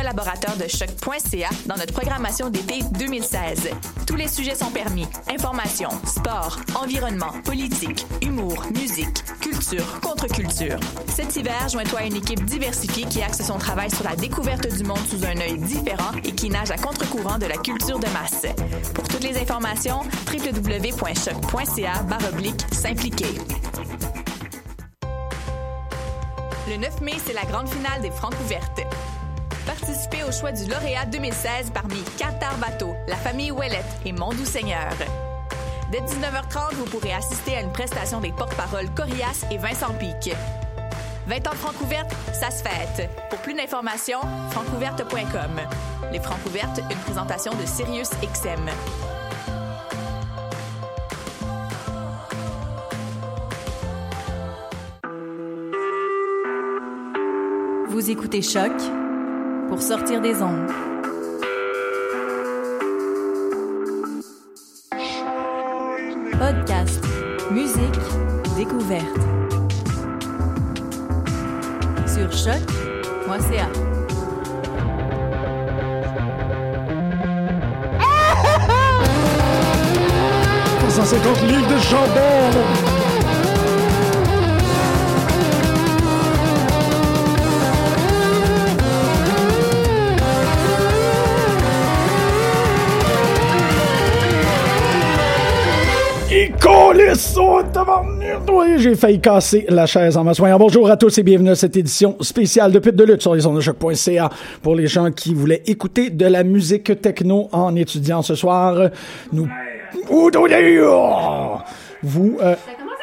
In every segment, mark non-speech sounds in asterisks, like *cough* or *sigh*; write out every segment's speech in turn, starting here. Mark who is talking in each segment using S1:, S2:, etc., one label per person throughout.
S1: collaborateurs de choc.ca dans notre programmation d'été 2016. Tous les sujets sont permis. Information, sport, environnement, politique, humour, musique, culture, contre-culture. Cet hiver, joins-toi à une équipe diversifiée qui axe son travail sur la découverte du monde sous un œil différent et qui nage à contre-courant de la culture de masse. Pour toutes les informations, www.choc.ca s'impliquer. Le 9 mai, c'est la grande finale des Francs ouvertes. Participez au choix du lauréat 2016 parmi Qatar Bateau, la famille Ouellette et Mondou Seigneur. Dès 19h30, vous pourrez assister à une prestation des porte-paroles Corias et Vincent Pic. 20 ans Francs ouvertes, ça se fête. Pour plus d'informations, francouverte.com. Les Francs ouvertes, une présentation de Sirius XM.
S2: Vous écoutez Choc pour sortir des ondes. Podcast, musique, découverte. Sur choc.ca.
S3: livres de chambon! Et qu'on les saute devant nous! Oui, j'ai failli casser la chaise en m'assoyant. Bonjour à tous et bienvenue à cette édition spéciale de Pute de lutte sur les ondes de choc.ca pour les gens qui voulaient écouter de la musique techno en étudiant ce soir. Nous... Ouh, d'où des- oh! Vous... euh,
S4: Ça commence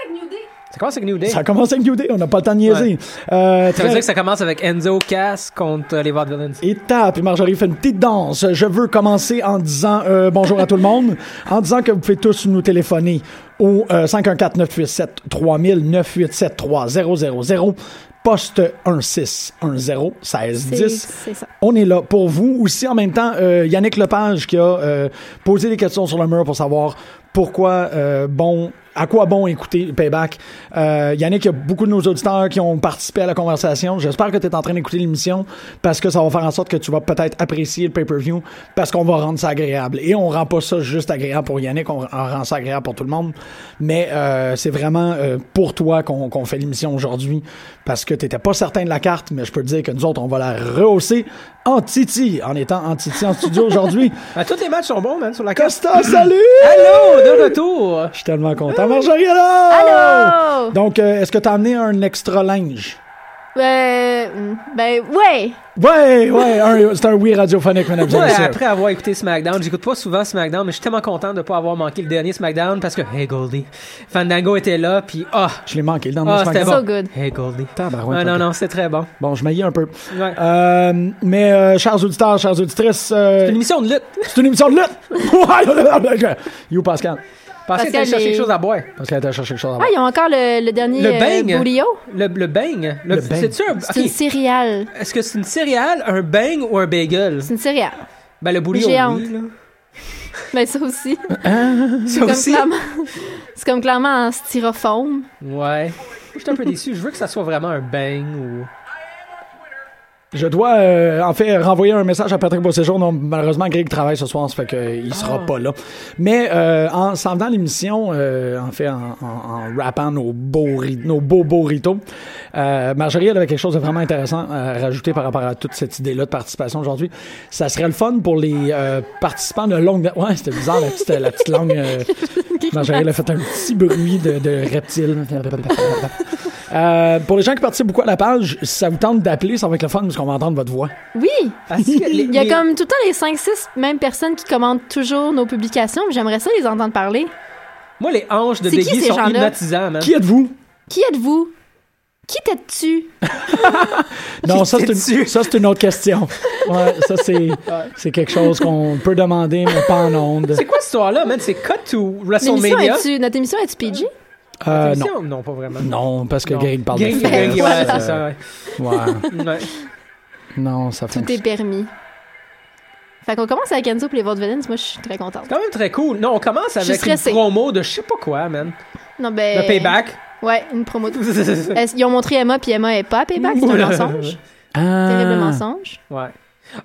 S4: avec New Day.
S3: ça commence avec New Day, on n'a pas le temps de niaiser.
S4: Ouais.
S3: Euh,
S4: Ça
S3: très-
S4: veut dire que ça commence avec Enzo Cass contre euh, les Vaudevillains.
S3: et tape. Et Marjorie fait une petite danse. Je veux commencer en disant euh, bonjour à tout le monde, *laughs* en disant que vous pouvez tous nous téléphoner au euh, 514-987-3000-987-3000, poste 1610 1610.
S5: C'est ça.
S3: On est là pour vous. Aussi, en même temps, euh, Yannick Lepage qui a euh, posé des questions sur le mur pour savoir pourquoi euh, bon. À quoi bon écouter Payback? Euh, Yannick, il y a beaucoup de nos auditeurs qui ont participé à la conversation. J'espère que tu es en train d'écouter l'émission parce que ça va faire en sorte que tu vas peut-être apprécier le pay-per-view parce qu'on va rendre ça agréable. Et on rend pas ça juste agréable pour Yannick, on on rend ça agréable pour tout le monde. Mais euh, c'est vraiment euh, pour toi qu'on qu'on fait l'émission aujourd'hui parce que t'étais pas certain de la carte, mais je peux te dire que nous autres, on va la rehausser en Titi, en étant en Titi en studio aujourd'hui.
S4: Ben, tous les matchs sont bons, man, sur la carte.
S3: Costa, salut!
S4: Allô, de retour!
S3: Je suis tellement content. Marjorie, allô!
S5: Allô!
S3: Donc, euh, est-ce que t'as amené un extra linge?
S5: Euh, mm, ben, ouais!
S3: Ouais, ouais, un- c'est un oui radiophonique, mesdames et
S4: Moi,
S3: messieurs.
S4: après avoir écouté SmackDown, j'écoute pas souvent SmackDown, mais je suis tellement content de pas avoir manqué le dernier SmackDown parce que, hey Goldie, Fandango était là, puis ah,
S3: Je l'ai manqué, le dans
S4: ah, c'était bon.
S5: So good.
S4: Hey Goldie.
S3: Tabarouette,
S4: Ah, non,
S3: ok.
S4: non, c'est très bon.
S3: Bon, je maillis un peu.
S4: Ouais.
S3: Euh, mais, euh, chers auditeurs, chères auditrices, euh,
S4: Une émission de lutte.
S3: c'est une émission de lutte! *laughs* Ouais, you, Pascal.
S4: Parce que
S5: Pascal
S4: t'as cherché
S5: est-
S4: quelque chose à boire.
S3: Pascal, t'as cherché quelque chose à
S5: Ah,
S3: voir.
S5: ils ont encore le, le dernier
S4: Le
S5: euh,
S4: bang.
S5: Boulio.
S4: Le, le bang. Le,
S3: Le bang.
S4: C'est-tu un.
S5: C'est
S4: ok,
S5: une céréale.
S4: Est-ce que c'est une céréale, un bang ou un bagel?
S5: C'est une céréale.
S4: Ben, le boulot,
S5: Géante.
S4: oui, là.
S5: Mais ça
S4: *laughs*
S5: aussi. C'est
S4: Ça
S5: comme
S4: aussi.
S5: clairement- C'est comme clairement en styrofoam.
S4: Ouais. Je suis un peu déçu. Je veux que ça soit vraiment un bang ou.
S3: Je dois, euh, en fait, renvoyer un message à Patrick Beauséjour. Non, malheureusement, Greg travaille ce soir, ça fait qu'il sera pas là. Mais euh, en s'en venant à l'émission, euh, en fait, en, en, en rappant nos beaux, ri- nos beaux burritos, euh, Marjorie, elle avait quelque chose de vraiment intéressant à rajouter par rapport à toute cette idée-là de participation aujourd'hui. Ça serait le fun pour les euh, participants de longue... Ouais, c'était bizarre, la petite, la petite langue... euh, Marjorie, elle a fait un petit bruit de, de reptile. Euh, pour les gens qui participent beaucoup à la page, si ça vous tente d'appeler, ça va être le fun parce qu'on va entendre votre voix.
S5: Oui!
S4: Parce que les-
S5: Il y a
S4: les-
S5: comme tout le temps les 5-6 mêmes personnes qui commentent toujours nos publications. mais J'aimerais ça les entendre parler.
S4: Moi, les hanches de
S5: C'est qui,
S4: Biggie
S5: ces
S4: sont
S5: gens-là?
S4: hypnotisants, man.
S3: Qui êtes-vous?
S5: Qui êtes-vous? Qui t'es-tu?
S3: Non, ça c'est, une,
S4: t'es-tu?
S3: ça, c'est une autre question. Ouais, ça, c'est, c'est quelque chose qu'on peut demander, mais pas en ondes.
S4: C'est quoi cette histoire-là, man? C'est cut to
S5: L'émission
S4: WrestleMania?
S5: est-tu? Notre émission est-tu PG?
S4: Ah.
S3: Euh, non.
S4: L'émission? non, pas vraiment.
S3: Non, parce que
S4: Non.
S3: Greg parle
S4: Gang,
S3: de
S4: gang,
S3: fesses.
S4: ouais, c'est ça, ouais.
S3: Ouais.
S4: Ouais.
S3: Non, ça fait...
S5: Tout est permis. Fait qu'on commence avec Enzo pour les Vaudevillains. Moi, je suis très contente.
S4: Quand même très cool. Non, on commence
S5: suis
S4: avec une
S5: stressée.
S4: promo de je sais pas quoi, man.
S5: Non, ben.
S4: Le payback.
S5: Ouais, une promo. de-
S4: *laughs*
S5: Est-ce- Ils ont montré Emma, puis Emma est pas à payback. C'est un
S4: Oula.
S5: mensonge.
S3: Ah.
S5: Terrible mensonge.
S4: *laughs* Ouais.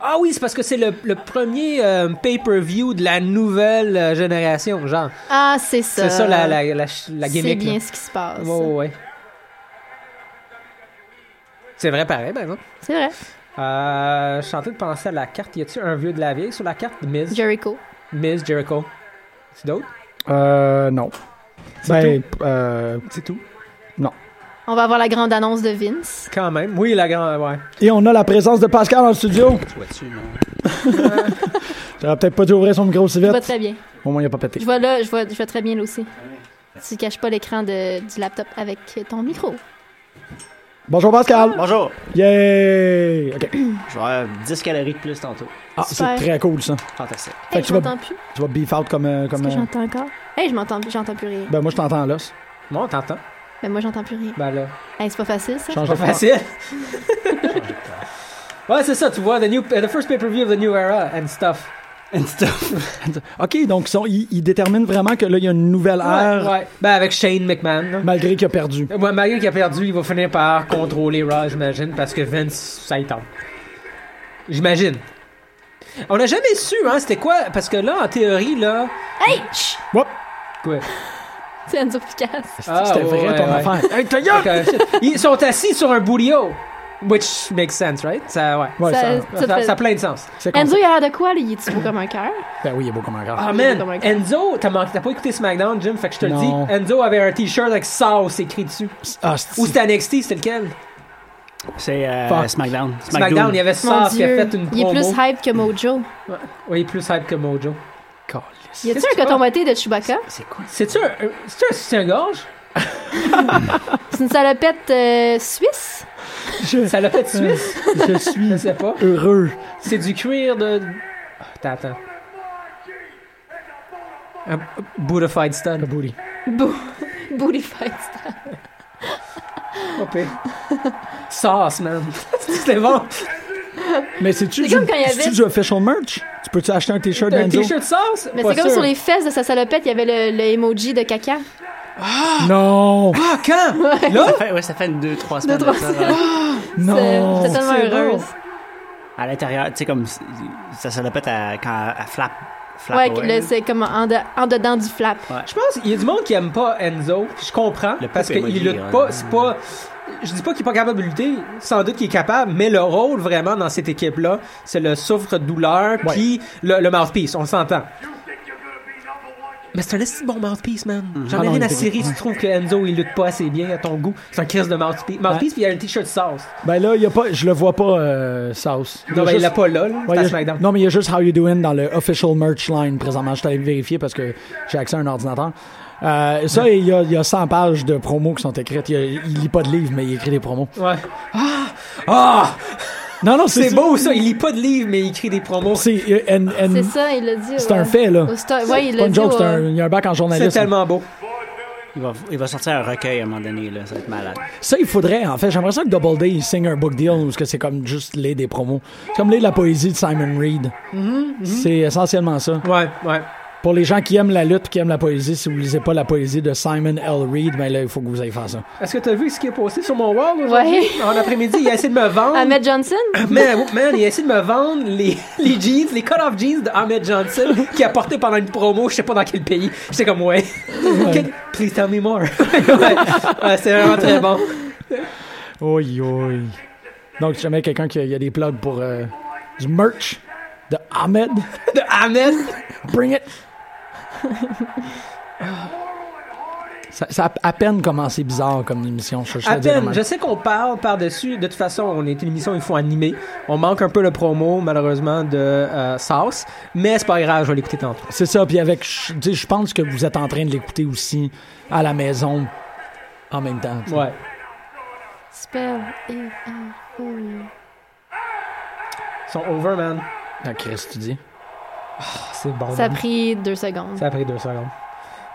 S4: Ah oui, c'est parce que c'est le, le premier euh, pay-per-view de la nouvelle euh, génération, genre.
S5: Ah, c'est ça.
S4: C'est ça la, la, la, la
S5: C'est
S4: gimmick.
S5: bien
S4: là.
S5: ce qui se passe.
S4: Ouais, ouais, ouais. C'est vrai pareil, ben non.
S5: C'est vrai.
S4: Euh, je suis en train de penser à la carte. Y a-tu un vieux de la vieille sur la carte? Miz.
S5: Jericho.
S4: Miz Jericho. C'est d'autres?
S3: Euh, non. Ben, euh,
S4: C'est tout.
S5: On va avoir la grande annonce de Vince.
S4: Quand même. Oui, la grande. Ouais.
S3: et on a la présence de Pascal dans le studio. *laughs* T'aurais peut-être pas dû ouvrir son micro si
S5: Je
S3: vite.
S5: vois très bien.
S3: Au moins, il a pas pété.
S5: Je vois là, je vois, je vois très bien là aussi. Tu caches pas l'écran de- du laptop avec ton micro.
S3: Bonjour Pascal.
S6: Bonjour.
S4: Ah.
S3: Yay! OK.
S6: Je vais avoir 10 calories de plus tantôt.
S3: Ah, c'est
S5: Super.
S3: très cool ça.
S6: Fantastique.
S3: Fait
S5: Hey,
S3: que
S5: je
S3: tu vas-
S5: m'entends plus.
S3: Tu vas beef out comme. euh,
S5: Est-ce
S3: comme
S5: que
S3: euh,
S5: j'entends encore? Hey, je m'entends, j'entends plus rien.
S4: Bah.
S3: ben, moi, je t'entends là. c'est-
S4: Bon, t'entends.
S5: Mais moi, j'entends plus rien.
S4: Ben là.
S5: Hey, c'est pas facile, ça?
S3: Change de
S4: Pas
S3: plan.
S4: facile. ouais, c'est ça, tu vois, the, new, the first pay-per-view of the new era and stuff.
S3: OK, donc ils, sont- ils- ils déterminent vraiment que là, il y a une nouvelle ère,
S4: Ouais, ouais. Ben, avec Shane McMahon. là.
S3: malgré qu'il a perdu.
S4: Ouais, malgré qu'il a perdu, il va finir par contrôler Raw, j'imagine, parce que Vince, ça y tente. J'imagine. On n'a jamais su, hein, c'était quoi? Parce que là, en théorie, là.
S5: Hey! Chut!
S3: Hop!
S4: Quoi?
S5: *laughs* C'est Enzo Picasso.
S4: Ah,
S3: C'était
S4: ouais,
S3: vrai
S4: ouais,
S3: ton
S4: ouais.
S3: affaire. Hey, ta *laughs* gueule!
S4: Donc, euh, shit. Ils sont assis sur un boulio. Which makes sense, right? Ça, ouais.
S3: Ouais, ça,
S5: Ça-
S4: Ça,
S5: te fait-
S4: ça a plein de sens.
S3: c'est
S5: Enzo,
S3: con-
S5: il a l'air de quoi, là? Il est beau comme un cœur?
S3: Ben oui, il est beau comme un gars.
S4: Ah,
S5: Il est
S4: man,
S5: comme un gars.
S4: Enzo, t'as manqué- t'as pas écouté SmackDown, Jim, fait que je te le dis.
S3: Non.
S4: Enzo avait un t-shirt avec sauce écrit dessus.
S3: Ah, c'est-
S4: Ou c'était NXT, c'était lequel?
S6: C'est euh,
S3: Fuck.
S6: SmackDown.
S4: SmackDown, il y avait
S5: Mon
S4: sauce qui a
S5: Dieu.
S4: fait une
S5: Il est
S4: promo.
S5: plus hype que Mojo.
S4: Oui, plus hype que Mojo.
S5: Y a-tu
S4: Qu'est-ce que tu
S5: un coton botté de Chewbacca?
S6: C'est quoi?
S4: C'est-tu un, un- c'est-tu un soutien-gorge?
S5: C'est une salopette euh, suisse?
S4: *laughs* Ça l'a fait suisse?
S3: je suis
S4: Je sais pas.
S3: heureux.
S4: C'est du cuir de... Ah, Attends, attends. Un Buddhified stun.
S3: Booty.
S5: Bou- *laughs* Booty fight style.
S4: Ok. Sauce, man. *laughs* C'était bon.
S3: Mais c'est-tu
S5: C'est
S3: du,
S5: comme quand il y
S3: c'est-tu
S5: avait-
S3: du official merch? Tu peux-tu acheter un t-shirt
S4: Un
S3: d'Enzo?
S4: t-shirt sauce?
S5: Mais
S4: Pas
S5: c'est comme
S4: sûr.
S5: sur les fesses de sa salopette, il y avait le, le emoji de caca.
S3: Non!
S4: Ah, quand?
S6: Ça fait, ouais, ça fait une 2-3 semaines.
S5: trois
S6: de ça, ouais.
S3: Non!
S5: C'est- J'étais tellement
S4: c'est bon.
S5: heureuse.
S6: À l'intérieur, tu sais, comme c'est- ça se répète à, quand à flap. flap
S5: Ouais,
S6: away.
S5: là, c'est comme en, de- en dedans du flap.
S4: Je pense qu'il y a du monde qui aime pas Enzo, puis je comprends,
S6: Le
S4: parce
S6: poop emoji,
S4: qu'il lutte
S6: ouais.
S4: pas, c'est pas... Je dis pas qu'il est pas capable de lutter, sans doute qu'il est capable, mais le rôle vraiment dans cette équipe-là, c'est le souffre-douleur, puis le, le mouthpiece, on le s'entend. Mais c'est un assez bon mouthpiece, man. J'en
S3: Ah
S4: ai
S3: non,
S4: rien
S3: il
S4: à
S3: était-
S4: cirer
S3: ouais.
S4: si tu trouves que Enzo, il lutte pas assez bien à ton goût. C'est un crise de mouthpiece. Mouthpiece, puis il a un t-shirt sauce.
S3: Ben là, il y a pas, je le vois pas, euh, Sauce.
S4: Non, ben, il l'a pas là, là.
S3: Ouais,
S4: c'est
S3: il
S4: à
S3: y a-
S4: SmackDown.
S3: non, mais il y a juste How You Doing dans le official merch line présentement. Je suis allé le vérifier parce que j'ai accès à un ordinateur. Euh, ça, il y, a, il y a 100 pages de promos qui sont écrites. Il, y a- il lit pas de livre, mais il écrit des promos.
S4: Ouais. Ah! Ah!
S3: Non, non,
S4: C'est beau, ça. Il lit pas de livres, mais il écrit des promos.
S3: C'est euh, and- and-
S5: C'est ça, il l'a dit.
S3: c'est un
S5: ouais.
S3: fait, là.
S5: Au sto- ouais, il
S3: pas
S5: l'a
S3: une
S5: dit.
S3: joke,
S5: au-
S3: c'est un- il y a un bac en
S4: C'est
S3: journalisme.
S4: tellement beau.
S6: Il va, il va sortir un recueil à un moment donné, là. Ça va être malade.
S3: Ça, il faudrait, en fait. J'aimerais ça que Double Day il signe un book deal où est-ce que c'est comme juste lire des promos. C'est comme lire la poésie de Simon Reed.
S5: Mm-hmm,
S3: C'est essentiellement ça.
S4: Ouais, ouais.
S3: Pour les gens qui aiment la lutte, qui aiment la poésie, si vous lisez pas la poésie de Simon L. Reed, ben là, il faut que vous ayez faire ça.
S4: Est-ce que t'as vu ce qui est posté sur mon wall aujourd'hui? En après-midi, il a essayé de me vendre.
S5: *laughs*
S3: *coughs*
S5: Ahmed Johnson?
S4: Man, man, il a essayé de me vendre les, *laughs* les jeans, les cut-off jeans de Ahmed Johnson qu'il a porté pendant une promo, je sais pas dans quel pays. J'étais comme, ouais. Quel- Please tell me more. *laughs* ouais, ouais, c'est vraiment très bon.
S3: Oi, oi. Donc, si jamais quelqu'un qui a, il y a des plugs pour euh, du merch de Ahmed,
S4: De Ahmed.
S3: bring
S4: *laughs*
S3: it! Ça, ça a à peine commencé bizarre comme émission. Je, je
S4: À
S3: le dis
S4: peine,
S3: vraiment.
S4: je sais qu'on parle par-dessus. De toute façon, on est une émission, il faut animer. On manque un peu le promo, malheureusement, de euh, Sauce. Mais c'est pas grave, je vais l'écouter tantôt.
S3: C'est ça, puis avec, je tu sais, je pense que vous êtes en train de l'écouter aussi à la maison en même temps. tu sais.
S4: Ouais.
S5: Super. Et, un, oh.
S4: Ils sont over, man.
S3: Ah, Chris, tu dis.
S4: Ah, c'est bon.
S5: Ça a
S4: man.
S5: pris deux secondes.
S4: Ça a pris deux secondes.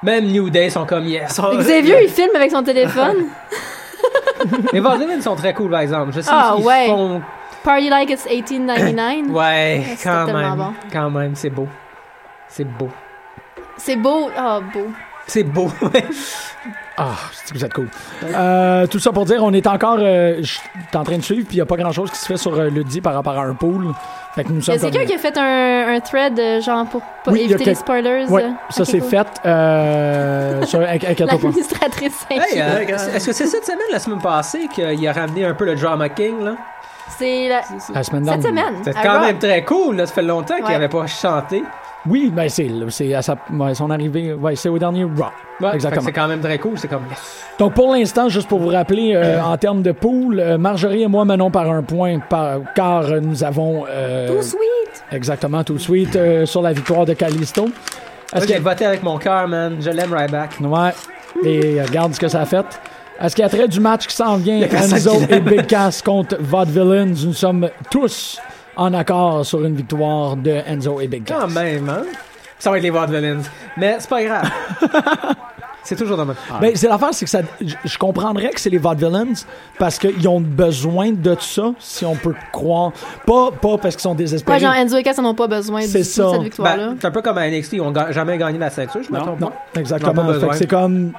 S4: Même New Day sont comme yes.
S5: *laughs* Xavier, il filme avec son
S3: *laughs*
S5: téléphone.
S4: Les Vardemans sont très cool par exemple. Je sais
S5: Ah,
S4: ils
S5: ouais.
S4: font
S5: Party like it's 1899.
S4: ouais
S5: Ah, c'était
S4: quand
S5: tellement
S4: même.
S5: bon.
S4: Quand même, c'est beau. C'est beau.
S5: C'est beau. Ah, beau.
S4: C'est beau. *laughs*
S3: Ah, c'est que vous êtes cool. Euh, tout ça pour dire, on est encore euh, je suis en train de suivre, puis il n'y a pas grand-chose qui se fait sur euh, le dit par rapport à un pool. Fait que nous
S5: Il y
S3: sommes
S5: a quelqu'un
S3: comme-
S5: qui a fait un, un thread, euh, genre, pour pas
S3: Oui, il y a
S5: éviter les
S3: quel-
S5: spoilers.
S3: Ouais,
S5: euh.
S3: ça
S5: Ok,
S3: c'est
S5: cool.
S3: fait. Euh, sur- inqui-
S5: *laughs*
S3: Inquiète-toi pas.
S5: L'administratrice
S4: Hey,
S5: inquiète.
S4: euh, est-ce que c'est cette semaine, la semaine passée, qu'il a ramené un peu le Drama King, là?
S5: C'est la-
S3: La semaine
S5: cette
S3: dernière.
S5: semaine.
S4: C'est
S5: à
S4: quand
S5: Raw.
S4: même très cool, là. Ça fait longtemps qu'il
S5: Ouais.
S4: n'avait pas chanté.
S3: Oui, ben c'est c'est à sa- ouais, son arrivée. Ouais, c'est au dernier Raw.
S4: Ouais, fait que
S3: Exactement.
S4: C'est quand même très cool. C'est comme, yes.
S3: Donc pour l'instant, juste pour vous rappeler, euh, en termes de pool, euh, Marjorie et moi menons par un point, par- car euh, nous avons euh,
S5: Oh, sweet!
S3: exactement tout de suite euh, sur la victoire de Callisto.
S4: Moi,
S3: Est-ce
S4: j'ai
S3: qu'elle
S4: voté avec mon cœur, man. Je l'aime right back.
S3: ouais. Et euh, regarde ce que ça a fait. À ce qu'il y a trait du match qui s'en vient,
S4: personne
S3: Enzo
S4: qui
S3: et Big Cass contre Vaudevillains, nous sommes tous en accord sur une victoire de Enzo et Big Cass.
S4: Quand même, hein? Ça va être les Vaudevillains. Mais c'est pas grave. c'est toujours dans ma...
S3: Ben, c'est l'affaire, c'est que ça, je- je comprendrais que c'est les vaudevillains parce qu'ils ont besoin de ça, si on peut croire. Pas, pas parce qu'ils sont
S5: Ouais,
S3: désespérés.
S5: genre, Enzo et Cass n'en ont pas besoin de
S3: C'est ça.
S5: cette victoire-là.
S4: Ben, c'est un peu comme à NXT, ils ont ga- jamais gagné la ceinture, je me
S6: Non,
S4: trompe
S3: non,
S4: pas. Ils en ont
S3: exactement.
S4: pas
S3: Fait que
S4: besoin.
S3: c'est comme.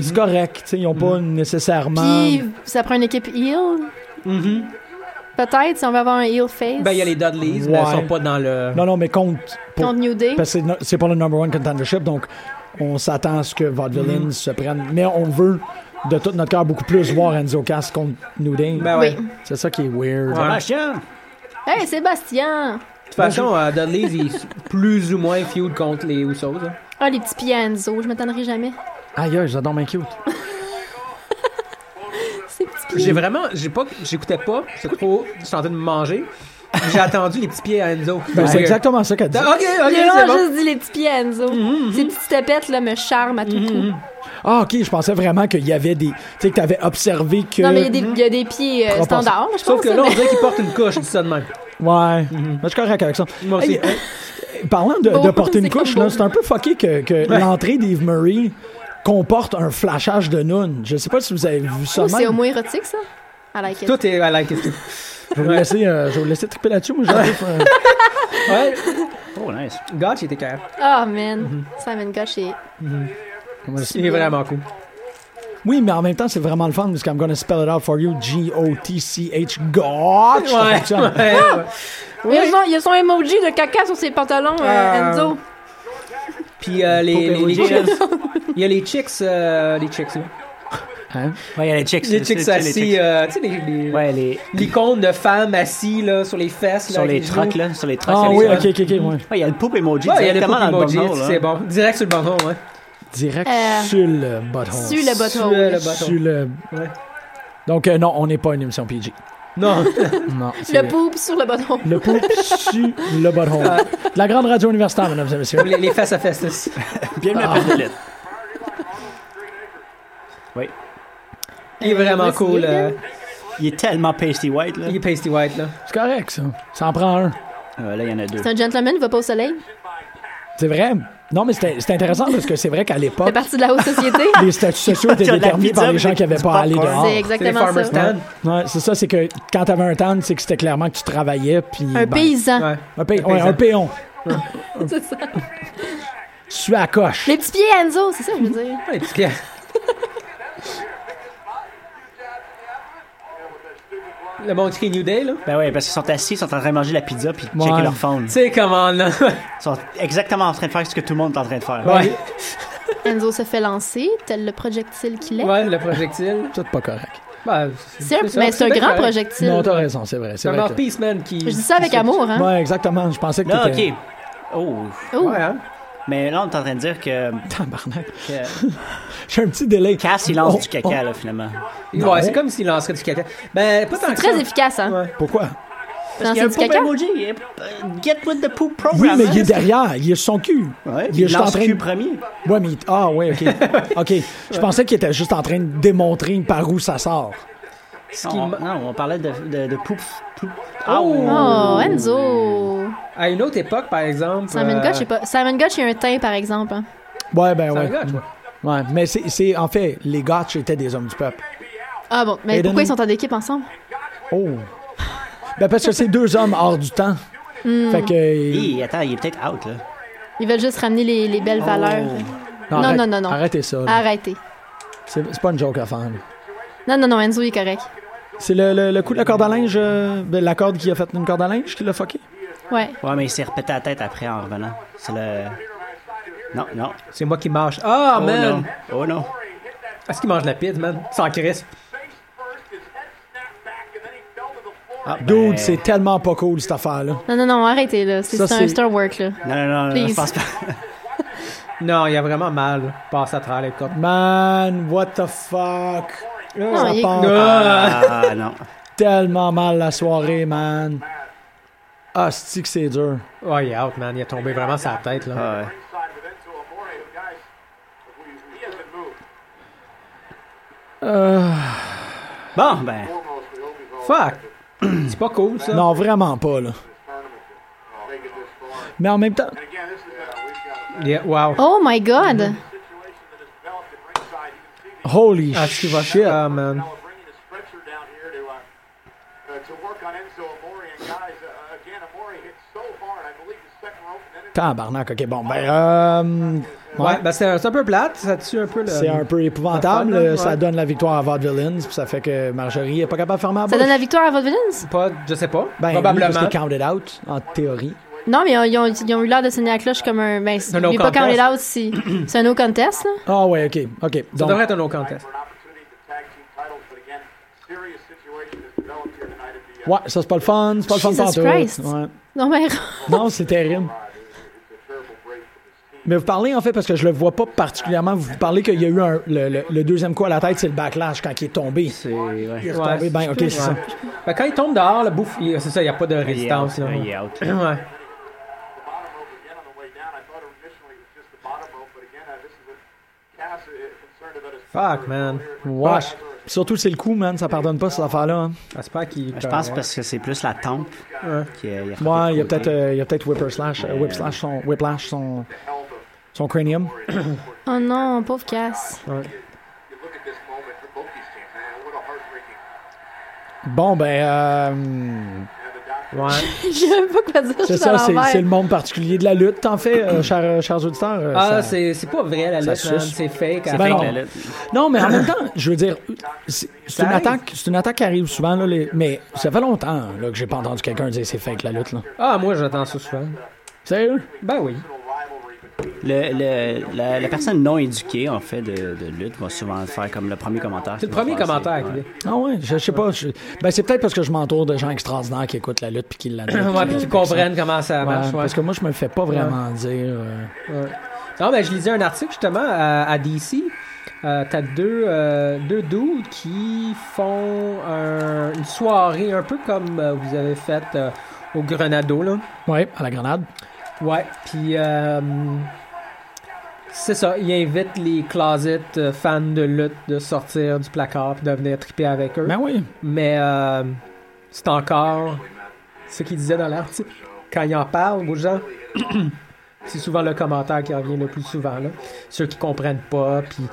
S3: C'est correct, tu sais, ils n'ont pas
S4: Ben,
S3: nécessairement.
S5: Puis, ça prend une équipe heel.
S4: Mhm.
S5: Peut-être, si on veut avoir un heel face.
S4: Ben, il y a les Dudleys, mais ils
S3: Ouais.
S4: sont pas dans le...
S3: Non, non, mais compte. pour-
S5: Contre New Day.
S3: parce que c'est no- c'est pas le number one contendership, donc on s'attend à ce que vaudevillains
S4: Mm-hmm.
S3: se prennent. Mais on veut de tout notre cœur beaucoup plus voir Enzo Cass contre New Day.
S4: Ben ouais.
S5: Oui.
S3: C'est ça qui est weird.
S4: Ouais.
S6: Bastien!
S5: Hey, Sébastien!
S4: De toute façon, euh, Dudley, ils sont plus ou moins feud contre les Usos. hein.
S5: Ah, les petits pieds à Enzo, je m'attendrai jamais.
S3: Aïe, aïe, j'adore bien cute.
S4: Ben
S5: Ces petits pieds.
S4: J'ai vraiment, j'ai pas, j'écoutais pas, c'est trop, je suis en train de me manger. J'ai attendu les petits pieds à Enzo.
S3: Ben, c'est
S4: Ouais. Ah,
S3: exactement ça qu'elle dit.
S4: Ok, ok,
S5: J'ai vraiment
S4: c'est bon. Mm-hmm,
S5: juste dit les petits pieds à Enzo. Ces petites tapettes, là, me charment à tout coup.
S3: Ah, ok, je pensais vraiment qu'il y avait des. Tu sais, que t'avais observé que.
S5: Non, mais il y a des, il y a des pieds euh,
S3: Propensé.
S5: standards, je pense.
S4: Sauf que là,
S5: mais-
S4: on dirait qu'il porte une couche, je dis ça de même. Mm-hmm.
S3: Ouais. Ben, je suis correct avec ça.
S4: Moi aussi.
S3: Hey, parlant de,
S5: Beau,
S3: de porter une
S5: c'est comme
S3: couche, là,
S5: beau.
S3: c'est un peu fucké que, que
S4: Ouais.
S3: l'entrée d'Eve Murray comporte un flashage de nun. Je sais pas si vous avez vu ça
S5: Oh,
S3: même.
S5: c'est homo-érotique, ça? I like it.
S4: Tout est à la question.
S3: Je vais vous laisser, euh, je vais vous laisser triper là-dessus. Moi, j'arrive. euh,
S4: *laughs* Ouais,
S6: Oh, nice.
S4: Gotch, il était carré.
S5: Oh, man.
S4: Mm-hmm.
S5: Simon Gotch est...
S3: comment ça-
S4: Il est vraiment cool.
S3: Oui, mais en même temps, c'est vraiment le fun parce que I'm gonna spell it out for you. G-O-T-C-H. Gotch. Ça
S4: Ouais,
S3: fonctionne.
S4: ouais, ouais.
S5: Il y a son- il y a son emoji de caca sur ses pantalons, euh,
S4: Ah.
S5: Enzo.
S4: Puis euh, les, les, les
S6: Poupée
S4: chicks, il y a les chicks, euh, les chicks, là.
S3: Hein?
S6: Ouais, il y a les chicks.
S4: Les chicks
S6: c'est- c'est-
S4: assis,
S6: les
S4: euh, tu sais, les, les,
S6: Ouais, les.
S4: l'icône de femmes assis, là, sur les fesses, là,
S6: Sur
S4: avec
S6: les
S4: genoux.
S6: trucks, là. Sur les trucks.
S3: Ah
S6: c'est
S3: oui,
S6: les-
S3: ok, ok, ok. ouais.
S6: Ouais, il y a le poop emoji
S4: Ouais, il y a les
S6: directement dans le hein.
S4: poupées
S6: bordel,
S4: emoji,
S6: là.
S4: c'est bon. Direct sur le bonbon, ouais.
S3: Direct
S5: Euh,
S3: sur le butthole.
S5: Sur le
S4: Sur
S5: bottom.
S4: le
S3: Sur
S4: bâton.
S3: le-
S4: Ouais.
S3: Donc, euh, non, on n'est pas une émission PG.
S4: Non. *laughs*
S3: Non. c'est-
S5: Le poop sur le bottom.
S3: Le pouls sur le butthole. De la grande radio universitaire, mesdames et messieurs.
S4: les, les fesses à fesses aussi.
S6: Bienvenue à Place de l'Élite. Oui.
S4: Il est vraiment
S5: Vas-y,
S4: cool.
S5: Gabriel.
S4: euh,
S6: Il est tellement pasty white, là.
S4: il est pasty white, là.
S3: C'est correct, ça. Ça en prend un.
S6: Euh, là, il y en a deux.
S5: C'est un gentleman, il va pas au soleil.
S3: C'est vrai. Non, mais c'est c'est intéressant parce que c'est vrai qu'à
S5: Il fait
S3: l'époque,
S5: partie de la haute société.
S3: les statuts sociaux étaient
S6: T'as de la
S3: déterminés
S6: pizza
S3: par les
S6: avec
S3: gens
S6: des
S3: qui n'avaient
S6: petits
S3: pas à aller
S6: popcorns.
S3: dehors.
S5: C'est
S4: C'est les
S5: exactement
S4: farmers
S5: ça.
S4: stand.
S3: Ouais, c'est ça, c'est que quand t'avais un tan, c'est que c'était clairement que tu travaillais. Puis,
S5: Un
S3: ben,
S5: paysan.
S4: Ouais.
S3: Un, pays-
S4: Un
S3: ouais,
S4: paysan.
S3: un péon.
S5: *laughs* C'est ça.
S3: Suis à coche.
S5: Les petits pieds à Enzo, c'est ça que je veux dire.
S4: Ouais, parce que- Le monde crie New Day, là.
S6: Ben oui, parce qu'ils sont assis, ils sont en train de manger la pizza puis de
S3: Ouais.
S6: checker leur phone.
S4: Tu sais
S5: *laughs*
S4: comment, là.
S6: Ils sont exactement en train de faire ce que tout le monde est en train de faire.
S4: Ouais.
S5: Enzo se fait lancer, tel le projectile qu'il est.
S4: Ouais, le projectile.
S3: C'est pas correct.
S4: Ben,
S5: C'est un,
S4: ça,
S5: mais c'est un
S4: bien
S5: grand
S4: correct.
S5: projectile.
S3: Non, t'as raison, c'est vrai.
S4: C'est
S3: C'est
S4: un
S3: vrai que-
S4: mouthpiece, man, qui.
S5: Je dis ça avec amour, hein.
S3: Ouais, exactement. Je pensais que
S6: Là,
S3: t'étais...
S6: OK. Oh.
S5: Oh.
S4: Ouais, hein.
S6: Mais là, on est en train de dire que,
S3: *laughs* Tabarnak.
S6: que
S3: J'ai un petit délai.
S6: Cass, il lance
S3: Oh,
S6: du caca, là, finalement.
S3: Non.
S4: Ouais, c'est comme s'il lancerait du caca. Ben, pas tant que
S5: Très
S4: ça.
S5: efficace, hein.
S4: Ouais.
S3: oh, Pourquoi?
S6: Parce
S5: Lancer
S6: qu'il y a un
S5: du
S6: poop
S5: caca?
S6: emoji. euh, Get with the poop program.
S3: Oui, mais
S6: hein.
S3: il est derrière. Il est sur son cul.
S6: Ouais,
S3: il est
S6: il
S3: juste en
S6: lance
S3: train
S6: cul
S3: de...
S6: premier.
S3: Ouais, mais... il- Ah, ouais, OK.
S6: *laughs*
S3: OK. Je pensais qu'il était juste en train de démontrer par où ça sort.
S4: qui
S6: on,
S4: m'a-
S6: non, on parlait de, de, de poop. poop. Ah,
S4: Oh.
S5: Oh, Enzo.
S4: À une autre époque, par exemple.
S5: Simon
S4: euh,
S5: Gotch, j'ai pas. Simon Gotch, il a un teint, par exemple. hein.
S3: Ouais, ben
S4: Simon
S3: ouais.
S4: Gotch, ouais.
S3: Ouais, mais c'est- c'est... En fait, les Gotch étaient des hommes du peuple.
S5: Ah bon, mais
S3: Aiden-
S5: pourquoi ils sont en équipe ensemble?
S3: Oh. Ben parce que c'est deux hommes hors du temps.
S5: Hmm.
S3: Fait que... euh,
S6: Hey, attends, il est peut-être out, là.
S5: Ils veulent juste ramener les, les belles valeurs. Non,
S3: arrête-
S5: non, non, non.
S3: Arrêtez ça. là.
S5: Arrêtez.
S3: C'est c'est pas une joke à faire. là.
S5: Non, non, non, Enzo il est correct.
S3: C'est le, le- le coup de la corde à linge... euh, ben, la corde qui a fait une corde à linge qui l'a fucké?
S5: Ouais.
S6: Ouais, mais il s'est repété la tête après en revenant. C'est le. Non, non.
S4: C'est moi qui marche. Ah,
S6: oh
S4: man!
S6: non. Oh non.
S4: Est-ce qu'il mange la pide, man? Sans crise.
S6: Ah,
S3: Dude,
S6: ben,
S3: c'est tellement pas cool cette affaire-là.
S5: Non, non, non, arrêtez, là. C'est
S3: Ça,
S5: c'est
S3: c'est-
S5: un, c'est un work, là.
S6: Non, non, non, non,
S5: Please.
S6: je pense pas.
S4: Non, il a vraiment mal passé à travers les cordes.
S3: Man, what the fuck?
S5: Non,
S3: ça
S5: il-
S3: part
S6: Ah, non.
S3: tellement mal la soirée, man. Ah, c'est que c'est dur.
S4: Oh, il est out, man. Il est tombé vraiment sa tête, là.
S6: Ah, ouais. Bon, ben.
S4: Fuck! *clears throat* C'est pas cool, ça.
S3: Non, vraiment pas, là. Mais en même temps,
S4: Yeah, wow.
S5: Oh my
S3: Mm-hmm.
S5: god!
S3: holy
S4: Ah, tu vas
S3: shit.
S4: Ah, man.
S7: uh, uh,
S3: Tabarnak, ok, bon, ben, euh,
S4: Ouais, ben c'est un, c'est un peu plate. Ça tue un peu le.
S3: c'est un peu épouvantable.
S4: Ouais.
S3: Ça donne la victoire à Vaudevillains, puis ça fait que Marjorie est pas capable de fermer la
S5: Ça
S3: bouche.
S5: donne la victoire à Vaudevillains?
S4: Pas, je sais pas.
S3: Ben, oui,
S4: Probablement.
S3: parce que counted out, en théorie.
S5: Non, mais ils ont, ils ont- ils ont eu l'air de sonner la cloche comme un. Ben,
S4: un
S5: c'est
S4: no
S5: il est pas quand
S4: contest.
S5: on est là
S3: *clears throat*
S5: aussi. C'est un no contest, là.
S3: Ah, ouais, ok, ok.
S4: ça
S3: Donc,
S4: devrait être un no contest.
S3: ouais,
S7: uh,
S3: ça c'est pas le fun, c'est pas le fun
S5: Jesus
S3: pantoute.
S5: Christ.
S3: Ouais.
S5: Non, mais. *laughs*
S3: Non, c'est terrible. Mais vous parlez, en fait, parce que je le vois pas particulièrement, vous parlez qu'il y a eu un, le, le- le deuxième coup à la tête, c'est le backlash quand il est tombé.
S6: C'est. Ouais.
S3: Il est
S4: Ouais,
S3: retombé, ben, ok, c'est
S4: ouais.
S3: ça.
S4: Ben, quand il tombe dehors, le bouffe, il- c'est ça, il n'y a pas de
S6: Il est out.
S4: résistance.
S6: là,
S4: là.
S6: Il est out.
S4: Ouais. Fuck, man. Wash.
S3: Surtout, c'est le coup, man, ça pardonne pas, cette affaire-là. hein.
S4: J'espère qu'il.
S6: Je pense parce que c'est plus la tempe qui est. est
S3: Ouais, il y a
S6: recoupée.
S3: peut-être euh, il y a peut-être Whipperslash, euh, Whipslash son Whiplash son son cranium.
S5: Oh non, pauvre Cass. *laughs*
S3: Bon ben euh,
S4: Ouais.
S5: Je sais même pas quoi dire. je
S3: c'est
S5: suis
S3: ça,
S5: à
S3: c'est
S5: l'envers.
S3: c'est le monde particulier de la lutte, en fait, euh, chers, euh, chers auditeurs. euh,
S4: Ah,
S3: ça-
S4: c'est c'est pas vrai, la
S3: ça
S4: lutte, man.
S3: suce.
S4: C'est fake. hein.
S3: C'est
S4: à
S3: fake,
S4: fond.
S3: la
S6: Là,
S3: euh, ben Non, mais en même temps, je veux dire, c'est c'est une
S4: arrive.
S3: attaque, c'est une attaque qui arrive souvent là, les- mais ça fait longtemps là, que j'ai pas entendu quelqu'un dire c'est fake la lutte là.
S4: Ah, moi, j'entends ça souvent.
S3: Sérieux?
S4: Ben oui.
S6: Le, le- la, la personne non éduquée, en fait, de, de lutte va souvent faire comme le premier commentaire.
S4: C'est le premier commentaire qu'il dit.
S3: Ah ouais, je, je sais pas. je- ben c'est peut-être parce que je m'entoure de gens extraordinaires qui écoutent la lutte puis qui l'admettent.
S4: Ouais, puis
S3: puis
S4: qu'ils
S3: qui-
S4: comprennent comment ça
S3: Ouais,
S4: marche. ouais.
S3: Parce que moi je me fais pas vraiment dire. euh,
S4: Non, ben, je lisais un article justement à, à DC. Euh, T'as deux, euh, deux dudes qui font un- une soirée un peu comme euh, vous avez fait euh, au Grenado. Là.
S3: Ouais, à la grenade.
S4: Ouais, puis euh, c'est ça. Ils invitent les closets euh, fans de lutte de sortir du placard puis de venir triper avec eux.
S3: Ben oui.
S4: Mais euh, c'est encore ce qu'il disait dans l'article. Quand il en parle aux gens, *clears throat* c'est souvent le commentaire qui revient le plus souvent. Là. Ceux qui comprennent pas, puis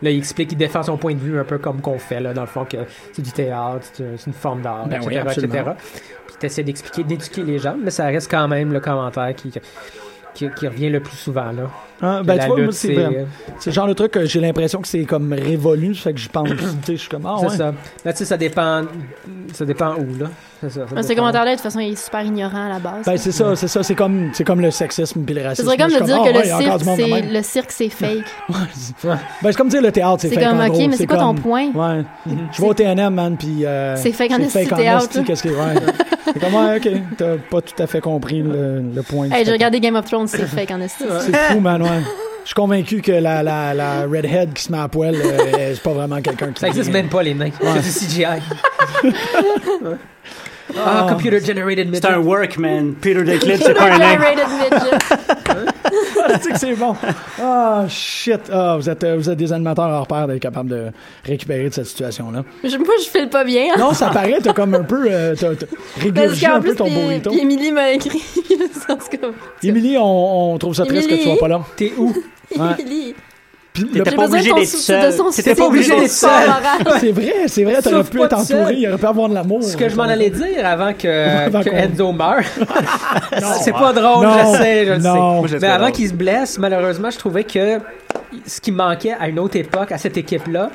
S4: là, il explique, il défend son point de vue un peu comme qu'on fait, là, dans le fond, que c'est du théâtre, c'est un- c'est une forme d'art,
S3: Ben
S4: etc.,
S3: oui, absolument.
S4: etc. Puis t'essaies d'expliquer, d'éduquer les gens, mais ça reste quand même le commentaire qui, qui, qui revient le plus souvent. Là.
S3: Hein, ben,
S4: La
S3: tu vois,
S4: lutte,
S3: moi, c'est
S4: c'est- euh,
S3: vrai. C'est le genre de truc que j'ai l'impression que c'est comme révolu, ça fait que je pense, tu sais, je suis comme, ah
S4: c'est
S3: ouais.
S4: ça. Là, tu sais, ça dépend, ça dépend où, là. C'est ça. ça
S5: Ah, Ce
S4: dépend.
S5: commentaire-là, de toute façon, il est super ignorant à la base.
S3: Ben, c'est ça, c'est ça, c'est comme, c'est comme le sexisme puis le
S5: Ce
S3: racisme.
S5: serait comme
S3: Je
S5: de
S3: suis
S5: dire
S3: ah,
S5: que le
S3: ouais, il y a encore
S5: cirque,
S3: du monde de
S5: c'est
S3: même.
S5: le cirque,
S3: *laughs*
S5: c'est fake.
S3: Ben, c'est comme dire le théâtre, c'est
S5: C'est
S3: fake
S5: comme,
S3: en
S5: ok,
S3: gros,
S5: mais c'est quoi ton point?
S3: Ouais.
S4: Mhm.
S3: Je vais au TNM, man, puis euh,
S5: C'est fake en esti,
S3: fake
S5: théâtre,
S3: esti,
S5: là.
S3: qu'est-ce que ouais. C'est comme, ouais, OK, t'as pas tout à fait compris le, le point. du
S5: Hey,
S3: spectacle.
S5: j'ai regardé Game of Thrones, c'est fake en esti. *laughs*
S3: C'est fou, man, ouais. Je suis convaincu que la, la, la redhead qui se met à poil, euh, c'est pas vraiment quelqu'un qui...
S4: Ça existe même pas, les nains. C'est du CGI.
S3: *laughs*
S4: Ouais. Ah, computer generated
S6: C'est un
S4: midget.
S6: workman.
S5: *laughs*
S6: Peter Declan, c'est pas un nain.
S3: *laughs* Ah, c'est que c'est bon. Ah, shit. Ah, vous êtes, euh, vous êtes des animateurs hors pair d'être capable de récupérer de cette situation-là. *laughs*
S5: Je- Moi, je file pas bien. hein.
S3: Non, ça paraît, t'as comme un peu, euh, t'as, t'as
S5: Parce
S3: régurgité
S5: qu'en
S3: un peu
S5: plus,
S3: ton
S5: puis,
S3: burrito.
S5: puis Émilie m'a écrit. *laughs* en tout cas,
S3: Émilie, on, on trouve ça triste que tu sois pas là.
S4: T'es où?
S3: Ouais.
S5: Émilie,
S3: Puis le-
S5: j'ai
S6: pas
S5: besoin de
S6: obligé
S5: ton
S6: d'être
S5: soutien,
S6: seul.
S5: de son
S6: T'étais pas
S5: soutien,
S6: obligé
S5: de son
S6: d'être
S5: support
S6: seul.
S5: moral.
S3: c'est vrai, c'est vrai, t'aurais
S4: Sauf
S3: pu
S4: pas
S3: être
S4: de seul.
S3: entouré, il aurait pu avoir de l'amour.
S4: Ce que je m'en allais dire avant
S3: *laughs*
S4: que,
S3: Avant
S4: que
S3: qu'on-
S4: Enzo meure. c'est
S6: ouais.
S4: pas
S3: *laughs*
S4: drôle,
S3: Non,
S4: je sais, je le
S3: non. Moi,
S6: je
S4: sais. Mais
S6: le trouve
S4: avant
S6: drôle.
S4: qu'il se blesse, malheureusement, je trouvais que ce qui manquait à une autre époque, à cette équipe-là,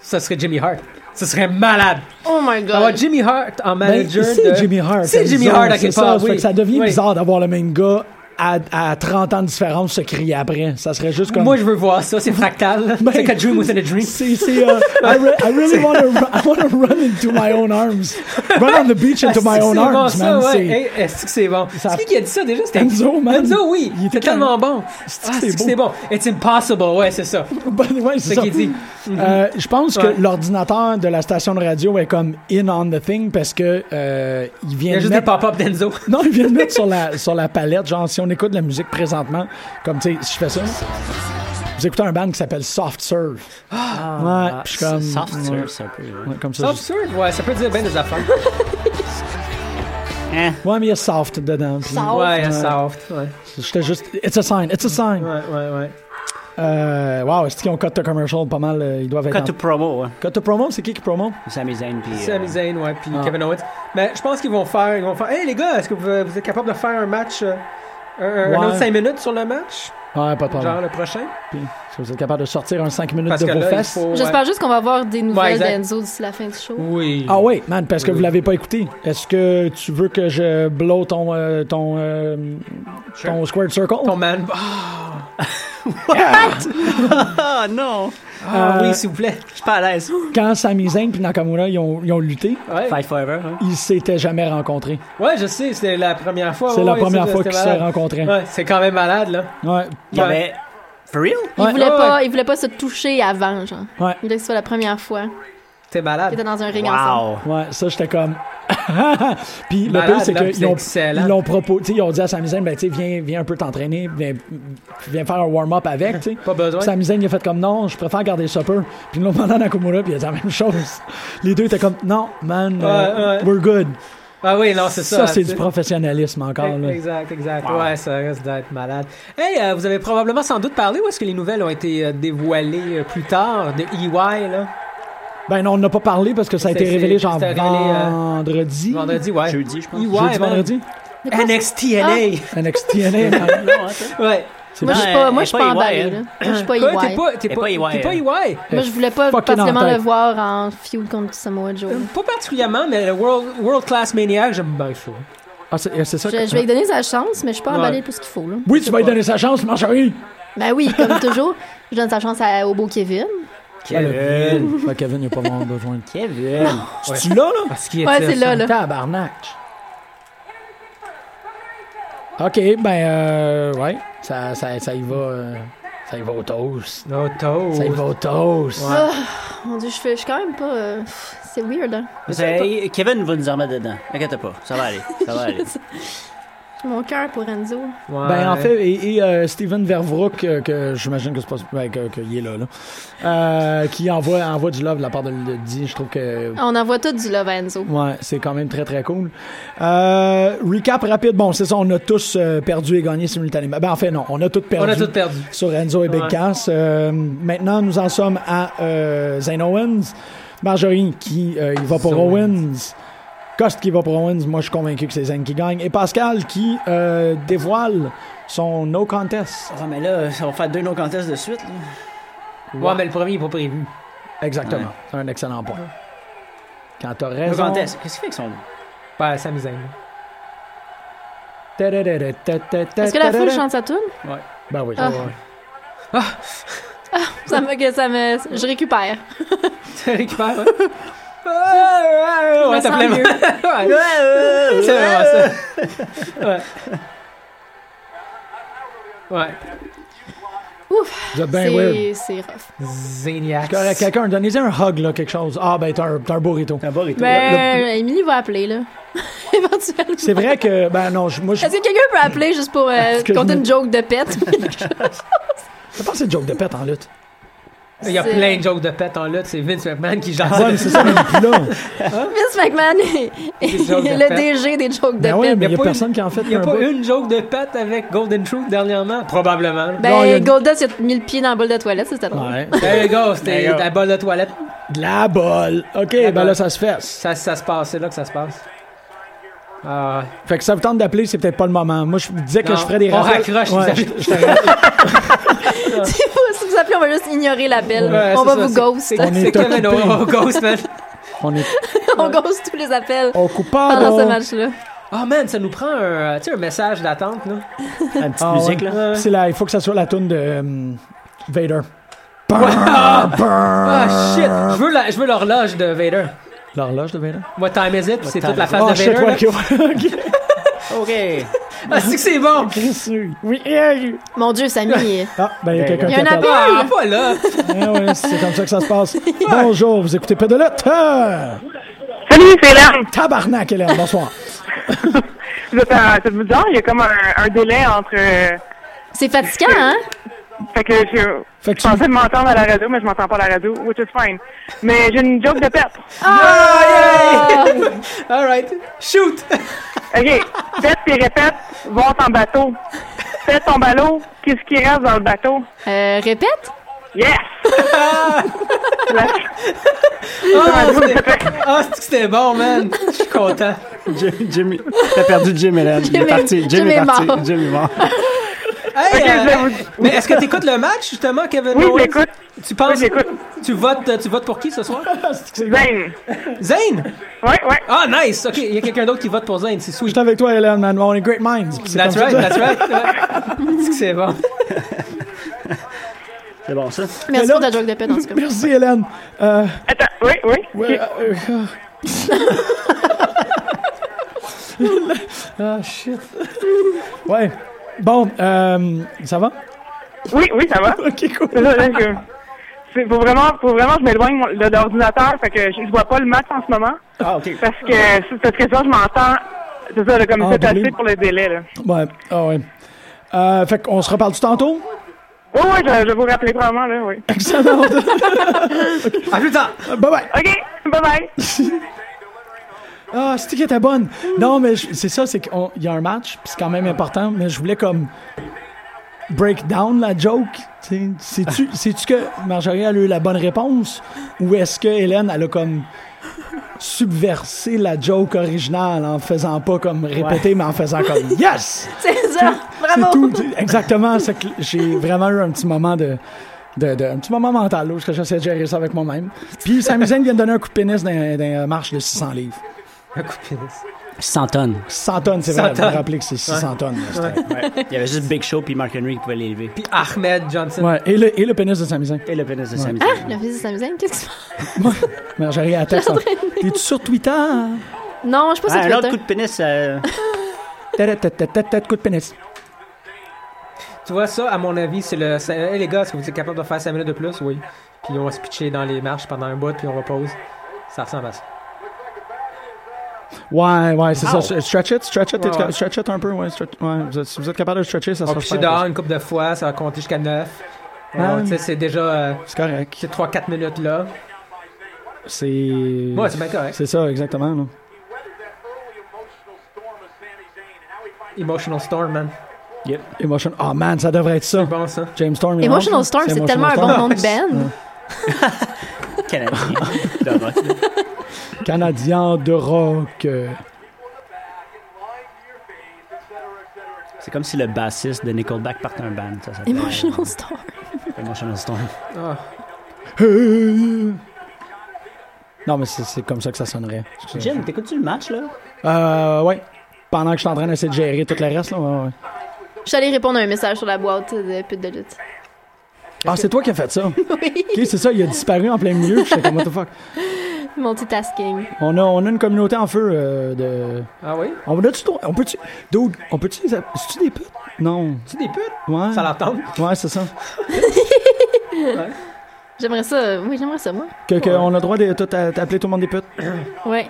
S4: ça serait Jimmy Hart. Ce serait malade.
S5: *laughs* Oh my
S4: Avoir
S5: god.
S4: Jimmy Hart en
S3: Ben,
S4: manager.
S3: c'est
S4: de-
S3: Jimmy Hart.
S4: C'est Jimmy
S3: disons,
S4: Hart à
S3: c'est
S4: quelque
S3: ça, ça
S4: part.
S3: fait
S4: oui.
S3: que ça devient
S4: Oui.
S3: bizarre d'avoir le même gars à, à 30 ans de différence se crier après. Ça serait juste comme.
S4: Moi, je veux voir ça. C'est fractal.
S3: *laughs* Ben,
S4: c'est like a dream within a dream.
S3: C'est, c'est, euh, I, re- I really want to I wanna run into my own arms. Run on the beach into my own
S4: Ah,
S3: arms,
S4: c'est
S3: man.
S4: bon, ça, ouais.
S3: C'est-
S4: Hey, Est-ce que c'est bon?
S3: Ça-
S4: C'est qui qui a dit ça déjà? C'était
S3: Enzo, man.
S4: Enzo, oui.
S3: Il était
S4: C'était tellement bon.
S3: Est-ce
S4: Ah,
S3: que c'est
S4: c'est que
S3: beau?
S4: c'est bon. It's impossible. Ouais, c'est ça.
S3: Ben, ouais, c'est
S4: C'est
S3: ça.
S4: ça qu'il dit. Mm-hmm.
S3: Euh, je pense
S4: Ouais.
S3: que l'ordinateur de la station de radio est comme in on the thing parce que euh, il
S4: Il y
S3: vient
S4: a
S3: de
S4: juste des
S3: mettre
S4: pop-up d'Enzo.
S3: *laughs* Non, il vient de mettre sur la, sur la palette, genre, si on écoute de la musique présentement, comme, tu sais, si je fais ça, vous écoutez un band qui s'appelle Soft Serve. ouais, puis je suis comme...
S6: Soft
S3: ouais,
S6: serve, c'est un peu.
S3: ouais, comme ça,
S4: Soft serve, ouais, ça peut dire bien des affaires. *laughs*
S6: Hein?
S3: je- Ouais, mais il y a soft dedans. puis
S5: Soft.
S4: Ouais, soft. Ouais,
S3: J'étais juste... It's a sign, it's a sign.
S4: ouais, ouais. ouais.
S3: Euh, wow, est-ce qu'ils ont cut to commercial pas mal? euh, ils doivent être...
S6: Cut
S3: en-
S6: to promo, hein.
S3: Cut to promo, c'est qui qui promo?
S6: Sami Zayn, puis. euh,
S4: Sami Zayn, ouais, puis Kevin Owens. Mais je pense qu'ils vont faire, ils vont faire, hey les gars, est-ce que vous, vous êtes capable de faire un match, euh, un, un
S3: Ouais.
S4: autre 5 minutes sur le match,
S3: Ouais, pas de
S4: genre
S3: problème.
S4: le prochain?
S3: Puis, si vous êtes capable de sortir un 5 minutes
S4: Parce
S3: de
S4: que
S3: vos
S4: là,
S3: fesses?
S4: il faut. ouais.
S5: J'espère juste qu'on va avoir des nouvelles
S4: exact.
S5: d'Enzo d'ici la fin du show.
S4: Oui.
S3: Ah oui, man, parce que vous l'avez pas écouté. Est-ce que tu veux que je blow ton euh, ton euh, ton squared circle
S4: Ton man. Ah
S6: Ah non!
S4: ah,
S3: Euh,
S4: oui, s'il vous plaît.
S6: Je suis pas à l'aise.
S3: Quand Sami Zayn puis Nakamura ils ont, ils ont lutté,
S4: Ouais.
S6: Fight Forever, hein.
S3: ils s'étaient jamais rencontrés.
S4: ouais, je sais, c'est la première fois.
S3: C'est
S4: ouais,
S3: la
S4: ouais,
S3: première
S4: ça,
S3: fois
S4: c'était
S3: qu'ils se
S4: malade.
S3: rencontraient.
S4: Ouais, c'est quand même malade, là.
S3: Ouais.
S6: Il y
S4: Ouais.
S6: avait. For real?
S5: Il,
S3: Ouais.
S5: voulait
S4: Ouais,
S5: pas,
S4: ouais.
S5: il voulait pas se toucher avant, genre.
S3: Ouais.
S5: Il voulait que ce soit la première fois qu'il
S4: T'es
S5: était
S4: malade.
S5: dans un ring ensemble.
S6: Wow!
S3: Ouais, ça j'étais comme *laughs* Puis le
S4: Malade,
S3: pire c'est
S4: là,
S3: qu'ils
S4: c'est
S3: ont
S4: excellent.
S3: ils l'ont proposé, tu sais, ils ont dit à Sami Zayn ben tu sais viens viens un peu t'entraîner, viens, viens faire un warm-up avec, tu sais.
S4: Pas besoin.
S3: Puis Sami Zayn il a fait comme non, je préfère garder ça peu. Puis ils l'ont demandé à Nakamura, puis il a dit la même chose. Les deux étaient comme non, man, euh,
S4: Ouais, ouais.
S3: we're good.
S4: Ah oui, non, c'est ça.
S3: Ça, c'est du
S4: tu-
S3: professionnalisme encore. Là.
S4: Exact, exact. Ouais, ça reste d'être malade. Hey, euh, vous avez probablement sans doute parlé où est-ce que les nouvelles ont été euh, dévoilées euh, plus tard de EY, là?
S3: Ben non, on n'a pas parlé parce que ça a
S4: C'est-
S3: été
S4: c'est-
S3: révélé genre
S4: c'était révélé, euh,
S3: vendredi.
S4: Vendredi, ouais.
S6: Jeudi, je pense.
S4: EY,
S3: Jeudi,
S4: man.
S3: vendredi.
S4: NXT LA.
S5: Ah!
S3: NXT
S5: *laughs*
S3: NXT, man.
S6: Non, attends.
S4: Ouais.
S3: Non,
S5: Moi, je suis
S6: elle-
S5: pas, moi,
S6: elle
S5: je suis pas
S6: est pas hein. EY,
S5: emballée, là.
S6: elle.
S5: Moi, je suis pas E
S4: Quoi,
S5: EY.
S4: t'es pas, t'es
S6: Elle est
S4: pas,
S6: pas E hein. EY,
S4: t'es pas E
S6: elle.
S4: EY.
S5: Moi, je voulais pas
S3: Fucking
S5: particulièrement
S3: en tête.
S5: le voir en feud contre Samoa Joe.
S4: Euh, Pas particulièrement, mais le World, World Class Maniac, j'aime bien ça.
S3: Ah, c'est c'est ça.
S5: Je,
S3: que-
S5: je vais lui donner sa chance, mais je suis pas
S4: Ouais.
S5: emballée plus qu'il faut, là.
S3: Oui, tu vas lui donner sa chance, mon chéri.
S5: Ben oui, comme *laughs* toujours, je donne sa chance à, au beau Kevin.
S6: Kevin!
S3: Ouais, Kevin, il a pas vraiment besoin de
S6: Kevin!
S3: C'est-tu là, là?
S4: Parce qu'il
S5: Ouais, c'est là, là.
S3: Tabarnak. Ok, ben, euh, ouais. Ça, ça, ça y va. euh, ça y va au toast.
S4: No Oh, toast.
S3: Ça y va au toast.
S5: Mon dieu, je fais, je suis quand même pas. euh, pff, c'est weird, hein.
S6: Hey, Kevin va nous en remettre dedans. Inquiète pas, ça va aller. Ça *laughs* va aller.
S5: J'ai mon cœur pour Enzo.
S4: Ouais.
S3: Ben, en fait, et, et, euh, Steven Vervroek, euh, que j'imagine que c'est pas. ben, que- que il est là, là. Euh, qui envoie, envoie du love de la part de Ludi. Je trouve que.
S5: Ah, On envoie tout du love à Enzo.
S3: Ouais, c'est quand même très très cool. Euh, recap rapide. Bon, c'est ça, on a tous euh, perdu et gagné simultanément. Ben, en fait, non, on a tous
S4: on
S3: perdu.
S4: a tout perdu.
S3: Sur Enzo et Big
S4: Ouais.
S3: Cass. Euh, maintenant, nous en sommes à euh, Zane Owens. Marjorie qui euh, il va pour
S4: Zane.
S3: Owens. Cost qui va pour Owens. Moi, je suis convaincu que c'est Zane qui gagne. Et Pascal qui euh, dévoile son no contest.
S6: Ah, mais là, on va faire deux no contests de suite. là.
S4: Ouais, mais le premier, il est pas prévu.
S3: Exactement.
S6: Ouais.
S3: C'est un excellent point. Quand t'as
S6: No
S3: raison.
S6: contest. Qu'est-ce qu'il fait avec son.
S4: Ben, ça nous aime.
S5: Est-ce
S3: Est-ce
S5: que la foule chante sa tune?
S3: Ben oui.
S5: Ah.
S3: ouais.
S5: Ça me, que ça me, je récupère.
S4: Tu récupères, *laughs* ouais. Ouais, ouais,
S5: Je
S4: ouais,
S5: me
S4: t'as
S5: sens
S4: plein de-
S5: mieux.
S4: *laughs* Ouais, c'est vraiment ça. Ouais. Ouais.
S5: Ouf,
S3: Vous êtes bien weird.
S5: c'est c'est rough.
S4: Zaniacs.
S3: Correct, quelqu'un, donnez-y un hug, là, quelque chose. Ah, ben, t'as un, t'as un burrito.
S6: Un bar et tout.
S5: Ben, Émilie va appeler, là. *laughs* Éventuellement.
S3: C'est vrai que, ben non, je- moi, je
S5: Est-ce que quelqu'un peut appeler juste pour euh,
S3: que je
S5: compter
S3: me-
S5: une joke de pète? *laughs*
S3: je pense que c'est une joke de pète en lutte.
S4: Il y a plein de jokes de pète en lutte. C'est Vince McMahon qui jase.
S3: Ouais, mais c'est ça, même plus là.
S4: *laughs*
S5: Vince McMahon est est
S4: jokes de
S5: le
S4: pète.
S5: DG des jokes de
S3: Ben ouais,
S5: pète.
S3: mais il n'y
S4: Y a
S3: a,
S4: pas
S3: personne qui en fait
S4: Il n'y a
S3: un
S4: pas
S3: bout.
S4: une joke de pète avec Golden Truth dernièrement? Probablement.
S5: Ben,
S3: Non, il y a une-
S5: Goldust, il a mis le pied dans la boule de toilette, c'était drôle.
S3: Ouais.
S4: There you go, c'était
S6: There you go.
S4: la balle de toilette.
S3: De la bolle. OK, ben
S4: bolle.
S3: là, ça se fait.
S4: Ça, ça se passe, c'est là que ça se passe. Ah, ouais.
S3: Fait que ça vous tente d'appeler, c'est peut-être pas le moment. Moi, je vous disais que
S4: Non,
S3: je ferais des
S4: on
S3: rappels.
S4: raccroche,
S3: Ouais,
S4: vous avez-
S3: je- je te rappelle.
S5: C'est fou, *laughs* si vous vous appeler, on va juste ignorer l'appel.
S4: Ouais,
S5: on
S4: c'est
S5: va
S4: ça,
S5: vous
S4: c'est-
S5: ghost.
S3: On est
S4: C'est comme un
S3: occupé.
S4: oh, ghost, man.
S3: On est
S5: *laughs* on ghost tous les appels
S3: au
S4: Ah,
S5: pendant ce
S3: coupable.
S5: match-là.
S4: Oh, man, ça nous prend un, tu sais, un message d'attente, là.
S6: La petite
S3: Ah, ouais.
S6: musique, là.
S3: C'est là, il faut que ça soit la tune de euh, Vader.
S4: Ah, shit. Je veux la- je veux l'horloge de Vader.
S3: L'horloge de Vader.
S4: What time is it? Puis C'est
S6: time
S4: toute la
S6: is
S4: face
S3: oh
S4: de
S3: shit, ouais,
S4: Vader. là.
S3: ok, *laughs* ouais, ok.
S6: OK.
S4: Ah, c'est que c'est bon.
S3: Chris, oui. Oui, hey.
S5: Mon Dieu, Samy.
S3: Ah, ben il y a
S6: Ben,
S3: quelqu'un
S5: il y
S3: qui
S5: a un
S3: appelle.
S5: appel.
S4: Ah, pas là.
S3: Eh ouais, c'est comme ça que ça se passe. Bonjour, vous écoutez Pédolote. Euh,
S8: Salut, c'est Hélène.
S3: Tabarnak, Hélène, bonsoir.
S8: Vous êtes à- C'est bizarre, il y a comme un, un délai entre. euh,
S5: C'est fatigant, hein?
S8: Fait que je,
S3: Fait que
S8: je
S3: tu-
S8: pensais de m'entendre à la radio, mais je m'entends pas à la radio, which is fine. Mais j'ai une joke de perte.
S4: All right. Shoot.
S8: OK. Pète puis répète, voir ton bateau. Pète ton ballot, qu'est-ce qui reste dans le bateau?
S5: Euh, répète?
S8: Yes! La- *laughs*
S4: Ah, c'était- ah, c'est que c'était bon, man. Je suis content.
S6: *laughs* Jim- Jimmy. T'as perdu Jim, Hélène. Il
S5: Jim
S6: est
S5: est-
S6: parti. Jim
S5: Jim
S6: est
S5: est
S6: parti.
S5: mort.
S6: Jim est mort.
S4: Hey,
S8: Ok,
S4: euh,
S8: je vais vous-
S4: mais est-ce que tu écoutes le match, justement, Kevin
S8: Oui,
S4: Owens?
S8: j'écoute.
S4: Tu penses...
S8: Oui, j'écoute.
S4: tu, votes, tu votes pour qui ce soir?
S8: Zane.
S4: Zane?
S8: Ouais, ouais.
S4: Ah, nice. OK, il y a quelqu'un d'autre qui vote pour Zane. C'est sweet.
S3: J'étais avec toi, Hélène, man. On est great minds. C'est
S4: That's
S3: comme ça
S4: right,
S3: que-
S4: that's right. Ouais. C'est que c'est bon.
S6: C'est bon, ça.
S5: Merci
S3: Hello?
S5: pour ta joke de pète, en
S3: *laughs*
S5: tout cas.
S3: Merci, Hélène. Euh,
S8: Attends, oui, oui.
S3: ouais, euh, euh, ah, *laughs* shit. Ouais. Bon, euh, ça va?
S8: Oui, oui, ça va.
S3: Ok, cool.
S8: C'est ça, là, je- c'est- Faut vraiment, faut vraiment que je m'éloigne mon- de l'ordinateur, fait que je, je vois pas le match en ce moment.
S6: Ah, OK.
S8: Parce que, c'est- parce que ça, je m'entends. C'est ça, là, comme
S3: Ah,
S8: c'est
S3: doublé.
S8: assez pour le délai, là.
S3: Ouais, ah ouais. Euh, fait qu'on se reparle du tantôt?
S8: Oui, oui, je, je vais vous rappeler vraiment, là, oui.
S3: Excellent.
S4: À plus tard.
S3: bye bye.
S8: OK, bye-bye.
S3: Ah, c'était qui était bonne. Non, mais je- c'est ça, c'est qu'il y a un match, puis c'est quand même important, mais je voulais comme break down la joke. tu sais. Sais-tu sais-tu que Marjorie elle a eu la bonne réponse ou est-ce que Hélène, elle a comme subversé la joke originale en faisant pas comme répéter, mais en faisant
S5: *laughs*
S3: comme yes!
S5: C'est ça!
S3: C'est
S5: Bravo!
S3: tout. C'est Exactement. C'est que j'ai vraiment eu un petit moment de. de- de- un petit moment mental, là, parce que j'essaie de gérer ça avec moi-même. Puis Sami Zayn vient de donner un coup de pénis dans, dans une marche de 600 livres.
S4: Un coup de pénis.
S6: 600 tonnes.
S3: 600 tonnes, c'est vrai.
S4: 600
S3: Vous me
S4: tonnes.
S3: rappelez que c'est 600 tonnes. là, c'était-
S6: Il y avait juste Big Show puis Mark Henry qui pouvaient l'élever.
S4: Puis Ahmed Johnson.
S3: Ouais, et, le, et le pénis de Sami Zayn.
S6: Et le pénis de Sami Zayn.
S5: Le fils de Samy Zayn, qu'est-ce qui se passe?
S3: Mais j'arrive à la texte. T'es-tu sur Twitter?
S5: Non, je suis pas
S6: Ah,
S5: sur
S6: un autre coup
S5: Twitter.
S6: de pénis. *laughs* euh,
S3: Tête, coup de pénis.
S4: Tu vois, ça, à mon avis, c'est le. c'est- Hey, les gars, est-ce que vous êtes capable de faire 5 minutes de plus? Oui. Puis on va se pitcher dans les marches pendant un bout, puis on repose. Ça ressemble à ça.
S3: Ouais, ouais, c'est
S6: Ow.
S3: ça. Stretch it, stretch it. t'es-
S4: Ouais, Oh, ouais.
S3: Stretch it un peu, ouais. stretch- ouais, vous êtes- si vous êtes capable de stretcher, ça
S4: On
S3: sera
S4: va pitcher
S3: super.
S4: dehors une couple de fois, ça va compter jusqu'à 9.
S3: Ah.
S4: tu sais, c'est déjà. euh,
S3: C'est correct.
S4: c'est 3-4 minutes là.
S3: C'est.
S4: Ouais, c'est bien correct.
S3: C'est ça, exactement. là.
S4: Emotional Storm, man.
S3: Emotion. Oh man, ça devrait être ça.
S4: Bon, ça.
S3: James Storm. il
S5: Emotional
S3: rentre,
S5: Storm, c'est
S3: Emotional
S5: tellement
S3: Storm.
S5: un bon nom de band.
S6: Canadien. *laughs* Dommage.
S3: *laughs* Canadien de rock. euh,
S6: C'est comme si le bassiste de Nickelback partait un band. Ça, euh, s'appelle-
S5: Emotional Storm.
S6: Emotional Storm.
S4: Ah.
S3: euh. Non, mais c'est c'est comme ça que ça sonnerait.
S6: Jim, t'écoutes-tu le match, là?
S3: Euh, ouais. Pendant que je suis en train d'essayer de gérer tout le reste, là. ouais, ouais.
S5: Je suis allée répondre à un message sur la boîte de pute de lutte.
S3: Ah, c'est toi qui as fait
S5: *laughs*
S3: ça. OK,
S5: Oui,
S3: c'est ça, il a disparu en plein milieu. puis J'étais comme, what the fuck.
S5: multitasking.
S3: On a, on a une communauté en feu euh, de.
S4: Ah oui?
S3: On a-tu. ton- On peut-tu. Dude, on peut-tu. les app- C'est-tu des putes? Non.
S4: Tu des putes?
S3: Ouais.
S4: Ça l'entend.
S3: Ouais, c'est ça.
S5: J'aimerais ça. euh, Oui, j'aimerais ça, moi.
S3: Que, que On a le droit de tout à- d'appeler tout le monde des putes.
S5: Ouais.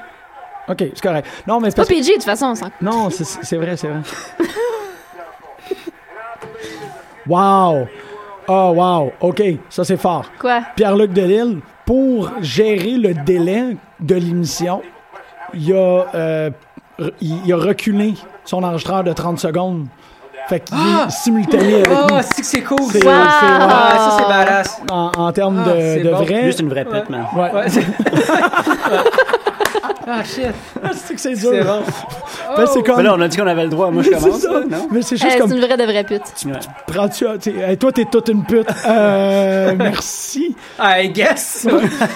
S3: OK, c'est correct. Non, mais c'est
S5: Pas
S3: parce que-
S5: PG, de toute façon, on s'en.
S3: Non, c'est- c'est c'est vrai, c'est vrai. Wow! Ah, wow! OK, ça c'est fort.
S5: Quoi?
S3: Pierre-Luc Delille, pour gérer le délai de l'émission, il a, euh, re- il il a reculé son enregistreur de 30 secondes. Fait qu'il est simultané avec
S4: Oh,
S3: nous.
S4: c'est que c'est cool.
S3: C'est- euh,
S4: ça.
S3: c'est-
S4: Ah, ça, c'est badass.
S3: En, en termes
S4: Ah,
S3: de,
S4: c'est
S3: de
S4: bon.
S3: vrai.
S6: Juste une vraie pute, man.
S3: Ouais.
S4: Ouais, c'est- Ah, shit.
S3: *laughs* c'est que c'est dur.
S4: C'est bon.
S3: Ben, c'est comme.
S6: Mais là, on a dit qu'on avait le droit. Moi,
S3: *laughs*
S6: je
S3: c'est
S6: commence,
S3: ça.
S6: là, non?
S3: Mais c'est
S5: Euh,
S3: juste
S5: c'est
S3: comme.
S5: une vraie de vraie pute.
S6: Ouais.
S3: Prends-tu. à- t'es- hey, toi, t'es toute une pute. Euh, merci.
S4: I guess.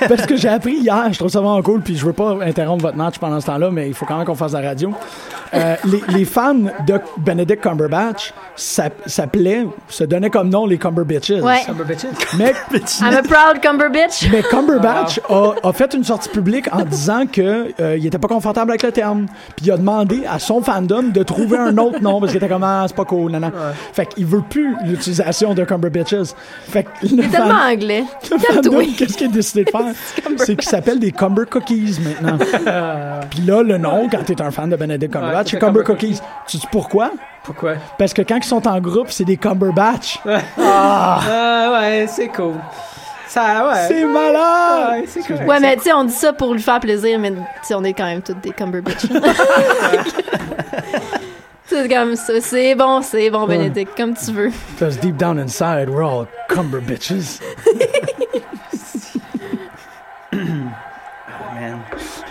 S3: Parce que j'ai appris hier, je trouve ça vraiment cool, puis je veux pas interrompre votre match pendant ce temps-là, mais il faut quand même qu'on fasse la radio. Euh, les, les fans de Benedict Cumberbatch s'app- s'appelaient, se donnaient comme nom les Cumberbitches.
S5: Ouais.
S4: Number bitches.
S5: *laughs*
S3: Mais,
S5: I'm a
S3: *laughs*
S5: proud Cumberbitch.
S3: mais Cumberbatch a, a fait une sortie publique en disant que euh, il était pas confortable avec le terme, puis il a demandé à son fandom de trouver un autre nom parce qu'il était comme ah c'est pas cool, non non. Fait qu'il veut plus l'utilisation de Cumberbitches. Fait que le *laughs*
S5: C'est
S3: fan-
S5: tellement anglais.
S3: le
S5: Calme-toi.
S3: fandom, qu'est-ce qu'il a décidé de
S5: *laughs*
S3: faire? C'est qu'il s'appelle des Cumber Cookies
S4: *laughs*
S3: maintenant. Puis là, le nom, quand t'es un fan de Benedict
S4: Ouais,
S3: Cumberbatch,
S4: c'est
S3: c'est
S4: ça,
S3: Cumber
S4: Cumber
S3: Cookies. Tu sais pourquoi?
S4: Pourquoi?
S3: Parce que quand ils sont en groupe, c'est des Cumberbatch.
S4: Ah, ouais, c'est cool. Ça, ouais.
S3: C'est malade!
S4: Ouais, c'est cool.
S5: Ouais, mais tu sais, on dit ça pour lui faire plaisir, mais tu sais, on est quand même toutes des Cumberbitch.
S3: *laughs*
S5: *laughs* c'est comme ça. C'est bon, c'est bon, Bénédicte, comme tu veux.
S3: Because deep down inside, we're all Cumber
S4: *laughs*
S3: bitches.
S6: Man.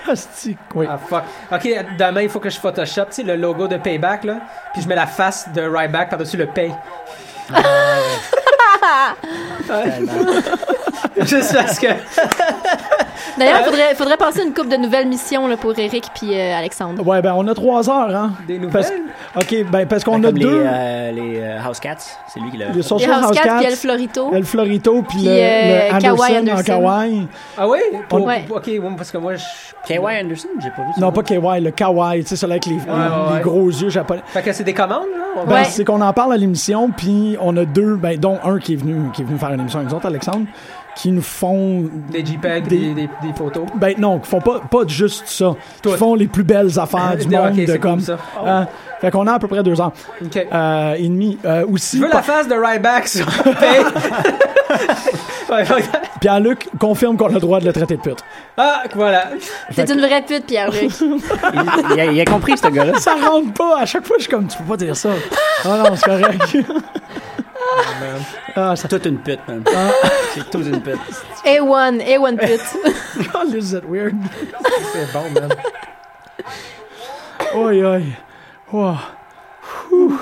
S3: Asti, oui.
S4: Ah, fuck. Ok, demain, il faut que je Photoshop, tu sais, le logo de Payback, là. Puis je mets la face de Ryback par-dessus le Pay. *laughs* Juste parce que.
S5: D'ailleurs, faudrait, faudrait passer une coupe de nouvelles missions là, pour Eric puis euh, Alexandre.
S3: Ouais, ben on a trois heures, hein?
S4: Des nouvelles?
S3: Parce- OK, ben parce qu'on
S6: Comme
S3: a
S6: les,
S3: deux.
S6: euh, les euh, House Cats, c'est lui qui l'a.
S3: le
S5: Il y
S3: Social
S5: a
S3: House
S5: House Cat puis El
S3: Cats,
S5: Florito.
S3: El Florito, puis le,
S5: Puis, euh,
S3: le
S5: Kawhi
S3: Anderson, en
S5: Anderson.
S3: Kawhi.
S4: Ah ouais? Pour-
S5: Ouais.
S4: Ok, ouais, parce que moi, je.
S6: K.Y. Anderson, j'ai pas vu ça.
S3: Non, pas Kawhi, le Kawhi, tu sais, celui avec les, les-
S4: ouais,
S3: les
S4: ouais.
S3: gros yeux japonais.
S4: Fait que c'est des commandes, là? On va-
S3: Ben,
S5: Ouais.
S3: c'est qu'on en parle à l'émission, puis on a deux, ben, dont un qui est venu, qui est venu faire une émission avec nous autres, Alexandre, qui nous font.
S4: Des JPEG,
S3: Des-
S4: des, des, des photos.
S3: Ben non, qui font pas, pas juste ça. Qui
S4: Tout.
S3: font les plus belles affaires
S4: *laughs*
S3: du
S4: Ok,
S3: monde.
S4: c'est
S3: de
S4: cool,
S3: comme
S4: ça.
S3: Hein? fait qu'on a à peu près deux ans
S4: Ok.
S3: et demi. Euh, aussi,
S4: je veux la
S3: par-
S4: face de Ryback sur le Pay. Ouais, ouais.
S3: Pierre-Luc confirme qu'on a le droit de le traiter de pute.
S4: ah, voilà.
S5: C'est une vraie pute, Pierre-Luc.
S6: Il, il a, il a compris, ce gars-là.
S3: Ça rentre pas. À chaque fois, je suis comme, tu peux pas dire
S4: *laughs*
S3: ça. Ah non, c'est correct. ah, ça Ah.
S6: Toute une pute, man. C'est toute une pute.
S5: A1, A1 pute.
S3: *laughs* calme, c'est weird.
S4: *laughs* C'est bon,
S3: *laughs*
S4: man.
S3: Oi, oi. Oh. Ouh.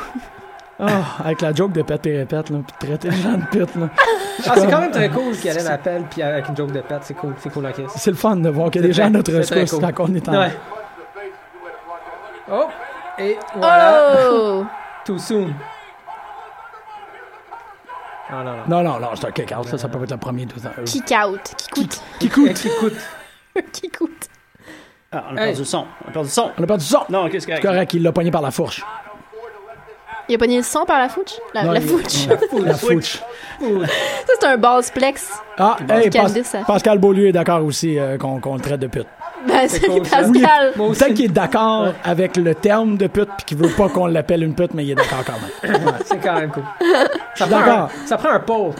S3: Ah, avec la joke de pète et répète, là, puis de traiter les gens de pète, là.
S4: Ah, c'est quand même très cool qu'il y ait un appel puis avec une joke de pète, c'est cool, c'est cool en caisse.
S3: C'est le fun de voir qu'il y a des
S4: C'est
S3: gens à
S4: vrai,
S3: notre
S4: c'est très
S3: rescousse
S4: cool.
S3: quand on est en.
S4: Ouais. Oh, et voilà,
S5: Oh!
S4: too soon. Ah non, non.
S3: Non, non, non, c'est un kick-out, ça, ça peut être le premier tout ça.
S5: Kick out. Qui coûte.
S3: Qui coûte.
S4: Écoute,
S5: *laughs*
S4: écoute.
S5: Qui coûte.
S6: Ah, on a
S4: Hey.
S6: perdu le son. On a perdu le son.
S3: On a perdu ça.
S6: Non, qu'est-ce que
S3: C'est correct, il l'a pogné par la fourche.
S5: Il a pogné le son par la fouche? La,
S3: Non,
S5: la
S3: il-
S5: fouche. *laughs*
S3: La fourche.
S5: Ça, c'est un balsplex.
S3: Ah, hey,
S5: Pascal
S3: Pas-
S5: dit ça.
S3: Pascal Beaulieu est d'accord aussi euh, qu'on qu'on le traite de pute.
S5: Ben, c'est
S4: cool, ça.
S5: Pascal.
S4: Moi aussi.
S3: Peut-être qu'il est d'accord avec le terme de pute puis qu'il veut pas qu'on l'appelle une pute, mais il est d'accord quand même.
S4: C'est quand même cool.
S3: suis
S4: Ça prend, un,
S3: d'accord.
S4: ça prend un pôle.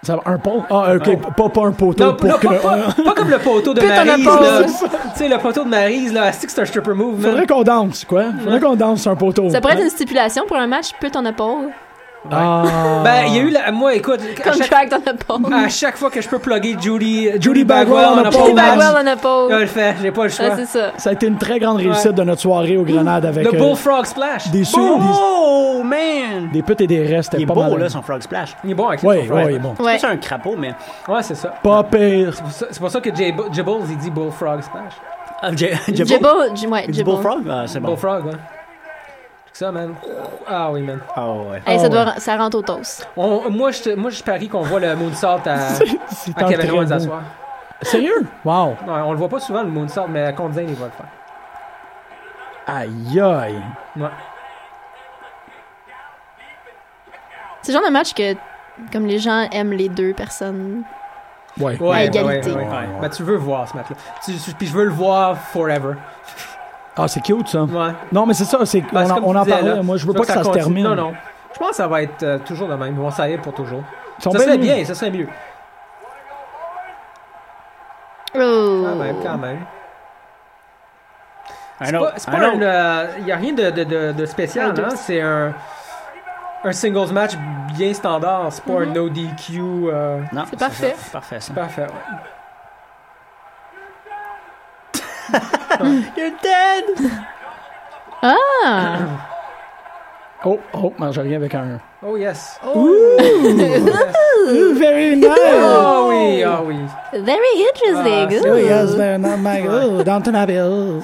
S3: Ça va, un pont? Ah, ok, pas, pas un poteau
S4: Non,
S3: pour
S4: non,
S3: que.
S4: pas, pas- pas comme le poteau de
S5: Pète en
S4: Maryse,
S5: apple.
S4: là. Tu sais, le poteau de Maryse, là, c'est que c'est un stripper move, man.
S3: Faudrait qu'on danse, quoi. Faudrait qu'on danse sur un poteau.
S5: Ça pourrait être une stipulation pour un match pute en épaule.
S3: Ah.
S4: Ben, il y a eu la... Moi, écoute, à chaque,
S5: Contract en épaule.
S4: à chaque fois que je peux plugger Judy,
S3: Judy Bagwell en
S4: a
S3: apple.
S4: pas
S5: Judy
S4: le
S5: Bagwell
S4: match.
S5: en
S4: Je
S5: épaule.
S4: le fais, j'ai pas le choix.
S5: Ah, c'est ça.
S3: Ça a été une très grande réussite de notre soirée aux Grenades avec
S4: le
S3: euh,
S4: Bullfrog Splash.
S3: des, sous-
S6: Oh, man!
S3: des, des putes et des restes.
S6: Il est
S3: pas
S6: beau,
S3: mal.
S6: là, son Frog Splash.
S4: Il est bon avec
S3: Ouais,
S4: son
S3: ouais,
S4: frère.
S3: il est bon.
S5: Ouais.
S6: C'est un crapaud, mais.
S4: Ouais, c'est ça.
S3: Pas pire.
S4: C'est pour ça- C'est pour ça que Jay Bu- Jibbles, il dit Bullfrog Splash.
S6: Ah, J- Jibble?
S5: Jibble, j- ouais,
S6: Il dit
S5: Jibble.
S6: Bullfrog? Ah, c'est bon.
S4: Bullfrog, hein. C'est Ça, man. Ah oui, man.
S6: Ah, ouais.
S3: Ah,
S5: Hey, ça, doit, ça rentre au toast.
S4: On- moi, je, te- moi, je parie qu'on voit le moonsault
S3: *laughs*
S4: à,
S3: *laughs* C'est
S4: à
S3: un
S4: Kevin
S3: très
S4: Owens à
S3: beau-
S4: soir.
S3: Sérieux? Wow.
S4: Ouais, on le voit pas souvent, le moonsault, mais à Condé, il va le faire.
S3: Aïe, aïe.
S4: Ouais.
S5: C'est le genre de match que, comme les gens aiment les deux personnes.
S3: Ouais.
S4: Ouais,
S5: égalité.
S4: ouais, ouais, ouais. Ben, tu veux voir ce match-là. Tu- tu- Puis je veux le voir forever.
S3: Ah, c'est cute, ça.
S4: Ouais.
S3: Non, mais c'est ça. c'est
S4: Ben,
S3: on
S4: c'est
S3: en,
S4: comme
S3: on
S4: tu
S3: en
S4: disais,
S3: parlait.
S4: là.
S3: Moi, je veux pas que ça se
S4: continue.
S3: termine.
S4: Non, non. Je pense que ça va être euh, toujours le même. Ils vont s'aller pour toujours.
S3: Ils sont
S4: ça
S3: bien
S4: serait
S3: mis.
S4: bien, ça serait mieux.
S3: Ah,
S5: Oh.
S4: Quand
S3: ben,
S4: même, quand même.
S6: I
S4: C'est
S6: know.
S4: pas, c'est pas
S3: ah
S6: I know.
S4: un. Il n'y a rien de, de, de, de spécial,
S5: Un
S4: hein? C'est un. Un singles match bien standard. C'est
S3: Mm-hmm.
S4: pas un no DQ. euh,
S6: Non,
S5: C'est parfait.
S6: ça. Parfait, ça.
S4: Parfait, ouais. You're dead!
S5: Ah!
S3: Oh, oh, moi, je reviens avec un.
S4: Oh yes. Oh,
S3: Ooh, very nice!
S4: oui, ah oui.
S5: Very
S4: Ah,
S5: interesting.
S4: c'est-
S5: Ooh.
S3: Oh, yes, very nice, my oh, Downton Abbey, oh.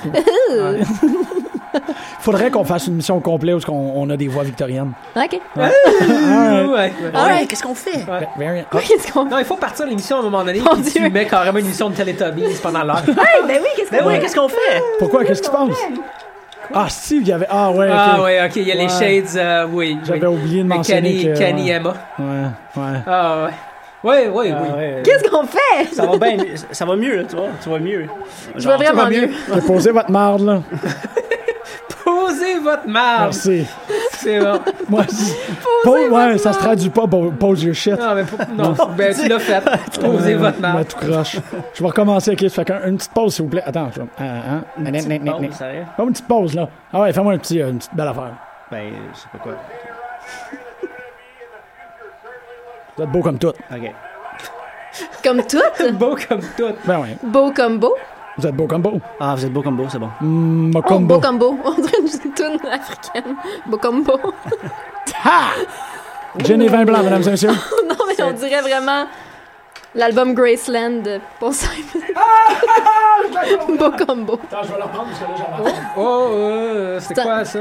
S3: Faudrait qu'on fasse une mission complète où on, on a des voix victoriennes.
S5: OK.
S4: Ouais, ouais. Ah.
S5: Alright.
S6: Qu'est-ce qu'on fait?
S3: Very-
S5: *laughs* Qu'est-ce qu'on
S4: Non, il faut partir l'émission à un moment donné,
S5: Mon
S4: puis
S5: Dieu.
S4: tu mets carrément une émission de Teletubbies
S3: *laughs*
S4: pendant l'heure.
S5: fait? Ben oui, qu'est-ce
S3: Ah
S5: qu'on
S6: Ben oui, qu'est-ce qu'on fait?
S3: Pourquoi? Qu'est-ce qui se passe? Ah, si, il y avait. Ah, ouais.
S4: Ah
S3: ok.
S4: ouais, ok, il y a les
S3: Ouais.
S4: Shades, euh, oui.
S3: J'avais
S4: oui.
S3: oublié de
S4: Mais
S3: mentionner.
S4: Kenny,
S3: que-
S4: Kenny
S3: ouais. Ah
S4: Emma.
S3: Ouais, ouais.
S4: Ah ouais. Ouais, ouais, oui.
S5: Qu'est-ce qu'on fait?
S6: Ça va bien, mieux- ça va mieux, là, tu vois, tu vas mieux.
S5: Je
S3: Ah,
S5: vois vraiment mieux.
S3: J'ai posé votre marde, là.
S4: Posez votre marbre.
S3: Merci.
S4: C'est bon.
S3: Moi, c'est- Pose- ouais, ça se traduit pas, bo- pose your shit.
S4: Non, Ah, mais pour-
S3: *laughs*
S4: non, ben, tu l'as fait. Posez
S3: Euh,
S4: votre
S3: mais
S4: marbre.
S3: tout croche. Je vais recommencer, ok? Fait qu'un- une petite pause, s'il vous plaît. Attends, je vais- ah, ah. Une petite
S6: Non, sérieux?
S3: une petite pause, là. Ah ouais, fais-moi un petit, euh, une petite belle affaire.
S6: Ben, je sais pas quoi.
S3: Vous êtes beau comme tout.
S6: Ok.
S5: Comme tout?
S4: Beau comme tout.
S3: Ben ouais.
S5: Beau Oh, comme beau?
S3: Vous êtes beau comme beau.
S6: Ah, vous êtes beau comme beau, c'est bon.
S3: Mm, ma
S5: Oh,
S3: combo.
S5: beau comme beau. *laughs* On dirait une toune africaine. Beau comme *laughs* beau.
S3: Ha! Gin et vin blanc, mesdames et
S4: *laughs*
S3: messieurs.
S5: non, mais on dirait vraiment l'album Graceland de Paul Simon.
S3: Ah!
S5: beau comme beau.
S3: Attends, je vais le reprendre parce que là,
S4: Oh, euh, c'est
S5: Ça-
S4: quoi ça?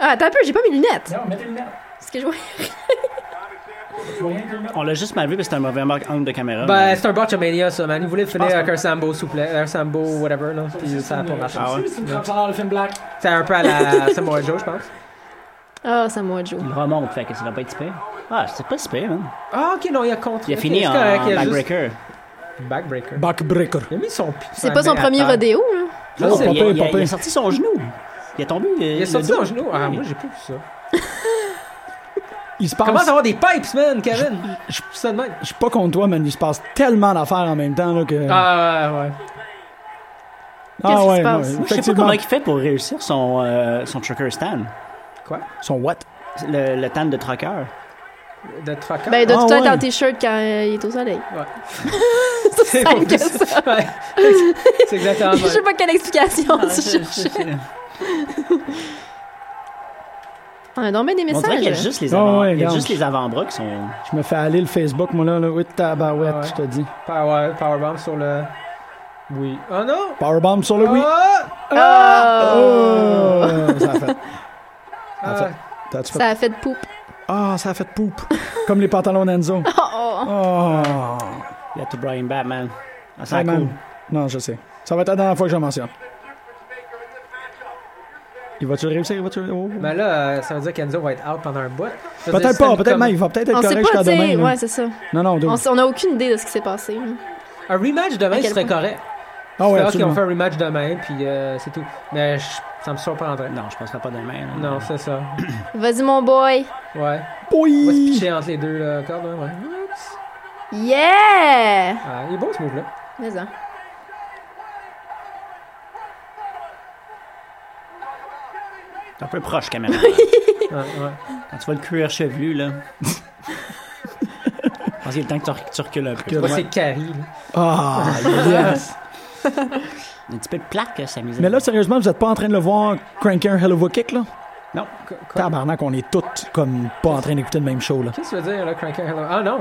S5: Ah, attends un peu, j'ai pas mes lunettes.
S3: Non, mettez les lunettes.
S5: Est-ce que je vois?
S3: Je vois rien que les lunettes.
S6: On l'a juste mal vu parce que c'est un mauvais marque- angle de caméra.
S4: Ben,
S6: mais-
S4: c'est un Botchamania, ça, man. Ils voulaient finir
S6: pense
S4: avec un Sambo, s'il vous plaît. Un Sambo, whatever, là. Puis ça a pas marché.
S6: Ah ouais.
S3: C'est une dans le film Black.
S4: C'était un peu à la Samoa Joe, je pense.
S5: Ah, oh, Samoa Joe.
S6: Il remonte, fait que ça va pas être si pire. Ah, c'est pas si pire, hein.
S4: Ah, ok, non, il a contre.
S6: Il a
S4: Ok,
S6: fini
S4: c'est
S6: en
S4: correct, il a juste-
S6: backbreaker.
S4: Backbreaker.
S3: Backbreaker.
S4: Il a mis son pied.
S5: C'est pas son premier rodéo, là?
S4: Non,
S3: Oh,
S4: c'est
S3: pas
S6: il, a-
S3: pire,
S6: il a-
S3: pas
S6: il a
S3: pire.
S6: sorti son genou. Il a tombé.
S4: Il est sorti son genou. Ah,
S6: Oui.
S4: moi, j'ai pas vu ça.
S3: Il se passe.
S4: Commence à avoir des pipes, man, Kevin. Je suis ça de même.
S3: Je suis pas contre toi, mais il se passe tellement d'affaires en même temps là, que.
S4: Ah, ouais, ouais.
S3: Ah
S5: qu'est-ce qui se
S3: ouais, ouais,
S5: passe?
S6: Je sais pas
S3: effectivement.
S6: comment il fait pour réussir son, euh, son trucker stand.
S3: Son what?
S6: Le, le tan
S4: *laughs*
S6: de trucker.
S4: De trocker.
S5: Ben, il doit
S3: Ah,
S5: tout le temps être
S3: ouais.
S5: en t-shirt quand euh, il est au soleil.
S4: c'est
S5: simple que
S4: ça. Ouais. *laughs* C'est
S5: *laughs*
S4: exactement
S5: Je sais
S4: vrai.
S5: pas quelle explication
S6: Ah,
S5: *laughs* tu cherchais.
S6: On
S5: On a donc bien des
S6: dirait qu'il y a
S5: messages.
S6: juste les
S3: Ah,
S6: avant-
S3: ouais,
S6: il y a
S3: regarde.
S6: juste les avant-bras qui sont.
S3: Je me fais aller le Facebook, moi, là. là. Oui, tabarouette,
S4: Ah ouais.
S3: je te dis.
S4: Power, powerbomb sur le. Oui. Oh non!
S3: Powerbomb sur le oui.
S4: Ah!
S6: Ah!
S5: Oh!
S3: Oh, ça a fait.
S4: Ah,
S3: Ça a fait. T'as-tu fait-
S5: Ça a fait de poupe.
S3: Ah, ça a fait poupe. Comme les pantalons d'Enzo.
S5: *laughs* Oh, oh.
S3: Oh.
S6: Il y a tout Brian Batman. Ah, ça a
S3: Batman.
S6: cool.
S3: Non, je sais. Ça va être la dernière fois que je le mentionne. Il va-tu le réussir? Il va-tu le- oh.
S4: Mais là, euh, ça veut dire qu'Enzo va être out pendant un bout. Ça veut dire
S3: Peut-être
S4: que
S3: pas.
S4: c'est
S3: Peut-être
S4: comme
S3: même. Il va peut-être être
S5: On sait
S3: correct
S5: pas,
S3: jusqu'à
S5: tu sais.
S3: demain. là.
S5: Ouais, c'est ça.
S3: Non, Ah non,
S5: On,
S3: dude.
S5: s- on a aucune idée de ce qui s'est passé. là.
S4: Un rematch demain
S5: À quel
S4: serait
S5: point?
S4: correct.
S3: Ah ouais,
S4: C'est ok, on
S3: absolument.
S4: fait un rematch demain, puis euh, c'est tout. Mais je- ça me surprendrait.
S6: Non, je penserai pas demain. là.
S4: Non, c'est ça.
S5: Vas-y, mon boy.
S4: Ouais. On va se
S3: Oui.
S4: pitcher entre les deux là, cordes, là, ouais.
S5: Yeah!
S4: Ah, il est beau ce move-là.
S5: Mais hein.
S6: C'est un peu proche, caméra.
S4: Ouais, ouais.
S6: Quand tu vois le cuir chevelu, là. Je pense qu'il est temps que tu, re- tu recules un
S4: Tu
S6: peu.
S4: vois, c'est Carrie. là.
S3: Ah, yes.
S6: Un petit peu de plaque, ça musique.
S3: Mais là, sérieusement, vous êtes pas en train de le voir cranker un Hell of a Kick, là?
S6: Non.
S4: Qu- quoi?
S3: Tabarnak, on est toutes comme pas en train d'écouter le même show, là.
S4: Qu'est-ce que tu veux dire, là, Cranker Hello? Ah non!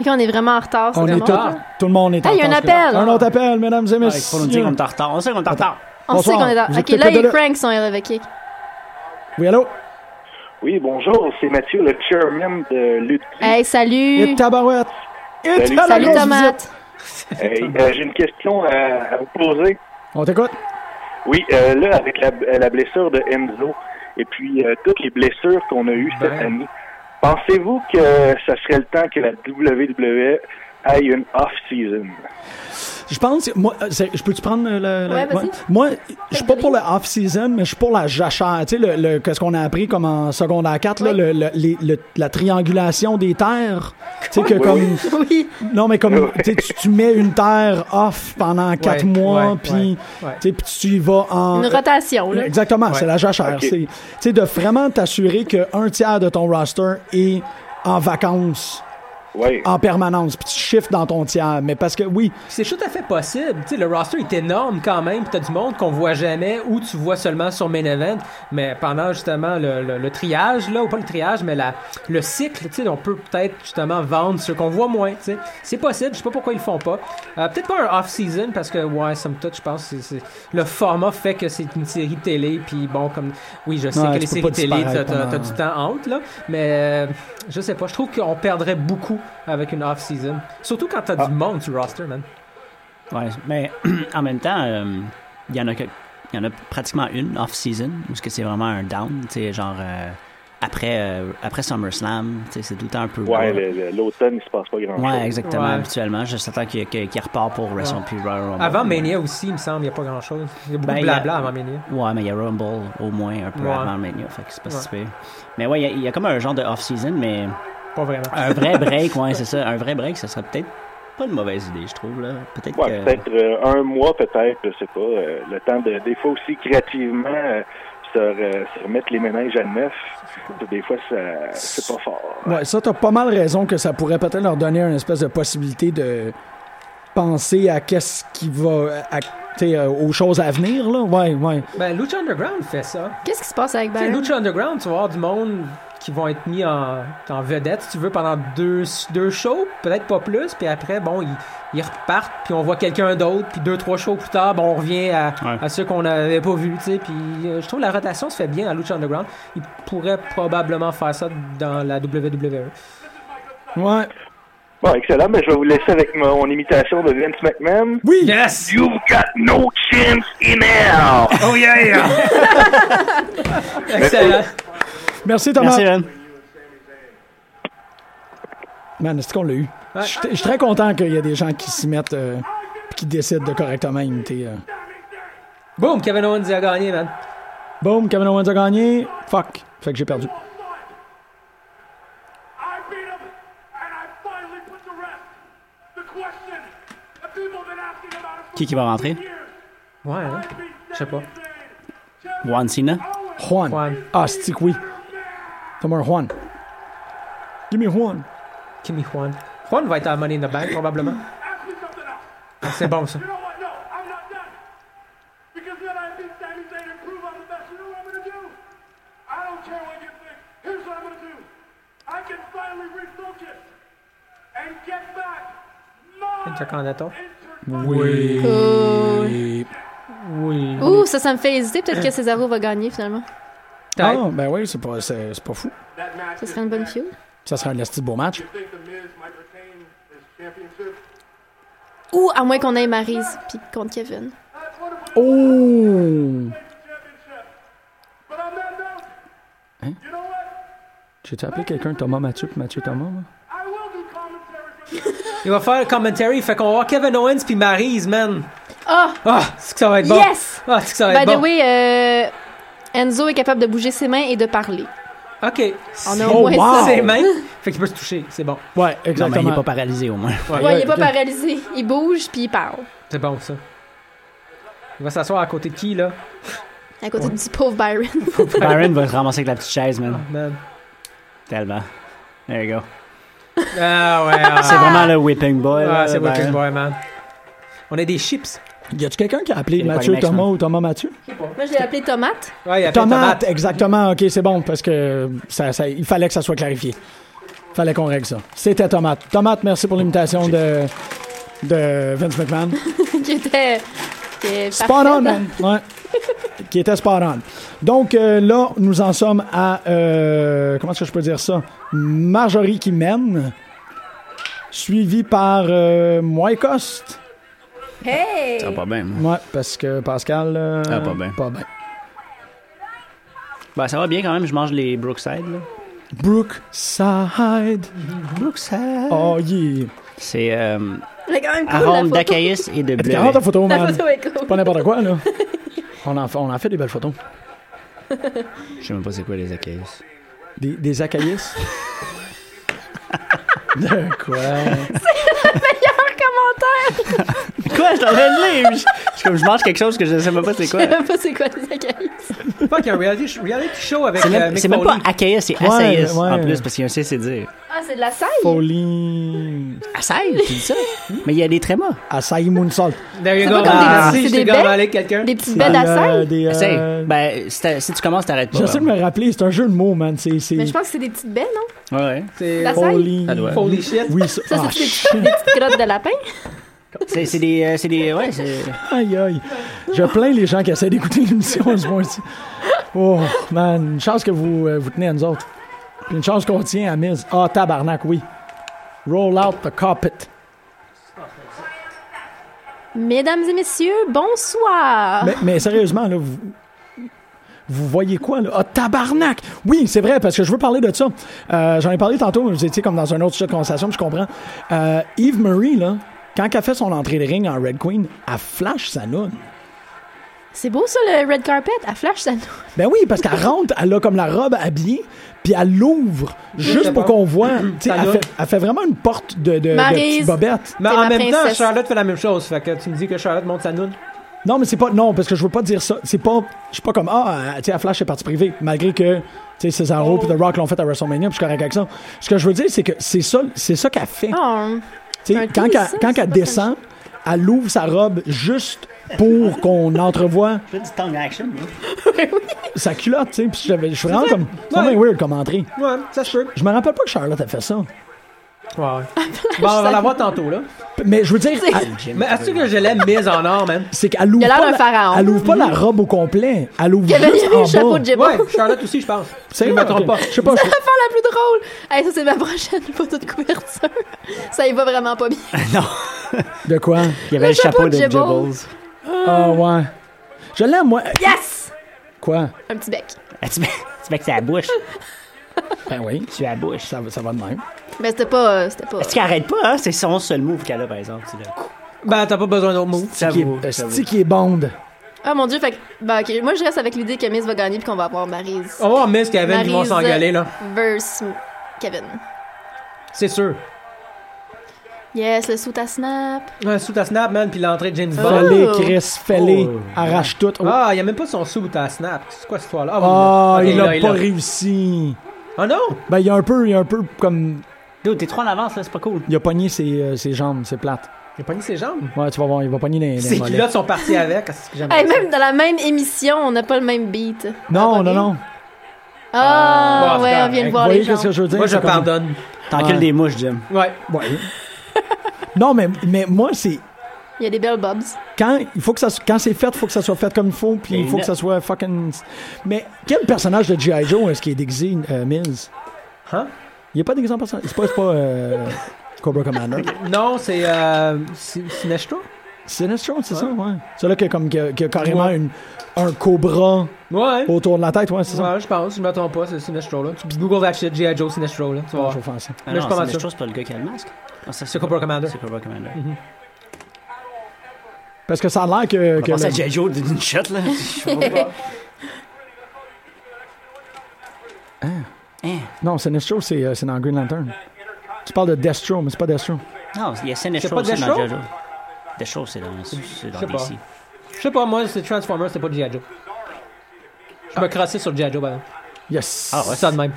S5: Et qu'on est vraiment en retard, c'est
S3: On est
S5: vraiment-
S3: tous, tout le monde est en
S5: Hey, il y a un
S3: retard, je
S5: appel.
S3: crois. Un autre appel, mesdames
S4: Ah,
S3: et
S6: Ouais, il faut nous dire qu'on
S3: messieurs.
S6: est en retard. On sait qu'on est en retard.
S5: On sait
S3: Bonsoir.
S5: qu'on est là.
S3: Vous
S5: Ok,
S3: êtes
S5: là,
S3: peut-être
S5: il
S3: là-
S5: crank son Hell of a Kick.
S3: Oui, allô?
S9: Oui, bonjour, c'est Mathieu, le chairman de
S4: *laughs*
S9: Lutte.
S5: Hey, salut!
S3: Et tabarouette. Et
S9: Salut.
S3: t'as la
S5: Salut,
S3: grosse
S5: Tomate!
S3: visite.
S9: Hey, euh, J'ai une question à, à vous poser.
S3: On t'écoute?
S9: Oui, euh, là, avec la, la blessure de Enzo et puis euh, toutes les blessures qu'on a eues cette
S4: Ben.
S9: année, pensez-vous que ça serait le temps que la WWE aille une off-season?
S3: Je pense, moi, euh, c'est- je peux-tu prendre euh, le. le-
S5: Ouais, vas-y.
S3: ouais. Moi, je suis pas pour le off-season, mais je suis pour la jachère. Tu sais, le, le- qu'est-ce qu'on a appris comme en seconde à 4, là,
S5: Oui.
S3: le- le- les- le- la triangulation des terres. Tu sais, que comme.
S5: *laughs* Oui!
S3: Non, mais comme, tu sais, tu, tu mets une terre off pendant quatre
S4: Ouais,
S3: mois,
S4: ouais,
S3: puis
S4: ouais, ouais.
S3: tu sais, puis tu y vas en.
S5: Une rotation, là.
S3: Exactement, c'est la jachère.
S9: Ok.
S3: C'est, tu sais, de vraiment t'assurer qu'un tiers de ton roster est en vacances
S9: Oui.
S4: Ah.
S3: en permanence, puis tu chiffres dans ton tiers. Mais parce que oui,
S4: C'est tout à fait possible. Tu sais, le roster est énorme quand même. puis T'as du monde qu'on voit jamais ou tu vois seulement sur main event. Mais pendant justement le, le- le triage, là, ou pas le triage, mais la, le cycle, tu sais, on peut peut-être justement vendre ceux qu'on voit moins. tu sais. C'est possible. Je sais pas pourquoi ils le font pas. Euh, peut-être pas un off-season parce que, ouais, somme toute, je pense que c'est- c'est- le format fait que c'est une série télé. Puis bon, comme, oui, je sais
S3: Ouais,
S4: que
S3: tu peux
S4: les séries
S3: pas
S4: télé, t'as,
S3: disparaître
S4: t'as-
S3: pendant-
S4: t'as du temps en haute, là. Mais euh, je sais pas. Je trouve qu'on perdrait beaucoup avec une off-season. Surtout quand
S3: Ah.
S4: t'as du monde sur le roster, man.
S6: Ouais, mais *clears throat* en même temps, euh, il y en a que- il y en a pratiquement une off-season où ce que c'est vraiment un down, tu sais, genre euh, après euh, après SummerSlam, tu sais, c'est tout le temps un peu
S9: Ouais,
S6: lourd.
S9: le- le- l'automne, il se passe pas grand-chose.
S6: Ouais, exactement,
S4: Ouais.
S6: habituellement, je s'attends qu'il qu'il- qu'il repart pour Wrestle puis Royal Rumble.
S4: Avant Mania aussi, il me semble, il n'y a pas grand chose. Il y a beaucoup de
S6: Ben, il y a-
S4: blabla avant Mania.
S6: Ouais, mais il y a Rumble au moins un peu
S4: Ouais.
S6: avant Mania, fait que c'est pas si
S4: Ouais.
S6: pire. Mais ouais, il y a- il y, a comme un genre de off-season, mais
S4: Pas vraiment.
S6: un vrai break, ouais, c'est ça, un vrai break, ça serait peut-être pas une mauvaise idée, je trouve là. Peut-être
S9: Ouais,
S6: que
S9: peut-être euh, un mois, peut-être, je sais pas. euh, le temps de, des fois aussi, créativement, euh, se, re- se remettre les ménages à neuf. Des fois, ça, c'est pas fort.
S3: ouais, ça, t'as pas mal raison que ça pourrait peut-être leur donner une espèce de possibilité de penser à qu'est-ce qui va. à- tu sais, euh, aux choses à venir, là. Ouais, ouais.
S4: Ben, Lucha Underground fait ça.
S5: Qu'est-ce qui se passe avec
S4: Tu
S6: Ben,
S4: sais,
S5: Baron?
S4: Lucha Underground, tu vas avoir du monde qui vont être mis en, en vedette, si tu veux, pendant deux, deux shows, peut-être pas plus, puis après, bon, ils, ils repartent, puis on voit quelqu'un d'autre, puis deux, trois shows plus tard, bon, on revient à,
S6: Ouais.
S4: à ceux qu'on n'avait pas vus, tu sais, puis euh, je trouve la rotation se fait bien à Lucha Underground. Ils pourraient probablement faire ça dans la E. WWE.
S3: Ouais.
S9: Bon, excellent. Ben, je vais vous laisser avec mon imitation de Vince McMahon.
S3: Oui!
S4: Yes!
S9: You've got no chance in hell!
S4: Oh yeah! Excellent!
S3: Merci, Thomas.
S6: Merci, Ren.
S3: Man, c'est qu'on l'a eu.
S4: Ouais.
S3: Je suis- je suis très content qu'il y ait des gens qui s'y mettent euh, pis qui décident de correctement imiter. euh.
S4: Boom, Kevin Owens a gagné, man.
S3: Boom, Kevin Owens a gagné. Fuck. Fait que j'ai perdu.
S7: I beat him, and I finally put the rest. The question that people have been asking about it for
S6: Qui qui va rentrer?
S7: years.
S4: Ouais, hein? Je sais pas.
S6: Juan Cena.
S3: Juan.
S4: Juan.
S3: Ah, c'est que oui. Fais-moi un Juan. Give me Juan.
S4: Kimmy Juan. Juan va être à Money in the Bank, probablement.
S7: Ask me something else.
S4: Ah, C'est bon, ça.
S7: You know what? No, I'm not done. Because then I beat Sami Zayn and prove I'm the best. You know what I'm going to do? I don't care what you think. Here's what I'm going to do. I can finally refocus and get back my
S4: Intercontinental.
S7: intercontinental.
S4: Oui.
S5: Ouh, ça, ça me fait hésiter. Peut-être que Cesaro va gagner finalement.
S3: Ah,
S4: Peut-être.
S3: ben oui, c'est pas, c'est, c'est pas fou.
S7: That match
S5: Ça
S7: is
S5: serait une bonne feud.
S3: Ça serait un esti de beau match.
S7: You think The Miz might retain his championship?
S5: Ou à moins qu'on ait Maryse puis contre Kevin.
S7: That's what it would
S3: Oh!
S7: championship. But on that note, you know what?
S3: J'ai-tu appelé quelqu'un Thomas Mathieu pis Mathieu Thomas, moi?
S7: I will do commentary for you.
S4: Il va faire le commentary, fait qu'on va voir Kevin Owens puis Maryse, man.
S5: Ah!
S4: Ah, c'est que ça va être bon.
S5: Yes!
S4: Ah, c'est que ça va
S5: By
S4: être
S5: the
S4: bon.
S5: way, euh, Enzo est capable de bouger ses mains et de parler.
S4: Ok.
S5: On a au
S3: Oh,
S5: moins
S3: wow!
S5: ça.
S4: C'est main. Fait qu'il peut se toucher. C'est bon.
S3: Ouais,
S6: Non, mais
S3: exactement.
S6: il est pas paralysé au moins. *laughs*
S5: Ouais, il est pas paralysé. Il bouge puis il parle.
S4: C'est bon, ça. Il va s'asseoir à côté de qui, là?
S5: À côté du pauvre Byron.
S6: Byron va se ramasser avec la petite chaise, man.
S4: Man.
S6: Tellement. There you go.
S4: Ah, ouais.
S5: *laughs*
S4: ah.
S6: C'est vraiment le whipping boy.
S4: Ah,
S6: là,
S4: c'est Watching
S6: Byron.
S4: Boy, man. On a des chips.
S3: Y a-tu quelqu'un qui a appelé
S6: Il est pas
S3: Mathieu
S6: Max,
S3: Thomas
S6: man.
S3: ou Thomas Mathieu?
S5: Moi, je l'ai appelé Tomate. *laughs*
S4: Ouais, il a fait
S3: Tomate,
S4: tomate.
S3: exactement. OK, c'est bon, parce que ça, ça- il fallait que ça soit clarifié. fallait qu'on règle ça. C'était Tomate. Tomate, merci pour l'imitation de, de Vince McMahon.
S5: qui était. qui est
S3: Spot
S5: parfaite,
S3: on,
S5: hein.
S3: man. *laughs* Ouais. Qui était spot on. Donc euh, là, nous en sommes à. euh, comment est-ce que je peux dire ça Marjorie qui mène, suivie par euh, moi et Coste.
S5: Hey!
S6: Ça va pas bien. moi.
S3: Ouais, parce que Pascal. euh,
S6: Ah, pas ben.
S3: Pas ben.
S6: Ben, ça va bien quand même, je mange les Brookside. Là.
S3: Brookside.
S6: Brookside.
S3: Oh yeah.
S6: C'est euh,
S5: Elle est quand même cool, la
S6: Aaron
S5: photo.
S6: d'Acaïs et de
S3: Elle était grande, ta
S6: Bleu.
S3: photo,
S5: La
S3: man.
S5: photo est cool.
S3: Pas n'importe quoi, *laughs* là. On en, fait, on en fait des belles photos.
S6: Je sais même pas c'est quoi les Acaïs.
S3: Des, des *laughs* acaïs. De quoi?
S5: Commentaire!
S6: Quoi, je t'en ai le livre? Je- je- comme je mange quelque chose que je sais même pas c'est quoi.
S5: Je sais pas c'est quoi les acaïs.
S4: Fuck, il y a un reality, reality show avec
S6: C'est
S4: euh,
S6: même,
S4: Mick
S6: c'est même pas
S4: Foley.
S6: Acaïs, c'est
S3: Ouais,
S6: Acaïs
S3: ouais.
S6: en plus, parce qu'il y a un C, c'est dire.
S5: Ah, c'est de la saille?
S3: Folie.
S6: Assaille, tu dis ça? Hmm. Mais il y a des trémas.
S3: Açaï Moonsault.
S4: There
S5: C'est
S4: you go. Ah,
S5: pas comme des-
S4: Merci,
S5: c'est
S4: j'étais
S5: des
S4: comme
S5: baies?
S4: allé quelqu'un.
S5: Des petites bêtes à saille?
S3: des, euh,
S6: Essaye. Ben, si, t'as- si tu commences, t'arrêtes pas.
S3: J'essaie de me rappeler, c'est un jeu de mots, man. C'est. c'est-
S5: Mais je pense que c'est des petites baies, non?
S6: Ouais, ouais.
S4: C'est-
S5: La saille?
S3: Folie.
S6: Ça doit.
S4: Holy shit.
S3: Oui, ça.
S5: Ça,
S3: ah,
S5: c'est des,
S3: shit.
S5: petites- des petites crottes de lapin?
S6: C'est c'est des, euh, c'est des. Ouais, c'est.
S3: Aïe, aïe. Je plains les gens qui essaient d'écouter l'émission à ce point-ci. Oh, man. Une chance que vous, euh, vous tenez à nous autres. Puis une chance qu'on tient à mise. Ah, tabarnak, oui. Roll out the carpet.
S5: Mesdames et messieurs, bonsoir!
S3: Mais, mais sérieusement, là, vous. Vous voyez quoi, là? Ah, tabarnak! Oui, c'est vrai, parce que je veux parler de ça. Euh, J'en ai parlé tantôt, mais vous étiez comme dans un autre sujet de conversation, puis je comprends. Euh, Eve Marie, là, quand elle fait son entrée de ring en Red Queen, elle flash sa noune.
S5: C'est beau ça, le red carpet? À flash, ça nous.
S3: Ben oui, parce qu'elle rentre, elle a comme la robe habillée, puis elle l'ouvre juste pour qu'on voit. Tu sais,
S4: Ça
S3: elle,
S4: donne.
S3: fait, elle fait vraiment une porte de, de, de
S5: Maryse.
S3: petite bobette.
S4: Mais
S5: C'est
S4: en
S5: ma
S4: même temps,
S5: princesse.
S4: Charlotte fait la même chose. Fait que tu me dis que Charlotte monte sa noune.
S3: Non, mais c'est pas. Non, parce que je veux pas dire ça. C'est pas. Je suis pas comme. Ah, euh, tu sais, elle flash est partie privée. Malgré que. Tu sais,
S5: Oh.
S3: Cesaro et The Rock l'ont fait à WrestleMania, puis je suis correct avec ça. Ce que je veux dire, c'est que c'est ça, c'est ça qu'elle fait. *laughs*
S5: Oh,
S3: Tu sais,
S5: un
S3: quand
S5: tease,
S3: qu'elle-
S5: ça,
S3: quand
S5: c'est
S3: elle
S5: pas
S3: descend, elle ouvre sa robe juste
S5: *laughs*
S3: pour qu'on entrevoie
S6: Je fais du tongue action, *laughs* moi.
S3: sa culotte, tu sais. Puis j'avais- je suis vraiment comme. C'est vraiment
S4: Ouais.
S3: weird comme entrée.
S4: Ouais, ça se peut.
S3: Je me rappelle pas que Charlotte a fait ça.
S4: Ouais. *laughs* Bon, on va la voir tantôt, là.
S3: Mais je veux dire, elle-
S4: Mais est-ce que je l'ai mise en or,
S3: *laughs*
S4: man?
S3: c'est qu'elle ouvre,
S5: Il a l'air
S3: pas
S5: d'un
S3: la-
S5: pharaon.
S3: elle ouvre pas la robe au complet. Elle ouvre
S5: Il y avait
S3: juste
S5: le
S3: en
S5: chapeau
S3: bas.
S5: de Jim.
S4: Ouais,
S5: *laughs*
S4: Charlotte aussi, je pense.
S3: C'est
S4: Je me
S3: vrai,
S4: trompe
S3: ok.
S4: pas.
S3: Je sais pas. je-
S5: L'affaire la plus drôle! Hey, ça, c'est ma *laughs* prochaine photo de couverture. Ça y va vraiment pas bien.
S3: De quoi
S6: Il y *laughs* avait
S5: Le
S6: le chapeau
S5: chapeau
S6: de
S5: de Jibbles.
S6: Jibbles.
S3: Ah ouais. Je l'aime moi.
S5: Yes!
S3: Quoi
S5: Un petit bec.
S6: Ah, tu mets, tu mets que c'est à la bouche.
S3: Ben oui,
S6: Tu es à la bouche.
S3: ça, va- ça va de même.
S5: Mais c'était pas. euh, C'était pas.
S6: Est-ce qu'elle arrête pas, hein? C'est son seul move qu'elle a, par exemple. C'est le coup.
S4: Ben, t'as pas besoin d'autre mot.
S6: Ça
S3: Qui
S6: vaut,
S3: est,
S6: ça vaut.
S3: Esti qui est bonde.
S5: Ah mon dieu, fait que. Bah, ok. Moi, je reste avec l'idée que Miss va gagner puis qu'on va avoir Maryse.
S3: Oh,
S4: On va voir Miss Kevin qui vont
S5: Maryse
S4: s'engueuler, là.
S5: Verse Kevin.
S4: C'est sûr.
S5: Yes, le sous à snap.
S4: Un suit à snap, man, puis l'entrée
S5: Oh.
S4: de James Bond.
S5: Ah.
S3: Fais-les, Chris, fais-les,
S4: Oh.
S3: arrache tout. Oh,
S4: Ah, il y a même pas son suit à snap. C'est quoi cette histoire-là?
S3: Ah,
S4: oui,
S3: il
S4: là.
S3: a
S4: Ok, là,
S3: pas
S4: là.
S3: réussi.
S4: Ah non!
S3: Ben il y a un peu, il y a un peu comme
S6: Dude, t'es trop en avance, là. C'est pas cool.
S3: il a pogné ses, euh, ses jambes, ses plates.
S4: Il a pas mis ses jambes.
S3: Ouais, tu vas voir, il va pogner les, les
S4: Ces
S3: mollets.
S4: culottes sont parties avec. C'est ce que j'aime
S5: Hey,
S4: bien ça.
S5: même dans la même émission, on n'a pas le même beat.
S3: Non,
S5: Ah,
S3: non,
S5: ok.
S3: non.
S5: Ah,
S4: Ah,
S5: ouais,
S4: c'est
S5: on vient de
S4: correct.
S5: voir
S3: Vous
S5: les
S3: voyez
S5: gens.
S3: ce que je veux dire
S4: Moi, je
S3: C'est comme-
S4: pardonne.
S6: T'encules
S3: Ouais.
S6: des mouches, Jim.
S4: Ouais.
S3: Ouais. Non, mais mais moi c'est
S5: Il y a des belles bobs.
S3: quand il faut que ça quand c'est fait, il faut que ça soit fait comme il faut, puis il faut que ça soit fucking. Mais quel personnage de G.I. Joe est-ce qui est déguisé, euh, Mills
S4: Hein?
S3: Il n'y a pas d'exemple personnage. C'est pas, c'est pas euh, Cobra Commander.
S4: Non, c'est. Euh, c'est Sinestro?
S3: Sinestro, c'est ça, ouais. C'est là qui a, comme, qui a, qui a carrément une, un cobra
S4: Ouais.
S3: autour de la tête, ouais, c'est ça.
S4: Ouais, je pense, je m'attends pas, c'est Sinestro là. Tu Google that shit, G.I. Joe Sinestro là, tu vas
S3: Je
S4: voir.
S3: vais faire ça.
S6: Ah
S4: Là, je
S6: non,
S4: suis pas mal
S6: c'est
S4: sûr.
S6: Sinestro, c'est pas le gars qui a le masque. Ah, ça,
S4: C'est Cobra Commander.
S6: C'est Cobra Commander.
S3: Parce que ça a l'air que.
S6: On
S3: que
S6: pense
S3: le-
S6: à G.I. Joe d'une shot, là.
S3: non, Sinestro, c'est euh, c'est dans Green Lantern. Tu parles de Destro, mais c'est pas Destro.
S6: Non, il y a
S4: C'est
S6: Sinestro,
S4: pas
S6: c'est
S4: Destro?
S6: dans G.I. Joe. Destro, c'est dans, c'est dans
S4: Je sais pas.
S6: DC.
S4: Je sais pas, moi, c'est Transformers, c'est pas G.I. Joe. Je me crassais sur G.I. Joe, ben.
S3: Yes.
S6: Ah
S4: C'est ça de même.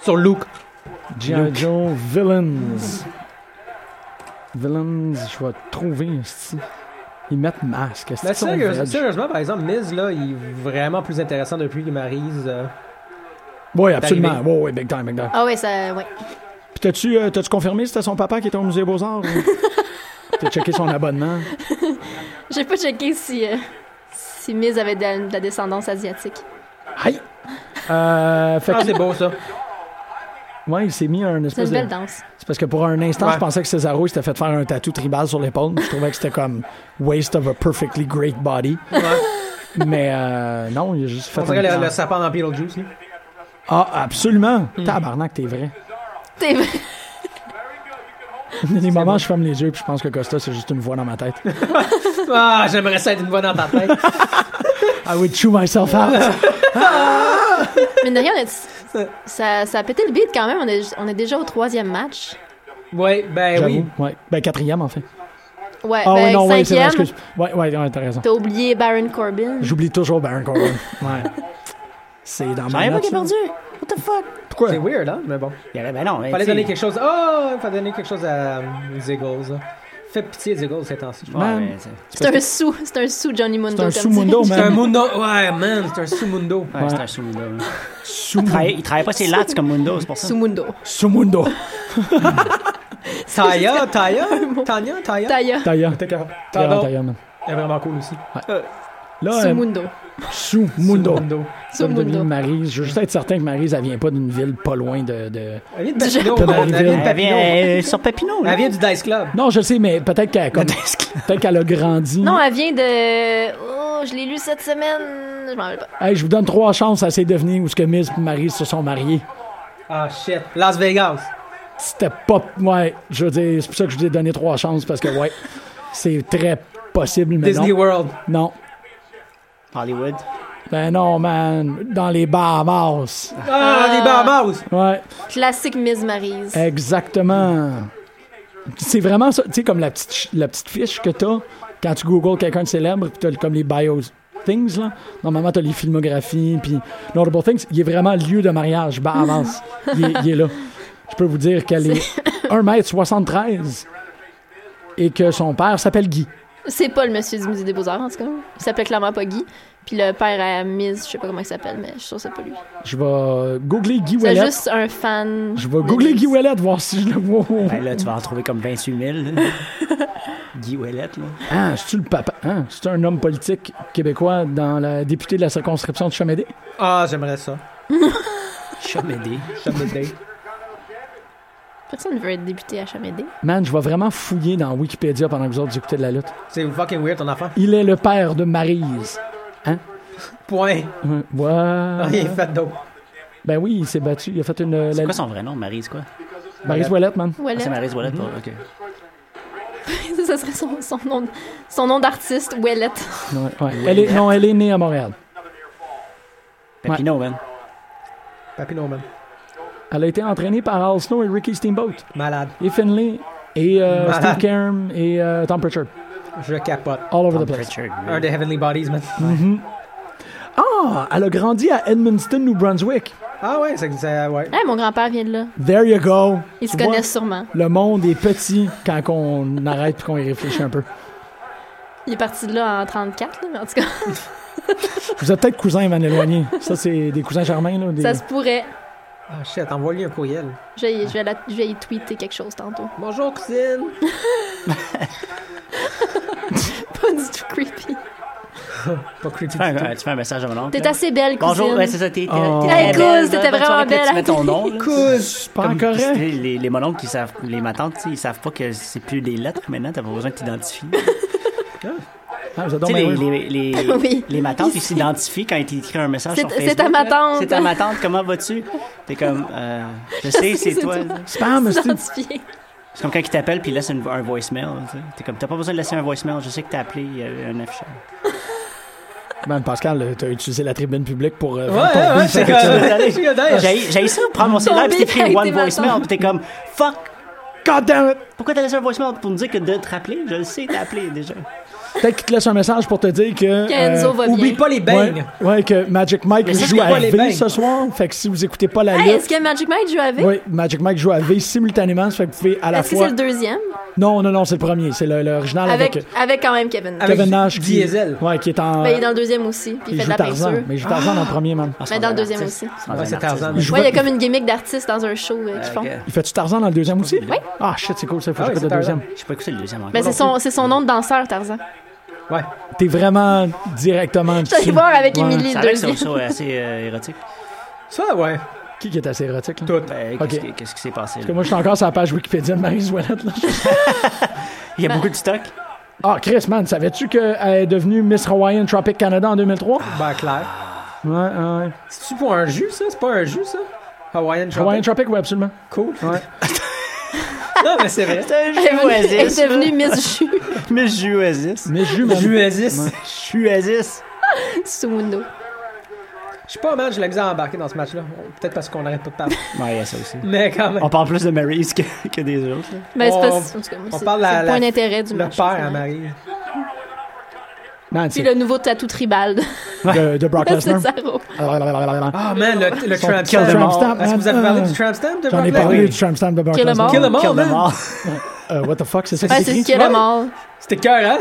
S4: Sur Luke.
S3: G.I. Joe Villains. Villains, je vais trouver ici. Ils mettent masque. est-ce
S4: Mais
S3: qu'ils sont
S4: sérieux-
S3: veg?
S4: sérieusement, par exemple, Miz, là, il est vraiment plus intéressant depuis que Maryse. euh,
S3: Oui, absolument.
S4: d'arriver.
S3: Oui, oui, big time, big time.
S5: Ah ouais, ça, ouais.
S3: Puis t'as-tu euh, t'as-tu confirmé si c'était son papa qui était au Musée Beaux-Arts?
S4: *laughs*
S3: ou- T'as checké son abonnement?
S5: J'ai pas checké si, euh, si Miz avait de la, de la descendance asiatique.
S3: Aïe! Euh, fait
S4: Ah,
S3: que,
S4: c'est beau, ça.
S3: ouais, il s'est mis un
S5: C'est
S3: espèce
S5: une
S3: de...
S5: belle danse.
S3: C'est parce que pour un instant,
S4: Ouais.
S3: je pensais que Cesaro il s'était fait faire un tatou tribal sur l'épaule. Je trouvais que c'était comme waste of a perfectly great body.
S4: Ouais.
S3: Mais euh, non, il a juste fait
S4: On dirait
S3: un-
S4: le, le sapin dans Beetlejuice, là.
S3: Ah, absolument!
S5: Mm.
S3: Tabarnak, t'es vrai.
S5: T'es vrai.
S3: Il y a des moments, je ferme les yeux puis je pense que Costa, c'est juste une voix dans ma tête.
S4: Ah, j'aimerais ça être une voix dans ta tête.
S3: I would chew myself out!
S5: Mais de rien, on a- ça, ça a pété le beat quand même. On est, on est déjà au troisième match.
S4: *laughs* ouais, ben
S3: J'avoue.
S4: oui.
S3: Ouais. Ben, quatrième, en fait.
S5: Ouais,
S3: Ah, ouais,
S5: ben,
S3: non, ouais, c'est vrai,
S5: cinquième.
S3: excuse. Ouais, ouais, ouais, t'as raison.
S5: T'as oublié Baron Corbin.
S3: J'oublie toujours Baron Corbin. ouais. C'est dans ma
S6: J'en ai pas
S3: note,
S6: qui
S3: ça.
S6: a perdu. What the fuck?
S3: Pourquoi?
S4: C'est weird, hein? Mais bon.
S6: Il y avait, ben non, mais
S4: Fallait
S6: tu sais,
S4: donner quelque chose. Oh, fallait donner quelque chose à euh, Ziggles. là. Fais pitié, Ziggles, ces temps-ci. je pense.
S6: Ouais,
S3: Man.
S6: mais, tu sais,
S5: C'est un sou, c'est un sou Johnny Mundo.
S3: C'est un
S5: comme
S3: sous-mundo,
S5: ça.
S4: C'est un
S3: man.
S4: mundo. Ouais, man, c'est un sous-mundo.
S6: ouais, c'est un sous-mundo, là. Il travaillait- Il travaillait pas ses lats comme Mundo, c'est pour ça.
S5: Sous-mundo.
S3: Sumundo.
S4: *laughs* Taya, Taya, Tanya, Taya.
S5: Taya.
S3: Taïa.
S4: Pardon.
S3: Taïa, man.
S4: Elle est vraiment cool aussi.
S3: Là, euh,
S5: Sous-mundo.
S3: Sumundo. Ça me devient
S5: Sumundo.
S3: Maryse. Je veux juste être certain que Maryse, elle vient pas d'une ville pas loin de. de-
S4: Elle vient de Papineau. man. Elle vient de
S6: Elle vient
S4: Papineau.
S6: euh, sur Papineau, là.
S4: Elle vient du Dice *laughs* Club.
S3: Non, je sais, mais peut-être qu'elle a
S4: *laughs*
S3: comme- peut-être qu'elle a grandi.
S5: Non, elle vient de. Oh, je l'ai lu cette semaine. Je m'en rappelle pas.
S3: Hey, je vous donne trois chances à ces devenir où ce que Miz et Maryse se sont mariés.
S4: Ah, shit. Las Vegas.
S3: C'était pas. Ouais, je veux dire, c'est pour ça que je vous ai donné trois chances parce que, ouais, c'est très possible, mais
S4: Disney
S3: non.
S4: World.
S3: Non.
S6: Hollywood.
S3: Ben non, man. Dans les Bahamas.
S4: Ah, les Bahamas.
S3: Ouais,
S5: Classique Miss Maryse.
S3: exactement. C'est vraiment ça. Tu sais, comme la petite, ch- la petite fiche que t'as quand tu googles quelqu'un de célèbre, puis t'as le- comme les bios things, là. Normalement, t'as les filmographies, puis Notable Things. Il est vraiment lieu de mariage, Bahamas. il, est, il est là. Je peux vous dire qu'elle est 1m73 et que son père s'appelle Guy.
S5: C'est pas le monsieur du musée des beaux-arts, en tout cas. Il s'appelait clairement pas Guy. Puis le père à Miss, je sais pas comment il s'appelle, mais je suis sûre que c'est pas lui.
S3: Je vais googler Guy
S5: C'est
S3: Ouellet.
S5: juste un fan.
S3: Je vais
S5: de
S3: googler
S5: Miss.
S3: Guy Ouellet, voir si je le vois.
S6: Ben là, tu vas en trouver comme 28 000. là. Guy Ouellet, là.
S3: Ah, c'est-tu le papa? Hein? C'est un homme politique québécois dans la députée de la circonscription de Chamédé?
S4: Ah, j'aimerais ça.
S6: Chamédé.
S4: J'aime le date.
S5: Personne ne veut être député à Chamédé.
S3: Man, je vais vraiment fouiller dans Wikipédia pendant que vous autres écoutez de la lutte.
S4: C'est fucking weird, ton enfant.
S3: Il est le père de Maryse.
S4: Point.
S3: Hum, What?
S4: Rien fait d'autre.
S3: Ben oui, il s'est battu. Il a fait une...
S6: C'est
S3: la-
S6: quoi son vrai nom, Maryse, quoi?
S3: Maryse Ouellet, man.
S6: Ah,
S5: Voilà.
S6: c'est Maryse Ouellet, pas- ok.
S5: *laughs* ça serait son, son nom, de- son nom d'artiste, Ouellette.
S3: Ouais, ouais. Elle est, non, elle est née à Montréal.
S6: Papineau, man.
S4: Papineau, man.
S3: Elle a été entraînée par Al Snow et Ricky Steamboat.
S4: Malade.
S3: Et Finlay. Et euh,
S6: Ah.
S4: Malade.
S3: Steve Kerm. Et euh, Tom Pritchard.
S4: Je capote.
S3: All over
S6: Tom
S3: the place.
S6: Pritchard,
S4: Un
S6: man.
S4: des Heavenly Bodies, man.
S3: Ah, elle a grandi à Edmundston, New Brunswick.
S4: Ah ouais, c'est... c'est- Ouais.
S5: Hey, Eh, mon grand-père vient de là.
S3: There you go.
S5: Ils se
S3: Tu vois?
S5: connaissent sûrement.
S3: Le monde est petit quand on arrête et qu'on y réfléchit un peu.
S5: Il est parti de là en 34, là, mais en tout cas,
S3: Vous êtes peut-être cousins, Van Éloigné. Ça, c'est des cousins germains. Là, des-
S5: ça se pourrait.
S4: Ah shit, envoie-lui un courriel.
S5: Je vais, y- je, vais la- je vais y tweeter quelque chose tantôt. *laughs*
S4: Bonjour, cousine.
S5: Pas du tout creepy.
S4: Pas creepy
S6: Tu fais
S4: du
S6: un-
S4: tout.
S6: euh, tu fais un message à mon oncle.
S5: T'es
S6: là.
S5: assez belle, cousine.
S6: Bonjour, ouais, c'est ça, t'es. t'es-
S3: Oh.
S6: t'es
S5: Hey,
S6: très belle,
S5: cool,
S6: là.
S5: c'était
S6: Bonne
S5: vraiment
S6: soirée, puis
S5: belle.
S6: Tu mets ton nom, là.
S3: C'est pas
S6: Comme- tu sais,
S3: correct.
S6: Les, les mononcles qui savent, les matantes, tu sais, ils savent pas que c'est plus des lettres maintenant, t'as pas besoin que t'identifies. tu
S3: Ah, vous êtes donc
S6: sais,
S3: bien
S6: les,
S3: weird.
S6: les, les,
S5: *laughs* Oui.
S6: les matantes, ils s'identifient quand ils t'écrivent un message
S5: C'est-
S6: sur
S5: c'est
S6: Facebook.
S5: à ma
S6: là.
S5: tante.
S6: C'est à ma tante, comment vas-tu? T'es comme, euh, je sais,
S5: *laughs*
S6: c'est
S5: c'est
S6: toi.
S5: toi.
S6: là.
S5: *laughs*
S3: Spam, Ah, c'est-
S5: Identifié.
S6: C'est comme quand ils t'appellent puis ils laissent une- un voicemail. tu sais. T'es comme, t'as pas besoin de laisser un voicemail, je sais que t'as appelé il y a
S3: *laughs*
S6: un affichage.
S3: Man, Pascal, t'as utilisé la tribune publique pour euh,
S4: Ouais,
S3: vendre ton
S4: ouais, ouais,
S3: beef.
S4: c'est que... c'est que-
S6: J'ai j'ai ça, prendre mon cellulaire puis
S5: Tomber
S6: t'écris
S5: avec
S6: one
S5: tes
S6: voicemail
S5: matins.
S6: puis t'es comme, fuck,
S3: God damn it!
S6: pourquoi t'as laissé un voicemail pour me dire que de te rappeler? Je le sais, t'as appelé déjà.
S3: Peut-être qu'il te laisse un message pour te dire que. euh,
S5: Kenzo va
S4: Oublie
S5: bien.
S4: pas les beignes.
S3: ouais, ouais, que Magic Mike
S4: Mais ça,
S3: joue
S4: c'est
S3: à
S4: pas les
S3: V
S4: beignes.
S3: ce soir. Fait que si vous écoutez pas la
S5: Hey,
S3: lutte.
S5: est-ce que Magic Mike joue avec?
S3: Oui, Magic Mike joue à V simultanément. Ça fait que vous pouvez à la
S5: Est-ce que
S3: fois.
S5: c'est le deuxième?
S3: Non, non, non, c'est le premier. C'est le- l'original avec, euh,
S5: Avec, avec quand même Kevin.
S4: Avec-
S3: Kevin Nash. qui-
S4: Diesel.
S3: Ouais, qui est en.
S5: Ben, il est dans le deuxième aussi, puis il
S3: il
S5: fait de
S3: joue
S5: la
S3: Tarzan.
S5: peinture. Ah!
S3: Mais il joue Tarzan dans le premier, man.
S5: Mais dans le deuxième aussi.
S4: Ouais, c'est Tarzan.
S3: Il joue-
S5: Ouais, il y a comme une gimmick d'artiste dans un show euh, qu'ils font.
S3: Il fait-tu Tarzan dans le deuxième aussi? Oui. Ah, shit, c'est cool, ça. Faut
S4: Ah
S3: que
S4: oui,
S3: j'écoute le
S4: c'est Tarzan.
S3: deuxième.
S6: Je pas écouté le deuxième encore.
S5: Ben, c'est son, c'est son nom de danseur, Tarzan.
S4: Ouais.
S3: T'es vraiment directement.
S5: *laughs* Je suis allée
S3: dessus.
S5: voir avec
S3: Ouais.
S5: Emily le
S6: Ça a l'air que c'est un
S5: deuxième.
S6: show assez euh, érotique.
S4: Ça, ouais.
S3: Qui qui est assez érotique, là?
S4: Tout.
S6: Ben,
S3: Ok.
S6: qu'est-ce qui- Qu'est-ce qui s'est passé?
S3: Parce que
S6: Là?
S3: moi, je suis encore sur la page Wikipédia de Marie Ouellette, là.
S6: Il y a beaucoup de stock.
S3: Ah, Chris, man, savais-tu qu'elle est devenue Miss Hawaiian Tropic Canada en 2003?
S5: Ah,
S4: Ben, clair.
S3: Ouais, ouais.
S4: C'est-tu pour un jus, ça? C'est pas un jus, ça? Hawaiian
S3: Hawaiian
S4: Chocolate.
S3: Tropic, oui, absolument.
S4: Cool. Ouais. *laughs* non, mais c'est vrai.
S6: C'est un
S5: Elle est venue- elle est devenue
S6: Juasis.
S5: Miss Ju
S6: Miss Juasis.
S3: Mais jus, man.
S4: Jus Aziz.
S6: Juasis.
S5: Sumundo.
S4: Je suis pas mal, j'ai la misère à embarquer dans ce match-là. Peut-être parce qu'on arrête pas de parler. *laughs*
S6: Ouais, il y a ça aussi.
S4: Mais quand même.
S6: On parle plus de Maryse que, que des autres. là.
S5: Ben, c'est
S4: On-
S5: pas... En tout cas, moi,
S4: on
S5: c'est c'est
S4: parle à
S5: pas
S4: la-
S5: un intérêt du
S4: Le
S5: match.
S4: père à
S5: finalement.
S4: Marie.
S3: Man,
S5: Puis
S3: c'est
S5: le nouveau tatou tribal de-
S3: de, de
S5: *laughs*
S3: Brock
S5: de
S3: Lesnar.
S5: Cesaro.
S4: Ah, man, le, le
S3: Son
S4: tramp
S3: kill
S4: stamp.
S3: them all.
S4: Est-ce que vous avez parlé
S3: Ah.
S4: du tramp stamp de
S3: J'en ai
S4: Brock Lesnar?
S3: parlé du Tramp Stamp de Brock
S5: Kill 'em
S3: Lesnar.
S5: all.
S4: Kill 'em all,
S6: Kill them
S4: man.
S6: all.
S3: Euh, what the fuck, c'est ça
S5: Ouais,
S3: c'est
S5: c'est ce
S3: écrit?
S5: qu'il y a le mort.
S4: C'était cœur, hein?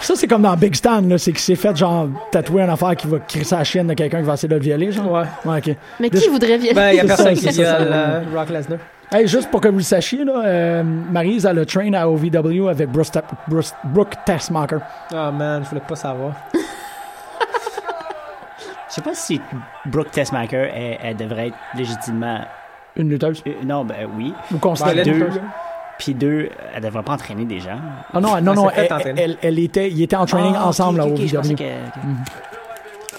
S3: Ça, c'est comme dans Big Stan, là, c'est qu'il s'est fait, genre, tatouer une affaire qui va crisser la chienne de quelqu'un qui va essayer de le violer, genre.
S4: Ouais.
S3: Ouais, ok.
S5: Mais
S3: This-
S5: qui voudrait vivre?
S4: Ben, il y a
S3: C'est ça,
S4: personne
S3: c'est
S4: qui
S3: ça, c'est
S4: viole
S3: ça.
S4: euh, Brock Lesnar.
S3: Hey, juste pour que vous le sachiez, là, euh, Maryse, elle a train à OVW avec Bruce Ta- Bruce- Brooke Tessmacher.
S4: Ah, man, je voulais pas savoir.
S6: Je sais pas si Brooke Tessmaker, elle, elle devrait être légitimement.
S3: Une lutteuse.
S6: euh, non, ben oui.
S3: Vous constatez.
S4: Ben, elle est
S6: deux.
S4: une lutteuse.
S6: Puis deux, elle devrait pas entraîner des gens.
S3: Ah non, non,
S4: Elle
S3: non,
S4: s'est fait
S3: elle,
S4: entraîner.
S3: elle- elle était, ils étaient en training
S6: Ah, ok,
S3: ensemble
S6: ok,
S3: à
S6: ok, je pensais
S3: OVW.
S6: que- ok.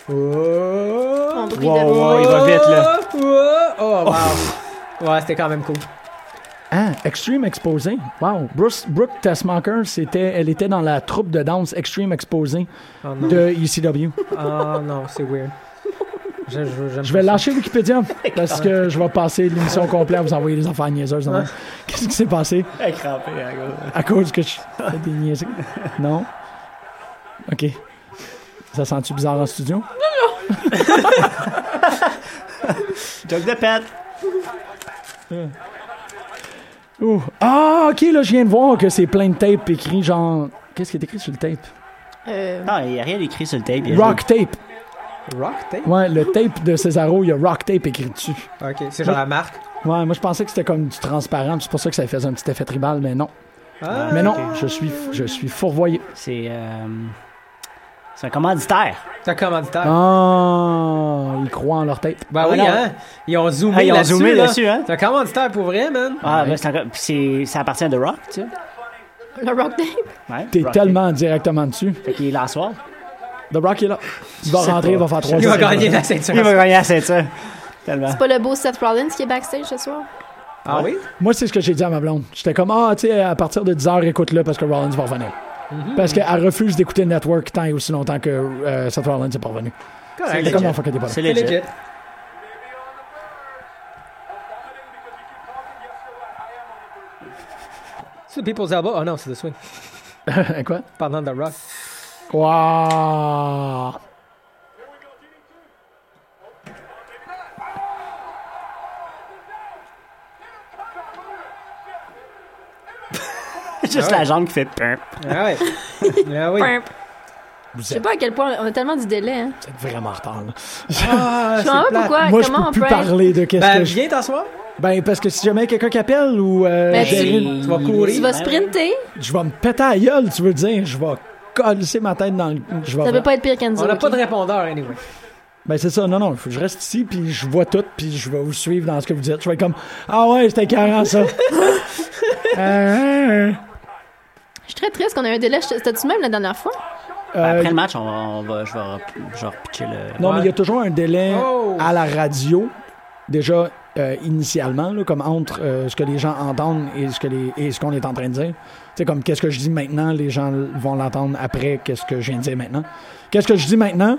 S4: Oh!
S5: Son bruit
S6: Wow,
S5: de-
S6: wow, il va vite, là.
S4: Oh, oh, wow. Ouais, c'était quand même cool.
S3: Ah, Extreme Exposé. Wow. Bruce, Brooke Tessmacher, c'était, elle était dans la troupe de danse Extreme Exposé
S4: Oh non,
S3: de E ECW.
S4: Ah, non c'est weird. Je, je, j'aime
S3: Je vais
S4: pas ça.
S3: lâcher
S4: *laughs*
S3: Wikipédia parce que je vais passer l'émission complète à vous envoyer des affaires niaiseuses. non? Qu'est-ce qui s'est passé?
S6: *laughs* Elle crampait, elle, gros.
S3: À cause *laughs* que je fais des niaiseries. Non? OK. Ça sent-tu bizarre en studio?
S6: Joke de pète.
S3: Ouh. Ah, OK, là, je viens de voir que c'est plein de tape écrit genre... Qu'est-ce qui est écrit sur le tape?
S5: Euh,
S6: Non, il n'y a rien d'écrit sur le tape. il y a
S3: Rock tape.
S4: Rock Tape?
S3: Ouais, le tape de Cesaro, il y a rock tape écrit dessus.
S4: Ok, c'est genre la marque.
S3: Ouais, moi, je pensais que c'était comme du transparent, puis c'est pour ça que ça faisait un petit effet tribal, mais non.
S4: Ah,
S3: Mais non,
S4: ok.
S3: je suis, je suis fourvoyé.
S6: juste- C'est. euh, c'est un commanditaire.
S4: T'as commanditaire.
S3: Ah, ils croient en leur tape.
S4: Ben oui,
S6: Voilà.
S4: hein? Ils ont zoomé
S6: Ah, ils ont
S4: là-dessus.
S6: zoomé
S4: là.
S6: dessus, hein?
S4: C'est un commanditaire pour vrai, man.
S6: Ah, ben, c'est encore- puis c'est- ça appartient à The Rock, tu sais.
S5: le Rock Day.
S6: Ouais,
S3: T'es
S6: Rock
S3: tellement directement dessus.
S6: Tape. Fait qu'il est là
S3: *laughs*
S6: ce soir.
S3: The Rock est là. Il va rentrer, il va faire trois
S4: Il va
S3: essais.
S4: gagner la ceinture.
S6: Il va gagner la ceinture. Tellement.
S5: C'est pas le beau Seth Rollins qui est backstage ce soir?
S4: Ah oui?
S3: Moi, c'est ce que j'ai dit à ma blonde. J'étais comme, ah, tu sais, à partir de 10h, écoute-le parce que Rollins va revenir.
S4: Mhm.
S3: Parce qu'elle refuse d'écouter le network tant et aussi longtemps que euh, Seth Rollins n'est pas revenu.
S4: Correct.
S3: C'est comme la fois qu'elle était pas là. *laughs*
S6: C'est
S4: C'est
S6: legit.
S4: legit. C'est People's Elbow? Oh non, c'est The Swing.
S3: Quoi?
S4: Parlant de The Rock.
S3: Wow!
S6: *laughs* Juste la jambe qui fait pimp.
S4: Ah ouais. Ah oui.
S5: Pimp. Je
S3: Vous
S5: sais
S3: êtes,
S5: pas à quel point on a tellement du délai. Hein.
S3: vous êtes vraiment en retard, là.
S4: Ah,
S5: Je comprends
S4: c'est
S5: pas
S4: plate.
S5: pourquoi,
S3: Moi, je
S5: comment
S3: peux
S5: on
S3: plus
S5: peut. être-
S3: parler de qu'est-ce
S4: Ben,
S3: que je...
S4: viens t'asseoir.
S3: Ben, parce que si jamais quelqu'un qui appelle ou... euh,
S5: Ben,
S3: j'ai-
S4: Tu vas courir.
S5: Tu vas sprinter,
S3: Je vais me péter à gueule, tu veux dire. Je vais coller ma tête dans le... Je vais...
S5: ça peut pas être pire qu'Enzo.
S4: On n'a
S5: ok?
S4: pas de répondeur, anyway.
S3: Ben c'est ça, non, non, faut que je reste ici, puis je vois tout, puis je vais vous suivre dans ce que vous dites. Je vais être comme Ah ouais, c'était carrément ça. Euh,
S5: Je suis très triste qu'on ait un délai. Je- C'était-tu même la dernière fois?
S6: Ben,
S3: euh,
S6: Après le match, on va, on va, je vais rep- je vais repitcher le.
S3: non, mais il y a toujours un délai
S4: Oh.
S3: à la radio, déjà euh, initialement, là, comme entre euh, ce que les gens entendent et ce que les et ce qu'on est en train de dire. Tu sais, comme qu'est-ce que je dis maintenant, les gens vont l'entendre après qu'est-ce que je viens de dire maintenant. Qu'est-ce que je dis maintenant,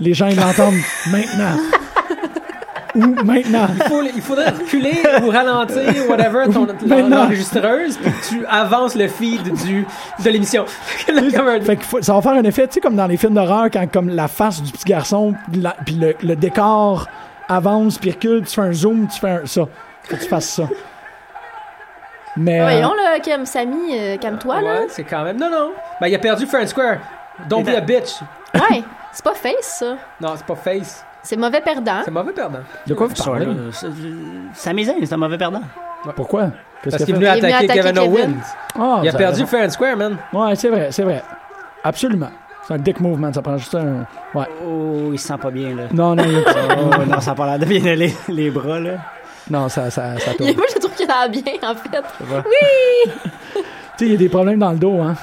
S3: les gens ils l'entendent maintenant. Ou maintenant.
S4: Faut- il faudrait reculer ou ralentir, whatever, ton
S3: Maintenant.
S4: l'enregistreuse, puis tu avances le feed du, de l'émission. *laughs* Là, comme un-
S3: Fait que faut- ça va faire un effet, tu sais, comme dans les films d'horreur, quand comme la face du petit garçon, puis la- puis le, le décor avance, puis recule, tu fais un zoom, tu fais un, ça. Faut que tu fasses ça. Mais... euh,
S5: Voyons, là, Cam, Samy, euh, calme-toi, là.
S4: Ouais, c'est quand même. Non, non. Ben, il a perdu Friend Square. Don't be a bitch.
S5: Ouais, c'est pas face, ça.
S4: Non, c'est pas face.
S5: C'est mauvais perdant.
S4: C'est mauvais perdant.
S3: de quoi vous parlez?
S6: Sorry, c'est- Ça m'ésaine, c'est un mauvais perdant.
S3: Pourquoi? Qu'est-ce
S4: Parce qu'il est
S3: qu'elle
S4: venu
S3: fait?
S5: Il est venu
S4: attaquer
S5: attaquer
S4: Kevin
S5: Kevin.
S4: Owens.
S3: Ah,
S4: Il a
S3: vous
S4: perdu
S3: avez
S4: Fair and Square, man.
S3: raison. Ouais, c'est vrai, c'est vrai. Absolument. C'est un dick movement, ça prend juste un... Ouais.
S6: Oh, il se sent pas bien, là.
S3: Non, non, il-
S6: Oh, non, ça a pas l'air de bien aller, les bras, là.
S3: non, ça, ça, ça tourne.
S5: *laughs* Moi, je trouve qu'il a l'air bien, en fait.
S3: Tu sais, il y a des problèmes dans le dos, hein.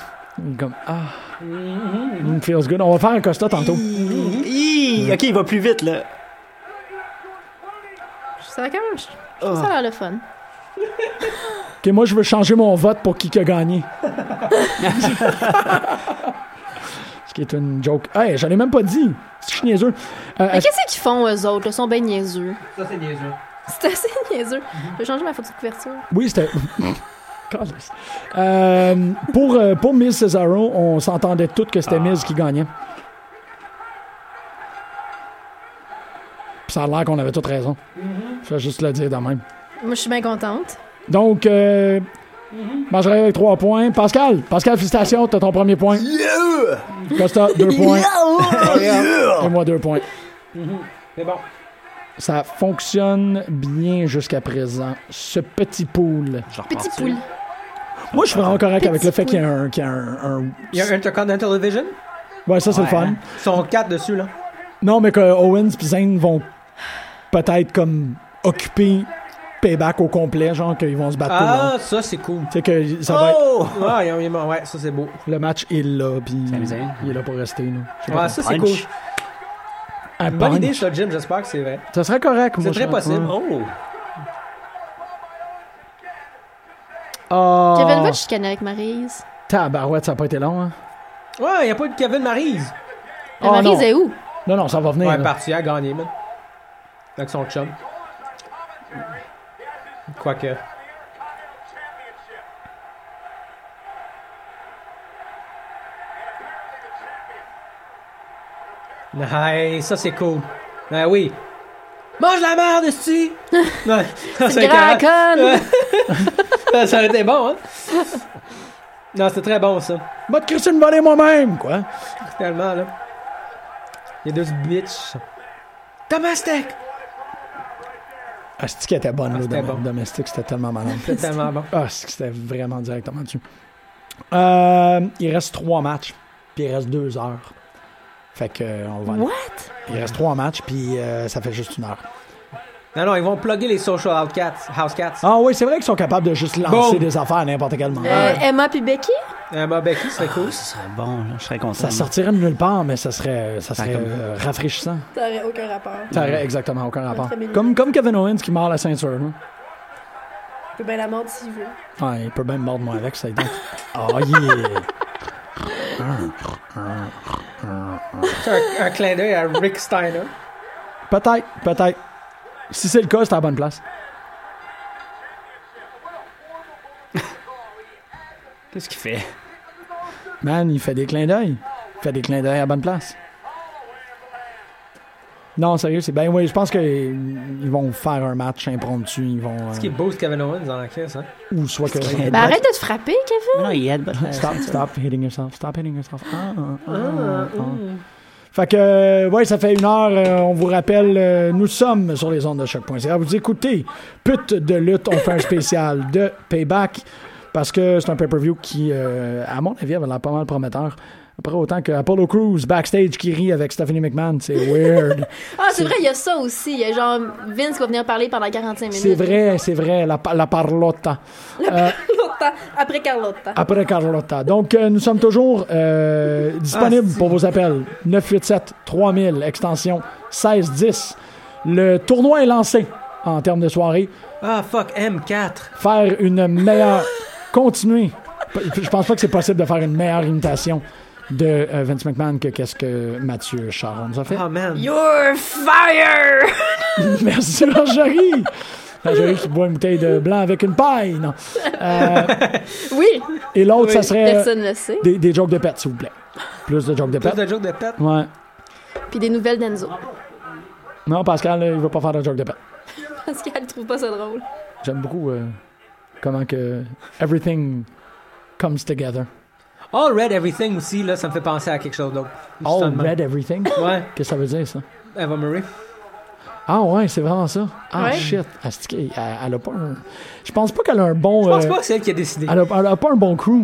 S3: Comme, ah... Mm, feels good. On va faire un Costa tantôt.
S6: Hi, ok, il va plus vite, là.
S5: Ça quand même... Je je trouve ça a l'air le fun.
S3: OK, moi, je veux changer mon vote pour qui qui a gagné. Ce qui est une joke. Hey, j'en ai même pas dit. C'est niaiseux. Euh,
S5: Mais
S3: est-ce-
S5: qu'est-ce qu'ils font, eux autres? là? Ils sont bien niaiseux.
S3: *laughs*
S4: Ça, c'est niaiseux.
S5: C'est assez niaiseux. Je vais changer ma photo de couverture.
S3: Oui, c'était... *laughs* Calisse. Euh, pour, euh, pour Miz Cesaro, on s'entendait toutes que c'était Miz qui gagnait. Ça a l'air qu'on avait toute raison. Je vais juste le dire de même.
S5: Moi, je suis bien contente.
S3: Donc, euh, Margerie avec trois points. Pascal, Pascal, félicitations, t'as ton premier point. Costa, deux points. *laughs* Et moi, deux points.
S4: C'est bon.
S3: Ça fonctionne bien jusqu'à présent. Ce petit pool.
S6: Je leur
S5: Petit
S6: parle-tu?
S5: poule.
S3: Moi, je suis vraiment correct avec le fait
S5: pool.
S3: qu'il y a un. qu'il y a un- un-
S4: Il y a Intercontinental Division.
S3: Ouais, ça, c'est le
S6: Ouais,
S3: fun.
S6: hein.
S4: Ils sont quatre dessus, là.
S3: Non, mais que Owens et Zayn vont peut-être comme occuper Payback au complet, genre qu'ils vont se battre pour
S4: Ah,
S3: long.
S4: ça, c'est cool.
S3: Tu sais que ça va être-
S4: Oh! Ah, il y a- il y a- ouais, ça, c'est beau.
S3: Le match est là, puis
S6: amusant.
S3: il est là pour rester. Là. Je sais pas
S4: Ouais, Ah, ça, c'est
S6: punch.
S4: cool.
S3: Un
S4: Bonne
S3: punch.
S4: idée, ça, Jim. J'espère que c'est vrai.
S3: Ça serait correct. moi,
S4: C'est très
S3: je-
S4: possible.
S3: Ouais.
S6: Oh!
S3: Ah,
S5: Kevin va te chicaner avec Maryse.
S3: tabarouette, ça n'a pas été long. Hein?
S4: Ouais, il n'y a pas eu de Kevin Maryse.
S5: Mais
S3: Oh, non.
S5: Maryse est où?
S3: Non, non, ça va venir.
S4: Ouais,
S3: là.
S4: parti à gagner, man. Avec son chum. Quoique. Nice, ça c'est cool. Ben oui. Mange la merde, ici! non,
S3: Ah,
S4: ça c'est
S5: Grand
S4: carré.
S5: con!
S4: Ça aurait été bon, hein? non, c'était très bon, ça.
S3: Va te crisser une volée moi-même, quoi.
S4: Finalement, là. Les deux bitches. Thomas Tech!
S3: Ah, c'est qui était bonne,
S4: Ah,
S3: là,
S4: c'était
S3: dom-
S4: bon.
S3: domestique, c'était tellement malade.
S4: C'est tellement bon.
S3: Ah, c'est que c'était vraiment directement dessus. Euh, il reste trois matchs, puis il reste deux heures. Fait que, euh, on va aller.
S5: What?
S3: Il reste trois matchs, puis euh, ça fait juste une heure.
S4: Non, non, ils vont plugger les social house cats. House cats.
S3: Ah oui, c'est vrai qu'ils sont capables de juste lancer
S4: Boom.
S3: des affaires à n'importe quel moment.
S5: Euh, Emma puis Becky?
S4: Un bas Becky, c'est
S3: Ah,
S4: cool.
S6: Ça serait bon, là. je serais content.
S3: Ça sortirait de nulle part, mais ça serait, ça serait
S6: comme-
S3: euh, rafraîchissant.
S5: T'aurais aucun rapport.
S3: Ça aurait exactement aucun rapport.
S5: Très bien.
S3: Comme, comme Kevin Owens qui mord la ceinture. là.
S5: Tu peux bien la mordre s'il veut.
S3: Ah, il peut même mordre moi avec, ça y est. Oh yeah!
S4: C'est un, un clin d'œil à
S3: *laughs*
S4: Rick Steiner.
S3: Peut-être, peut-être. Si c'est le cas, c'est à la bonne place.
S6: Qu'est-ce qu'il fait?
S3: Man, il fait des clins d'œil. Il fait des clins d'œil à la bonne place. Non, sérieux, c'est ben oui, je pense qu'ils vont faire un match impromptu, ils vont
S4: Ce
S3: euh,
S4: qui booste Kevin Owens en crise, hein.
S3: ou soit que
S6: Skip.
S5: Ben arrête de te frapper, Kevin!
S6: Non, il aide.
S3: Stop, stop hitting yourself. Stop hitting yourself. Ah, ah, ah, ah. Fait que, euh, ouais, ça fait une heure. euh, on vous rappelle, euh, nous sommes sur les ondes de choc.ca. Vous écoutez, pute de lutte, on fait un spécial de Payback parce que c'est un pay-per-view qui, euh, à mon avis, avait l'air pas mal prometteur. Après autant que Apollo Crews backstage qui rit avec Stephanie McMahon, c'est weird.
S5: Ah, c'est vrai, il y a ça aussi. Il y a genre Vince qui va venir parler pendant 45 minutes.
S3: c'est vrai, c'est vrai, la, pa- la parlotta.
S5: Carlotta, après Carlotta.
S3: Après Carlotta. Donc, euh, nous sommes toujours euh, disponibles
S4: Ah,
S3: pour vos appels. 987-3000, extension 1610. Le tournoi est lancé en termes de soirée.
S4: Ah, fuck, M4.
S3: Faire une
S4: *laughs*
S3: meilleure... Continuez. P- Je pense pas que c'est possible de faire une meilleure imitation de euh, Vince McMahon que qu'est-ce que Mathieu Charon nous a fait.
S4: Ah, man.
S5: You're fire!
S3: *laughs* Merci, Marjorie! Marjorie qui boit une bouteille de blanc avec une paille, non.
S5: Oui,
S3: Et l'autre, ça serait euh,
S5: personne ne le sait.
S3: des, des jokes de pète, s'il vous plaît. Plus de jokes de
S4: Plus
S3: pète.
S4: de jokes de pète.
S3: Ouais.
S5: Puis des nouvelles d'Enzo. *laughs*
S3: Non, Pascal, là, il va pas faire de joke de pète.
S5: Parce qu'elle trouve pas ça drôle.
S3: J'aime beaucoup euh, comment que everything comes together.
S4: All Red Everything aussi, là, ça me fait penser à quelque chose d'autre.
S3: All
S4: Justement.
S3: red everything.
S4: Ouais,
S3: Qu'est-ce que ça veut dire, ça?
S4: Eva Marie.
S3: Ah ouais, c'est vraiment ça. Ah
S5: Ouais.
S3: shit. Asti, Elle, elle a pas un... Je pense pas qu'elle a un bon...
S4: Je pense
S3: euh,
S4: pas que c'est elle qui a décidé.
S3: elle, a, elle a pas un bon crew.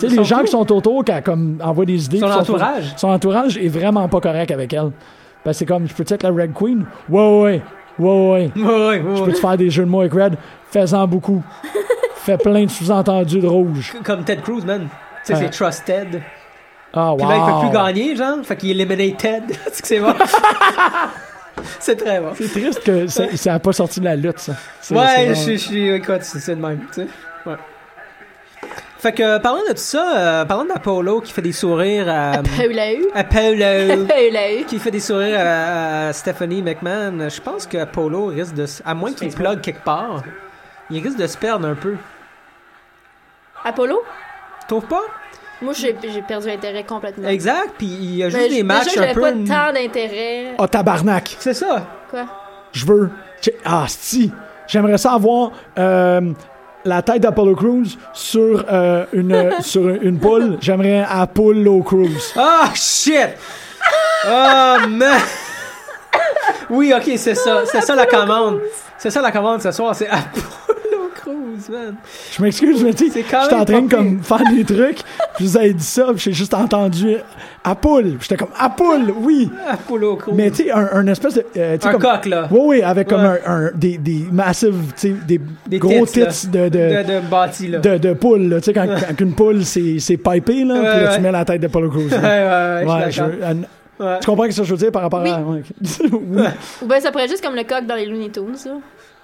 S3: Tu sais,
S4: Son
S3: les gens
S4: crew.
S3: qui sont autour, qui comme, envoient des idées...
S4: Son
S3: qui sont-
S4: entourage.
S3: Son entourage est vraiment pas correct avec elle. Parce que c'est comme, je peux-tu être la Red Queen? Ouais, ouais, ouais. Ouais, ouais.
S4: Ouais, ouais, ouais,
S3: Je
S4: ouais.
S3: peux-tu faire des jeux de mots avec Red? Fais-en
S4: *laughs*
S3: beaucoup. Fais plein de sous-entendus de rouge.
S4: Comme Ted Cruz, man. Tu sais,
S3: Ouais.
S4: c'est Trusted.
S3: Ah, wow.
S4: Puis là, il peut plus gagner, genre. Fait qu'il éliminait Ted. *laughs* Tu sais que c'est
S3: *laughs*
S4: bon. c'est très bon.
S3: C'est triste que ça ça a pas sorti de la lutte, ça. C'est- c'est
S4: Ouais,
S3: vraiment-
S4: je suis- je suis. Écoute, c'est c'est le même, tu sais. Ouais. Fait que, euh, parlant de tout ça, euh, parlant d'Apollo qui fait des sourires à. euh,
S5: Paula-U. *laughs*
S4: Apollo.
S5: Paula-U.
S4: qui fait des sourires à, à Stephanie McMahon. Je pense que Apollo risque de. s- À moins qu'il plug quelque part, il risque de se perdre un peu.
S5: Apollo?
S4: Trouve pas?
S5: Moi, j'ai j'ai perdu intérêt complètement.
S4: Exact, puis il y a
S5: Mais
S4: juste
S5: j-
S4: des matchs
S5: Ben, déjà,
S4: un
S5: j'avais pas
S4: peu.
S5: tant d'intérêt.
S3: Ah, tabarnak!
S4: C'est ça.
S5: Quoi?
S3: Je veux. che- Ah, si. J'aimerais ça avoir euh, la tête d'Apollo Crews sur, euh,
S4: *laughs*
S3: une, sur une poule. J'aimerais Apollo Crews.
S4: Ah, shit! Oh, man! Oui, ok, c'est ça. C'est ça la commande. C'est ça la commande ce soir. C'est Apollo Crews, man.
S3: Je m'excuse, mais tu sais,
S4: C'est quand
S3: j'étais en train de
S4: même pas pire.
S3: comme, faire des trucs. Puis vous avez dit ça, puis j'ai juste entendu Apollo. J'étais comme Apollo, oui.
S4: Apollo Crews.
S3: Mais tu sais, un, un espèce de. euh, tu sais,
S4: un
S3: comme-
S4: coq, là.
S3: Oui, oui, avec comme
S4: Ouais.
S3: un, un- des, des massives, tu sais, des,
S4: Des
S3: gros
S4: tits, là.
S3: tits de, de,
S4: De, de bâti, là.
S3: de, de poule, là. Tu sais, quand, quand une poule, c'est c'est pipé, là,
S4: Ouais,
S3: puis là, tu
S4: ouais.
S3: mets la tête de Polo Crews.
S4: Ouais,
S3: là.
S4: ouais, ouais, je suis
S3: je-
S4: d'accord.
S3: euh,
S4: Ouais.
S3: tu comprends ce que je veux dire par rapport à.
S5: Oui.
S3: ouais, ok. *laughs* oui.
S5: Ou bien ça pourrait être juste comme le coq dans les Looney Tunes, là.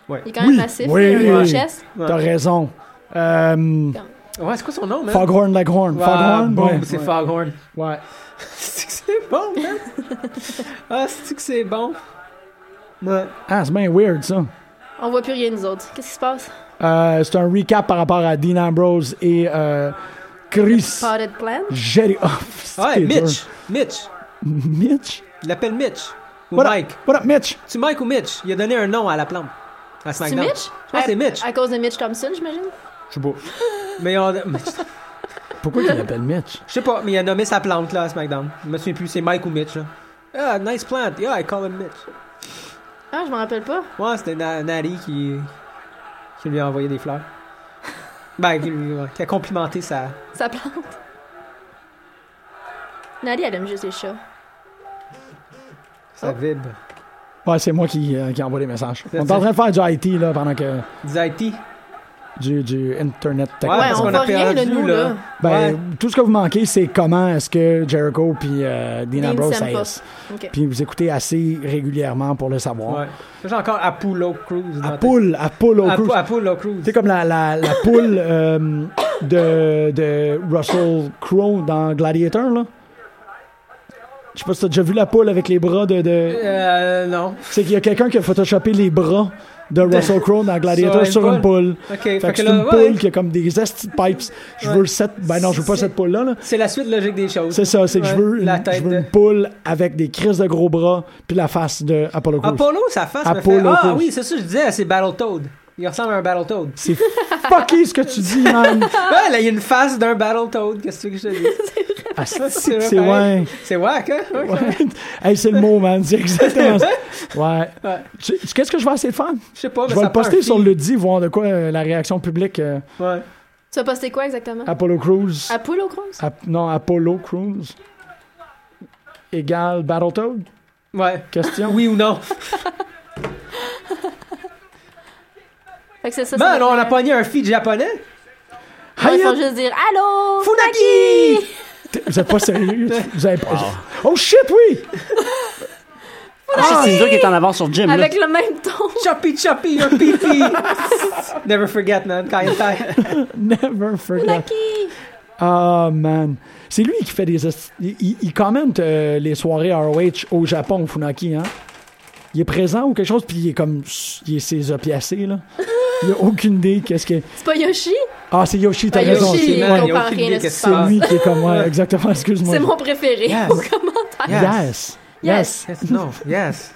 S4: Ouais.
S5: Il est quand même
S3: Oui,
S5: massif,
S3: oui,
S5: il a une
S3: oui.
S5: richesse.
S3: T'as raison. Euh,
S4: Ouais, c'est quoi son nom, man?
S3: Foghorn Leghorn.
S4: Ouais,
S3: Foghorn?
S4: bon,
S3: ouais.
S4: c'est Foghorn.
S3: Ouais.
S4: C'est que c'est bon, man. ah, c'est que c'est bon. Ouais.
S3: Ah, c'est bien weird, ça.
S5: On voit plus rien, nous autres. Qu'est-ce qui se passe?
S3: Euh, c'est un recap par rapport à Dean Ambrose et euh, Chris
S5: Potted plant?
S3: Jericho. Oh, c'est
S4: Ouais,
S3: dur.
S4: Mitch. Mitch.
S3: Mitch?
S4: Il l'appelle Mitch. Ou
S3: What
S4: Mike.
S3: up, what up, Mitch?
S4: C'est Mike ou Mitch? Il a donné un nom à la plante. À
S5: C'est
S4: SmackDown.
S5: Mitch? Euh,
S4: Je pense que c'est Mitch.
S5: À cause de Mitch Thompson, j'imagine?
S3: Je sais pas.
S4: Mais on... *laughs* mais
S3: Pourquoi il l'appelle Mitch?
S4: Je sais pas, mais il a nommé sa plante là à SmackDown. Je me souviens plus, c'est Mike ou Mitch là. Ah, nice plant. Yeah, I call him Mitch.
S5: Ah, je m'en rappelle pas.
S4: Ouais, c'était Na- Nari qui... qui lui a envoyé
S3: *laughs*
S4: des fleurs. Ben, qui, lui... ouais, qui a complimenté sa.
S5: Sa plante. Nali, elle aime juste les chats.
S3: Oh.
S4: sa vibe.
S3: Ouais, c'est moi qui, euh, qui envoie les messages.
S4: C'est-
S3: On est en train de faire du IT, là, pendant que.
S4: Disait IT.
S3: Du, du Internet Tech.
S4: Ouais,
S5: Ouais,
S4: parce
S5: on
S4: qu'on
S5: voit
S4: a
S5: rien de
S4: perdu,
S5: nous,
S4: là.
S5: là.
S3: Ben,
S4: Ouais.
S3: tout ce que vous manquez, c'est comment est-ce que Jericho puis euh, Dean
S5: Dean
S3: Ambrose
S5: s'aiment pas.
S3: haïssent.
S5: Ok.
S3: Puis vous écoutez assez régulièrement pour le savoir.
S4: Ouais. J'ai encore Apollo Cruise.
S3: À poule, à poule au
S4: Apollo,
S3: cruise.
S4: Apollo
S3: C'est
S4: Cruise.
S3: comme la, la, la poule euh, de, de Russell Crowe dans Gladiator, là. Je sais pas si t'as déjà vu la poule avec les bras de... de...
S4: Euh, non.
S3: C'est qu'il y a quelqu'un qui a photoshopé les bras de Russell Crowe dans Gladiator
S4: Sur
S3: sur
S4: une
S3: une poule.
S4: Ok,
S3: Fait, que, c'est
S4: là,
S3: une poule
S4: ouais,
S3: qui a comme des esti de pipes. Je
S4: Ouais.
S3: veux cette... Ben non, je veux pas
S4: C'est-
S3: cette poule-là, là.
S4: c'est la suite logique des choses.
S3: C'est ça, c'est que je
S4: Ouais,
S3: veux, une,
S4: la tête
S3: je veux une
S4: de-
S3: poule avec des crises de gros bras puis la face de Apollo Crews.
S4: Apollo, sa face me fait.
S3: Apollo
S4: Ah
S3: Crews.
S4: oui, c'est ça, je disais, c'est Battletoad. Il ressemble à un Battletoad.
S3: C'est fucké ce que tu dis, man.
S5: Ah!
S4: Ouais, Ah, là, il y a une face d'un Battletoad. Qu'est-ce que tu veux
S5: *laughs*
S4: que je te dis?
S3: Ah, c'est
S4: C'est
S3: c'est ouais.
S4: vrai. C'est wack, hein? Ouais.
S3: ouais. Hey, c'est le mot, man. C'est exactement
S4: *laughs*
S3: ça. Ouais.
S4: Ouais.
S3: Tu- tu- Qu'est-ce que je vais essayer de faire?
S4: Je sais pas, mais
S3: Je vais
S4: ça
S3: le
S4: prend un
S3: poster sur
S4: feed.
S3: le dit, voir de quoi euh, la réaction publique. euh,
S4: Ouais.
S5: Tu as posté quoi exactement?
S3: Apollo Crews.
S5: À poule au Cruz?
S3: Ap- non, Apollo Crews. Égale Battletoad?
S4: Ouais.
S3: Question.
S4: Oui ou non?
S5: Fait que c'est ça. ça
S4: Man,
S5: doit
S4: Ben, on a
S5: être-
S4: pogné un feed japonais.
S5: Ouais, ils
S3: Hayat
S5: font juste dire Allô!
S4: Funaki!
S3: Vous êtes pas
S4: *laughs*
S3: sérieux? Vous avez pas... Oh shit, oui!
S6: Ah, c'est toi qui est en avance sur Jim.
S5: Avec le même ton.
S4: Choppy choppy, your
S5: *laughs*
S4: pipi! Never forget, man. Quand il est
S3: Never forget.
S5: Funaki!
S3: Ah, man. C'est lui qui fait des. esti- Il, il- il commente euh, les soirées ROH au Japon, Funaki, hein. Il est présent ou quelque chose, puis il est comme. Il est ses opiacés, là. Il a aucune idée qu'est-ce que.
S5: C'est pas Yoshi?
S3: Ah, c'est Yoshi, t'as
S5: Ben,
S3: raison.
S5: Yoshi,
S3: c'est-
S5: il
S4: man, il a
S5: comprend
S4: aucune
S5: rien
S4: idée
S5: de ce qui
S4: qu'est-ce
S5: se
S4: qu'il
S3: C'est
S5: passe.
S3: lui qui est comme. Ouais, exactement, excuse-moi.
S5: C'est mon préféré
S4: Yes.
S5: au commentaire.
S3: Yes. Yes.
S4: Yes, no, yes.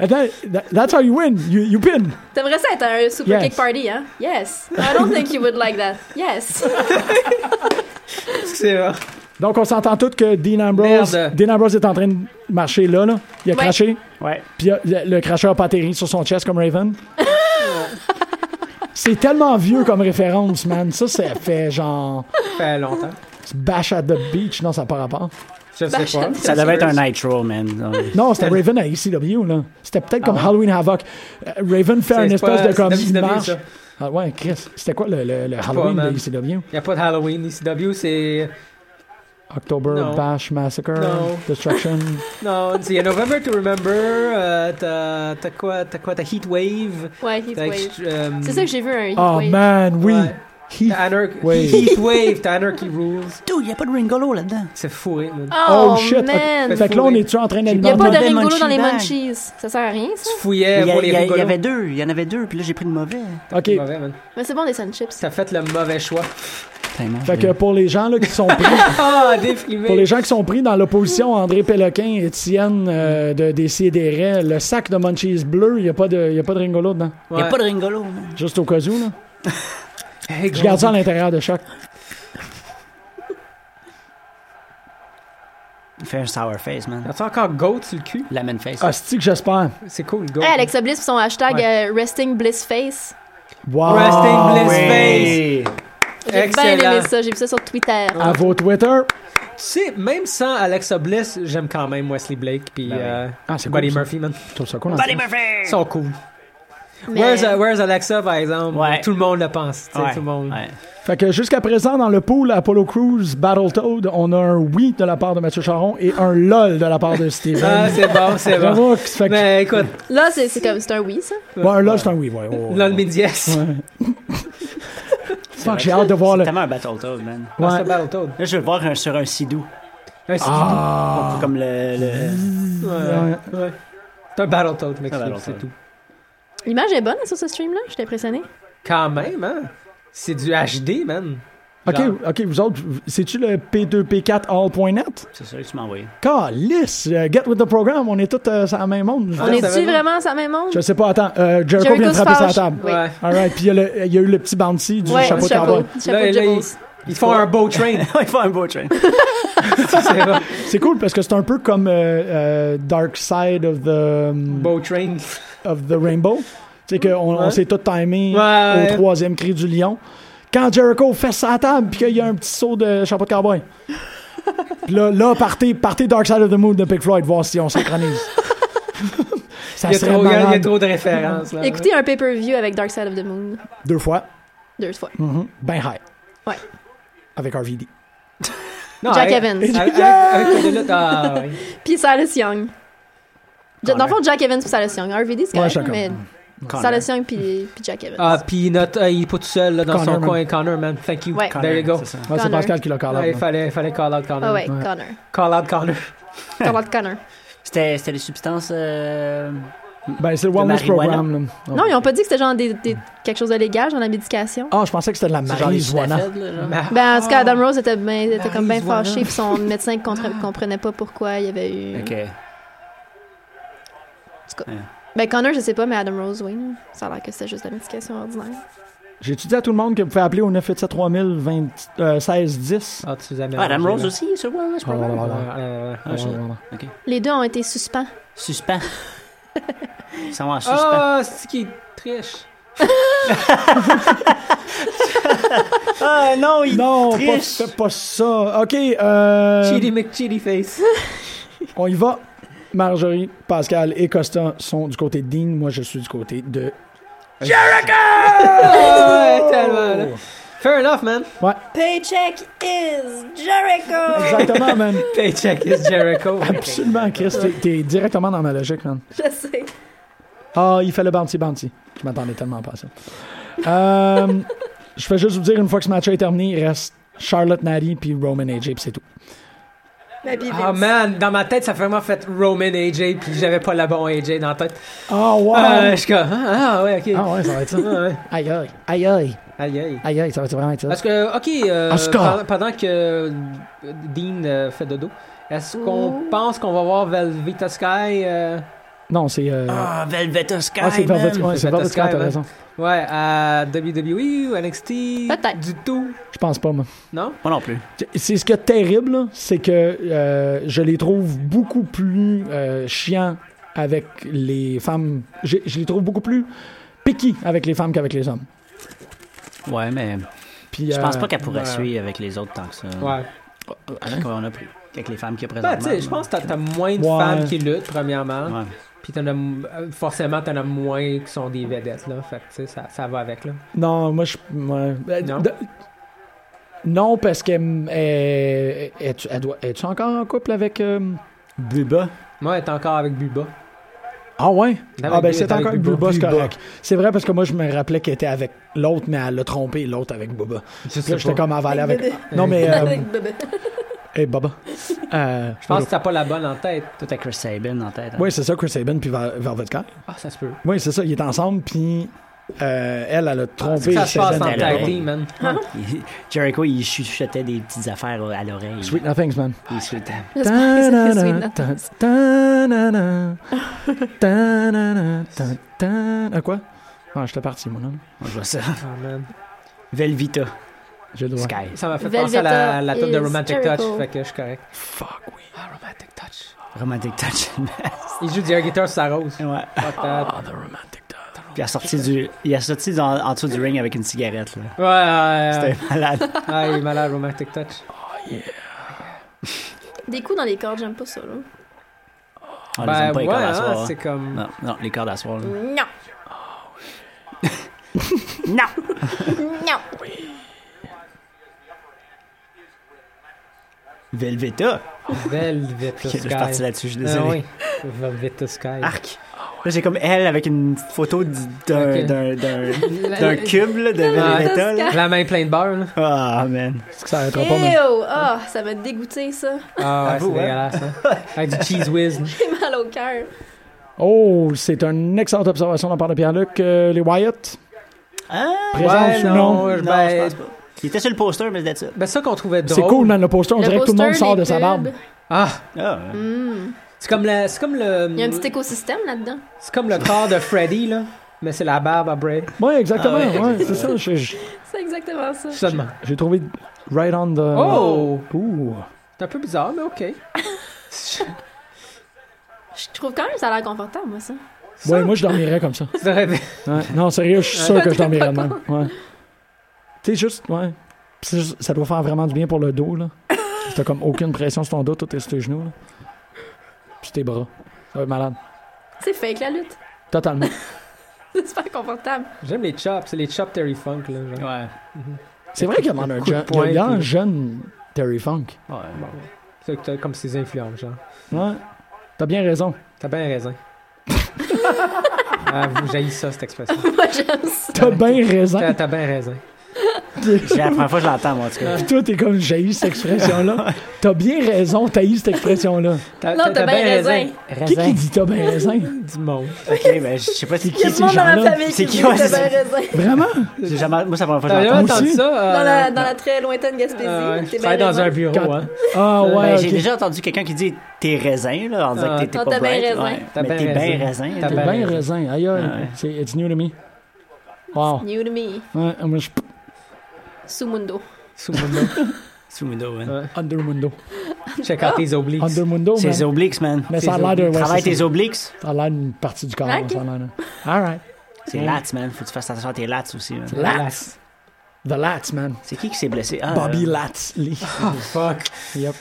S3: And that- that- that's how you win. You, you pin.
S5: T'aimerais ça être à un super
S3: Yes.
S5: cake party, hein? Yes. I don't think you would like that. Yes.
S4: C'est vrai.
S3: Donc, on s'entend tous que Dean Ambrose.
S4: Merde.
S3: Dean Ambrose est en train de marcher là, là. Il a
S5: Ouais.
S3: craché.
S6: Ouais.
S3: Puis euh, le, le cracheur a pas atterri sur son chest comme
S5: *laughs*
S3: Raven. c'est tellement vieux comme référence, man. Ça, ça fait genre
S4: Ça fait longtemps.
S3: Bash at the Beach. Non, ça n'a pas rapport.
S4: Je sais
S5: Bash at
S4: pas.
S5: the-
S6: Ça devait être un Nitro, man.
S3: Non, c'était Raven à ECW, là. C'était peut-être comme
S4: Ah ouais?
S3: Halloween Havoc. Euh, Raven fait
S4: C'est
S3: une espèce
S4: pas-
S3: de comme
S4: c'est
S3: il
S4: WCW,
S3: marche.
S4: ça.
S3: Ah ouais, Chris. C'était quoi le, le- le Halloween
S4: man.
S3: de ECW?
S4: Il a pas de Halloween. ECW, c'est.
S3: October
S4: Non.
S3: Bash Massacre,
S4: Non. *laughs*
S3: Destruction.
S4: Non, c'est il y a November to Remember. euh, t'as t'as quoi? T'as quoi? T'as Heat Wave.
S5: Ouais, Heat
S4: T'as
S5: Wave.
S4: ext- euh,
S5: C'est ça que j'ai vu, un Heat
S3: Oh
S5: Wave.
S3: man, oui.
S4: Ouais. Ah.
S3: Heath-
S4: T'as Anar-
S3: Wave.
S4: Heat Wave. T'as Anarchy Rules.
S6: Dude, y a pas de Ringolo là-dedans.
S4: C'est fourré, man.
S5: Oh,
S3: shit.
S5: man!
S3: Fait que là, on est-tu en train
S5: Il n'y a pas
S3: d'alimenter?
S5: de
S6: Dans des
S5: rigolo dans les
S6: munchies
S5: munchies. Ça sert à rien, ça.
S4: Tu fouillais
S6: Il y,
S4: Euh,
S6: a-
S4: pour
S6: il y
S4: les
S6: a- il y
S4: rigolos.
S6: avait deux, il y en avait deux, puis là j'ai pris le mauvais.
S3: Ok,
S4: Mauvais, man.
S5: Mais c'est bon, des sun chips.
S6: *laughs*
S4: T'as fait le mauvais choix.
S6: Effectivement.
S3: Fait que pour les gens là, qui sont
S4: *laughs*
S3: pris,
S4: Ah,
S3: pour les
S4: défrimé.
S3: gens qui sont pris dans l'opposition, André Péloquin, Étienne euh, de des CDR, le sac de Munchies bleu, il n'y a pas de, il y a pas de ringolo dedans.
S6: Il n'y a pas de ringolo. man.
S3: Juste au cas où là. Je garde ça à l'intérieur de chaque.
S6: Il fait un sour face, man.
S4: As-tu encore goat sur le cul?
S6: Lemon face.
S3: Hostie que j'espère.
S4: C'est cool, goat.
S5: Hey, Alexa Bliss, pour son hashtag euh, Resting Bliss Face.
S6: Ah,
S3: Wow.
S4: Resting Bliss Face.
S6: Hey!
S5: J'ai bien
S4: Excellent.
S5: aimé ça. J'ai vu ça sur Twitter.
S3: À vos Twitter.
S4: Tu sais, même sans Alexa Bliss, j'aime quand même Wesley Blake
S6: Ben
S4: puis euh,
S3: Ah, c'est
S4: Buddy
S3: cool, ça.
S4: Murphy, man.
S3: Je trouve ça cool.
S6: Buddy Murphy!
S4: Ils sont cool.
S5: Mais-
S4: Where's, uh, where's Alexa, par exemple?
S6: Ouais.
S4: Tout le monde le pense. tu sais,
S6: Ouais,
S4: Tout le monde.
S6: ouais.
S3: Fait que jusqu'à présent, dans le pool Apollo Cruise Battletoad, on a un oui de la part de Mathieu Charon et un lol de la part de
S4: Ah,
S3: Steven.
S4: c'est bon, c'est bon.
S3: Bravo. Fait que-
S4: Mais écoute,
S5: Là, c'est c'est comme, c'est un oui, ça.
S3: Bon, un lol, c'est un oui. Ouais, ouais, ouais.
S4: là, le midi-est.
S3: Fuck, j'ai hâte de voir le.
S6: C'est tellement un Battletoad, man.
S4: Ouais.
S3: Ouais.
S4: Battletoad.
S6: Là, je veux le voir un- sur un Sidou.
S4: Ouais, c'est
S6: Comme le. le-
S4: ouais, ouais. C'est un Battletoad, mec,
S6: Un Battletoad.
S4: c'est tout.
S5: L'image est bonne sur ce stream-là. J'étais impressionnée.
S4: Quand même, hein? C'est du HD, man.
S3: Ok,
S4: Genre.
S3: ok, vous autres, vous- c'est-tu le P2P4 all.net?
S6: C'est ça que tu m'as envoyé.
S3: Calice! euh, get with the program, on est tous euh, sur la même monde.
S5: On
S4: ça va
S5: est-tu
S4: bien.
S5: vraiment sur la même monde?
S3: Je sais pas, attends, euh, Jericho
S5: Jericho
S3: vient de
S5: se
S3: frapper sa
S5: fâche.
S3: table.
S5: Oui.
S4: Ouais.
S3: Alright, puis il y, a le- il y a eu le petit bouncy du
S5: Ouais,
S3: chapeau de
S5: chapeau.
S3: cowboy.
S5: Chapeau
S4: Là,
S5: de
S4: là,
S5: Jebos.
S4: Ils font un beau train.
S6: *laughs* Il fait un beau train.
S4: c'est vrai.
S3: C'est cool parce que c'est un peu comme euh, euh, Dark Side of the, um,
S4: Beau train.
S3: of the Rainbow. Tu sais qu'on on
S4: Ouais.
S3: s'est tout timé
S4: Ouais.
S3: au troisième cri du lion. Quand Jericho fait sa table puis qu'il y a un petit saut de chapeau de cowboy. Puis là, là partez, partez Dark Side of the Moon de Pink Floyd, voir si on
S4: *laughs*
S3: synchronise. ça
S4: Il y, a
S3: serait
S4: trop, il, y a, il y a
S3: malade.
S4: trop de références. Là.
S5: Écoutez un pay-per-view avec Dark Side of the Moon.
S3: Deux fois.
S5: Deux fois.
S6: Mm-hmm.
S3: Mhm. Ben high.
S5: Ouais.
S3: Avec RVD.
S4: Non,
S5: Jack
S4: avec-
S5: Evans.
S4: Avec, avec, avec le lutte, ah, oui.
S5: Puis Silas Young. Ja- Dans le fond, Jack Evans puis Silas Young. RVD, c'est
S3: Ouais,
S5: correct,
S3: chacun.
S5: mais Silas Young puis, puis Jack Evans.
S4: Ah, puis notre, euh, il est pas tout seul là, dans
S3: Connor,
S4: son
S3: man.
S4: coin. Connor, man. Thank you.
S5: Ouais.
S4: There you go.
S6: C'est ça.
S3: Ouais, c'est
S5: Connor.
S3: Pascal qui l'a call out,
S4: Ah, il
S3: là.
S4: fallait, il fallait call out Connor.
S5: Ah ouais,
S3: Ouais.
S5: Connor.
S4: Call out Connor.
S5: Call out Connor.
S6: C'était c'était les substances. euh,
S3: Ben, c'est le
S6: De
S3: wellness
S6: marijuana.
S3: programme. là. Ah.
S5: Non, ils ont pas dit que c'était genre des, des- quelque chose de légal, genre la médication.
S3: Ah, je pensais que c'était de la
S6: c'est genre les
S3: marijuana.
S6: Sudafed, là, genre.
S5: Ben, en tout cas, Adam Rose était, ben, était comme bien
S4: Marijuana.
S5: fâché, puis son médecin ne comprenait pas pourquoi il y avait eu.
S6: Ok.
S5: Ben, Connor, je sais pas, mais Adam Rose, oui. là. Ça a l'air que c'était juste la médication ordinaire.
S3: J'ai-tu dit à tout le monde que vous pouvez appeler au 987 3000 16 10?
S4: Ah, tu les as
S6: Ah, Adam
S4: mélangés,
S6: Rose
S4: là.
S6: aussi, sur Wellness Program.
S3: Ah, ouais.
S4: Euh,
S6: Ah, je-
S5: Les deux ont été suspens.
S6: Suspend.
S4: *laughs*
S6: Ils sont en suspens.
S4: Ah, c'est qui triche.
S6: Ah
S5: Oh,
S6: non, il.
S3: Non, pas,
S6: triche.
S3: fais pas ça. OK, euh,
S4: Chili McChili Face.
S3: on y va. Marjorie, Pascal et Costa sont du côté de Dean. Moi, je suis du côté de...
S4: Ah, *laughs* ouais, tellement, là. Fair enough, man.
S2: Paycheck is Jericho!
S3: Exactement, man.
S4: Paycheck is Jericho. *laughs*
S3: Absolument, Chris. T'es, t'es directement dans ma logique, man.
S5: Je sais.
S3: Ah, il fait le bounty bounty. Je m'attendais tellement pas à ça. Euh, *laughs* je vais juste vous dire, une fois que ce match est terminé, il reste Charlotte Natty puis Roman AJ, puis c'est tout.
S4: Ah, man, dans ma tête, ça fait vraiment fait Roman AJ, puis j'avais pas la bonne AJ dans la tête.
S3: Ah, wow!
S4: Euh, je suis comme, ah, ah, ouais, ok.
S3: ah ouais, ça va être ça.
S4: Ah, ouais.
S3: *laughs* Aïe aïe, aïe aïe,
S4: Aïe, aïe.
S3: aïe aïe, ça va être vraiment être ça.
S4: Parce que, ok, euh,
S3: Asuka.
S4: pendant, pendant que euh, Dean euh, fait dodo, est-ce qu'on pense qu'on va voir Velveeta Sky euh,
S3: Non, c'est... euh,
S6: Ah, Velvet Sky.
S3: ah, c'est
S6: man.
S3: Velvet ouais, c'est
S4: Velvet
S3: Velvet Sky, t'as
S4: Sky,
S3: raison.
S4: ouais, à WWE ou NXT
S5: Peut-être.
S4: Du tout,
S3: Je pense pas, moi.
S4: non
S6: Moi non plus.
S3: C'est ce qui est terrible, là, c'est que euh, je les trouve beaucoup plus euh, chiants avec les femmes. Je, je les trouve beaucoup plus piqués avec les femmes qu'avec les hommes.
S6: Ouais, mais.
S3: Puis,
S6: Je pense
S3: euh,
S6: pas qu'elle pourrait
S4: ouais.
S6: suivre avec les autres tant que ça.
S4: Ouais.
S6: Avec qu'on a pris. Avec les femmes qui présentent.
S4: Ben, tu sais, je pense que t'as- t'as moins de
S3: Ouais.
S4: femmes qui luttent, premièrement.
S6: Ouais.
S4: Puis t'en as, euh, forcément, t'en as moins qui sont des vedettes, là. Fait que, tu sais, ça, ça va avec, là.
S3: Non, moi, je. ouais. Ben,
S4: Non?
S3: de- non, parce qu'elle. Elle, elle, elle doit- es-tu encore en couple avec. euh, Buba?
S4: Moi, elle est encore avec Buba.
S3: Ah ouais?
S4: Avec
S3: ah ben
S4: Buba,
S3: c'est
S4: avec
S3: encore
S4: Buba.
S3: Booba, c'est
S4: Buba.
S3: correct. C'est vrai parce que moi je me rappelais qu'elle était avec l'autre, mais elle l'a trompé l'autre avec Booba.
S4: Je
S3: Puis là, j'étais
S4: pas.
S3: comme avalé avec. Non mais. Euh... hey
S5: *laughs*
S3: Baba. Euh,
S4: Je pense que t'as pas la bonne en tête. Toi, t'as-
S6: T'as Chris Sabin en tête. hein.
S3: Oui, c'est ça, Chris Sabin puis Vel- Velvet Sky.
S4: Ah, ça se peut.
S3: Oui, c'est ça, ils étaient ensemble, puis euh, elle, elle a trompé
S4: Ça se passe
S3: Shazam.
S4: en
S6: Shazam.
S4: tag team, man.
S6: *laughs* Il- Jericho, il chuchotait des petites affaires à l'oreille.
S3: Sweet Nothings, man.
S6: Il souhaitait.
S5: *laughs* J'espère que ça fait sweet nothings.
S3: Ta-na-na, ta-na-na, ta-na-na. Ah, quoi? Ah, j'étais parti, mon homme.
S6: On voit ça.
S4: Ah, man.
S6: Velvita.
S3: J'ai le droit.
S6: Sky.
S4: Ça m'a fait
S5: Velveta
S4: penser à la, la tune
S5: is
S4: de Romantic
S5: Jericho.
S4: Touch, fait que je suis correct.
S3: Fuck, oui.
S4: Ah, Romantic Touch.
S6: Romantic Touch. *laughs*
S4: Il joue du air guitar sur sa rose.
S6: ouais.
S4: Fuck that.
S3: Ah, the romantic dog.
S6: Puis il a sorti, du, il a sorti dans- en dessous du ring avec une cigarette. Là.
S4: Ouais, ouais, ouais.
S6: C'était malade.
S4: Ah, il est malade, Romantic Touch.
S5: Des coups dans les cordes, j'aime pas ça, là.
S6: On Ah, les
S4: Ben,
S6: aime pas les cordes
S4: hein,
S6: à soir. hein.
S4: c'est comme.
S6: Non, non, les cordes à soir. là.
S5: Non. non. non.
S6: Velveta.
S4: Velveta
S6: Ok, là, je
S4: Sky.
S6: suis parti là-dessus, je suis
S4: Ah
S6: désolé.
S4: oui. *laughs* Velveta Sky.
S6: Arc. Là, j'ai comme elle avec une photo d- d'un
S4: Ok.
S5: *laughs*
S6: d'un- d'un-
S4: La-
S6: d'un cube là, de Velveta. là.
S4: La main pleine de beurre, là.
S6: Ah, man.
S3: Est-ce que ça arrêtera pas, mais.
S5: Ew! Ah, ça m'a dégoûté, ça. *laughs*
S4: Ah, ouais, c'est
S6: Avoue, hein.
S4: dégueulasse,
S6: *laughs*
S4: hein. Avec du cheese whiz. là.
S5: J'ai mal au cœur.
S3: Oh, c'est une excellente observation de la part de Pierre-Luc. Euh, les Wyatt,
S6: Ah,
S3: présence
S4: Ouais,
S3: ou
S4: non,
S3: non?
S4: ouais.
S6: non,
S4: ben-
S6: je pense pas. Il était sur le poster, mais that's it.
S4: Ben, ça qu'on trouvait drôle.
S3: C'est cool, man, le poster. On
S5: Le
S3: dirait que tout le monde
S5: poster,
S3: sort
S5: les
S3: de sa
S5: pubs.
S3: barbe.
S4: Ah,
S6: Ah, ouais.
S5: Hmm.
S4: c'est comme le. C'est comme le.
S5: Il y a un petit écosystème là-dedans.
S4: C'est comme le corps de Freddy, là. Mais c'est la barbe à Bray.
S3: Ouais, exactement.
S6: Ah ouais,
S3: ouais, c'est ça. J'ai- J'ai
S5: C'est exactement ça.
S4: Seulement.
S3: j'ai trouvé right on the.
S4: Oh!
S3: Ouh.
S4: C'est un peu bizarre, mais *laughs* ok.
S5: Je trouve quand même que ça a l'air confortable, moi, ça.
S3: Ouais, moi, je dormirais comme ça.
S4: Tu devrais-
S3: Ouais. Non, sérieux, je suis sûr que je dormirais de
S4: *laughs*
S3: même. Ouais. Tu sais, juste, ouais. Pis c'est juste- ça doit faire vraiment du bien pour le dos, là. Si T'as comme aucune pression sur ton dos, tout est sur tes genoux, là. Puis tes bras. Ça va être malade.
S5: C'est fake, la lutte. *laughs*
S3: Totalement.
S5: C'est super confortable. *laughs*
S4: J'aime les chops. C'est les chops Terry Funk, là.
S5: Mm.
S4: genre.
S6: Ouais.
S3: C'est vrai qu'il y a un,
S4: Coup de
S3: jeune-
S4: poing,
S3: il y a un
S4: puis-
S3: jeune Terry Funk.
S6: Ouais.
S4: C'est que t'as comme ses influences, genre.
S3: Ouais. T'as bien raison.
S4: T'as bien *laughs* raison. ah, vous jaillit ça, cette expression.
S5: Moi, j'aime ça.
S3: T'as bien raison.
S4: T'as t'as bien raison.
S6: C'est la première fois que je l'entends, moi, en tout cas.
S3: Puis toi, t'es comme, j'ai eu cette
S4: *laughs*
S3: expression-là. T'as bien raison, t'as eu cette expression-là.
S4: Ah,
S5: Non, t'as bien raison.
S3: Qui qui dit t'as bien raison?
S4: Du monde.
S6: Ok, ben, je sais pas c'est qui
S5: Il y a
S6: ces
S5: du monde dans
S6: gens-là.
S5: la famille
S6: C'est
S5: qui dit
S6: qui,
S5: que
S6: ouais,
S5: t'as
S6: c'est
S5: bien
S6: ça.
S5: raison.
S3: Vraiment?
S6: J'ai jamais- Moi, c'est la première fois
S4: T'as
S6: que je
S4: jamais
S3: aussi.
S6: l'entends.
S4: entendu ça?
S5: Dans
S4: euh,
S3: Ah,
S5: la, dans la très lointaine Gaspésie.
S4: ah ouais,
S5: t'es
S4: je
S5: bien
S4: travaille dans
S5: raison.
S4: un bureau,
S3: Quand-
S4: hein.
S3: Ah ouais,
S6: Ben,
S3: ok.
S6: J'ai déjà entendu quelqu'un qui dit t'es raisin, là, en disant
S4: Ah.
S6: que t'es- t'es
S5: Non,
S6: pas
S5: t'as bien
S6: bright.
S5: raisin.
S6: Ouais.
S4: T'as
S6: Mais
S4: bien
S6: t'es bien
S4: raisin.
S6: raisin.
S4: T'as
S6: là.
S3: T'as bien
S4: Ben
S3: raison. Aïe, aïe.
S6: Ah, Ouais.
S3: C'est, it's new to me. Wow.
S5: New to me.
S3: Ouais, moi, je suis
S5: Sumundo.
S4: Sous mon nom.
S6: Sous le dos, hein.
S4: Ouais.
S3: Undermundo.
S4: Check out tes obliques.
S3: Undermundo,
S6: C'est
S3: Oh, man.
S6: les obliques, man.
S3: Mais ça a l'air de... ouais,
S6: Travaille
S3: c'est
S6: tes
S3: ça.
S6: obliques.
S3: Ça a l'air d'une partie du corps.
S5: Ok.
S3: Ça a l'air... All right.
S6: C'est
S3: Mm.
S6: lats, man. Faut que tu fasses attention à tes lats aussi, man.
S3: Lats. The Lats, man.
S6: C'est qui qui s'est blessé? Ah,
S3: Bobby
S6: euh,
S3: Lats. Lee.
S4: Fuck.
S3: *laughs* Yep.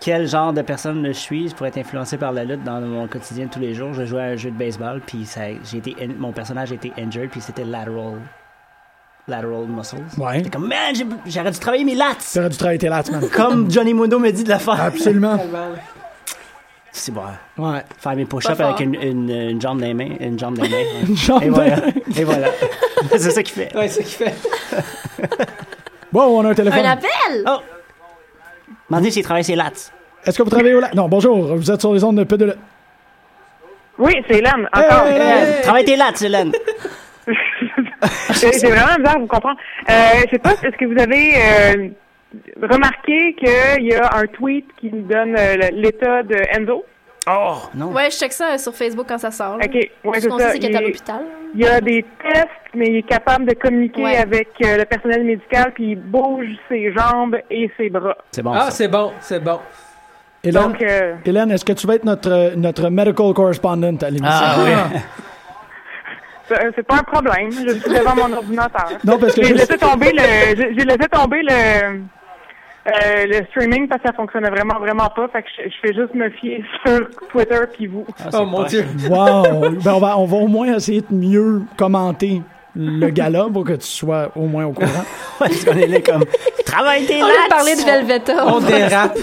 S6: Quel genre de personne je suis pour être influencé par la lutte dans mon quotidien de tous les jours? Je jouais à un jeu de baseball, puis ça, j'ai été, in- mon personnage a été injured, puis c'était lateral, lateral muscles.
S3: Ouais.
S6: J'étais comme, man, j'ai- j'aurais dû travailler mes lats!
S3: T'aurais dû travailler tes Lats,
S6: *laughs*
S3: man.
S6: Comme Johnny Mundo me dit de le
S3: Ah,
S6: faire.
S3: Absolument.
S6: *laughs* C'est bon. hein.
S3: Ouais.
S6: Faire mes push-ups
S5: Pas fort.
S6: avec une, une, une jambe dans les mains. Une jambe
S3: *laughs*
S6: dans les mains. ouais.
S3: Une jambe
S6: Et
S3: de-
S6: voilà. Et voilà. *laughs* C'est ça qu'il fait.
S4: Ouais, c'est ça qu'il fait.
S3: Wow, on a un téléphone.
S5: Un appel!
S6: Mandé, c'est travailler ses lats.
S3: Est-ce que vous travaillez au Lats? Non, bonjour. Vous êtes sur les ondes de P de... le-
S8: Oui, c'est l'âme, encore.
S3: Hey, Hélène!
S6: Travaille tes lats, Hélène.
S8: C'est c'est vraiment bizarre, vous comprendre. Euh, je sais pas, est-ce que vous avez euh, remarqué qu'il y a un tweet qui nous donne euh, le- l'état de Enzo?
S6: Oh, non.
S5: Ouais, je check ça euh, sur Facebook quand ça sort. là.
S8: OK, ouais,
S5: Ce
S8: c'est
S5: qu'on
S8: ça.
S5: sait, c'est qu'il est à
S8: Il-
S5: l'hôpital.
S8: Il y a des tests, mais il est capable de communiquer
S5: Ouais.
S8: avec euh, le personnel médical, puis il bouge ses jambes et ses bras.
S6: C'est bon.
S4: Ah,
S6: ça.
S4: c'est bon, c'est bon.
S3: Hélène,
S8: Donc, euh,
S3: Hélène est-ce que tu vas être notre, euh, notre medical correspondent à l'émission?
S6: Ah, ouais.
S8: c'est c'est pas un problème. Je suis devant mon ordinateur.
S3: Non,
S6: *laughs*
S3: parce que
S8: J'ai
S3: juste-
S8: laissé tomber le, j'ai j'ai laissé tomber le, euh, le streaming parce que ça fonctionnait vraiment, vraiment pas. Fait que je, je fais juste me fier *laughs* sur Twitter puis vous.
S6: Ah, c'est
S4: Oh mon
S6: poche.
S4: dieu.
S3: Wow! Ben, on, va, on va au moins essayer de mieux commenter le gala pour que tu sois au moins au courant.
S6: Parce *laughs* qu'on est là comme. Travaille tes
S5: On
S6: lats.
S5: a parlé de Velveta.
S4: On dérape.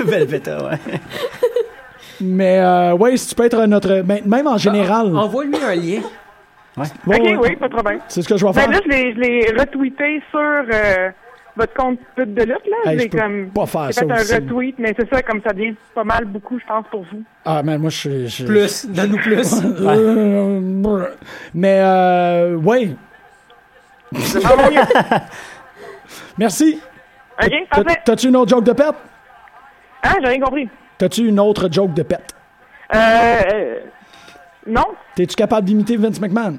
S6: Velveta, ouais.
S3: Mais euh, ouais, si tu peux être notre. ben, Même en général.
S4: Envoie-lui un lien.
S3: Ouais,
S8: Ah, ok,
S3: ouais. Ah.
S8: oui, pas de problème.
S3: C'est ce que je vais
S8: Ben
S3: faire.
S8: là, je l'ai, je l'ai retweeté sur euh, votre compte tout de lutte, là.
S3: Hey, je
S8: j'ai
S3: peux
S8: comme.
S3: pas faire
S8: j'ai
S3: ça
S8: fait un
S3: aussi.
S8: retweet, mais c'est ça, comme ça devient pas mal beaucoup, je pense, pour vous.
S3: Ah, man, moi, je suis. je-
S4: Plus, donne-nous plus.
S3: Euh, Mais, euh, ouais. *laughs* Merci.
S8: Ah, ben, OK,
S3: T'as-
S8: parfait.
S3: T'as-tu une autre joke de pète?
S8: Ah, j'ai rien compris.
S3: T'as-tu une autre joke de pète?
S8: Euh, euh, non?
S3: T'es-tu capable d'imiter Vince McMahon?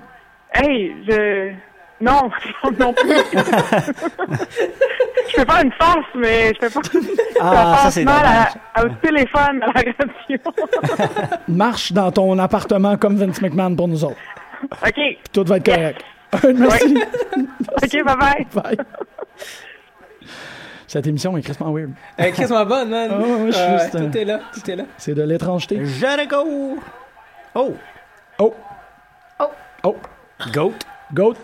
S8: Hey, je. Non, *laughs* non
S6: *laughs*
S8: plus. je peux pas une face, mais je peux pas.
S6: Ah, ça,
S8: passe
S6: c'est
S8: mal
S6: dommage.
S8: à, à- au téléphone, à la
S6: *laughs*
S8: radio.
S3: Marche dans ton appartement comme Vince McMahon pour nous autres.
S8: OK.
S3: Tout va être correct. *laughs* Merci.
S8: OK, bye bye.
S3: Bye. Cette émission est crissement weird.
S4: Euh, Chris, ma bonne, man.
S3: Ah, ouais, je suis
S4: Ah,
S3: juste, euh,
S4: Tout est là, tout est là.
S3: C'est de l'étrangeté.
S6: Jericho! Oh!
S3: Oh.
S5: Oh.
S3: Oh.
S6: Goat.
S3: Goat.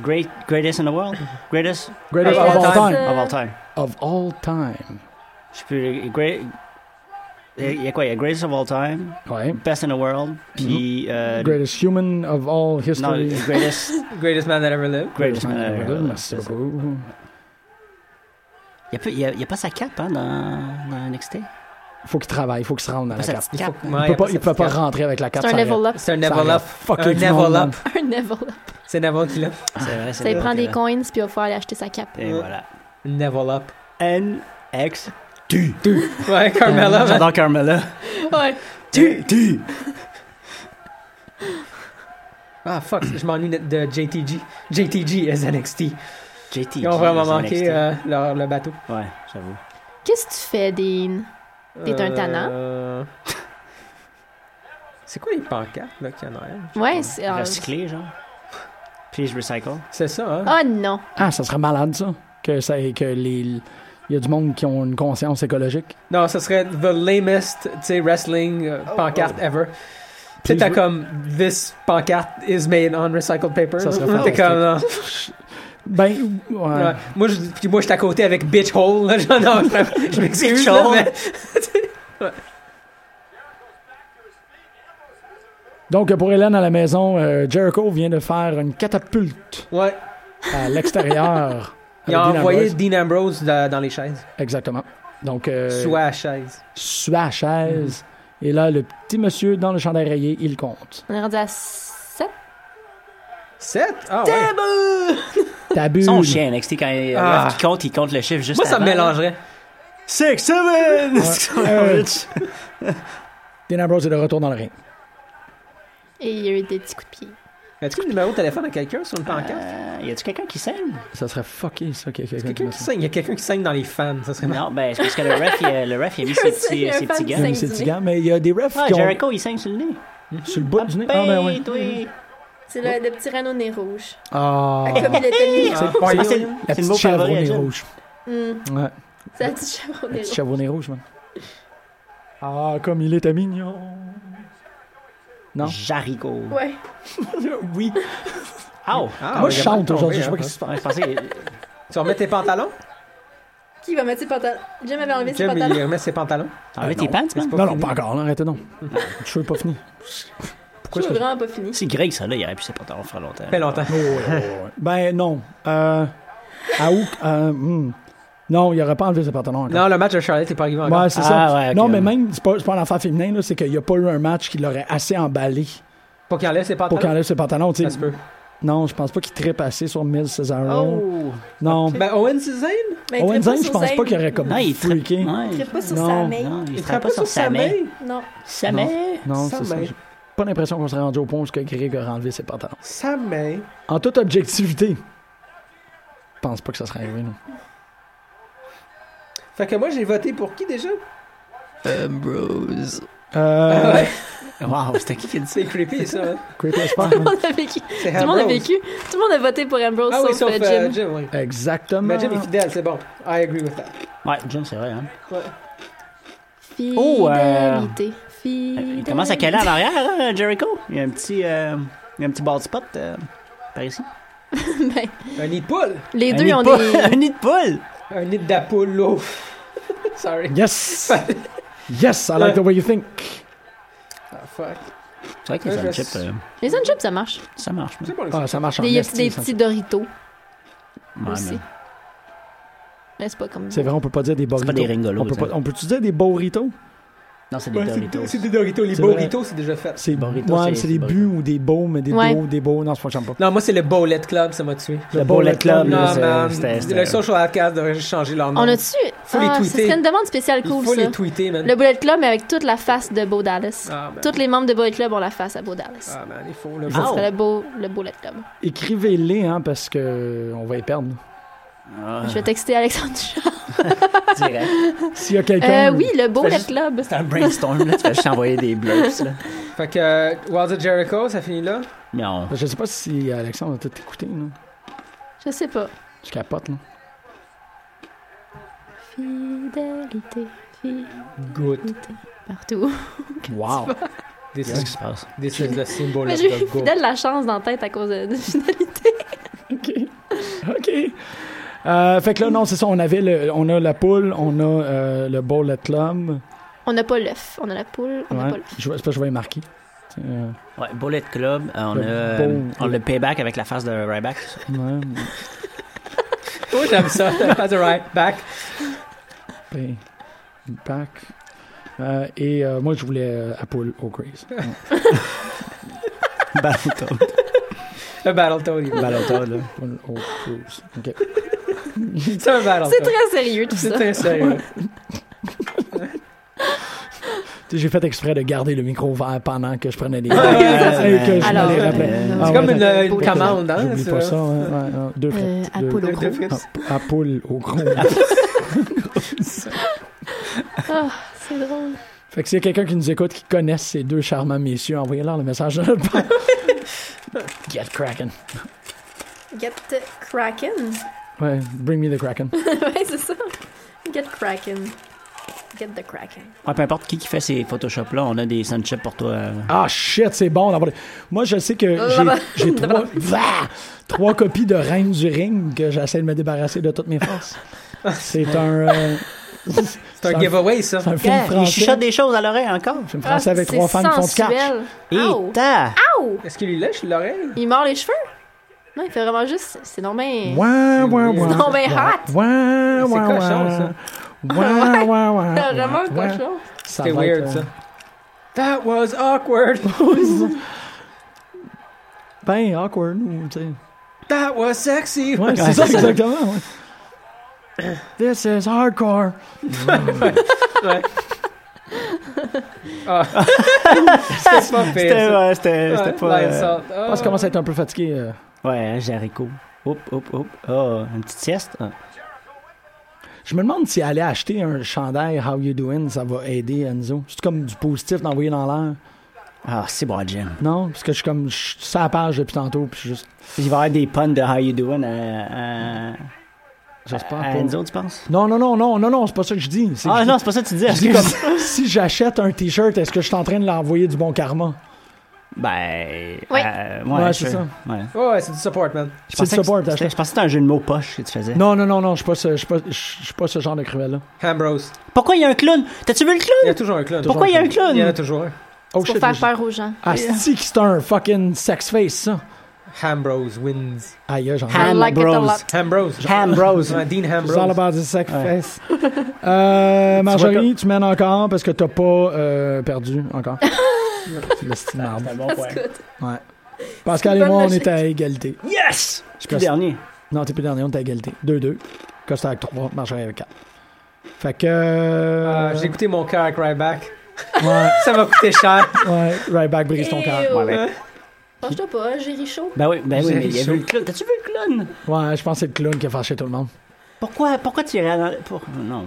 S6: Great, greatest in the world. Greatest
S3: Greatest
S5: Hey,
S3: of all
S5: that's,
S3: time.
S5: euh,
S6: of all time.
S3: Of all time.
S6: Je peux. Great. Il y a quoi? Il y a greatest of all time,
S3: Ouais.
S6: best in the world, puis. euh,
S3: Greatest human of all
S6: Non, euh,
S3: history.
S6: greatest.
S4: Greatest man that ever lived.
S6: greatest man ever.
S3: Voilà, Merci beaucoup.
S6: Il n'y a, y a pas sa cape hein, dans, dans NXT.
S3: Faut qu'il travaille, faut qu'il se rende à
S6: Pas
S3: la
S6: sa
S3: carte.
S6: petite cape.
S4: Ouais,
S6: hein.
S3: Il peut pas,
S4: après
S3: il
S4: ça,
S3: peut pas
S4: c'est-
S3: rentrer avec la carte.
S5: C'est un
S3: ça aurait-
S5: level up. *laughs*
S4: C'est un
S3: ça
S4: level
S3: aurait
S4: up.
S3: fucké
S4: Un
S3: du monde,
S4: level
S3: man.
S4: up.
S5: Un level up.
S4: C'est Neville qui l'a.
S6: C'est vrai, c'est
S5: Ça lui
S6: vrai,
S5: prend
S6: c'est
S5: des
S6: vrai.
S5: coins, puis il va pouvoir aller acheter sa cape.
S6: Et voilà.
S4: Neville up.
S6: NX.
S4: Ouais, Carmella. man.
S6: J'adore Carmela.
S5: Ouais.
S6: Tu, tu.
S4: Ah, fuck, je m'ennuie de- de JTG. JTG is NXT.
S6: JT.
S4: Ils ont vraiment
S6: c'est NXT.
S4: manqué euh, leur, le bateau.
S6: Ouais, j'avoue.
S5: Qu'est-ce que tu fais, Dean? T'es un tannant.
S4: Euh, *laughs* C'est quoi les pancartes, là, qu'il y en a? hein?
S5: Ouais, c'est. euh,
S6: Recycler, genre. Please recycle.
S4: C'est ça, hein?
S5: Oh non.
S3: Ah, ça serait malade, ça. Que, ça, que les. Il y a du monde qui ont une conscience écologique.
S4: Non, ça serait the lamest, tu sais, wrestling euh, pancarte ever.
S3: Oh, Puis
S4: Puis t'as
S3: je-
S4: comme this pancarte is made on recycled paper.
S3: Ça
S4: là.
S3: serait
S4: T'es comme non.
S3: Ben, ouais.
S4: Ouais. Moi, je, puis moi, j'étais à côté avec bitch hole. Là. Genre, non, je, je m'excuse.
S6: Bitch
S4: là,
S6: hole.
S4: mais-
S3: Donc, pour Hélène à la maison, euh, Jericho vient de faire une catapulte
S4: Ouais.
S3: à *laughs* l'extérieur.
S4: Ils
S3: avec
S4: ont
S3: Dean
S4: envoyé
S3: Ambrose.
S4: Dean Ambrose dans, dans les chaises.
S3: Exactement. Donc, euh,
S4: Soit à chaise.
S3: sous la chaise. Et là, le petit monsieur dans le chandail rayé, il compte.
S5: On est rendu à 7.
S4: 7? Ah ouais.
S3: Tabule.
S6: Son chien NXT, quand il,
S4: Ah.
S6: il compte, il compte le chiffre juste
S4: Moi, ça me mélangerait.
S6: 6, 7!
S3: *laughs* Euh,
S6: *laughs*
S3: Dean Ambrose est de retour dans le ring.
S5: Et il y a eu des petits coups de pied.
S4: As-tu le numéro de téléphone à quelqu'un sur une pancarte?
S6: Euh, Y a-tu quelqu'un qui saigne?
S3: Ça serait fucké, ça, qu'il y ait quelqu'un qui
S4: Quelqu'un
S3: met
S4: qui
S3: ça.
S4: saigne. Il y a quelqu'un qui saigne dans les fans. Ça
S3: *laughs*
S4: serait marrant.
S6: Non, ben, c'est parce que le ref, il a, le ref, il a mis ses
S5: C'est
S6: petits,
S5: un
S6: ses
S5: fan
S6: petits
S3: Il
S5: du
S6: gants.
S3: y a mis
S5: Saigne
S3: ses
S5: du
S3: petits
S5: nez.
S3: gants, mais il y a des refs
S6: Ah,
S3: qui ont
S6: Jericho, il saigne sur le nez.
S3: sur le bout du nez. Ah, ben oui.
S6: oui.
S5: C'est le, le petit rhino nez rouge.
S3: Ah,
S5: Comme il était mis.
S4: Ah,
S6: C'est
S4: voyons.
S6: c'est-
S3: la
S6: c'est le
S3: petite
S6: mot
S3: chèvre au
S6: favori à
S3: nez
S6: Jim. Mm.
S3: rouge.
S5: Hum,
S3: Ouais,
S5: C'est la petite chèvre au
S3: la
S5: nez
S3: petite
S5: rouge.
S3: chèvre au nez rouge, man. Ah, comme il était mignon. Non?
S6: Jarico.
S5: Ouais.
S3: Oui.
S6: Ow!
S4: Ah,
S3: Moi,
S4: ouais,
S3: je
S4: j'ai
S3: chante
S4: pas
S3: aujourd'hui.
S4: compris,
S3: Je sais pas
S4: hein.
S3: ce qui se passe.
S6: Je
S3: *laughs*
S6: pensais que-
S4: Tu remets tes pantalons?
S5: Qui va mettre ses pantalons? Jim avait enlevé ses
S4: Jim, il
S5: pantalons.
S4: remet ses pantalons.
S6: Ah ouais, tes pants, man?
S3: Non, non, pas encore. là, Arrêtez *laughs* donc. Je suis pas fini.
S5: Je suis vraiment pas fini.
S6: C'est Greg, ça, là. Il aurait pu s'épanouir faire longtemps.
S4: Ça fait longtemps.
S3: Ben non. Euh, à où? euh, hmm. Non, il aurait pas enlevé ses pantalons encore.
S4: Non, le match de Charlotte n'est pas arrivé encore.
S3: Ouais, c'est
S6: Ah,
S3: ça.
S6: ouais, ok,
S3: non, mais
S6: ouais.
S3: même, c'est pas, c'est pas un affaire féminin, là, c'est qu'il n'y a pas eu un match qui l'aurait assez emballé
S4: Pour qu'il enlève ses
S3: pour qu'il
S4: pantalons.
S3: enlève ses pantalons. tu sais.
S4: Ça se peut.
S3: Non, je pense pas qu'il trippe assez sur Miz Cesaro.
S6: Oh!
S3: Non. Ben,
S4: Ben, Owen Cezanne?
S5: Mais
S3: Owen
S5: tripe Ben, pas
S3: Zane, Oh, je
S5: sur
S3: pense
S5: Zayn.
S3: pas qu'il aurait comme
S6: Non, il trippe.
S3: freaké.
S6: Ouais,
S5: Il tripe pas sur
S3: Non,
S5: sa main.
S6: Non, Ah. il
S4: Il travaille
S6: se frappe pas sur sa main.
S5: Non. *laughs*
S6: Sa main?
S3: Non,
S4: Ça,
S3: c'est ça.
S4: ben.
S3: J'ai pas l'impression qu'on serait rendu au point où ce que Greg a enlevé ses pantalons.
S4: Sa main.
S3: En toute objectivité, je pense pas que ça serait arrivé. non.
S4: Fait que moi, j'ai voté pour qui déjà? *laughs*
S3: Euh,
S6: Wow, c'était qui qui a dit ça?
S4: C'est creepy, ça. hein?
S3: creepy as fuck,
S5: Tout
S3: man.
S5: le monde a vécu. Tout
S4: C'est
S5: le monde a
S4: Ambrose.
S5: vécu. Tout le monde a voté pour Ambrose
S4: ben Ah oui,
S5: sauf
S4: sauf
S5: euh,
S4: euh,
S5: Jim.
S4: Jim, oui.
S3: Exactement.
S4: Mais Jim est fidèle, c'est bon. I agree with that.
S6: Ouais, Jim, c'est vrai, hein. Oh, euh,
S5: Fidélité. Fidélité.
S6: Il commence à caler en arrière, hein, Jericho. Il y a un petit, euh, il y a un petit bald spot euh, par ici.
S5: *laughs* Ben,
S4: Un nid de poule.
S5: Les
S6: Un
S5: deux
S6: nid de
S5: ont
S6: poule- *laughs* un
S5: des.
S6: nid de poule!
S4: Un nid d'Apollo. Sorry.
S6: *laughs*
S3: Yes! yes, I like the way you think.
S6: Euh,
S4: Ah, fuck.
S6: C'est vrai que les
S4: Ouais,
S6: sun
S4: je-
S6: chips, euh,
S5: Les sun chips, ça marche.
S6: ça marche.
S4: C'est bon, les
S3: Ah, ça marche en
S5: Des, il y a
S3: esti,
S5: des
S3: ça.
S5: petits Doritos
S6: Ouais,
S5: aussi.
S6: mais-
S5: Mais c'est pas comme.
S3: C'est vrai, on peut pas dire des burritos.
S6: pas des Ringolos,
S3: On peut, pas-
S6: ça.
S3: on peut-tu dire des burritos?
S6: Non, c'est des
S4: Ouais,
S6: Doritos.
S4: c'est- c'est des Doritos. Les
S3: C'est vrai.
S4: Doritos, c'est déjà fait.
S3: C'est
S6: Burritos,
S3: ouais,
S6: c'est-
S3: mais c'est
S6: c'est
S3: des
S6: burritos.
S3: buts ou des beaux, mais des
S5: Ouais.
S3: beaux, des beaux. Non, c'est pas j'aime pas.
S4: Non, moi, c'est le Bowlet Club, ça m'a tué.
S6: Le Bullet Club,
S4: Non,
S6: là,
S4: man.
S6: c'est- c'était-
S4: Le
S6: c'était-
S4: social outcast devrait changer leur nom.
S5: On a-tu.
S4: Faut les
S5: Ah, ce
S4: tweeter.
S5: serait une demande spéciale
S4: Il
S5: cool,
S4: faut
S5: ça.
S4: les tweeter, man.
S5: Le Bullet Club, mais avec toute la face de Beau Dallas.
S4: Ah, man.
S5: Tous les membres de Bullet Club ont la face à Beau Dallas.
S4: Ah, man, il faut le
S5: Ça serait le beau, le Bullet Club.
S3: Écrivez-les, hein, parce que on va y perdre.
S6: Ah,
S5: Je vais texter Alexandre Duchamp.
S6: direct.
S3: S'il y a quelqu'un.
S5: Euh, oui, le Bullet
S6: juste-
S5: Club.
S6: C'est un brainstorm, là. Tu vas juste envoyer des blurs, là.
S4: Fait que euh, Wilds of Jericho, ça finit là.
S6: Non.
S3: Je sais pas si Alexandre a tout écouté, là.
S5: Je sais pas.
S3: Tu capotes, là.
S5: Fidélité, fidélité,
S4: Good.
S5: partout.
S3: Wow.
S4: This
S6: Qu'est-ce qui
S4: is,
S6: se passe?
S4: this is the symbol
S5: Mais
S4: of
S5: j'ai eu
S4: the good.
S5: fidèle la chance dans la tête à cause de, de fidélité. *laughs*
S3: OK. *laughs* OK. Euh, fait que là, non, c'est ça. On avait le, on a la poule, on a euh, le Bullet Club.
S5: On n'a pas l'œuf, on a la poule, on n'a
S3: Ouais.
S5: pas l'œuf.
S3: Je, vois- c'est pas que je vais y marquer. Euh,
S6: Ouais, Bullet Club, euh, on
S3: Le
S6: a,
S3: beau-
S6: euh, on a le payback avec la face de Ryback.
S3: ouais,
S4: Oh, j'aime ça. *laughs* That's right. Back.
S3: pay- back. Euh, et euh, moi, je voulais euh, la poule au
S4: *laughs*
S3: Grace.
S6: Battletoad.
S4: Le Battletoad. il-
S6: Battletoad, là.
S3: Poule au Grace. OK.
S4: *laughs* C'est un Battletoad.
S5: C'est très sérieux tout
S4: C'est
S5: ça.
S4: très sérieux.
S3: Tu sais, J'ai fait exprès de garder le micro ouvert pendant que je prenais des
S4: Ah, ouais,
S3: notes et que je
S5: Alors,
S3: me les
S5: euh,
S3: rappelais.
S5: c'est
S3: Ah,
S4: C'est comme
S3: ouais,
S4: une,
S3: t'as-
S4: une commande, hein?
S3: J'oublie
S4: ça.
S3: pas ça. ouais, ouais, ouais, deux
S5: Euh,
S3: frites. deux-
S5: Apollo
S4: Deux- deux
S5: Crew.
S4: fils.
S3: À poule au gros.
S4: *laughs*
S5: C'est drôle.
S3: fait que s'il y a quelqu'un qui nous écoute qui connaisse ces deux charmants messieurs, envoyez-leur le message de notre
S4: *laughs*
S3: part. Get Kraken.
S5: Get Kraken. *laughs*
S3: Ouais, bring me the Kraken.
S5: ouais, c'est ça. Get Kraken. Get the Kraken.
S6: Ouais, peu importe qui qui fait ces Photoshop-là, on a des sunchips pour toi. euh.
S3: Ah shit, c'est bon. d'avoir des- Moi, je sais que j'ai- j'ai trois, Ah! trois copies de Reine du Ring que j'essaie de me débarrasser de toutes mes forces. C'est un. euh,
S4: C'est un giveaway, ça.
S3: C'est un film
S6: Ah, il
S3: français.
S6: chuchote des choses à l'oreille encore.
S3: Film français avec
S5: Ah, c'est
S3: trois fans qui font du catch.
S5: sensuel.
S6: Et
S5: Ow.
S6: ta-
S5: Ow.
S4: Est-ce qu'il lui lèche l'oreille?
S5: Il mord les cheveux? Non, il fait vraiment juste. C'est non, mais.
S3: Ouais, ouais, ouais.
S5: *laughs* Non, mais hot!
S3: Ouais, ouais,
S4: C'est
S3: ouais.
S4: cochon, ça.
S3: Ouais, ouais, ouais.
S5: C'est vraiment un
S3: ouais.
S5: cochon.
S3: Ça
S4: C'était
S3: va être,
S4: weird,
S3: euh,
S4: ça. That was awkward.
S3: Ben, awkward, ou, tu sais.
S4: That was sexy. *laughs*
S3: Ouais, c'est ça, exactement. ouais. This is hardcore.
S4: Ouais. Ah.
S6: *laughs*
S4: C'était pas pire.
S6: C'était
S4: ça.
S6: ouais, c'était- c'était
S4: Ouais,
S6: pas.
S4: Lion
S6: euh,
S4: Salt. Ah.
S3: Je pense qu'on commence à être un peu fatigué. euh.
S6: Ouais, hein, Jericho. Hop, hop, hop. Ah, une petite sieste. Ah.
S3: Je me demande si aller acheter un chandail How You Doing, ça va aider Enzo. C'est comme du positif d'envoyer dans l'air.
S6: Ah, c'est bon, Jim.
S3: Non, parce que je suis comme je suis sur la page depuis tantôt, puis je suis juste
S6: Il va y avoir des puns de How You Doing à, à,
S3: j'espère
S6: à
S3: pas.
S6: Enzo, tu penses?
S3: Non, non, non, non, non, non, c'est pas ça que je dis. Ah, C'est que
S6: Ah
S3: je
S6: non,
S3: dis-
S6: c'est pas ça que tu dis.
S3: je dis
S6: excuse.
S3: comme si j'achète un t-shirt, est-ce que je suis en train de l'envoyer du bon karma
S6: *laughs* Ben.
S5: Oui.
S6: euh,
S3: Ouais,
S6: ouais,
S3: c'est
S6: sure.
S3: ça.
S6: Ouais.
S4: Ouais, ouais, c'est du support, man.
S6: Je
S3: C'est
S6: pensais
S3: le
S6: que
S3: support,
S6: c'était-
S3: t'as-
S6: Je pensais que c'était un jeu de mots poche que tu faisais.
S3: Non, non, non, non, je suis pas ce, je suis pas, je suis pas ce genre de cruel là.
S4: Ambrose.
S6: Pourquoi il y a un clown? T'as-tu vu le
S4: Il y a
S6: clown?
S4: toujours un clown.
S6: Pourquoi il y a un
S4: Il y en a
S6: clown?
S4: toujours un.
S3: Oh
S5: Pour
S3: shit,
S5: faire
S3: je- Ah,
S5: peur aux gens.
S3: Asti que c'est un fucking sex face ça.
S4: Ambrose wins.
S3: Aïe, aïe, j'en ai.
S5: I
S6: Ham
S5: like it a
S6: Bros.
S5: lot.
S4: Ambrose.
S6: Ambrose.
S4: Ouais, Dean
S3: It's all
S4: Ambrose.
S3: about the sex
S6: Ouais.
S3: face. *laughs* Euh,
S6: vois
S3: Marjorie, tu mènes encore parce que t'as pas euh, perdu
S6: *laughs*
S3: encore. C'est le style de merde.
S6: C'est bon, ouais.
S3: Ouais. Pascal et
S5: bonne
S3: moi, on
S5: logique.
S3: est à égalité.
S6: Yes! Je suis plus
S3: Costa-
S6: dernier.
S3: Non, t'es plus dernier, on est à égalité. 2-2. Costa avec 3, Marjorie avec 4. Fait que.
S6: Ah,
S3: euh,
S4: Euh, J'ai écouté mon cœur avec Ryback.
S3: ouais,
S4: *laughs* Ça m'a coûté cher.
S3: *laughs* ouais, right back, brise ton cœur.
S5: Ew.
S6: Ouais, ben-
S5: Penche-toi pas, j'ai ri chaud.
S6: Ben oui, ben oui,
S4: J'ai
S6: mais il y a
S4: chaud.
S6: vu le clown. T'as-tu vu le clown?
S3: Ouais, je pense que c'est le clown qui a fâché tout le monde.
S6: Pourquoi, pourquoi tu irais dans... Pour... Non.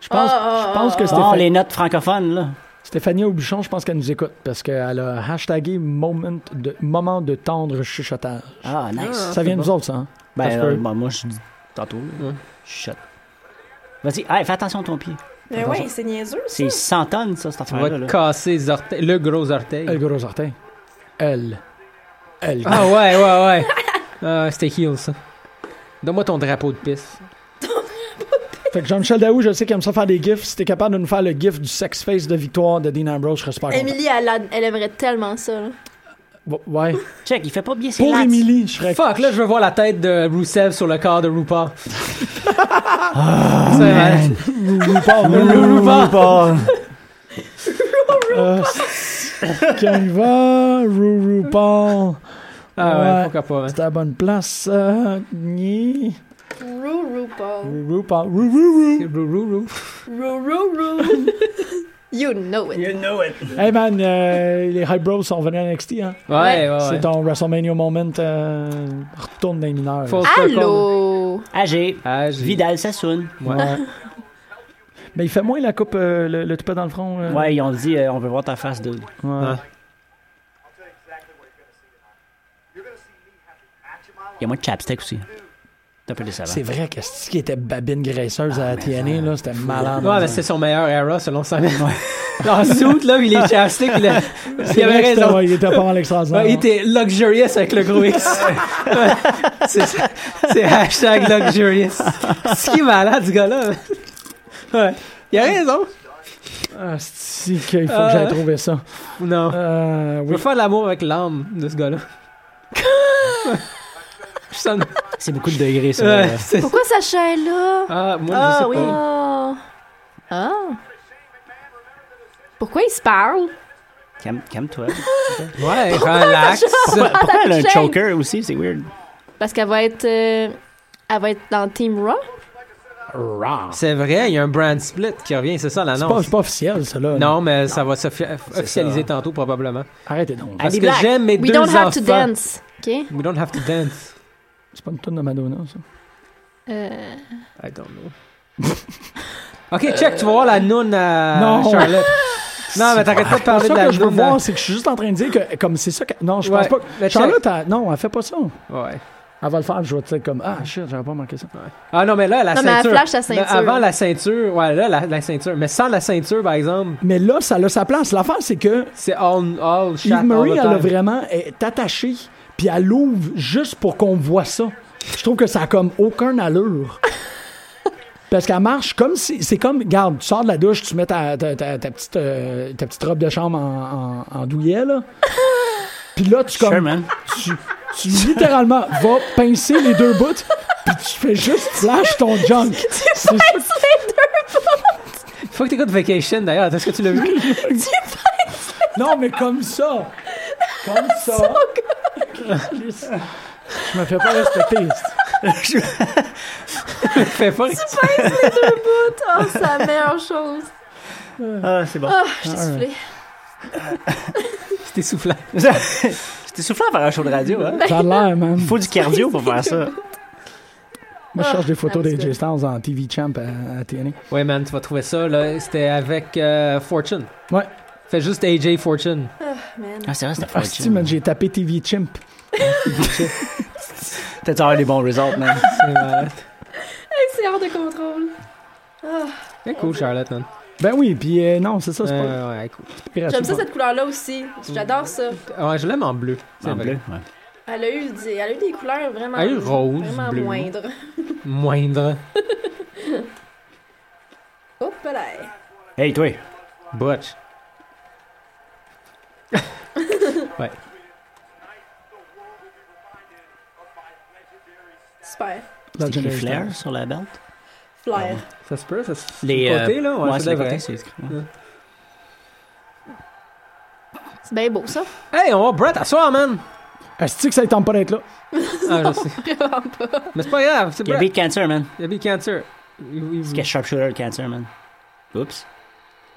S3: Je pense,
S5: Ah,
S3: je
S5: ah,
S3: pense
S5: ah,
S3: que
S5: ah.
S6: Bon,
S3: Stéphanie,
S6: les notes francophones, là.
S3: Stéphanie Aubuchon, je pense qu'elle nous écoute parce qu'elle a hashtagué moment de, moment de tendre chuchotage.
S6: Ah, nice.
S3: ça vient de vous autres, ça. hein? Ça se
S6: Ben,
S3: peut.
S6: euh, ben, moi, je dis tantôt. là. Shut. Vas-y, hey, fais attention à ton pied.
S5: Mais Ben ouais, c'est niaiseux.
S6: C'est 100 tonnes, ça, cette
S4: On va te
S6: affaire-là. là. Euh,
S4: casser les orteils- le gros orteil.
S3: Elle, gros orteil. Elle. Elle.
S4: Ah ouais, ouais, *laughs* ouais. Ah, C'était heel, ça. Donne-moi ton drapeau de piste.
S3: *laughs* Fait que Jean-Michel Daou, je sais qu'il aime ça faire des gifs. Si t'es capable de nous faire le gif du sex face de victoire de Dean Ambrose, je serais super content.
S5: Emily, elle, a- elle aimerait tellement ça. là.
S3: Bon, Ouais.
S6: Check, il fait pas bien ses
S3: Pour
S6: lats.
S3: Émilie, je serais.
S4: Fuck, là, je veux voir la tête de Rusev sur le corps
S3: *laughs*
S4: de RuPaul. C'est vrai.
S3: RuPaul.
S6: RuPaul.
S3: Euh, Quand il va, Ru- RuPaul.
S4: Ah ouais,
S3: Ouais.
S4: pourquoi pas. hein.
S3: C'était à la bonne place. euh, gnie.
S5: Rou, rou, Paul.
S3: Ru- RuPaul. Ru- Ru- Ru.
S4: Rou, rou, rou.
S5: Rou, rou, rou. You know it.
S6: You know it.
S3: Hey man, euh, les High Bros sont venus à NXT. Hein?
S4: Ouais, ouais, ouais.
S3: C'est ton WrestleMania moment. euh, retourne dans les mineurs.
S4: Full circle.
S5: Allô?
S6: AG.
S4: Ah, j'ai-
S6: Vidal Sassoon.
S3: Ouais. Mais Ben, il fait moins la coupe, euh, le, le toupet dans le front. euh.
S6: Ouais, ils ont dit, euh, on veut voir ta face, dude.
S3: Ouais.
S6: Il y a moins de chapstick aussi. C'est un peu décevant.
S3: C'est vrai que ce qui était babine graisseuse à la TNA, là, c'était malade.
S4: Ah, Ouais, mais c'est son meilleur era selon sa *laughs* Dans suit, là, il est chapstick. Il, a-
S3: *laughs*
S4: il
S3: vrai
S4: avait
S3: que c'était-
S4: raison.
S3: ouais, il était pas mal extraordinaire.
S4: Ouais, il était luxurious avec le gros X. Ouais. *laughs* c'est ça. C'est hashtag luxurious. Ce qui est malade, ce gars-là. Ouais. Il a raison.
S3: Ah, si, qu'il faut
S4: Ah.
S3: que j'aille trouver ça.
S4: Ou non?
S3: Euh,
S4: Je
S3: oui.
S4: veux faire l'amour avec l'âme de ce *laughs* gars-là. Je sonne.
S6: C'est beaucoup de degrés, ça.
S4: Ouais, c'est-
S5: Pourquoi sa chaîne là?
S4: Ah, moi,
S6: Ah,
S4: je sais
S6: oui.
S4: pas.
S5: Ah. Ah. Pourquoi ils se parlent?
S6: Calme- Calme-toi.
S5: Ah,
S4: Ouais, relax.
S6: Pourquoi elle a un
S5: Shane.
S6: choker aussi? C'est weird.
S5: Parce qu'elle va être. euh, elle va être dans Team Raw?
S4: C'est vrai, il y a un brand split qui revient, c'est ça
S3: C'est pas,
S4: l'annonce?
S3: c'est pas officiel, ça, là.
S4: Non, mais ça va se fi- officialiser tantôt, probablement.
S3: Arrêtez donc.
S4: Parce
S6: Abby
S4: que
S6: Black.
S4: j'aime mes
S5: We
S4: deux
S5: don't have to
S4: enfants.
S5: dance. OK?
S4: We don't have to dance.
S3: C'est pas une tonne de Madonna, ça.
S5: Euh,
S4: I don't know. *laughs* ok, check, tu vas voir la noun à
S3: Non.
S4: Charlotte. *laughs* non, mais t'arrêtes pas de parler
S3: C'est
S4: de
S3: ça
S4: la
S3: que je veux
S4: noun. à-
S3: voir, c'est que je suis juste en train de dire que, comme c'est ça que. Non, je
S4: Ouais,
S3: pense pas.
S4: mais
S3: que- Charlotte, elle- non, elle fait pas ça.
S4: Ouais.
S3: Elle va le faire, je vais te dire comme Ah shit, j'avais pas manqué ça.
S4: Ah non, mais là, la
S5: Non, mais elle
S4: ceinture.
S5: flash sa
S4: Mais
S5: ceinture.
S4: avant la ceinture, ouais, là, la, la ceinture. Mais sans la ceinture, par exemple,
S3: Mais là, ça a sa place. L'affaire, c'est que
S4: c'est all, all shot.
S3: Eve Marie,
S4: all the
S3: elle a
S4: time.
S3: vraiment est attachée, puis elle l'ouvre juste pour qu'on voit ça. Je trouve que ça a comme aucun allure. Parce qu'elle marche comme si. C'est comme, regarde, tu sors de la douche, tu mets ta, ta, ta- ta petite, euh, ta petite robe de chambre en, en, en douillet, là. Puis là, tu comme.
S6: Sure, man.
S3: tu, tu littéralement vas pincer les deux bouts, puis tu fais juste flash ton junk. C'est ça.
S4: Faut que t'écoutes Vacation, d'ailleurs. Est-ce que tu
S3: *laughs*
S4: l'as vu?
S3: Non, mais comme ça. Comme ça. *laughs* Je me fais pas respecter.
S4: Fais pas.
S5: Bout, oh, c'est la meilleure
S4: *laughs*
S5: chose.
S6: Ah, c'est bon.
S5: Ah, je t'ai soufflé.
S4: C'était soufflant.
S6: C'était soufflant par un show de radio, hein?
S3: Ça a l'air, man.
S6: Faut du cardio pour faire ça.
S3: Moi, je cherche des photos
S5: Ah,
S3: des J Stars en TV Champ à, à TNA.
S4: Ouais, man, tu vas trouver ça, là. C'était avec euh, Fortune.
S3: Ouais.
S4: Fais juste AJ Fortune.
S6: Ah, c'est vrai, c'était fort.
S3: Asti, man, j'ai tapé TV Champ.
S6: T'as dû avoir des bons results, man.
S4: C'est euh, malade.
S5: C'est hors de contrôle.
S4: C'est cool, Charlotte, man.
S3: Ben oui, puis euh, non, c'est ça, c'est pas
S4: Ouais, ouais, cool.
S3: gratuit.
S5: J'aime ça, cette couleur-là aussi. J'adore ça.
S4: Ouais, Ah, je l'aime en bleu. C'est
S6: En
S4: vrai.
S6: bleu, ouais.
S5: Elle a eu des, elle a eu des couleurs vraiment,
S4: Elle a eu rose,
S5: vraiment
S4: bleu.
S5: moindres.
S4: Moindre.
S5: Hop là.
S6: Hey, toi.
S4: Butch. *laughs* ouais.
S5: Super.
S3: Dans
S6: C'est écrit
S3: Generation.
S6: flair sur la belt.
S5: Flair.
S4: Ça se peut, ça se
S6: Les euh,
S4: Les côtés, là,
S6: ouais,
S4: ouais,
S6: c'est
S4: c'est
S6: les
S4: vrai.
S6: côtés, c'est écrit. ouais.
S5: C'est bien beau, ça.
S4: Hey, on va Brett à soir, man!
S3: Asti que ça ne tente pas d'être là.
S4: Ah, je sais.
S5: Vraiment pas.
S4: Mais c'est pas grave, c'est
S6: Il y a
S4: Brett.
S6: beat cancer, man.
S4: Il y a Big Cancer. Il- il-
S6: C'est sharpshooter le cancer, man. Oups.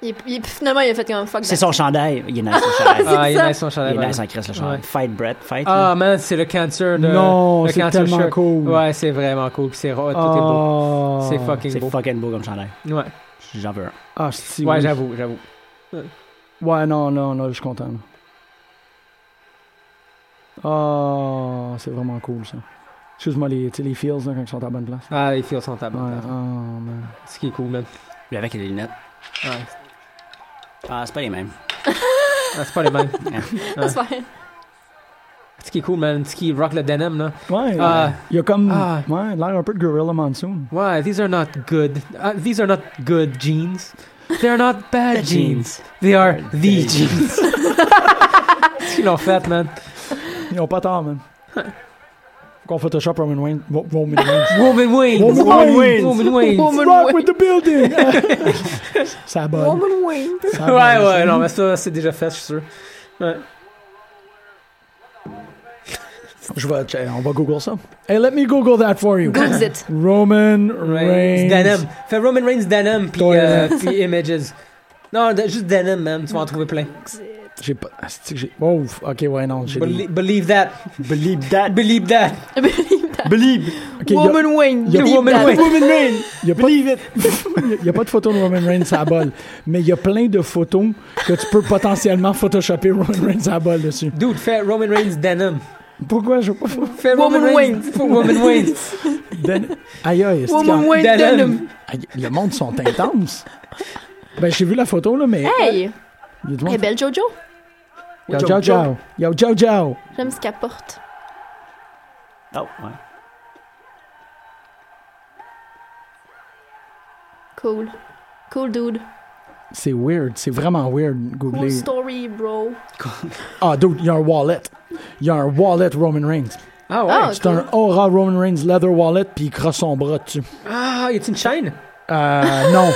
S5: Il, il- finalement, il a fait comme fuck
S6: C'est
S5: that.
S6: son chandail. Il est nice, son chandail.
S4: Ah, il
S5: ça.
S4: est nice son chandail.
S6: Il est
S4: par
S6: nice en
S4: exemple.
S6: crisse, le chandail.
S4: Ouais.
S6: Fight, Brett, fight.
S4: Ah, man, c'est le cancer de.
S3: non,
S4: le
S3: c'est
S4: cancer
S3: tellement
S4: shirt.
S3: cool.
S4: Ouais, c'est vraiment cool. Puis c'est raw, tout est beau.
S3: Ah.
S4: C'est
S6: là.
S4: fucking
S6: c'est
S4: beau.
S6: fucking beau comme chandail.
S4: Ouais,
S6: J'en veux un.
S3: Ah, si,
S4: ouais
S3: oui.
S4: j'avoue, j'avoue.
S3: Ouais, non, non, non, je suis content. là. Ah, c'est vraiment cool ça. Excuse-moi, les, tu sais, les feels là, quand ils sont à la bonne place.
S4: Ah, les filles sont à
S3: Ouais,
S4: bonne place.
S3: oh, man.
S4: Ce qui est cool, man.
S6: Lui avec les lunettes.
S4: Ouais.
S6: Ah, c'est pas les mêmes.
S4: Ah, c'est pas les mêmes.
S5: *laughs* Super.
S4: Ce qui est cool, man. Ce qui rock le denim, là.
S3: Ouais,
S4: Ah.
S3: il y a comme.
S4: Ah.
S3: Ouais, l'air un peu de Gorilla Monsoon.
S4: Ouais, these are not good. Uh, these are not good jeans. They're not *laughs* bad jeans. They are the jeans. Ce qu'ils l'ont fait, man.
S3: Ils n'ont pas tort, man. Faut qu'on Photoshop Roman Wayne. Wo- Roman Reigns.
S4: Woman Wayne.
S3: Woman Wayne.
S4: Woman Wayne.
S5: Woman
S3: Rock
S5: Wayne.
S3: with the building! ça abonne.
S5: Woman Wayne.
S3: Ça abonne.
S4: Ouais, ouais, non, mais ça, c'est déjà fait, je suis sûr. Ouais.
S3: Je vais, check- on va Google ça. Hey, let me Google that for you.
S5: Google it.
S3: Roman Reigns.
S4: Reigns. Denim. Fais Roman Reigns Denim, puis
S3: Toi,
S4: euh, puis Images. Non, de- juste Denim, man. Tu vas en trouver plein.
S3: J'ai pas. Ah, c'est-tu que j'ai. Oh, ok, ouais, non. J'ai des-
S4: Belie- Believe that.
S6: Believe that.
S4: Believe that.
S6: Believe.
S3: Ok, y a-
S5: Woman Wayne.
S3: y a
S5: Believe
S4: Woman
S5: that.
S4: Wayne.
S6: Woman Rain.
S3: Y a pas, *laughs* Il n'y a pas de photo de Roman Reigns à la bol, mais il y a plein de photos que tu peux potentiellement photoshopper Roman Reigns à la bol dessus.
S4: Dude, fais Roman Reigns Denim.
S3: Pourquoi je veux pas faire
S4: Fais
S5: Woman Wayne.
S4: Fais Woman Wayne.
S5: *laughs*
S3: Dan- Aïe aïe, est-ce
S5: Woman
S3: qu'il y a-
S5: Wayne
S4: Denim.
S5: Denim.
S3: Aïe, le monde sont intenses. Ben j'ai vu la photo là, mais euh,
S5: Hey!
S3: il y
S5: Eh ben,
S3: a du
S5: Elle est
S3: monde.
S5: belle, Jojo.
S3: Yo ciao ciao, yo ciao ciao.
S5: J'aime ce qu'elle porte.
S6: Oh, ouais.
S5: Cool. Cool dude.
S3: C'est weird, c'est vraiment weird
S5: Cool
S3: googler.
S5: story, bro.
S3: Ah dude, il y a un wallet. Il y a un wallet Roman Reigns.
S4: Ah ouais.
S5: Ah,
S3: C'est un Aura Roman Reigns leather wallet puis il crosse son bras dessus.
S5: Oh.
S4: Ah, y a une chaîne?
S3: *laughs* Euh, non.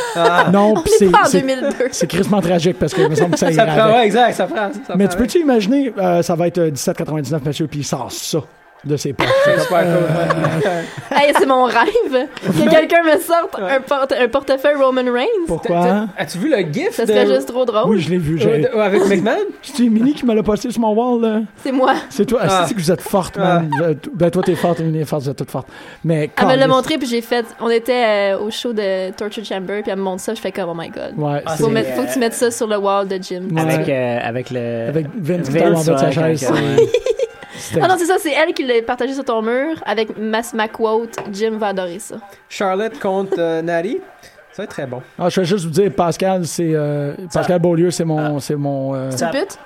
S3: Non,
S5: On
S3: puis
S5: est
S3: c'est
S5: pas en
S3: c'est-
S5: 2002.
S3: c'est crissement tragique parce que il me semble que *laughs* ça
S4: Ça
S3: irait
S4: prend,
S3: avec.
S4: ouais, exact, ça prend.
S3: Mais
S4: ça prend,
S3: tu
S4: ouais.
S3: peux-tu imaginer, euh, ça va être euh, 17,99 monsieur, puis il sort ça de ses
S5: *laughs*
S3: poches. C'est comme,
S4: Super cool. ouais.
S5: Hey, c'est mon rêve que quelqu'un me sorte un, porte- un portefeuille Roman Reigns.
S3: Pourquoi? hein?
S4: As-tu vu le gif
S5: Ça
S4: de...
S5: serait juste trop drôle.
S3: Oui, je l'ai vu. j'ai-
S4: de- avec McMahon?
S3: C'est Mini qui me l'a posté sur mon wall, là.
S5: C'est moi.
S3: C'est toi.
S4: Ah.
S3: Ah. C'est que vous êtes forte, man. Vous êtes- Ben, toi, t'es forte, Mini est forte, vous êtes toutes fortes. Mais
S5: Elle me
S3: calisse.
S5: l'a montré, puis j'ai fait. On était euh, au show de Torture Chamber, puis elle me montre ça, je fais comme, oh my god.
S3: Ouais,
S6: Ah,
S3: c'est-
S5: Faut,
S6: c'est-
S5: mettre- faut que tu mettes ça sur le wall de gym.
S3: Ouais.
S6: Avec, euh, avec le.
S3: Avec Vince qui
S6: Vince,
S3: tombe en bas de sa
S6: ouais,
S3: chaise.
S6: quand-
S3: c'est-
S6: ouais.
S3: c'était-
S5: Ah non, c'est ça, c'est elle qui l'a partagé sur ton mur avec ma, ma quote. Jim va adorer ça.
S4: Charlotte contre euh, Nari. Ça va être très bon.
S3: Ah, je vais juste vous dire, Pascal, c'est... euh, Pascal Beaulieu, c'est mon... c'est mon euh,
S5: Tu putes?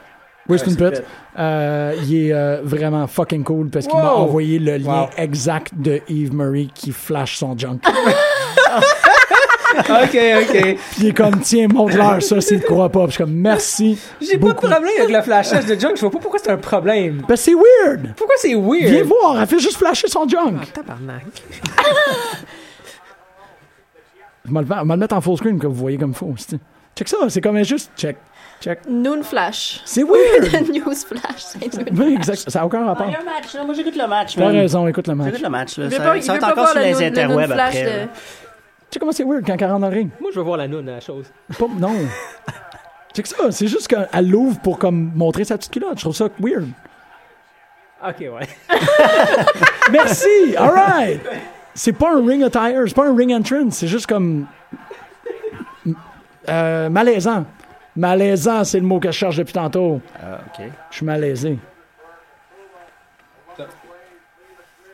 S3: Winston
S6: Ouais, c'est
S3: Pitt. Euh, il est euh, vraiment fucking cool parce qu'il m'a
S4: Wow!
S3: envoyé le lien
S4: Wow.
S3: exact de Eve Murray qui flash son junk.
S4: OK, OK.
S3: Puis il est comme, tiens, montre-leur ça s'il te croit pas. Puis je suis comme, merci.
S4: J'ai pas de
S3: beaucoup.
S4: problème avec le flashage de junk. Je vois pas pourquoi c'est un problème.
S3: Ben, c'est weird.
S4: Pourquoi c'est
S3: Viens
S4: weird? Ah,
S3: voir, elle fait juste flasher son junk.
S4: Tabarnak.
S3: *laughs* Je vais le faire- je vais le mettre en full screen que vous voyez comme faux. c'est-tu. Check ça, c'est comme juste check. Check.
S5: Noon Flash.
S3: C'est
S5: *laughs*
S3: weird.
S5: News Flash. c'est Noon
S3: Oui, exact. Ça n'a aucun rapport.
S6: Il y a un match, là. Moi, j'écoute le match,
S3: T'as
S6: man.
S4: euh,
S3: raison, écoute le match.
S6: J'écoute le match, là.
S5: Il veut pas,
S6: Ça,
S5: il
S6: ça
S5: veut
S6: va
S5: pas
S6: être encore
S5: voir
S6: sur
S5: le,
S6: les
S5: noon- le noon
S6: interwebs
S5: flash
S6: après. là.
S5: de...
S3: Tu sais comment c'est weird quand elle rentre dans le ring?
S4: Moi, je veux voir la noune à la chose.
S3: Pas- non. Check ça, c'est juste qu'elle l'ouvre pour comme montrer sa petite culotte. Je trouve ça weird.
S4: OK, ouais.
S3: Merci! All right! C'est pas un ring attire, c'est pas un ring entrance, c'est juste comme. Euh, malaisant. Malaisant, c'est le mot que je cherche depuis tantôt.
S6: Ah, OK.
S3: Je suis malaisé.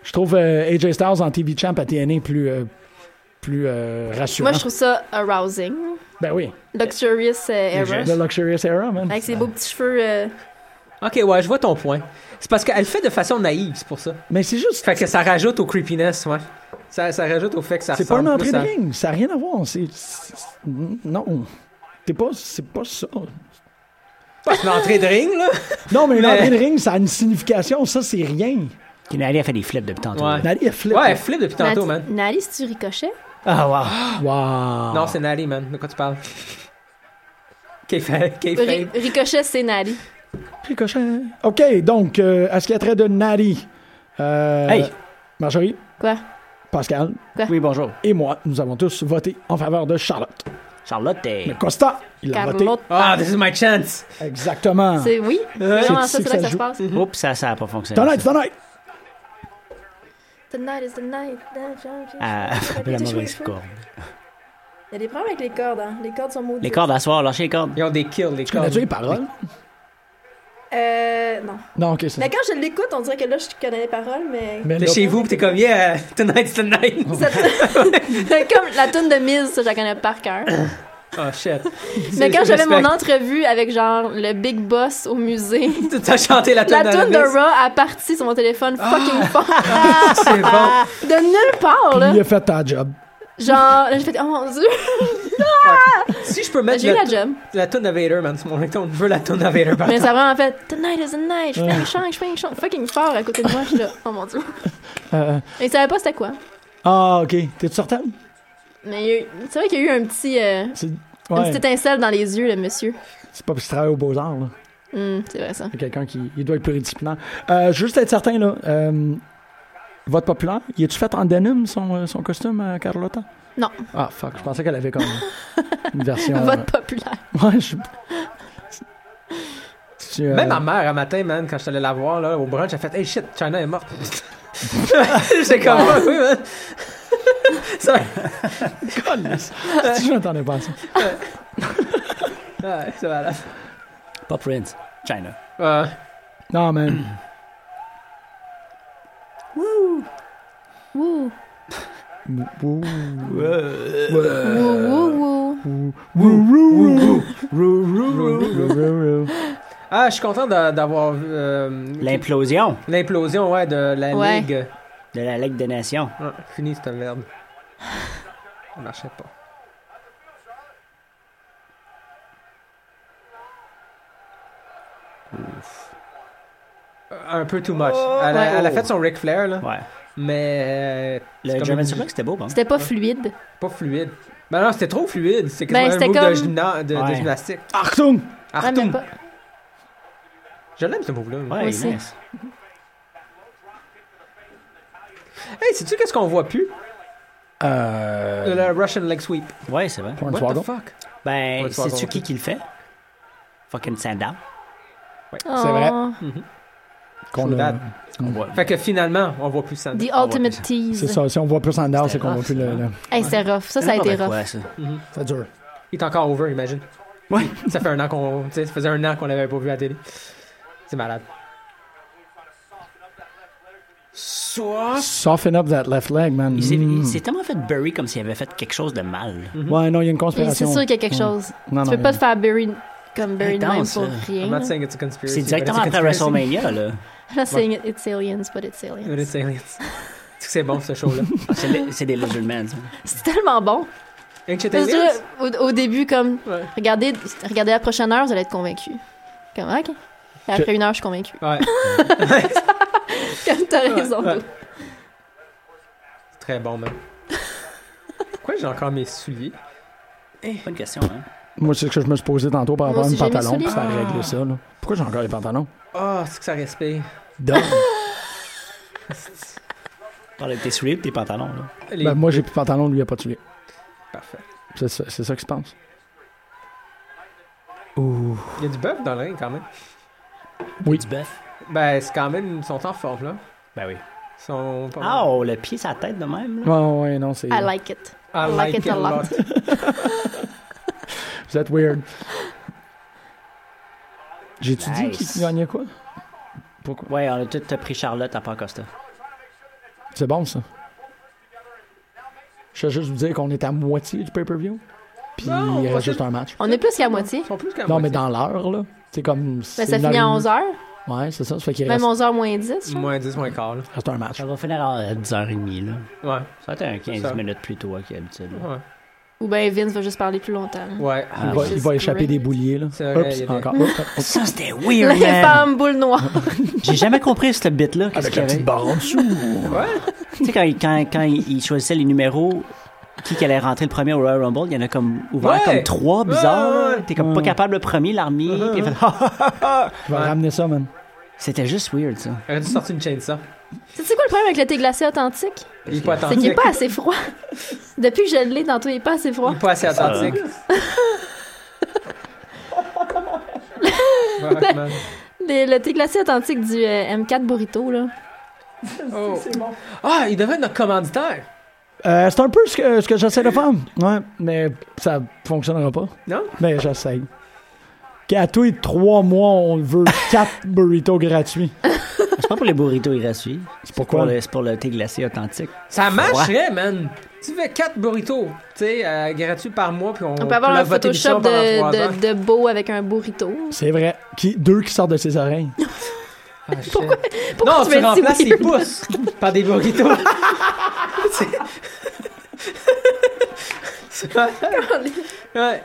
S3: Je trouve euh, AJ Styles en TV Champ à TNA plus, euh, plus euh, rassurant.
S5: Moi, je trouve ça arousing.
S3: Ben oui.
S5: Luxurious euh, era.
S3: The Luxurious Era, man.
S5: Avec ses beaux petits cheveux. euh,
S4: OK, ouais, je vois ton point. C'est parce qu'elle le fait de façon naïve, c'est pour ça.
S3: Mais c'est juste.
S4: Fait que ça rajoute au creepiness, ouais. Ça, ça rajoute au fait que ça
S3: C'est pas une
S4: ressemble
S3: entrée
S4: plus
S3: de
S4: à-
S3: ring, ça n'a rien à voir. C'est. c'est- Non. T'es pas. C'est pas ça.
S4: Pas une entrée de ring, *laughs* là.
S3: Non, mais une
S4: Mais-
S3: entrée de ring, ça a une signification. Ça, c'est rien.
S6: Kinali a fait des flips depuis tantôt.
S4: Ouais.
S6: là.
S3: Nali, elle flippe.
S4: Ouais, elle flippe depuis tantôt,
S5: Nat-
S4: man.
S5: Nali, si tu ricochais?
S6: Ah, wow.
S3: Wow.
S4: Non, c'est Nally, man. De quoi tu parles? *laughs* K-Fab.
S5: Ri- Ricochet, c'est Nali.
S3: Ricochet. OK, donc, euh, à ce qui a trait de Nari. euh,
S6: Hey.
S3: Marjorie,
S5: Quoi?
S3: Pascal
S6: Oui, bonjour.
S3: et moi, nous avons tous voté en faveur de Charlotte.
S6: Charlotte,
S3: Mais
S6: t'es.
S3: Costa, il a voté.
S5: Carlotte.
S4: Ah, this is my chance.
S6: Ah.
S3: Exactement.
S5: C'est oui.
S6: Euh,
S5: C'est vraiment ça,
S3: C'est-
S5: c'est là que ça
S3: ça
S5: se passe.
S6: *laughs* Oups, ça, ça a pas fonctionné.
S3: Tonight, tonight.
S5: Tonight is the night.
S6: Ah, *laughs* frappé la mauvaise corde.
S5: Il y a des problèmes avec les cordes, hein. Les cordes sont maudites.
S6: Les cordes à soir, lâchez les cordes.
S4: Ils ont des kills, les
S3: Tu connais-tu les
S4: kills.
S3: paroles?
S5: Euh, non.
S3: Non, OK, c'est
S5: quand je l'écoute, on dirait que là, je connais les paroles, mais.
S3: Mais
S4: T'es
S3: là-
S4: chez vous, pis t'es comme, yeah, *laughs* tonight's the night.
S5: *laughs* Comme la tune de Miz, ça, je la connais par cœur.
S4: Oh, shit.
S5: Mais quand
S4: Je
S5: j'avais mon
S4: respecte.
S5: entrevue avec, genre, le Big Boss au
S4: *laughs*
S5: musée,
S4: T'as chanté la tune
S5: la
S4: de Ah!
S5: tune de
S4: Elvis.
S5: Raw a parti sur mon téléphone fucking fort.
S4: C'est bon.
S5: Ah. De nulle part, là.
S3: Il a fait ta job.
S5: Genre, là, j'ai fait, oh mon dieu.
S4: Si je peux
S5: Ben,
S4: mettre
S5: J'ai eu la
S4: tou-
S5: job.
S4: la tonne à Vader, man, sur mon rectangle, je veux la tonne à Vader, par
S5: Mais ça vraiment en fait Tonight is a night, je fais un chant, je fais un chant fucking fort à côté de moi, je suis là, oh mon dieu.
S3: Euh,
S5: Et ils savaient pas c'était quoi.
S3: ah, ok. T'es-tu certaine?
S5: Mais il y a eu- c'est vrai qu'il y a eu un petit, euh,
S3: C'est-
S5: une
S3: Ouais.
S5: petite étincelle dans les yeux, le monsieur.
S3: C'est pas parce que tu travailles aux Beaux-Arts, là.
S5: Hum, c'est vrai ça.
S3: Il y a quelqu'un qui il doit être pluridisciplinaire. Euh, juste être certain, là. euh, vote populaire, il est-tu fait en denim, son, euh, son costume, à Carlotta?
S5: Non,
S3: Ah, fuck. Je pensais qu'elle avait comme une
S5: *laughs*
S3: version.
S5: vote populaire.
S3: euh, *laughs* Ouais, je. Tu, euh,
S4: Même ma mère, un matin, man, quand je suis allé la voir là, au brunch, j'ai fait Hey shit, China
S5: *laughs*
S4: est morte. J'ai comme Ah oui, man. *laughs* Ça-
S3: Colisse. *laughs* Je m'attendais pas à ça.
S4: Ouais, c'est malade.
S6: Pas Prince. China.
S4: Ouais.
S3: Non, man.
S6: *clears throat*
S5: Wouh,
S3: Ouh.
S5: wouh, wouh, wouh.
S4: Ah, je suis content d'a- d'avoir vu euh,
S6: L'implosion
S4: l'implosion ouais, de la
S5: Ouais.
S4: ligue.
S6: de la Ligue des Nations.
S4: Ah, fini cette merde. Ça marchait pas. Ouf. Un peu too much. Elle, a,
S5: Ouais.
S4: elle a fait son Ric Flair, là,
S6: Oh. Ouais.
S4: mais euh, c'est
S6: Le
S4: comme
S6: German
S4: une-
S6: Suplex, c'était beau, bon.
S5: C'était pas fluide.
S4: pas fluide. Ben non, c'était trop fluide. C'est
S5: Ben,
S4: quasiment un
S5: c'était
S4: move de,
S5: comme-
S4: gymna- de, de
S6: Ouais.
S4: gymnastique.
S3: Artung!
S5: Ouais, mais
S4: Artung.
S5: pas-
S4: Je l'aime ce move-là. moi.
S6: Ouais,
S5: aussi.
S6: nice.
S4: Hey, sais-tu qu'est-ce qu'on voit plus?
S3: Euh.
S4: Le Russian leg sweep.
S6: Ouais, c'est vrai.
S4: What
S3: Hornswoggle.
S4: the fuck?
S6: Ben,
S4: Ouais, tu vas
S6: sais-tu
S4: avoir-
S6: qui qui le fait? Fucking Sandow.
S3: C'est vrai.
S5: Oh,
S3: Qu'on
S4: True
S3: a-
S4: that.
S6: On voit.
S4: Fait que finalement, on voit plus ça.
S5: The ultimate
S3: Ah C'est
S5: tease.
S3: ça. Si on voit plus en dehors, c'est
S6: C'était
S3: qu'on voit
S6: rough,
S3: plus le.
S6: ça.
S3: le-
S5: Hey, c'est rough. Ça, ça a été rough.
S6: Ouais, ça.
S3: Ça dure.
S4: Il est encore over, imagine.
S3: Ouais.
S4: Ça fait un an qu'on. tu sais, Ça faisait un an qu'on l'avait pas vu à la télé. C'est malade. Soit.
S3: Soften up that left leg, man.
S6: Il s'est-
S3: Mm.
S6: il s'est tellement fait bury comme s'il avait fait quelque chose de mal.
S3: Ouais, non, il y a une
S5: Et C'est
S3: conspiration.
S5: sûr qu'il y a quelque chose.
S3: Non,
S5: Tu
S3: non,
S5: peux pas
S3: mais-
S5: te faire bury comme bury de même
S6: Intense,
S5: pour
S6: ça.
S5: rien.
S4: I'm not
S5: là.
S4: saying it's a conspiracy.
S6: C'est directement
S4: but it's a
S6: après
S4: conspiracy.
S6: WrestleMania, là.
S5: I'm not saying it- it's aliens, but it's aliens.
S4: *laughs* But it's aliens. C'est que c'est bon ce show-là.
S6: C'est des- C'est des lizard men, ça.
S5: C'est tellement bon.
S4: Ancient
S5: Parce que
S4: Aliens?
S5: au, au début, comme,
S4: Ouais.
S5: regardez, regardez la prochaine heure, vous allez être convaincu. Comme, ah, ok. Et après une heure, je suis convaincu.
S4: Ouais.
S5: *laughs* Comme t'as raison.
S4: ouais.
S5: Lou.
S4: C'est très bon, même. Pourquoi j'ai encore mes souliers?
S6: Bonne question, hein.
S3: Moi, c'est ce que je me suis posé tantôt par
S5: Moi
S3: rapport à mes
S5: aussi, j'ai mes
S3: pantalons.
S5: souliers.
S3: puis Ça a réglé ça, là. Pourquoi j'ai encore les pantalons?
S4: Ah, c'est que ça respire.
S3: Dumb.
S6: Parle avec tes souliers et tes pantalons, là.
S4: Les-
S3: ben, moi, j'ai plus de pantalons, lui, il a pas de souliers.
S4: Parfait.
S3: C'est ça, c'est ça qui se passe.
S4: Il y a du bœuf dans le ring, quand même.
S3: Oui.
S6: Du bœuf.
S4: Ben, c'est quand même. Ils sont en forme, là.
S6: Ben oui.
S4: Ils sont pas
S6: Ah, oh, le pied, sa tête de même, là.
S3: Ouais, ouais, non, c'est.
S5: I like it.
S4: I
S5: I
S4: like it a lot.
S3: Vous êtes weird. J'ai-tu dit
S6: Nice.
S3: qui gagnait quoi? Pourquoi?
S6: Ouais, on a tout euh, pris Charlotte à part Costa.
S3: C'est bon, ça. Je vais juste vous dire qu'on est à moitié du pay-per-view. Puis
S4: Non,
S3: il
S4: pas
S3: reste juste un match.
S5: On est plus qu'à moitié.
S4: Ils sont plus qu'à
S3: Non, mais dans
S4: moitié.
S3: l'heure, là. C'est comme.
S5: Ben, ça finit à 11h,
S3: Ouais, c'est ça. Ça fait qu'il
S5: même
S3: reste,
S5: 11h moins 10. genre.
S4: Moins 10, moins quart, là.
S3: reste un
S4: Ah,
S3: match.
S6: Ça va finir à 10h30, là.
S4: Ouais.
S6: Ça va être un 15
S4: Ça.
S6: minutes plus tôt qu'habitude. là.
S4: Ouais.
S5: Ou ben Vince va juste parler plus longtemps. là.
S4: Ouais.
S3: Il va, il va échapper des bouliers, là.
S4: C'est vrai,
S3: Oups,
S4: il y a des- *laughs*
S3: encore.
S6: Ça, c'était
S5: Les
S6: weird, man.
S5: femmes boule *laughs* noire.
S6: J'ai jamais compris ce bit-là. Qu'est-ce
S3: Avec
S6: qu'il
S3: la
S6: y avait?
S3: petite barre en dessous.
S6: Tu sais, quand, il- quand, quand il il choisissait les numéros, qui qu'elle allait rentrer le premier au Royal Rumble, il y en a comme ouvert
S4: Ouais.
S6: comme trois bizarres.
S4: Ouais,
S6: là.
S4: ouais.
S6: T'es comme pas capable le premier, l'armée. puis il a fait, Ah, ah.
S3: Je vais ramener ça, man.
S6: C'était juste weird, ça.
S4: Il aurait dû sortir une chaîne ça.
S5: C'est quoi le problème avec le thé glacé authentique?
S4: Il est pas
S5: C'est qu'il est
S4: authentique.
S5: pas assez froid. *laughs* Depuis que je l'ai dans tout, il est pas assez
S4: Il
S5: froid.
S4: est pas assez authentique.
S5: *laughs*
S4: Ouais, man.
S5: Les- le thé glacé authentique du euh, M4 Burrito, là.
S4: Oh. Ah, il devait être notre commanditaire.
S3: Euh, c'est un peu ce que, ce que j'essaie de faire. Ouais, mais ça fonctionnera pas.
S4: Non?
S3: Mais Ben, j'essaye. Qu'à tous les trois mois, on veut *laughs* quatre burritos gratuits.
S6: C'est pas pour les burritos gratuits.
S3: C'est
S6: Pour
S3: pourquoi?
S6: le- C'est pour le thé glacé authentique.
S4: Ça marcherait, man. Tu fais 4 burritos, tu sais, euh, gratuits par mois, puis on,
S5: On peut avoir
S4: lave
S5: un
S4: votre
S5: Photoshop
S4: émission pendant trois ans.
S5: de, de, de beau avec un burrito.
S3: C'est vrai. Qui, deux qui sortent de ses oreilles.
S4: Ah, shit.
S5: Pourquoi
S4: Non, tu
S5: me dis
S4: remplaces les
S5: weird?
S4: pouces par des burritos. C'est- Ouais.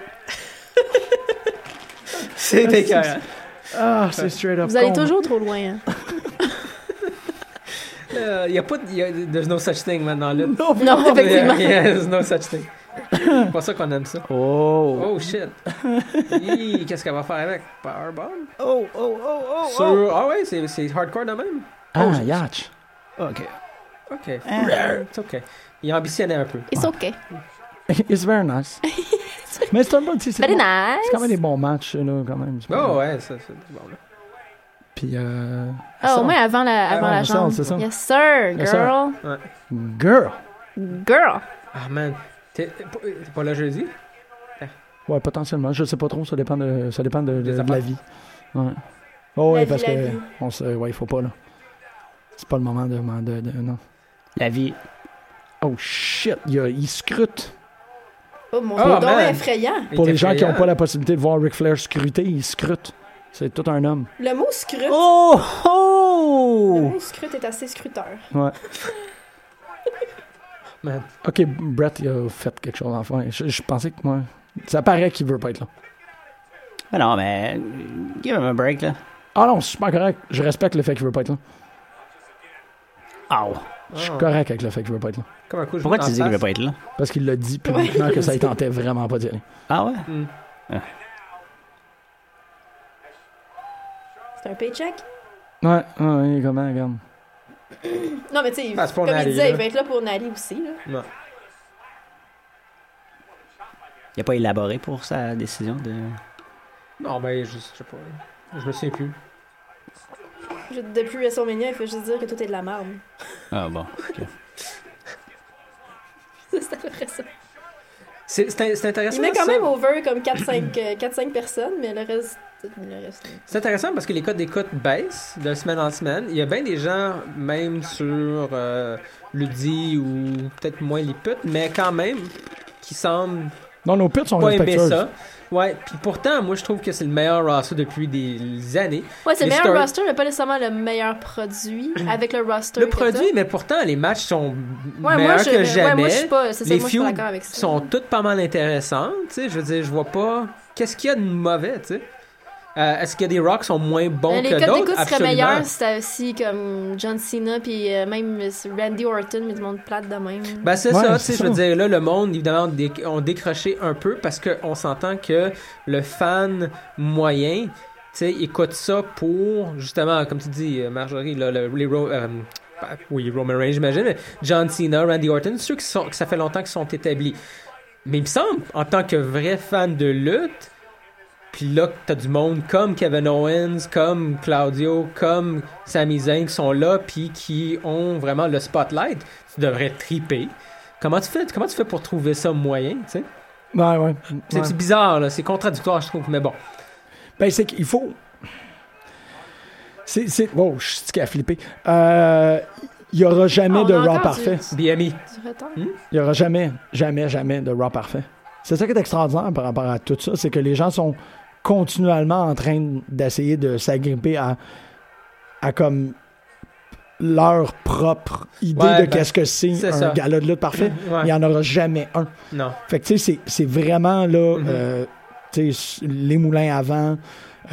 S4: C'est écœurant.
S3: Ah, c'est straight up.
S5: Vous allez
S3: con.
S5: toujours trop loin. hein.
S4: Il n'y a pas de. Euh, y a- there's no such thing, man, dans la lutte.
S3: Oh,
S5: Non, effectivement.
S4: Yeah, there's no such thing. C'est pour ça qu'on aime ça.
S3: Oh.
S4: Oh shit. Hi, Qu'est-ce qu'elle va faire avec Powerbomb?
S6: Oh, oh, oh, oh,
S4: Sur- Ah ouais, c'est c'est hardcore de même.
S3: Ah, Yatch.
S6: OK.
S4: Ok. C'est ok. Il ambitionnait un peu.
S5: It's okay.
S3: It's very nice. *laughs* Mais c'est un bon petit. C'est
S5: Very
S3: bon.
S5: nice.
S3: C'est quand même des bons matchs, là, quand même. C'est pas
S4: Oh
S3: mal.
S4: ouais, ça, c'est bon là.
S3: Puis, euh.
S5: Ah,
S3: ça,
S5: au moins avant la, avant
S3: Ah,
S5: la
S3: ça,
S5: jambe.
S3: c'est ça.
S5: Yes, sir,
S3: Yes, sir.
S5: girl.
S3: Girl.
S5: Girl.
S4: Ah man. T'es t'es pas là jeudi?
S3: Ouais, potentiellement. Je sais pas trop. Ça dépend de, ça dépend de, de-
S4: Des
S3: de la
S4: apports.
S3: vie. Ouais. Oh,
S5: La
S3: ouais,
S5: vie,
S3: parce
S5: la
S3: que.
S5: vie.
S3: On se, ouais, il faut pas, là. C'est pas le moment de. de, de- non.
S6: La vie.
S3: Oh shit, il, y a- il scrute.
S5: Oh mon
S4: Oh,
S5: dieu,
S4: man.
S5: donc effrayant.
S4: Il
S3: Pour
S4: était
S3: les gens qui
S4: effrayant.
S3: n'ont pas la possibilité de voir Ric Flair scruter, il scrute. C'est tout un homme.
S5: Le mot scrut,
S6: Oh,
S5: le
S6: oh!
S5: mot scrut est assez scruteur.
S3: Ouais.
S4: Man.
S3: Ok, Brett, il a fait quelque chose enfin. Je, je pensais que moi. Ça paraît qu'il veut pas être là.
S6: Mais Ah non, mais. euh, Give him a break, là.
S3: Ah non, c'est super correct. Je respecte le fait qu'il veut pas être là.
S6: Ow!
S3: Je suis
S4: Ah.
S3: correct avec le fait qu'il veut pas être là.
S4: Comme un coup, je
S6: Pourquoi
S4: vous
S6: tu dis qu'il
S4: en
S6: veut
S4: face.
S6: pas être là?
S3: Parce qu'il l'a dit publiquement que ça ne tentait vraiment pas d'y aller.
S6: Ah ouais?
S5: C'est un paycheck.
S3: Ouais, ouais, comment, regarde.
S5: Non, mais tu sais,
S4: Ah, c'est pour
S5: comme il
S4: Nally,
S5: disait,
S4: là.
S5: il va être là pour Nali aussi. Là.
S6: Il a pas élaboré pour sa décision de.
S4: Non, ben, je sais pas. Je me souviens plus.
S5: Je- Depuis WrestleMania, il faut juste dire que tout est de la merde.
S6: Ah bon.
S5: C'est à peu près ça.
S4: C'est c'est- c'est intéressant.
S5: Il met quand
S4: ça.
S5: même over comme 4-5 euh, 4-5 personnes, mais le reste. Le reste...
S4: C'est intéressant parce que les codes d'écoute baissent de semaine en semaine. Il y a bien des gens, même sur euh, Ludi ou peut-être moins les putes, mais quand même, qui semblent
S3: Non, nos putes sont
S4: pas aimer
S3: respectueuses.
S4: ça. Ouais, puis pourtant, moi je trouve que c'est le meilleur roster depuis des années.
S5: Ouais, c'est le
S4: Les
S5: meilleur
S4: stars-
S5: roster, mais pas nécessairement le meilleur
S4: *clears throat*
S5: produit avec le roster.
S4: Le
S5: que t'as.
S4: produit, mais pourtant, les matchs sont
S5: Ouais, moi,
S4: meilleurs
S5: je,
S4: que
S5: ouais,
S4: jamais.
S5: moi, je suis pas, c'est ça,
S4: les
S5: moi, je suis pas
S4: feuds
S5: d'accord avec ça.
S4: sont toutes pas mal intéressantes. tu sais. Je veux dire, je vois pas. Qu'est-ce qu'il y a de mauvais, tu sais? Euh, Est-ce qu'il y a des rocks qui sont moins bons
S5: Euh, les
S4: que
S5: codes d'écoute
S4: d'autres?
S5: seraient
S4: Absolument.
S5: meilleurs si t'avais aussi comme John Cena puis euh, même Randy Orton, mais du monde plate de même.
S4: Ben c'est
S3: Ouais,
S4: ça,
S3: c'est
S4: tu sais, je
S3: ça.
S4: veux dire, là, le monde, évidemment, ont déc- ont décroché un peu parce qu'on s'entend que le fan moyen, tu sais, écoute ça pour, justement, comme tu dis, euh, Marjorie, là, le- les Ro- euh, bah, oui, Roman Reigns, j'imagine, mais John Cena, Randy Orton, ceux qui sont, que ça fait longtemps qu'ils sont établis. Mais il me semble, en tant que vrai fan de lutte, puis là, que t'as du monde comme Kevin Owens, comme Claudio, comme Sami Zayn qui sont là, puis qui ont vraiment le spotlight. Tu devrais triper. Comment tu fais, comment tu fais pour trouver ça moyen, tu sais?
S3: Ouais, ouais.
S4: C'est
S3: ouais.
S4: c'est bizarre, là. C'est contradictoire, je trouve, mais bon.
S3: Ben, c'est qu'il faut. C'est. c'est... Wow, je suis qui a flippé. Euh, Il y aura jamais
S5: Ah, on
S3: de
S5: a
S3: Raw
S5: encore
S3: parfait.
S4: BMI.
S5: Du retard.
S3: Il y aura jamais, jamais, jamais de Raw parfait. C'est ça qui est extraordinaire par rapport à tout ça, c'est que les gens sont continuellement en train d'essayer de s'agripper à, à comme leur propre idée
S4: Ouais,
S3: de
S4: ben,
S3: qu'est-ce que c'est
S4: c'est
S3: un
S4: ça.
S3: gala de lutte parfait.
S4: Ouais.
S3: Il n'y en aura jamais un.
S4: Non.
S3: Fait que tu sais, c'est- c'est vraiment là,
S4: Mhm.
S3: euh, tu sais, les moulins avant.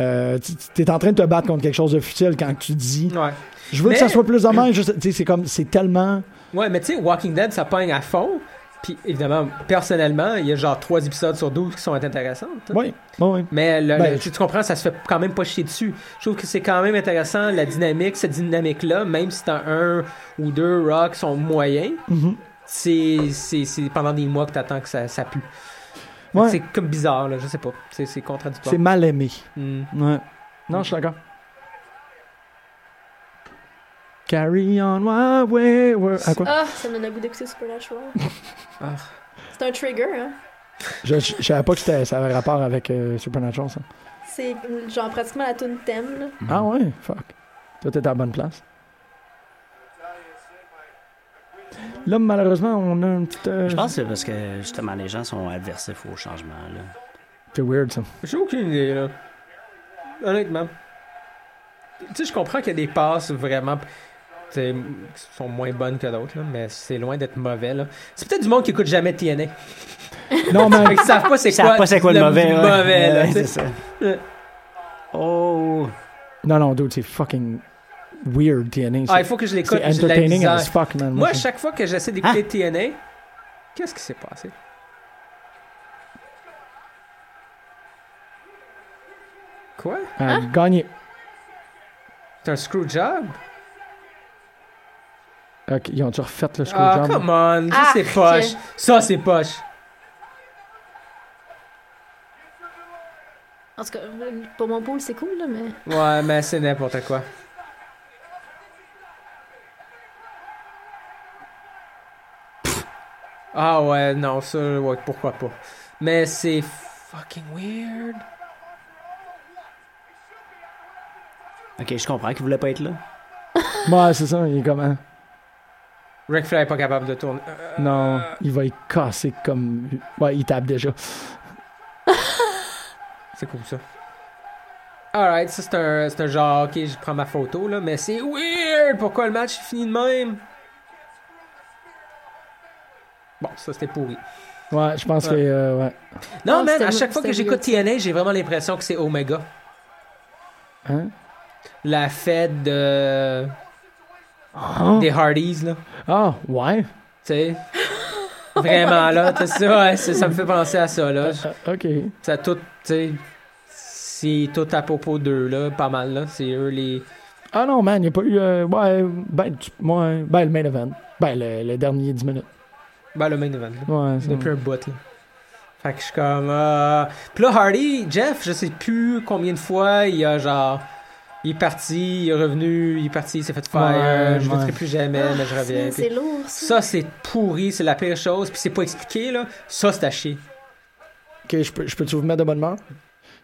S3: Euh, tu- tu- T'es en train de te battre contre quelque chose de futile quand tu dis
S4: Ouais.
S3: je veux
S4: Mais-
S3: que ça soit plus de même. Juste, tu sais, C'est comme, c'est tellement.
S4: Ouais, mais tu sais, Walking Dead, ça pogne à fond. Puis évidemment, personnellement, il y a genre 3 épisodes sur 12 qui sont intéressants. tu sais.
S3: Oui, oui.
S4: Mais le-
S3: Ben,
S4: le- tu, tu comprends, ça se fait quand même pas chier dessus. Je trouve que c'est quand même intéressant, la dynamique, cette dynamique-là, même si t'as un ou deux rocks qui sont moyens,
S3: Mhm.
S4: c'est- c'est c'est pendant des mois que t'attends que ça, ça pue. Fait que
S3: Ouais.
S4: C'est comme bizarre, là, je sais pas. C'est c'est contradictoire.
S3: C'est mal aimé.
S4: Hmm.
S3: Ouais. Non, je suis d'accord. Carry on my way. where- À
S4: Euh.
S3: quoi?
S5: Ah, ça me donne le goût d'écouter Supernatural.
S4: Ah.
S5: C'est un trigger, hein.
S3: Je, je, je savais pas que c'était- ça avait rapport avec euh, Supernatural, ça.
S5: C'est genre pratiquement la tune thème, là.
S3: Ah ouais? Fuck. Toi, t'es à la bonne place. Là, malheureusement, on a une petite...
S4: Ah
S3: euh,
S6: Je pense que c'est parce que justement les gens sont adversifs au changement. Là.
S3: C'est weird, *laughs* ça.
S4: J'ai aucune idée, là. Honnêtement. Tu sais, je comprends qu'il y a des passes vraiment tu sais,
S6: *laughs*
S4: qui sont moins bonnes que d'autres, là, mais c'est loin d'être mauvais. là. C'est peut-être du monde qui écoute jamais TNA.
S3: Non, mais.
S4: Fait qu'ils savent pas c'est
S6: Ils savent
S4: quoi,
S6: pas c'est quoi le mauvais. ouais.
S4: mauvais, là,
S6: Ouais,
S4: tu sais.
S6: c'est ça. Oh.
S3: Non, non, dude, c'est fucking weird, TNA.
S4: Ah,
S3: C'est-
S4: il faut que je
S3: C'est
S4: l'écoute. j'ai de la
S3: entertaining
S4: misère.
S6: hein,
S3: as fuck, man.
S4: Moi, à
S3: je-
S4: chaque fois que j'essaie d'écouter
S6: Ah!
S4: TNA, qu'est-ce qui s'est passé? Quoi?
S3: Ah, Gagné.
S4: C'est un screwjob?
S3: Ok, ils ont-tu refait le
S4: Ah,
S3: screwjob?
S4: come on! Ça,
S5: Ah,
S4: c'est poche. Ça, c'est poche.
S5: En tout cas, pour mon pool, c'est cool, là, mais.
S4: Ouais, mais c'est n'importe quoi. Pff. Ah ouais, non, ça, ouais, pourquoi pas. Mais c'est fucking weird.
S6: Ok, je comprends qu'il voulait pas être là.
S3: Ouais, c'est ça, il est comme. hein.
S4: Ric Flair est pas capable de tourner. Euh,
S3: Non, il va y casser comme. Ouais, il tape déjà.
S4: c'est cool ça. Alright, ça c'est un, c'est un genre, ok, je prends ma photo là, mais c'est weird! Pourquoi le match est fini de même? Bon, ça c'était pourri.
S3: Ouais, je pense
S4: Ouais.
S3: que. euh, ouais.
S4: Non,
S5: Non,
S4: man,
S5: c'était
S4: à
S5: wi-
S4: chaque fois que
S5: c'était
S4: j'écoute TNA, j'ai vraiment l'impression que c'est Omega.
S3: Hein?
S4: La fête de.
S3: Ah,
S4: des Hardys, là.
S3: Ah, ouais.
S4: Tu sais. Vraiment, là. tu sais, ouais, ça, ça me fait penser à ça,
S6: Euh,
S4: là.
S3: Ah, ok.
S4: Ça tout, tu sais. C'est tout à propos d'eux, là. Pas mal, là. C'est eux les.
S3: Ah non, man, il n'y a pas eu. euh, ouais, ben, tu- ouais, ben, le main event. Ben, le, le dernier 10 minutes.
S4: Ben, le main event, là.
S3: Ouais, c'est
S4: Depuis un bout, là. Fait que je suis comme. euh, Puis là, Hardy, Jeff, je sais plus combien de fois il a genre. Il est parti, il est revenu, il est parti, il s'est fait fire.
S3: Ouais,
S4: je ne
S3: ouais.
S4: plus jamais, mais je reviens.
S5: C'est Ah, c'est
S4: Puis-
S5: lourd, ça.
S4: Ça, c'est pourri, c'est la pire chose, puis c'est pas expliqué, là. Ça, c'est à chier.
S3: Ok, je peux, je peux-tu vous mettre de bonne humeur?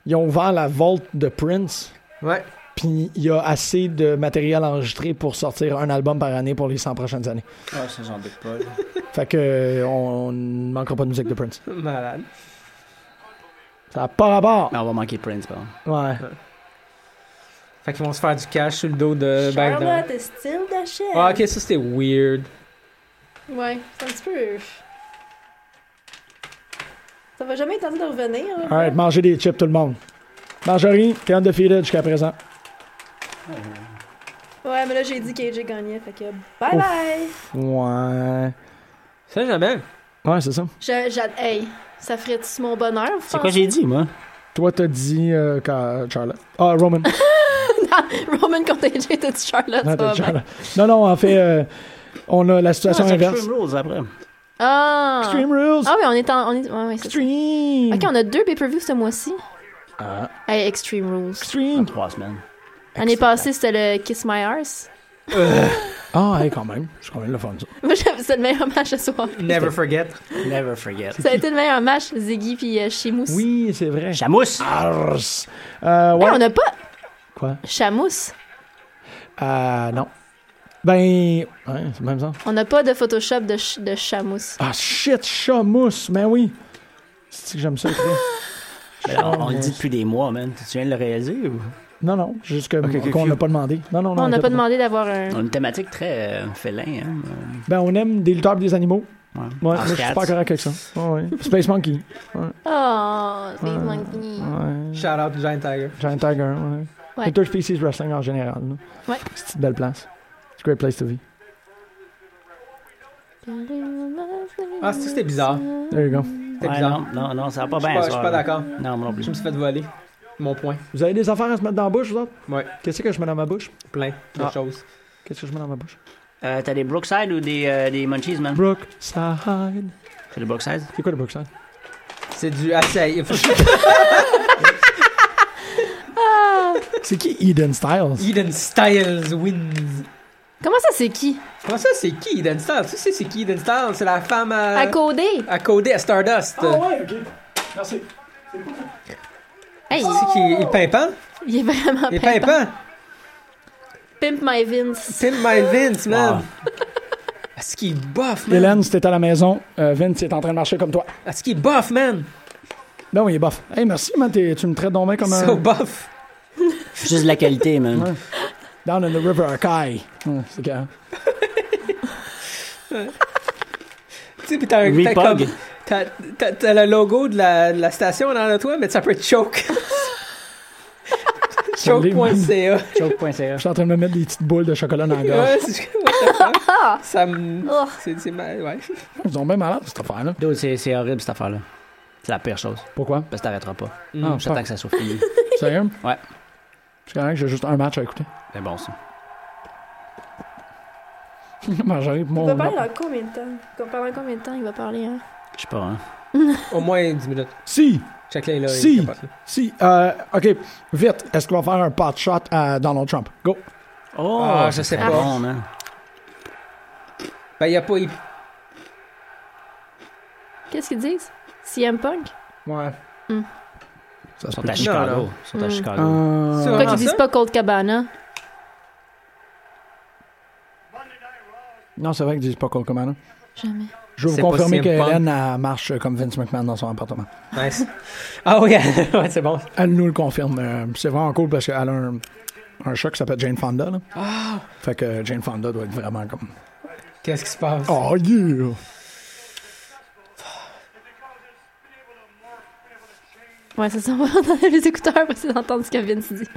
S3: Ils ont ouvert la vault de Prince,
S4: Ouais. *laughs*
S3: puis il y a assez de matériel enregistré pour sortir un album par année pour les 100 prochaines années.
S6: Ah, ça, j'en doute pas.
S3: Fait que, euh, on on ne manquera pas de musique de Prince.
S4: Malade.
S3: Ça n'a pas rapport.
S6: Mais on va manquer Prince, bon.
S3: Ouais.
S4: Fait qu'ils vont se faire du cash sur le dos de Bagdad.
S2: est style de shit.
S4: euh, ben, Ah, ok, ça, c'était weird.
S5: Ouais, c'est un petit peu. Ça va jamais tenter de revenir. hein.
S3: Alright, mangez des chips, tout le monde. Marjorie, t'es undefeated jusqu'à présent.
S5: Ouais, mais là, j'ai dit KJ gagnait, fait que bye bye!
S3: Ouais.
S4: Ça, jamais.
S3: Ouais, c'est ça.
S5: Je, j'a- hey, ça ferait-tu mon bonheur? vous
S6: C'est quoi
S3: Ah,
S6: j'ai dit, moi?
S3: Toi, t'as dit euh, quand- Charlotte. Ah, *laughs* Roman.
S5: pensez? *laughs* Roman contre AJ, t'as dit Charlotte,
S3: non,
S5: Ah, ben. ça
S3: t'as
S5: va
S3: dit
S5: bien.
S3: Charlotte. non, non, en fait, euh, on a la situation
S6: Ah,
S3: inverse.
S6: Extreme Rules après.
S5: Ah!
S3: Extreme Rules.
S5: Ah, mais on est en. On est, ouais, ouais, c'est ça.
S3: Extreme.
S5: Ah. Ok, on a deux pay-per-views ce mois-ci.
S3: Ah.
S5: Hey, Extreme Rules.
S6: En
S3: Extreme.
S6: trois semaines.
S5: L'année passée, c'était le Kiss My Arse. *laughs*
S3: Ah, hey, quand même. Je suis quand même le fun, ça.
S5: Moi, j'avais c'est le meilleur match ce soir.
S4: Never forget.
S6: Never forget.
S5: Ça a été le meilleur match, Ziggy puis euh, Sheamus.
S3: Oui, c'est vrai.
S6: Chamousse!
S3: Ah, Arrgh. Euh,
S5: Hey,
S3: ouais.
S5: Eh, on n'a pas.
S3: Quoi?
S5: Chamousse.
S3: Euh, non. Ben, ouais, c'est le même sens.
S5: On n'a pas de Photoshop de, ch- de Chamousse.
S3: Ah, shit, chamousse. Ben oui. C'est que j'aime ça. écrire.
S6: Mais là, on, on le dit depuis des mois, man. Tu viens de le réaliser ou?
S3: Non, non, juste que-
S6: ok,
S3: qu'on
S6: ok.
S3: n'a pas demandé. Non, non, non.
S5: on n'a
S3: inquiète
S5: pas demandé d'avoir un.
S6: On a une thématique très euh, félin, hein.
S3: Ben, on aime des lutteurs et des animaux.
S6: euh, Ouais.
S3: Ouais,
S6: Ah,
S3: moi, je suis
S6: cats.
S3: pas correct avec ça.
S5: Ah,
S3: Ouais, ouais. Space Monkey.
S5: Oh, Space Monkey.
S3: Ouais.
S4: Shout out Giant Tiger.
S3: Giant Tiger. Ouais.
S5: Ouais.
S3: Interspecies Wrestling en général. là.
S5: Ouais.
S3: C'est une belle place. It's a great place to be.
S4: Ah, c'est- c'était bizarre.
S3: There you go.
S4: C'était
S6: Ouais,
S4: bizarre.
S6: non, non, non, ça va pas
S4: Je suis
S6: bien.
S4: pas,
S6: ça,
S4: je suis
S6: là.
S4: pas d'accord.
S6: Non, moi non plus.
S4: Je me suis fait voler. Mon point.
S3: Vous avez des affaires à se mettre dans la bouche, vous autres?
S4: Ouais.
S3: Qu'est-ce que je mets dans ma bouche?
S4: Plein de
S3: Ah.
S4: choses.
S3: Qu'est-ce que je mets dans ma bouche?
S6: Euh, T'as des Brookside ou des, euh, des Munchies, man?
S3: Brookside.
S6: C'est des Brookside?
S3: C'est quoi le Brookside?
S4: C'est du assay.
S3: C'est qui Eden Styles?
S4: Eden Styles wins.
S5: Comment ça, c'est qui?
S4: Comment ça, c'est qui Eden Styles? Tu sais, c'est qui Eden Styles? C'est la femme à.
S5: À coder.
S4: à coder à Stardust.
S3: ouais, ok. Merci.
S5: Hey,
S4: C'est qui? Il est pimpant?
S5: il est vraiment
S4: Il est
S5: pimpant.
S4: pimpant?
S5: Pimp My Vince.
S4: Tim My Vince, man. Est-ce qu'il est buff, man?
S3: Hélène, c'était à la maison. Euh, Vince est en train de marcher comme toi.
S4: Est-ce qu'il est buff, man?
S3: Non, il est bof. Hey, merci, man. t'es- Tu me traites donc bien comme
S4: So
S3: un.
S4: buff.
S6: Juste de la qualité, man.
S3: Ouais. Down in the river, Kai. Ouais, c'est carré.
S4: Tu sais, pis t'as un.
S6: Reed
S4: T'as
S6: Pog.
S4: comme, t'as T'as- T'as t'as le logo de la, de la station en arrière de toi, mais ça peut
S3: *laughs*
S4: être choke. choke.ca.
S6: Choke.ca.
S3: Je suis en train de me mettre des petites boules de chocolat dans la gorge.
S4: Ouais, c'est what the fuck? Ça me.
S5: Oh.
S4: C'est c'est mal, ouais.
S3: Ils ont bien malade, cette affaire-là.
S6: Dude, c'est c'est horrible cette affaire-là. C'est la pire chose.
S3: Pourquoi?
S6: Parce que t'arrêteras pas.
S3: Ah,
S6: J'attends
S3: fuck.
S6: que ça soit fini.
S3: Sérieux?
S6: Ouais.
S3: Je suis correct, j'ai juste un match à écouter. *laughs*
S6: C'est bon ça.
S3: Comment j'arrive pour
S5: Il
S3: mon.
S5: va parler dans combien de temps? Comme Pendant combien de temps il va parler, hein?
S6: Je sais pas, hein.
S4: Au moins 10 minutes.
S3: Si!
S4: Check là, il est là. il
S3: Si.
S4: capote, là.
S3: Si! Euh, OK. Vite, est-ce qu'on va faire un pot shot à Donald Trump? Go!
S6: Oh,
S4: Ah, je sais
S6: c'est
S4: pas.
S6: Bon, hein.
S4: Ben, il a pas. il-
S5: Qu'est-ce qu'ils disent? CM Punk?
S4: Ouais.
S3: Ça
S6: Ils
S3: se
S6: sont à
S3: peut.
S6: Chicago. Hmm.
S4: non.
S6: Ils sont à
S5: Mm.
S6: Chicago.
S3: Euh,
S4: C'est
S5: Pourquoi
S4: vraiment
S5: qu'ils disent
S4: Ah, ça?
S5: pas Cold Cabana?
S3: Non, c'est vrai qu'ils disent pas Cole Commander.
S5: Jamais.
S3: Je veux vous
S4: C'est pas
S3: confirmer
S4: CM Punk.
S3: qu'Hélène elle marche euh, comme Vince McMahon dans son appartement.
S4: Nice. Ah oui, *laughs* ouais, c'est bon.
S3: Elle nous le confirme. euh, c'est vraiment cool parce qu'elle a un, un chat qui s'appelle Jane Fonda. Là.
S4: Ah!
S3: Fait que Jane Fonda doit être vraiment comme...
S4: Qu'est-ce qui se passe?
S3: Oh yeah!
S5: Ouais, c'est ça. *laughs* On va enlever les écouteurs pour essayer d'entendre ce que Vince dit.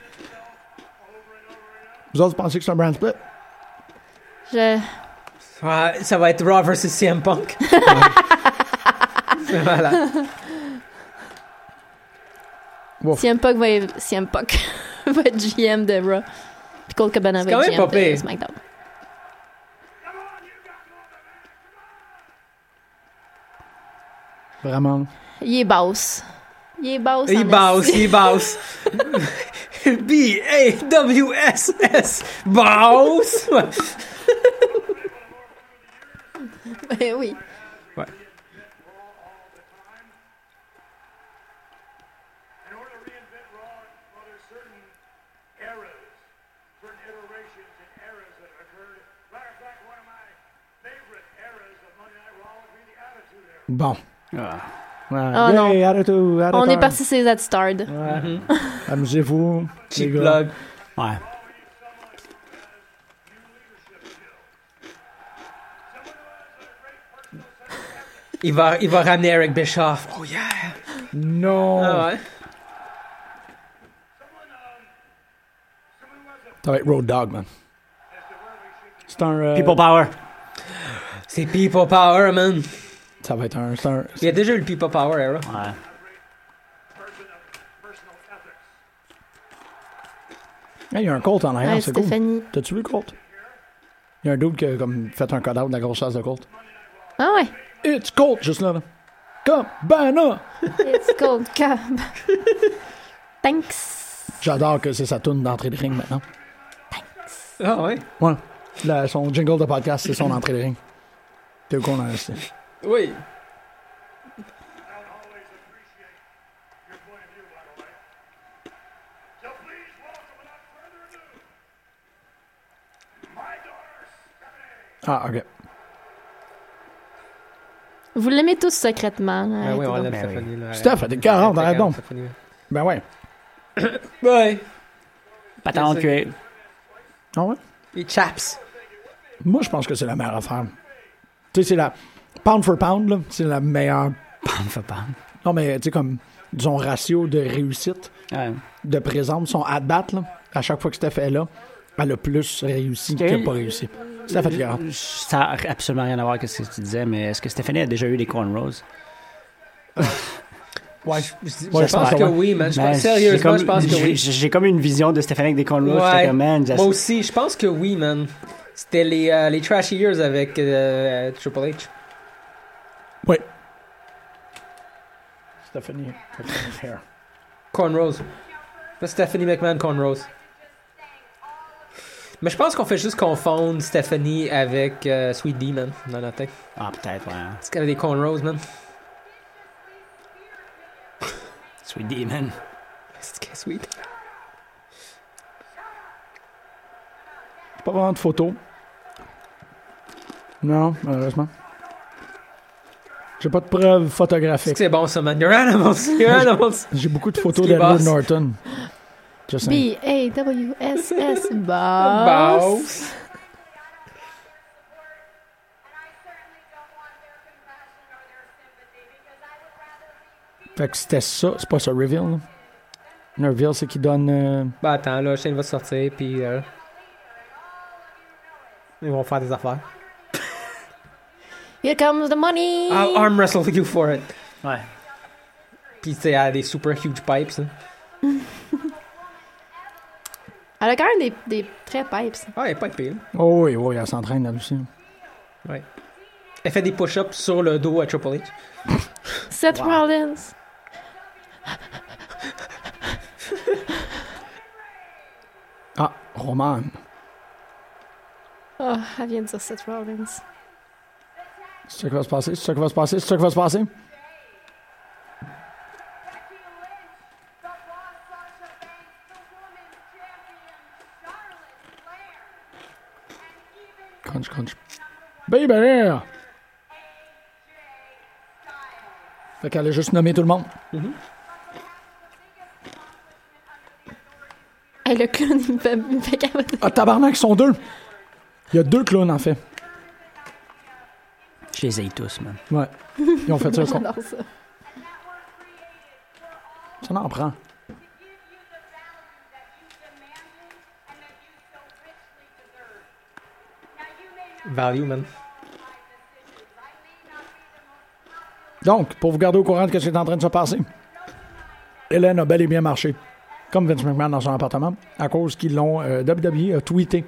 S3: Vous autres pensez que c'est un brand split?
S5: Je...
S4: Ouais, Ah, ça va être Raw versus CM Punk. c'est malade.
S5: CM Punk va être... CM Punk *laughs* va être GM de Raw. Puis Cold Cabana va
S4: C'est quand
S5: être
S4: même
S5: GM
S4: pas
S5: de
S4: pire.
S5: SmackDown.
S3: Vraiment.
S5: Il est boss. Il est boss.
S4: Il
S5: en
S4: bosse,
S5: esti. *laughs*
S4: il bosse. B-A-W-S-S. Boss. Ouais.
S5: Ben oui.
S4: Ouais.
S3: Bon.
S6: Ah.
S5: Ah, non.
S3: attitude,
S5: On est
S3: attitude.
S5: parti sur les Attistard.
S3: Amusez-vous.
S4: Cheap
S3: les gars.
S4: plug.
S6: Ouais.
S4: Il va, il va ramener Eric Bischoff. Oh yeah.
S3: Non.
S4: Ah ouais.
S3: Ça va être Road Dog, man. C'est un. euh,
S6: People Power.
S4: C'est People Power, man.
S3: Ça va être un. C'est un.
S4: Il y a déjà eu le People Power era.
S6: Ouais.
S3: Hey, il y a un Colt en arrière,
S5: Ouais,
S3: c'est cool.
S5: Stéphanie.
S3: T'as-tu vu le Colt? Il y a un dude qui a comme, fait un code-out de la grosse chasse de Colt.
S5: Ah ouais.
S3: It's Colt, juste là. là. Comme, ben là!
S5: It's *laughs* Cold Cabana. Thanks.
S3: J'adore que c'est sa tune d'entrée de ring maintenant.
S4: Ah ouais.
S3: Ouais. Là, son jingle de podcast, c'est son entrée de ring. T'es con, là, c'est-
S4: Oui.
S3: Ah, ok.
S5: Vous l'aimez tous secrètement. hein, là.
S4: Ah oui, on
S5: Arrêtez
S4: l'aime,
S6: Ben oui.
S4: Stéphanie. là.
S3: Steph, elle est 40, arrête donc.
S4: Stéphanie, ouais.
S3: Ben ouais.
S4: Ouais.
S6: Patent
S4: C'est-
S6: cuir.
S3: Ah ouais?
S4: Les chaps.
S3: Moi, je pense que c'est la meilleure affaire. Tu sais, c'est la. Pound for pound, là, c'est la meilleure.
S6: Pam, fa, pam.
S3: Non, mais tu sais, comme. Son ratio de réussite,
S6: Ouais.
S3: de présence, son at-bat, là, à chaque fois que Steph est là, elle a plus réussi
S6: Ok.
S3: qu'elle n'a pas réussi. Steph a
S6: Ah.
S3: fait
S6: Ça a absolument rien à voir avec ce que tu disais, mais est-ce que Stéphanie a déjà eu des cornrows?
S3: Ouais.
S4: Je, je
S3: Ouais, je
S4: pense
S3: pense
S4: que
S3: que ouais.
S4: oui, man. Je
S6: Ben,
S4: pense,
S6: j'ai
S4: sérieusement,
S6: comme-
S4: je pense que
S6: j'ai-
S4: oui.
S6: J'ai comme une vision de Stéphanie avec des cornrows.
S4: Ouais.
S6: j'étais comme, man, j'ass-
S4: Moi aussi, je pense que oui, man. C'était les, euh, les Trashy Years avec euh, Triple H.
S3: Ouais. Stephanie.
S4: Cornrows. Pas Stephanie McMahon, Cornrows. Mais je pense qu'on fait juste confondre Stephanie avec euh, Sweet D, man, dans la tête.
S6: Ah, peut-être, ouais. hein.
S4: Est-ce qu'elle a des cornrows, man?
S6: Sweet Demon.
S4: Est-ce qu'elle est sweet?
S3: Pas vraiment de photos. Non, malheureusement. J'ai pas de preuves
S4: Est-ce que
S3: photographiques.
S4: c'est bon, ça, man? You're animals! *laughs* You're animals!
S3: J'ai beaucoup de photos
S4: C'est
S3: d'Edward
S4: basse.
S3: Norton. Just saying.
S4: *laughs*
S5: B-A-W-S-S. Boss.
S4: Boss.
S10: And I certainly don't want their compassion or their sympathy because
S3: Fait que c'était ça. C'est pas ça, Reveal. là. Un Reveal, c'est qui donne. euh,
S4: Bah attends, là, Shane va sortir, puis. euh, Ils vont faire des affaires.
S5: Here comes the money!
S4: I'll arm wrestle you for it.
S6: Ouais.
S4: Puis, tu sais, elle a des super huge pipes. là.
S5: Elle a quand même des, des très pipes.
S4: Ah, elle est pas pire.
S3: Oh oui, oui, elle s'entraîne, elle aussi.
S4: Elle fait des push-ups sur le dos à Triple H.
S5: Seth Rollins!
S3: Ah, Roman.
S5: Oh, elle vient de dire Seth Rollins.
S3: C'est ça qui va se passer, c'est ça qui va se passer, c'est ça qui va se passer. Crunch, crunch. Baby! Fait qu'elle a juste nommé tout le monde.
S5: Hey, le clown, il me fait, il me fait capoter.
S3: Ah, tabarnak, ils sont deux! Il y a deux clowns, en fait.
S6: Je les ai tous, man.
S3: Ouais. Ils ont fait ça. ça.
S5: J'adore ça.
S3: Ça en prend.
S4: Value, man.
S3: Donc, pour vous garder au courant de ce qui est en train de se passer, Hélène a bel et bien marché, comme Vince McMahon dans son appartement, à cause qu'ils l'ont, euh, WWE a tweeté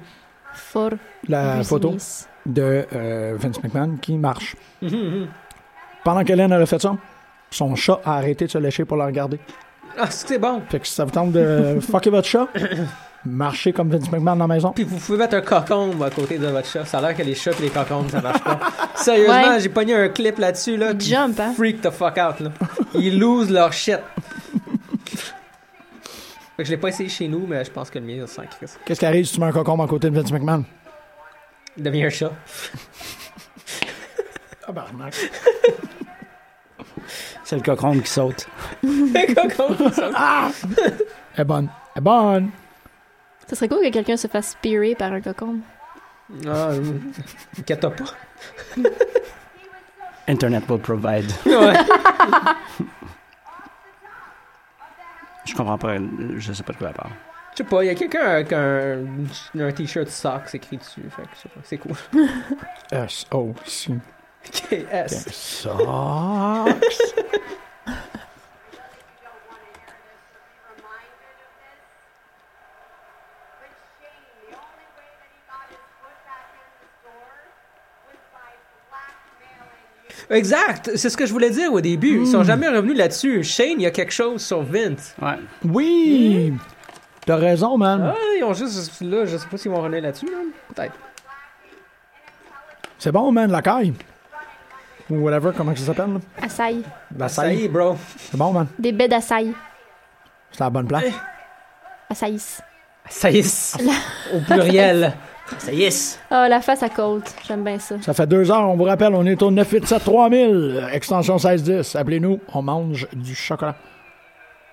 S5: For
S3: la
S5: Bruce
S3: photo
S5: Willis.
S3: de euh, Vince McMahon qui marche. Pendant qu'Hélène a fait ça, son chat a arrêté de se lécher pour la regarder.
S4: Ah, c'est que c'est bon.
S3: Fait que si ça vous tente de fucker votre chat, marchez comme Vince McMahon dans la maison.
S4: Puis vous pouvez mettre un cocombe à côté de votre chat. Ça a l'air que les chats et les cocombes, ça marche *laughs* pas. Sérieusement,
S5: Ouais.
S4: j'ai pogné un clip là-dessus, là.
S5: Ils
S4: qui
S5: jump, hein?
S4: Freak the fuck out, là. Ils lose leur shit. Fait que je l'ai pas essayé chez nous, mais je pense que le mien, c'est un Chris.
S3: Qu'est-ce qui arrive si tu mets un cocombe à côté de Vince McMahon?
S4: Il devient un chat. *laughs*
S6: C'est le cocombe qui saute.
S4: Un cocombe.
S3: Elle est bonne. Elle est bonne.
S5: Ça serait cool que quelqu'un se fasse spirer par un cocon.
S4: Ah, qu'elle t'a pas.
S6: Internet will provide.
S4: Ouais.
S6: Je comprends pas. Je sais pas de quoi elle parle.
S4: *laughs* Je sais pas, il y a quelqu'un avec un, un t-shirt socks écrit dessus. Fait que je sais pas, c'est cool.
S3: S O C
S4: KS.
S3: Socks.
S4: Exact, c'est ce que je voulais dire au début. Ils sont jamais revenus là-dessus. Shane, il y a quelque chose sur Vince.
S6: Ouais. *laughs*
S3: Oui! T'as raison, man.
S4: Ah, ils ont juste. Là, je sais pas s'ils vont revenir là-dessus, là. Peut-être.
S3: C'est bon, man, la caille. Ou whatever, comment ça s'appelle, là?
S5: Assaille.
S3: La
S4: Ben, Ça y est, bro.
S3: C'est bon, man.
S5: Des baies d'assaille.
S3: C'est la bonne place.
S5: Assaillisse.
S4: Ça y est. Au pluriel. *laughs*
S6: Ça y est.
S5: Ah, la face à Colt. J'aime bien ça.
S3: Ça fait deux heures, on vous rappelle, on est au 987 3000, euh, extension 1610. Appelez-nous, on mange du chocolat.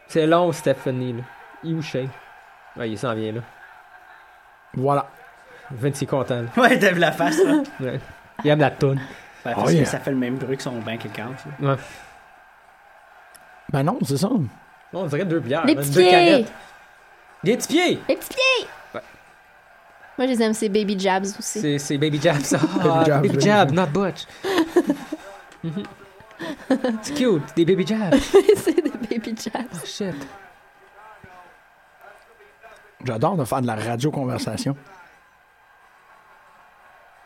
S4: C'est long, Stephanie, là. Il est où Shane? Ouais, il s'en vient, là.
S3: Voilà.
S4: Vince, il est content, là.
S6: Ouais, t'as vu la face, là.
S4: Ouais. Il aime la toune.
S6: Ben,
S3: Oh,
S6: parce
S3: yeah.
S6: que ça fait le même bruit que son bain quelqu'un.
S4: Ouais.
S3: Ben non, c'est ça.
S4: On dirait deux bières,
S5: Les
S4: man,
S5: petits
S4: deux
S5: pieds!
S4: canettes. Des petits pieds!
S5: Les petits pieds!
S4: Ouais.
S5: Moi, je les aime, ces baby jabs aussi.
S4: C'est, c'est Baby Jab, ça. Ah,
S3: Baby Jab,
S4: *laughs* baby
S3: Baby
S4: Jab, not *laughs* Butch. Mhm. C'est cute, des Baby *laughs* Jabs.
S5: *laughs* C'est des baby jabs.
S4: Oh, shit.
S3: J'adore de faire de la radio-conversation.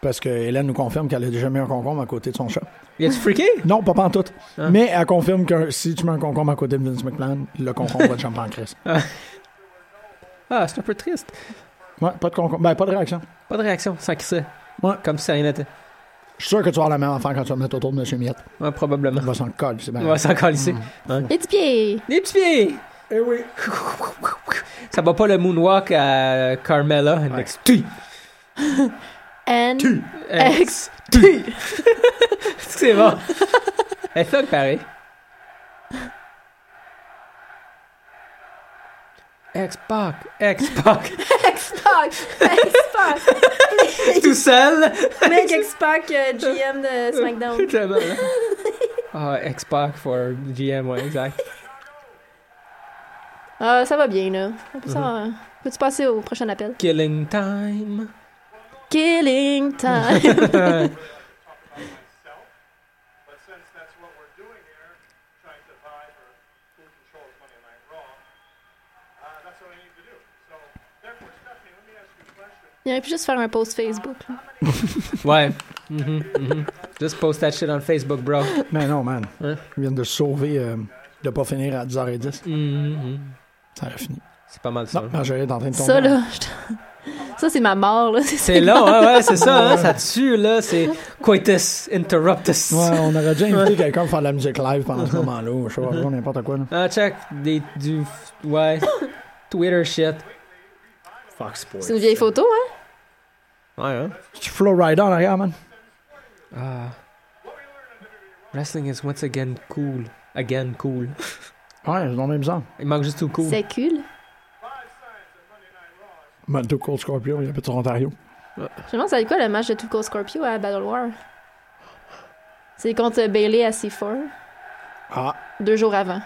S3: Parce que Hélène nous confirme qu'elle a déjà mis un concombre à côté de son chat.
S4: Y a-tu freaké?
S3: Non, pas en tout.
S4: Ah.
S3: Mais elle confirme que si tu mets un concombre à côté de Vince McMahon, le concombre va te *laughs* jumper en crise.
S4: Ah, c'est un peu triste.
S3: Ouais, pas de concombre. Ben, pas de réaction.
S4: Pas de réaction, sans qu'il sait.
S3: Ouais.
S4: Comme si rien n'était.
S3: Je suis sûr que tu vas avoir la même affaire quand tu vas mettre autour de M. Miette.
S4: Ouais, probablement.
S3: Il va s'en coller, c'est bien. *laughs*
S4: On va s'en calisser.
S5: Les petits pieds!
S4: Les petits pieds!
S3: Eh oui.
S4: Ça bat pas le moonwalk à Carmella. NXT.
S5: And...
S4: NXT. *laughs* C'est bon. Elle fuck pareil. X-Pac,
S3: *laughs*
S4: X-Pac,
S5: X-Pac! X-Pac! *laughs*
S4: tout seul.
S5: Mec X-Pac, euh, GM de SmackDown.
S4: Tellement, hein. Ah, X-Pac for GM, ouais, exact.
S5: Ah, ça va bien, là. On peut ça, euh, Peux-tu passer au prochain appel?
S4: Killing Time.
S5: Killing time!
S7: But since that's what we're doing here, trying to buy for who controls Monday Night Raw, uh, that's what I need to do. So, therefore, Stephanie, let me ask you a question.
S5: Il aurait pu juste faire un post Facebook. là.
S4: ouais. Mhm, mhm. Just post that shit on Facebook, bro.
S3: Mais Ben non, man.
S4: Ouais.
S3: Ils viennent de se sauver euh, de pas finir à 10h10.
S4: Mhm.
S3: Ça aurait fini.
S4: C'est pas mal ça.
S3: Non, ma gérée est en train de tomber.
S5: Ça, là, je- *laughs* ça, c'est ma mort, là.
S4: C'est long, ouais, ouais, c'est ça, hein, ça tue, là. C'est coitus interruptus.
S3: Ouais, on aurait déjà invité quelqu'un pour faire de la musique live pendant ce moment-là. ou Je sais pas, quoi, n'importe quoi. là.
S4: Ah, check. Des, du. Ouais. Twitter shit.
S6: Fox
S5: *laughs*
S6: Sports.
S5: C'est une vieille photo, hein?
S4: Ouais, hein.
S3: Tu flow rider en arrière, man.
S4: Ah. Wrestling is once again cool. Again cool.
S3: Ouais, c'est dans le même sens.
S4: Il manque juste tout cool.
S5: C'est cool.
S3: Manto Cold Scorpio, il habite sur Ontario.
S5: Je me demande, ça va être quoi le match de Tuco Scorpio à Battle War? C'est contre Bailey à C4,
S3: Ah.
S5: deux jours avant.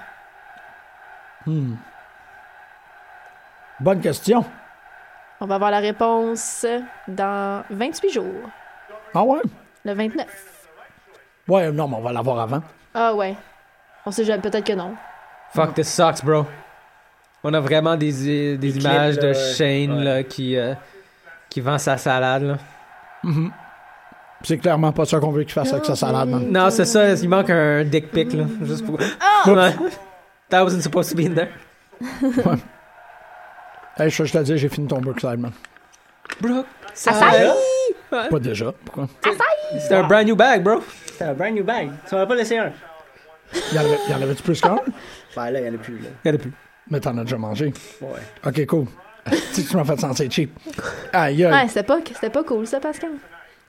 S3: Hmm. Bonne question.
S5: On va avoir la réponse dans 28 jours,
S3: Ah ouais?
S5: le 29.
S3: Ouais, non, mais on va l'avoir avant.
S5: Ah ouais. On sait jamais, peut-être que non.
S4: Fuck, this sucks, bro. On a vraiment des, des,
S6: clips,
S4: images
S6: là,
S4: de
S6: ouais.
S4: Shane
S6: Ouais.
S4: là, qui, euh, qui vend sa salade. Là.
S3: Mhm. C'est clairement pas ça qu'on veut qu'il fasse avec sa salade, man.
S4: Non, c'est ça, il manque un dick pic. Là, juste pour... Ouais. That wasn't supposed to be in there.
S3: Hey, je, je te le dis, j'ai fini ton Brookside, man.
S4: Bro,
S3: Pas déjà. Pourquoi?
S4: c'est un Uh, brand new bag, bro.
S6: C'est un brand new bag. Tu m'as pas laissé un.
S3: Il y en avait- il y en avait-tu plus qu'un?
S6: Ben là, il y en a plus, là.
S4: Regardez plus.
S3: Mais t'en as déjà mangé.
S6: Ouais.
S3: Ok, cool. *laughs* Si tu m'as fait sentir cheap. Aïe, aïe.
S5: Ouais, c'était pas, c'était pas cool, ça, Pascal.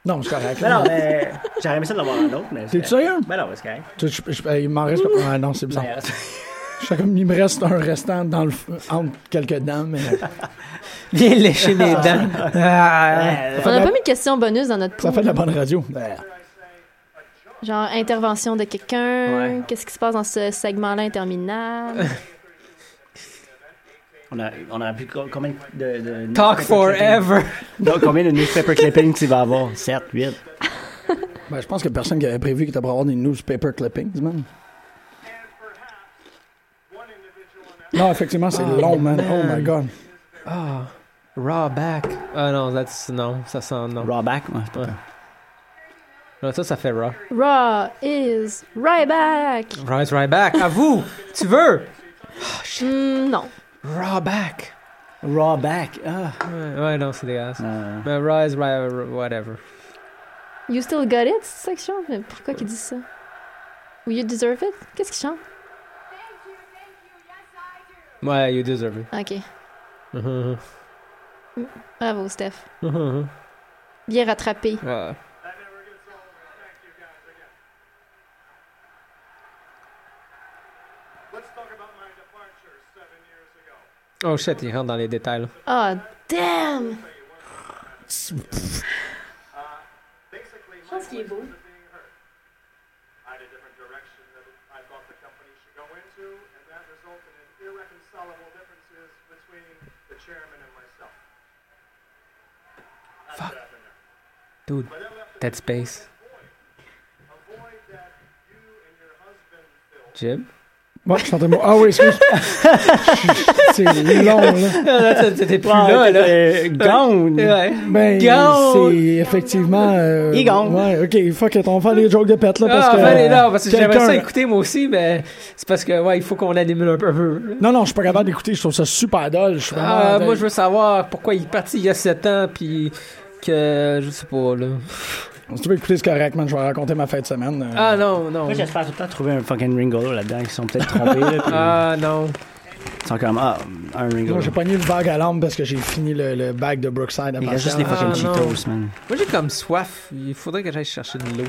S3: Non, c'est correct.
S6: Ben non, mais. *laughs* J'aurais aimé ça d'avoir un autre, mais.
S3: T'es-tu sérieux?
S6: Ben non, c'est correct.
S3: Tu- je- je- il m'en reste. Ah, non, c'est bizarre.
S6: Ben,
S3: Je sais comme il me reste un restant dans le, f- entre quelques dents, mais
S4: Viens *laughs* lécher mes dents. Ah,
S6: euh,
S5: On n'a pas mis de question bonus dans notre
S3: ça
S5: pool.
S3: fait de la bonne radio.
S5: Genre intervention de quelqu'un,
S6: Ouais.
S5: qu'est-ce qui se passe dans ce segment-là interminable.
S6: on, a, on aurait pu. co- Combien de. de-
S4: Talk forever.
S6: Donc, combien de newspaper clippings tu vas avoir 7, 8.
S3: Ben, je pense que personne qui avait prévu que t'as avoir des newspaper clippings, man. Non, effectivement, c'est long, man. Oh my god.
S4: Ah, raw back. Ah non, that's, non, ça sent non.
S6: Rawback, ouais, c'est pas
S4: Oh. Ouais. Non, ça, ça fait raw.
S5: Raw is right back.
S4: Rise right back. *laughs* À vous, tu veux?
S5: Hmm, non.
S4: Raw back.
S6: Rawback, ah.
S4: Ouais, ouais, non, c'est dégueulasse.
S6: Euh,
S4: Mais rise, right, whatever.
S5: You still got it, cette section? Mais pourquoi qu'ils disent ça? Ou you deserve it? Qu'est-ce qu'ils chantent?
S4: Ouais, you deserve it.
S5: Ah, *laughs* Ok.
S4: Mhm,
S5: Bravo, Steph. *laughs*
S4: mhm,
S5: Bien rattrapé.
S4: mhm. Ouais.
S7: Let's talk about my departure seven years ago.
S4: Oh shit, il rentre dans les détails. là.
S5: Ah, damn!
S7: Basically,
S5: Je pense qu'il est beau.
S7: was being hurt. I had a different direction that I thought the company should go into, and that resulted in irreconcilable differences between the chairman and myself.
S4: Dude, Dead Space. *laughs* Jim?
S3: Moi, je sentais moi. Ah oui, excuse. c'est long, là.
S4: T'étais plus
S6: Ah,
S4: là, là.
S6: euh, Gone.
S4: Ouais.
S3: Ben,
S4: Gone.
S3: c'est effectivement. euh,
S6: Il gagne.
S3: Ouais, ok, fuck it, on va faire des jokes de pète, là. Parce
S4: Ah,
S3: que,
S4: ben, non, parce que j'aimerais ça
S3: quelqu'un-
S4: écouter moi aussi, mais c'est parce que, ouais, il faut qu'on anime un peu.
S3: Non, non, je suis pas capable d'écouter, je trouve ça super dole. Je suis vraiment-
S4: Ah, moi, je veux savoir pourquoi il est parti il y a 7 ans, puis que. Je sais pas, là.
S3: Si tu veux écouter, c'est correct, man. Je vais raconter ma fin de semaine. euh.
S4: Ah, non, non.
S6: Moi, j'espère tout le temps trouver un fucking Ringo là-dedans. Ils se sont peut-être trompés, là. puis
S4: Ah, non.
S6: Ils sont comme, ah, un Ringo.
S3: Moi, j'ai pogné le vague à l'âme parce que j'ai fini le, le bag de Brookside à
S6: Il reste juste
S3: Pascal.
S6: des
S4: Ah,
S6: fucking
S4: non.
S6: Cheetos, man.
S4: Moi, j'ai comme soif. Il faudrait que j'aille chercher de l'eau.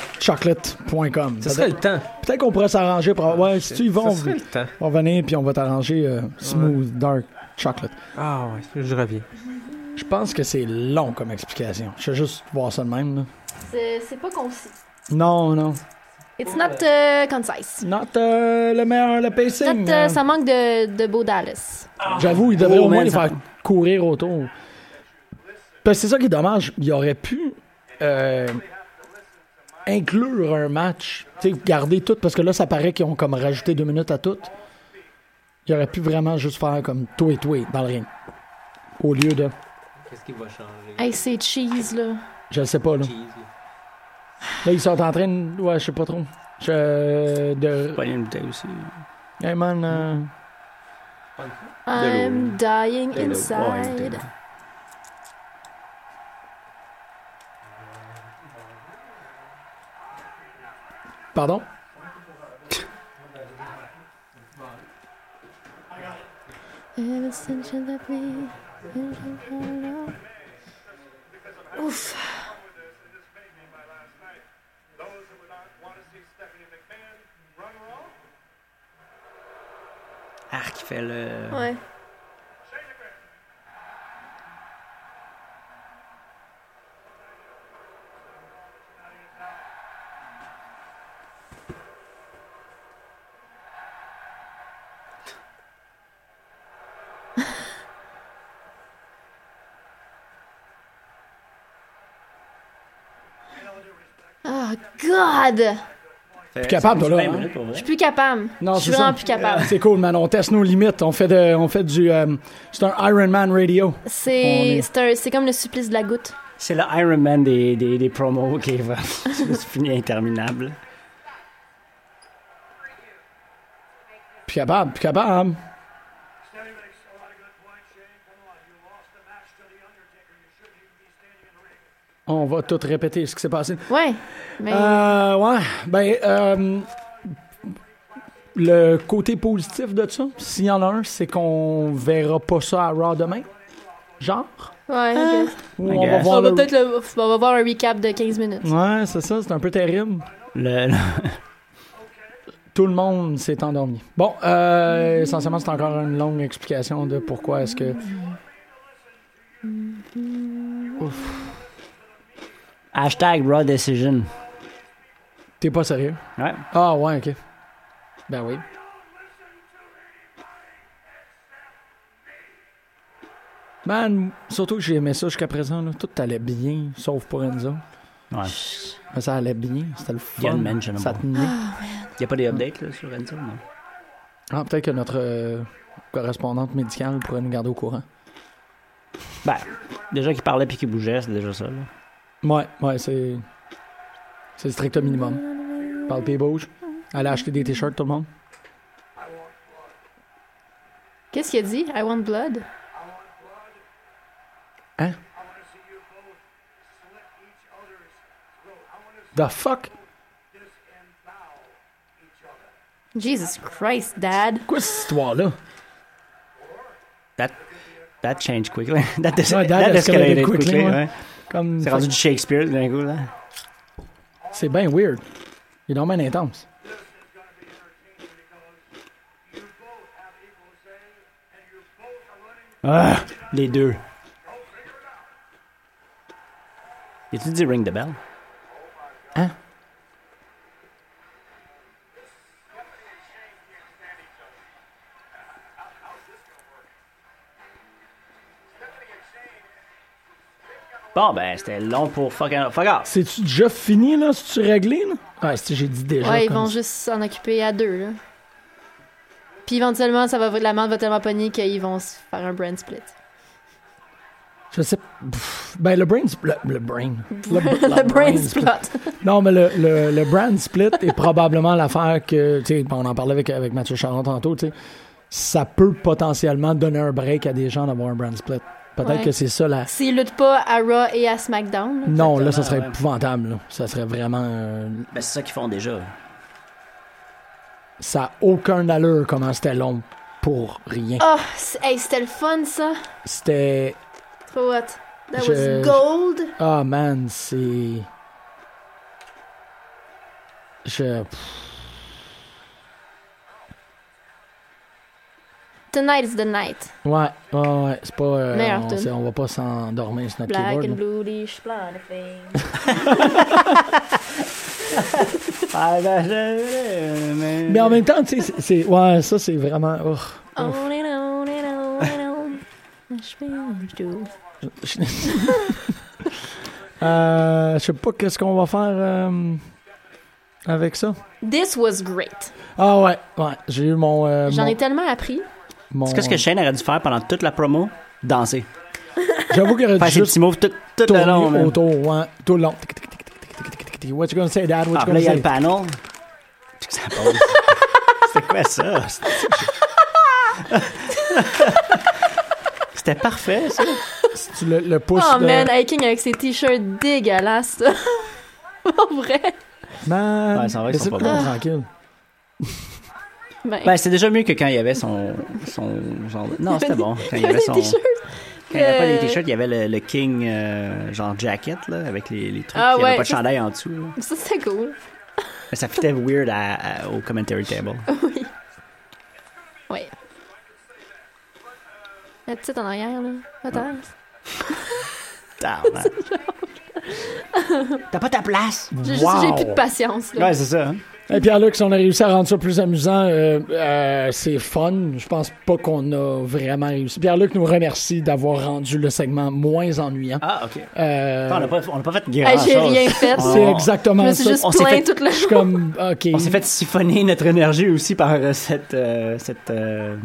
S3: brooksidechocolate.com.
S4: Ce serait
S3: Peut-être
S4: le temps.
S3: peut-être qu'on pourrait s'arranger pour avoir-
S4: Euh,
S3: Ouais, si tu y vas,
S4: Ce
S3: on,
S4: serait le temps.
S3: on va venir puis on va t'arranger euh, smooth dark chocolate.
S4: Ah, ouais, je reviens.
S3: Je pense que c'est long comme explication. Je vais juste voir ça de même. là.
S5: C'est c'est pas concis.
S3: Non, non.
S5: It's not euh, concise.
S3: Not euh, le meilleur, le pacing.
S5: Not, euh,
S3: euh.
S5: ça manque de, de beau Dallas.
S3: J'avoue, il devrait
S6: Oh,
S3: au moins
S6: man,
S3: les
S6: ça-
S3: faire courir autour. Parce que c'est ça qui est dommage. Il aurait pu euh, inclure un match, tu sais, garder tout, parce que là, ça paraît qu'ils ont comme rajouté deux minutes à tout. Il aurait pu vraiment juste faire comme tout et tout et dans le ring. Au lieu de,
S4: Qu'est-ce qui va changer?
S5: Hey, c'est cheese, là.
S3: je sais pas, là.
S4: Cheese, là.
S3: Là, ils sont en train de, ouais, je sais pas trop. Je, de,
S6: Pas une bouteille aussi.
S3: hey man, euh,
S5: I'm dying
S6: Ouais,
S5: inside.
S6: bouteille.
S3: pardon?
S5: Ever since you left me, you don't know. Ouf.
S4: Ah,
S6: Arc qui fait le.
S5: Ouais. Oh God!
S6: Plus
S3: capable, toi, là, hein?
S5: Je suis plus capable.
S3: Non,
S5: je suis
S3: c'est ça.
S5: vraiment
S3: Euh, *laughs*
S5: plus capable.
S3: C'est cool, man. On teste nos limites. On fait, de, on fait du. euh, c'est un Iron Man radio. On
S5: C'est
S3: est-
S5: c'est un- c'est comme le supplice de la goutte.
S6: C'est le Iron Man des, des, des promos qui va. *laughs* C'est fini interminable.
S3: Puis capable, puis capable.
S7: Steady makes a lot of good points, Shane. Come on, you lost the match to The Undertaker. You shouldn't even be standing in the ring.
S3: On va tout répéter ce qui s'est passé.
S5: Ouais. Mais
S3: Euh, ouais, ben, euh, le côté positif de ça, s'il y en a un, c'est qu'on verra pas ça à Raw demain. Genre?
S5: ouais. ok.
S3: Ou
S6: I
S3: on va
S6: guess.
S3: voir.
S5: on va
S3: le-
S5: peut-être le- on va voir un recap de 15 minutes.
S3: Ouais, c'est ça, c'est un peu terrible.
S6: Le, *laughs* le-
S3: Tout le monde s'est endormi. Bon, euh, essentiellement, c'est encore une longue explication de pourquoi est-ce que.
S6: Hashtag Raw Decision.
S3: T'es pas sérieux?
S6: Ouais.
S3: Ah, ouais, ok. Ben oui. Man, surtout que j'ai aimé ça jusqu'à présent, là. Tout allait bien, sauf pour Enzo.
S6: Ouais.
S3: Mais ça allait bien, c'était le fun.
S6: Yann, man, j'aime
S3: ça
S6: pas.
S3: tenait.
S6: Y a pas des updates là, sur Enzo, non?
S3: Ah, peut-être que notre euh, correspondante médicale pourrait nous garder au courant.
S6: Ben, déjà qu'il parlait puis qu'il bougeait, c'est déjà ça. Là.
S3: Ouais, ouais, c'est. C'est le strict minimum. Parle pays bouge. Allez acheter des t-shirts, tout le monde.
S5: Qu'est-ce qu'il a dit? I want blood?
S3: Hein? The fuck?
S5: Jesus Christ, Dad.
S3: Quoi cette histoire-là?
S6: That, that changed quickly. *laughs* That, des-
S3: Ouais, that
S6: that
S3: escalated
S6: escalated
S3: quickly,
S6: quickly.
S3: ouais.
S6: ouais.
S3: Comme.
S6: C'est rendu du Shakespeare d'un coup, là.
S3: C'est bien weird. Il est normalement intense.
S6: Ah, les deux. Y a-tu dit Ring the Bell?
S3: Hein?
S6: Bon, ben, c'était long pour fuck, fuck off.
S3: C'est-tu déjà fini, là? C'est-tu réglé, là? Ah, si j'ai dit déjà.
S5: Ouais, ils
S3: comme
S5: vont
S3: ça.
S5: juste s'en occuper à deux, là. Puis éventuellement, ça va, la merde va tellement pogner qu'ils vont se faire un brand split.
S3: Je sais. pff, ben, le brain. spl- Le, le brain. Le, br- la
S5: *laughs* Le brand
S3: split.
S5: split.
S3: Non, mais le, le, le brand split est probablement l'affaire que. Tu sais, on en parlait avec, avec Mathieu Charon tantôt, tu sais. Ça peut potentiellement donner un break à des gens d'avoir un brand split. Peut-être
S5: Ouais.
S3: que c'est ça la.
S5: S'ils luttent pas à Raw et à SmackDown, là.
S3: Non, là, ça serait
S6: ouais.
S3: épouvantable. là. Ça serait vraiment. euh,
S6: Ben, c'est ça qu'ils font déjà.
S3: ça a aucun allure comment c'était long pour rien.
S5: Ah, c'est- hey, c'était le fun, ça.
S3: C'était.
S5: Tu vois what? That
S3: Je-
S5: was gold.
S3: Ah, man, c'est. Je.
S5: Tonight is the night.
S3: Ouais, ouais, ouais, c'est pas. euh,
S5: Meilleur
S3: on,
S5: tune.
S3: sait- on va pas s'endormir sur notre
S5: Black
S3: keyboard. *laughs*
S5: and
S3: là.
S5: blue, leash, blonde thing.
S6: Ah, Ah, ben, je- euh, mais-
S3: Mais en même temps, tu sais, c'est- c'est. Ouais, ça, c'est vraiment. oh,
S5: On and on and on and on. Je fais un doux.
S3: *laughs* euh, je sais pas qu'est-ce qu'on va faire euh, avec ça.
S5: This was great.
S3: Ah ouais, ouais. J'ai eu mon. euh,
S5: J'en
S3: mon-
S5: ai tellement appris.
S3: mon-
S6: C'est qu'est-ce que Shane aurait dû faire pendant toute la promo? Danser.
S3: J'avoue qu'il aurait dû
S6: Faire ses
S3: juste
S6: petits moves tout, tout le long,
S3: tourner
S6: man.
S3: autour, ouais, tout le long. Tic, tic, tic, tic, tic, tic, tic, tic, tic. What you gonna say, Dad? What you
S6: Ah, puis là,
S3: gonna
S6: il y a le
S3: say?
S6: panel. Puis que ça pose. C'était quoi *laughs* ça? C'était parfait, ça.
S3: Tu le, le pouce
S5: Oh
S3: de-
S5: man, hiking avec ses t-shirts dégueulasses. *laughs* ça. en vrai.
S3: Man,
S6: Ouais, c'est vrai qu'ils sont
S3: laissez-le
S6: pas bons.
S3: tranquille.
S5: Ben, *laughs*
S6: Ben, c'est déjà mieux que quand il y avait son. son genre de- Non, c'était bon. Quand il y avait
S5: des
S6: son.
S5: t-shirts.
S6: Quand il n'y avait pas
S5: Euh,
S6: les t-shirts, il y avait le, le King euh, genre jacket là, avec les, les trucs.
S5: Ah
S6: il n'y avait
S5: ouais,
S6: pas de
S5: ça,
S6: chandail en dessous. là.
S5: Ça, c'est cool.
S6: Mais ça fitait weird à- à- au commentary *laughs* table.
S5: Oui. Oui. La petite en arrière, là. Attends.
S6: Ah. Tabarnak. T'as pas ta place.
S5: J'ai juste-
S3: Wow.
S5: j'ai plus de patience, là.
S6: Ouais, c'est ça. hein.
S3: Et Pierre-Luc, si on a réussi à rendre ça plus amusant, euh, euh, c'est fun. Je pense pas qu'on a vraiment réussi. Pierre-Luc nous remercie d'avoir rendu le segment moins ennuyant.
S6: Ah, ok.
S3: Euh,
S6: Attends, on n'a pas, on n'a pas fait grand
S5: Hey,
S6: chose.
S5: j'ai rien fait.
S3: c'est
S6: on-
S5: Je
S3: exactement
S5: me suis
S3: ça.
S5: juste
S6: on s'est
S5: plaint
S6: fait-
S5: tout le
S3: Je suis
S5: jour.
S3: comme, OK,
S6: On s'est fait siphonner notre énergie aussi par euh, cette. euh, cette euh,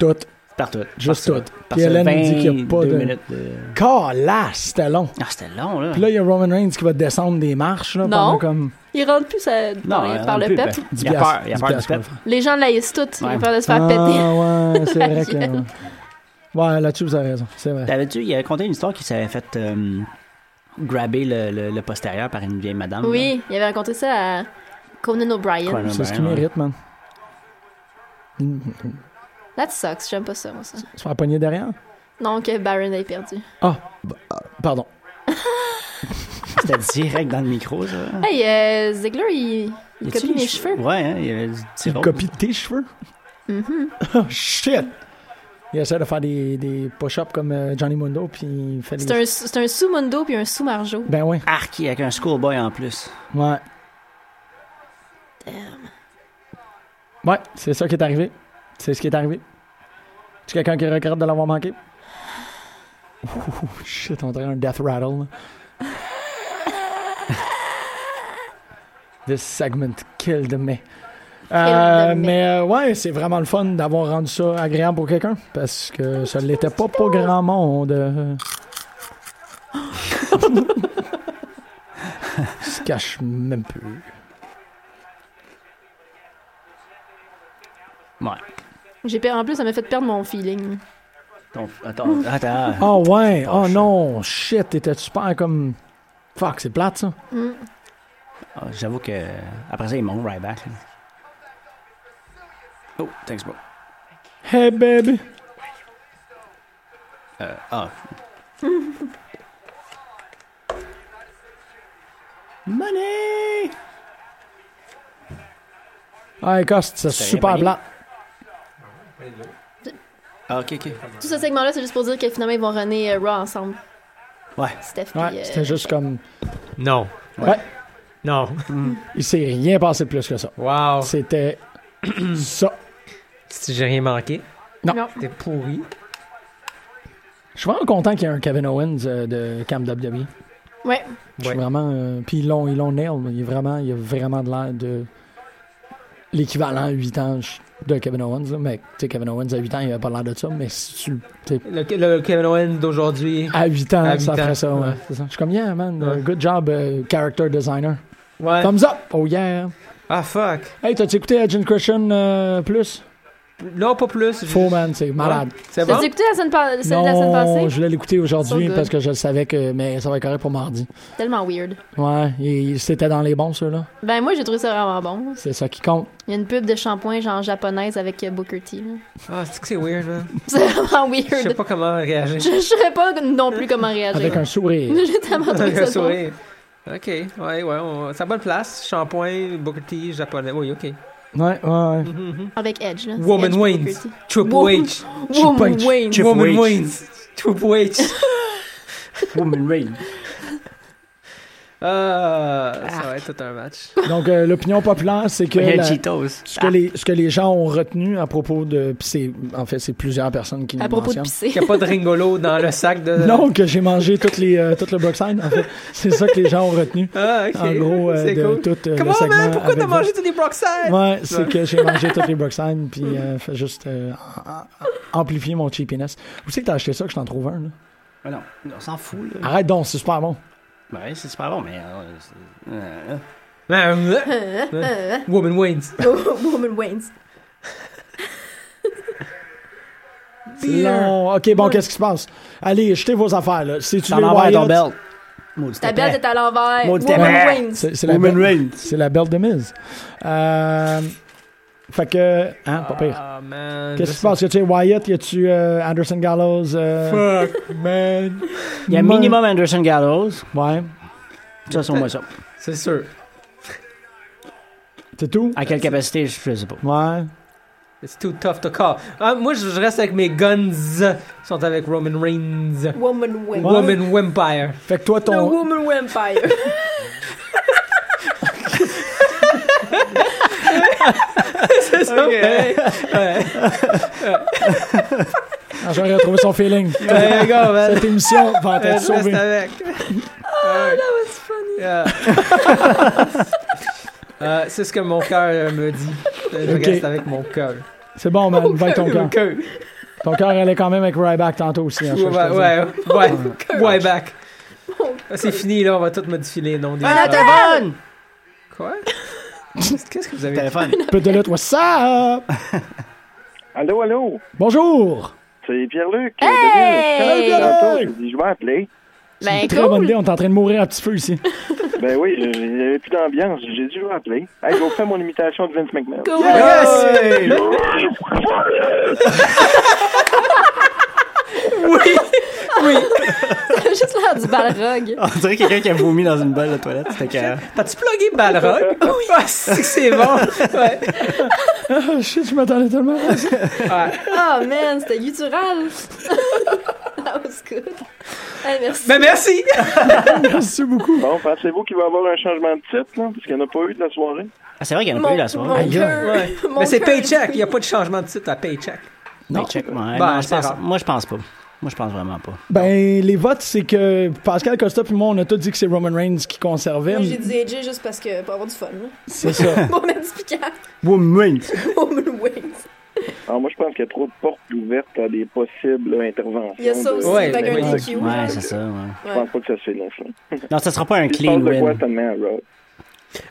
S3: tout.
S6: par tout.
S3: Juste
S6: Par ça.
S3: tout.
S6: Par
S3: Puis
S6: ça,
S3: Hélène nous dit qu'il y a
S6: 22
S3: pas de-
S6: minutes de.
S3: Calasse, c'était long.
S6: Ah, c'était long, là.
S3: Puis là, il y a Roman Reigns qui va descendre des marches, là,
S5: Non.
S3: pendant comme...
S5: Il rentre plus à- par,
S6: euh,
S5: par
S6: on
S5: le
S6: peut,
S5: pep.
S6: ben, Il a peur, il a peur du pep.
S5: Les gens laissent tout. Ils
S6: Ouais.
S5: ont peur de se faire péter.
S3: Ah, ouais, c'est vrai
S5: La
S3: que...
S5: *laughs* gueule.
S3: Ouais, là-dessus, vous avez raison, c'est vrai.
S6: T'avais-tu, il avait conté une histoire qui s'avait fait euh, grabber le, le- le postérieur par une vieille madame.
S5: Oui, il avait raconté ça à Conan
S6: là.
S5: O'Brien.
S6: Conan
S3: C'est ce qu'il
S6: O'Brien, ouais.
S3: mérite, man. Mm,
S5: That sucks, j'aime pas ça, moi, ça.
S3: Se faire pogner derrière?
S5: Non, que Baron ait perdu.
S3: Ah, bah, pardon.
S6: C'était direct dans le micro, ça.
S5: *laughs* Hey, euh, Ziggler, il, il
S6: Y a-tu
S5: copie
S6: les
S5: mes cheveux.
S6: Ouais, hein, il y avait du petit
S3: Il
S6: rose.
S3: copie tes cheveux?
S5: Mhm.
S3: *laughs* Oh, shit! Il essaie de faire des, des push-ups comme euh, Johnny Mundo, puis il fait
S5: C'est
S3: des...
S5: un, c'est un sous-mundo puis un sous-marjo.
S3: Ben ouais,
S6: Arc, avec un schoolboy en plus.
S3: ouais. Ouais, c'est ça qui est arrivé. C'est ce qui est arrivé. C'est quelqu'un qui regrette de l'avoir manqué? Ouh, shit, on dirait un death rattle. là. This segment killed me. Euh,
S5: Killed me.
S3: mais euh, ouais, c'est vraiment le fun d'avoir rendu ça agréable pour quelqu'un parce que ça l'était pas pour grand monde. *laughs* euh. Il se cache même plus.
S6: Ouais.
S5: J'ai per- En plus, ça m'a fait perdre mon feeling.
S6: Ton- attends, attends.
S3: Oh ouais,
S6: Pas
S3: oh
S6: cher.
S3: non, shit, t'étais super comme. Fuck, c'est plate ça.
S6: Ah, J'avoue que. Après ça, ils montent right back. là. Oh, thanks, bro.
S3: Hey baby!
S6: Euh, ah. *laughs* Money!
S3: Hey Cost, c'est
S6: T'as rien
S3: Ah, super
S6: pogné?
S3: plate.
S6: Ah, ok, ok.
S5: Tout ce segment-là, c'est juste pour dire que finalement, ils vont runner euh, Raw ensemble.
S6: Ouais.
S5: Steph puis,
S3: Ouais,
S5: euh,
S3: c'était juste comme.
S4: Non.
S3: Ouais.
S4: Non.
S3: Il s'est rien passé de plus que ça.
S4: Wow. *clears throat*
S3: C'était. ça.
S4: Si j'ai rien manqué.
S3: Non.
S5: Non.
S4: C'était pourri.
S3: Je suis vraiment content qu'il y ait un Kevin Owens euh, de Camp WWE.
S5: Ouais.
S3: Je suis
S4: Ouais.
S3: vraiment. euh, Puis ils l'ont ils l'ont nail. là. Il, est vraiment, il a vraiment de l'air de. L'équivalent à 8 ans de Kevin Owens. là. Mais tu sais, Kevin Owens à 8 ans, il avait pas l'air de ça. Mais si tu le- tu sais,
S4: Le, le Kevin Owens d'aujourd'hui.
S3: À 8 ans,
S4: À
S3: ça
S4: huit
S3: ferait
S4: ans,
S3: ça, ouais.
S4: ouais.
S3: C'est ça. Je suis comme, yeah, man,
S4: Ouais.
S3: uh, good job, uh, character designer.
S4: Ouais.
S3: Thumbs up! Oh yeah!
S4: Ah, fuck.
S3: Hey, t'as-tu écouté Agent Christian euh, plus?
S4: Non, pas plus.
S3: Faux, man, c'est malade.
S4: Ouais. C'est
S5: T'as
S4: bon?
S5: écouté la semaine, pa- celle de la semaine
S3: Non,
S5: passée?
S3: je voulais l'écouter aujourd'hui
S5: So good.
S3: parce que je le savais que mais ça va être correct pour mardi.
S5: Tellement weird.
S3: Ouais, et c'était dans les bons, ceux-là.
S5: Ben, moi, j'ai trouvé ça vraiment bon.
S3: C'est ça qui compte.
S5: Il y a une pub de shampoing, genre japonaise, avec euh, Booker T. là. *laughs*
S4: Ah, c'est que c'est weird, man.
S5: C'est vraiment
S4: Je sais
S5: weird.
S4: pas comment réagir.
S5: Je je sais pas non plus comment réagir.
S3: Avec un sourire.
S5: *laughs* J'ai tellement trouvé
S4: *laughs* Avec
S5: ça
S4: un
S5: drôle.
S4: sourire. Ok, ouais, ouais, on... c'est à bonne place. Shampoing, Booker T, japonais. Oui, ok.
S3: Ouais, ouais, ouais.
S5: Avec Edge, là. C'est
S4: Woman
S5: Edge puis
S4: Wayne.
S5: Booker T.
S4: Triple
S5: Woman-
S4: H.
S5: Woman
S3: H.
S5: Wayne.
S6: Chip
S4: Woman
S6: H.
S4: Wayne. Triple H.
S6: *laughs* Woman Rain.
S4: Ah, ça va être tout un match.
S3: Donc, euh, l'opinion populaire, c'est que,
S6: Il y a
S3: la-
S6: Cheetos.
S3: ce que, les, ce que les gens ont retenu à propos de. Puis c'est, en fait, c'est plusieurs personnes qui nous
S5: À propos de
S3: mentionnent.
S5: pisser.
S4: Il n'y a pas de ringolo dans le sac de.
S3: Non, que j'ai mangé toutes les, euh, tout le Brookside. En fait, c'est ça que les gens ont retenu.
S4: Ah, ok.
S3: En gros, euh,
S4: c'est
S3: de
S4: cool.
S3: tout euh,
S4: Comment,
S3: le segment
S4: man? Pourquoi
S3: avec
S4: t'as
S3: vous.
S4: mangé tous les Brockside?
S3: Ouais, c'est que j'ai mangé toutes les Brookside, puis euh, fait juste euh, a- a- amplifier mon cheapiness. Où c'est que t'as acheté ça que je t'en trouve un? Là?
S6: Ah non, on s'en fout, là.
S3: Arrête donc, c'est super bon.
S6: Ah. Ben ouais, c'est super bon, mais. euh, c'est- euh,
S3: *laughs*
S4: Ben, euh, Woman Wayne.
S5: *laughs* Woman Waynes.
S3: Non, ok, bon, qu'est-ce qui se passe? Allez, jetez vos affaires, là. C'est-tu
S6: T'en
S3: les
S6: envers
S3: Wyatt?
S6: ton belt. Maudit
S5: Ta
S6: épais.
S5: belle est à l'envers.
S6: Maudit
S5: Woman
S6: épais.
S5: Waynes.
S3: C'est c'est la,
S6: Woman
S3: belle-
S6: Reigns.
S3: c'est la belle de mise. Euh, fait que, hein, pas pire.
S4: Ah, man.
S3: Qu'est-ce qui se passe? Y a-tu Wyatt? Y a-tu euh, Anderson Gallows? euh,
S4: Fuck, man.
S6: Il y a
S3: Mon-
S6: minimum Anderson Gallows.
S3: Ouais.
S6: Ça, c'est au moins ça.
S4: C'est sûr.
S3: C'est tout?
S6: À quelle capacité, je sais pas.
S3: Ouais.
S4: It's too tough to call. Ah, moi, je je reste avec mes guns. Ils sont avec Roman Reigns.
S5: Woman Waynes.
S3: Ouais.
S4: Woman
S3: *laughs*
S4: Vampire.
S3: Fait que toi,
S5: Le
S3: ton.
S5: Woman Vampire.
S4: C'est ça, ouais. Ouais.
S3: Ah, J'aurais retrouvé son feeling.
S4: There you go, man.
S3: Cette émission va être
S4: Reste
S3: sauvée.
S5: *laughs*
S4: avec.
S5: oh, that was funny.
S4: Yeah. *laughs* Euh, c'est ce que mon cœur euh, me dit. Je
S3: Ok.
S4: reste avec mon cœur.
S3: C'est bon, man. Va avec
S4: *laughs*
S3: ton cœur.
S4: cœur.
S3: Ton cœur allait quand même avec Ryback tantôt aussi. hein, je- je te
S4: Ouais,
S3: le dis.
S4: ouais, ouais, ouais, back. Ah, C'est fini, là, on va tout modifier les
S5: Ah,
S4: noms des gens.
S6: téléphone!
S5: *laughs*
S4: Quoi? Qu'est-ce que vous avez dit?
S6: Téléphone.
S3: Pedelote, what's up?
S9: Allô, allô?
S3: Bonjour!
S9: C'est Pierre-Luc. euh,
S5: Hey!
S9: Salut, Pierre-Luc! Tantôt, je dis, je vais appeler.
S5: Ben
S3: Très bonne idée,
S5: cool.
S3: on est en train de mourir à petit feu ici.
S9: Ben oui, euh, il n'y avait plus d'ambiance. J'ai dit, je vais appeler. Hey, je vais faire mon imitation de Vince McMahon.
S5: Cool.
S4: Yes! Oui! Oui!
S5: Juste l'air du balrog.
S4: *laughs*
S6: On dirait quelqu'un qui a vomi dans une balle de toilette. C'était carré.
S4: *laughs* T'as-tu plugué
S5: *laughs*
S4: Balrog? Oui! c'est que c'est bon! Ouais.
S3: Ah, shit, je m'attendais tellement à ça.
S5: Oh man, c'était guttural. *laughs* that was good. Hey, merci. *laughs*
S4: Ben merci!
S3: Merci beaucoup.
S9: Bon, pensez-vous qu'il va y avoir un changement de titre, là? Parce qu'il n'y en a pas eu de la soirée.
S6: Ah, c'est vrai qu'il y en a pas eu la soirée.
S5: mon cœur.
S4: Ouais.
S5: mon
S4: Mais c'est
S5: cœur
S4: Paycheck,
S5: dit
S4: il n'y a pas de changement de titre à Paycheck.
S6: Non. Check, ouais,
S4: Ben,
S6: non, je
S4: c'est
S6: pense-
S4: rare.
S6: moi, je pense pas. Moi, je pense vraiment pas.
S3: Ben, les votes, c'est que Pascal Costa puis moi, on a tous dit que c'est Roman Reigns qui conservait.
S5: Moi,
S4: Hum.
S3: mais
S5: j'ai dit AJ juste parce que pour avoir du fun. là. *laughs*
S3: C'est ça.
S5: Bon, mais du piquant.
S6: Woman.
S5: Woman Wings.
S9: Alors, moi, je pense qu'il y a trop de portes ouvertes à des possibles là, interventions.
S5: Il y a ça
S9: de-
S5: aussi.
S4: Ouais,
S5: fait
S4: ouais.
S5: qu'un DQ.
S6: Ouais, c'est ça. ouais.
S9: Je pense pas que ça se finisse, là.
S6: Non, ça sera pas un
S9: Tu
S6: clean
S9: penses de quoi,
S6: win.
S9: seulement, Rob?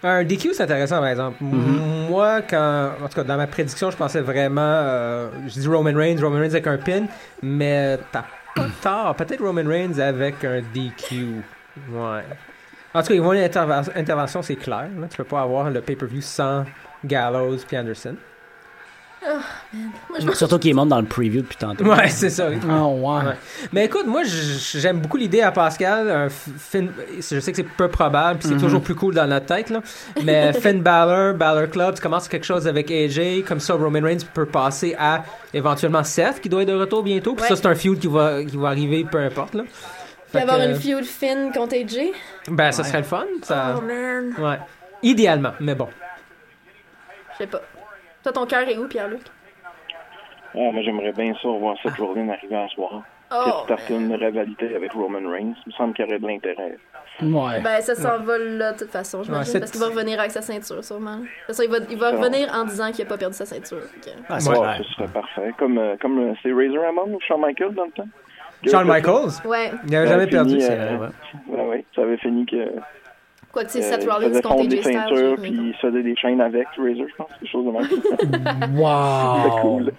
S4: Un DQ, c'est intéressant, par exemple. Moi, quand, en tout cas, dans ma prédiction, je pensais vraiment, euh, je dis Roman Reigns, Roman Reigns avec un pin, mais t'as pas tort. Peut-être Roman Reigns avec un DQ. Ouais. En tout cas, ils vont une interva- intervention, c'est clair. là. Tu peux pas avoir le pay-per-view sans Gallows puis Anderson.
S6: Surtout qu'il est mort dans le preview depuis tantôt.
S4: Ouais, c'est *laughs* ça.
S3: Oh, ouais.
S4: Ouais. Mais écoute, moi, j- j'aime beaucoup l'idée à Pascal. un f- Finn- je sais que c'est peu probable, puis
S5: Mhm.
S4: c'est toujours plus cool dans notre tête, là.
S5: *laughs*
S4: Mais Finn Balor, Balor Club, tu commences quelque chose avec AJ, comme ça, Roman Reigns peut passer à éventuellement Seth, qui doit être de retour bientôt. Puis
S5: Ouais.
S4: ça, c'est un feud qui va, qui va arriver, peu importe, là.
S5: Puis
S4: Fait
S5: avoir
S4: que,
S5: une feud Finn contre AJ.
S4: ben, ça serait le fun. Ça...
S5: Oh man.
S4: Ouais. Idéalement, mais bon.
S5: Je sais pas. Toi, ton cœur est où, Pierre-Luc?
S9: Ah, moi, j'aimerais bien ça voir cette
S4: Ah.
S9: journée arriver en soir.
S5: Oh.
S9: Peut-être starter une rivalité avec Roman Reigns. Il me semble qu'il y aurait de l'intérêt.
S3: Ouais.
S5: Ben, ça s'envole là, de toute façon, j'imagine.
S4: c'est-
S5: parce qu'il va revenir avec sa ceinture, sûrement. De toute façon, il va, il va revenir en disant qu'il a pas perdu sa ceinture. Fait que-
S6: Ah, c'est
S9: Ouais,
S6: clair.
S9: ce serait parfait. Comme, euh, comme euh, c'est Razor Ramon ou Shawn Michaels dans le temps.
S4: Shawn Michaels,
S5: Ouais.
S4: il n'avait
S9: Ouais,
S4: jamais
S9: fini,
S4: perdu.
S9: euh,
S4: c'est vrai, ouais.
S9: Ouais, ouais, ça avait fini que euh,
S5: Quoi que c'est
S9: il
S7: Euh,
S5: Seth Rollins
S9: faisait
S5: contre
S9: fondre
S5: AJ
S9: des
S5: Styles.
S9: ceintures
S5: j'ai
S9: puis
S5: rien
S9: il se faisait des chaînes avec Razor, je pense, quelque chose de même.
S3: Wow.
S5: compris.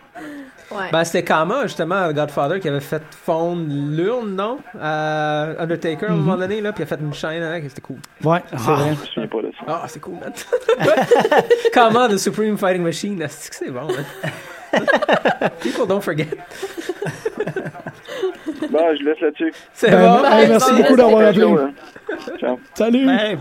S5: Ouais.
S4: Ben, c'était Kama, justement, Godfather, qui avait fait fondre l'urne, non? À Undertaker, à un
S3: Mhm.
S4: moment donné, là, puis il a fait une chaîne avec, c'était cool.
S3: Ouais, c'est vrai.
S9: Je me souviens pas de ça.
S4: Ah, c'est cool, man. *laughs* Kama, The Supreme Fighting Machine, c'est que c'est bon, man.
S3: *laughs*
S4: People don't forget.
S9: Bon, Bah, je laisse là-dessus.
S4: C'est
S3: Ben,
S4: bon.
S3: hey, merci
S5: bon,
S3: beaucoup
S5: bon,
S3: d'avoir
S5: bon,
S3: appelé.
S9: Ciao, hein. Ciao.
S3: Salut.
S5: Ben.
S4: Hey,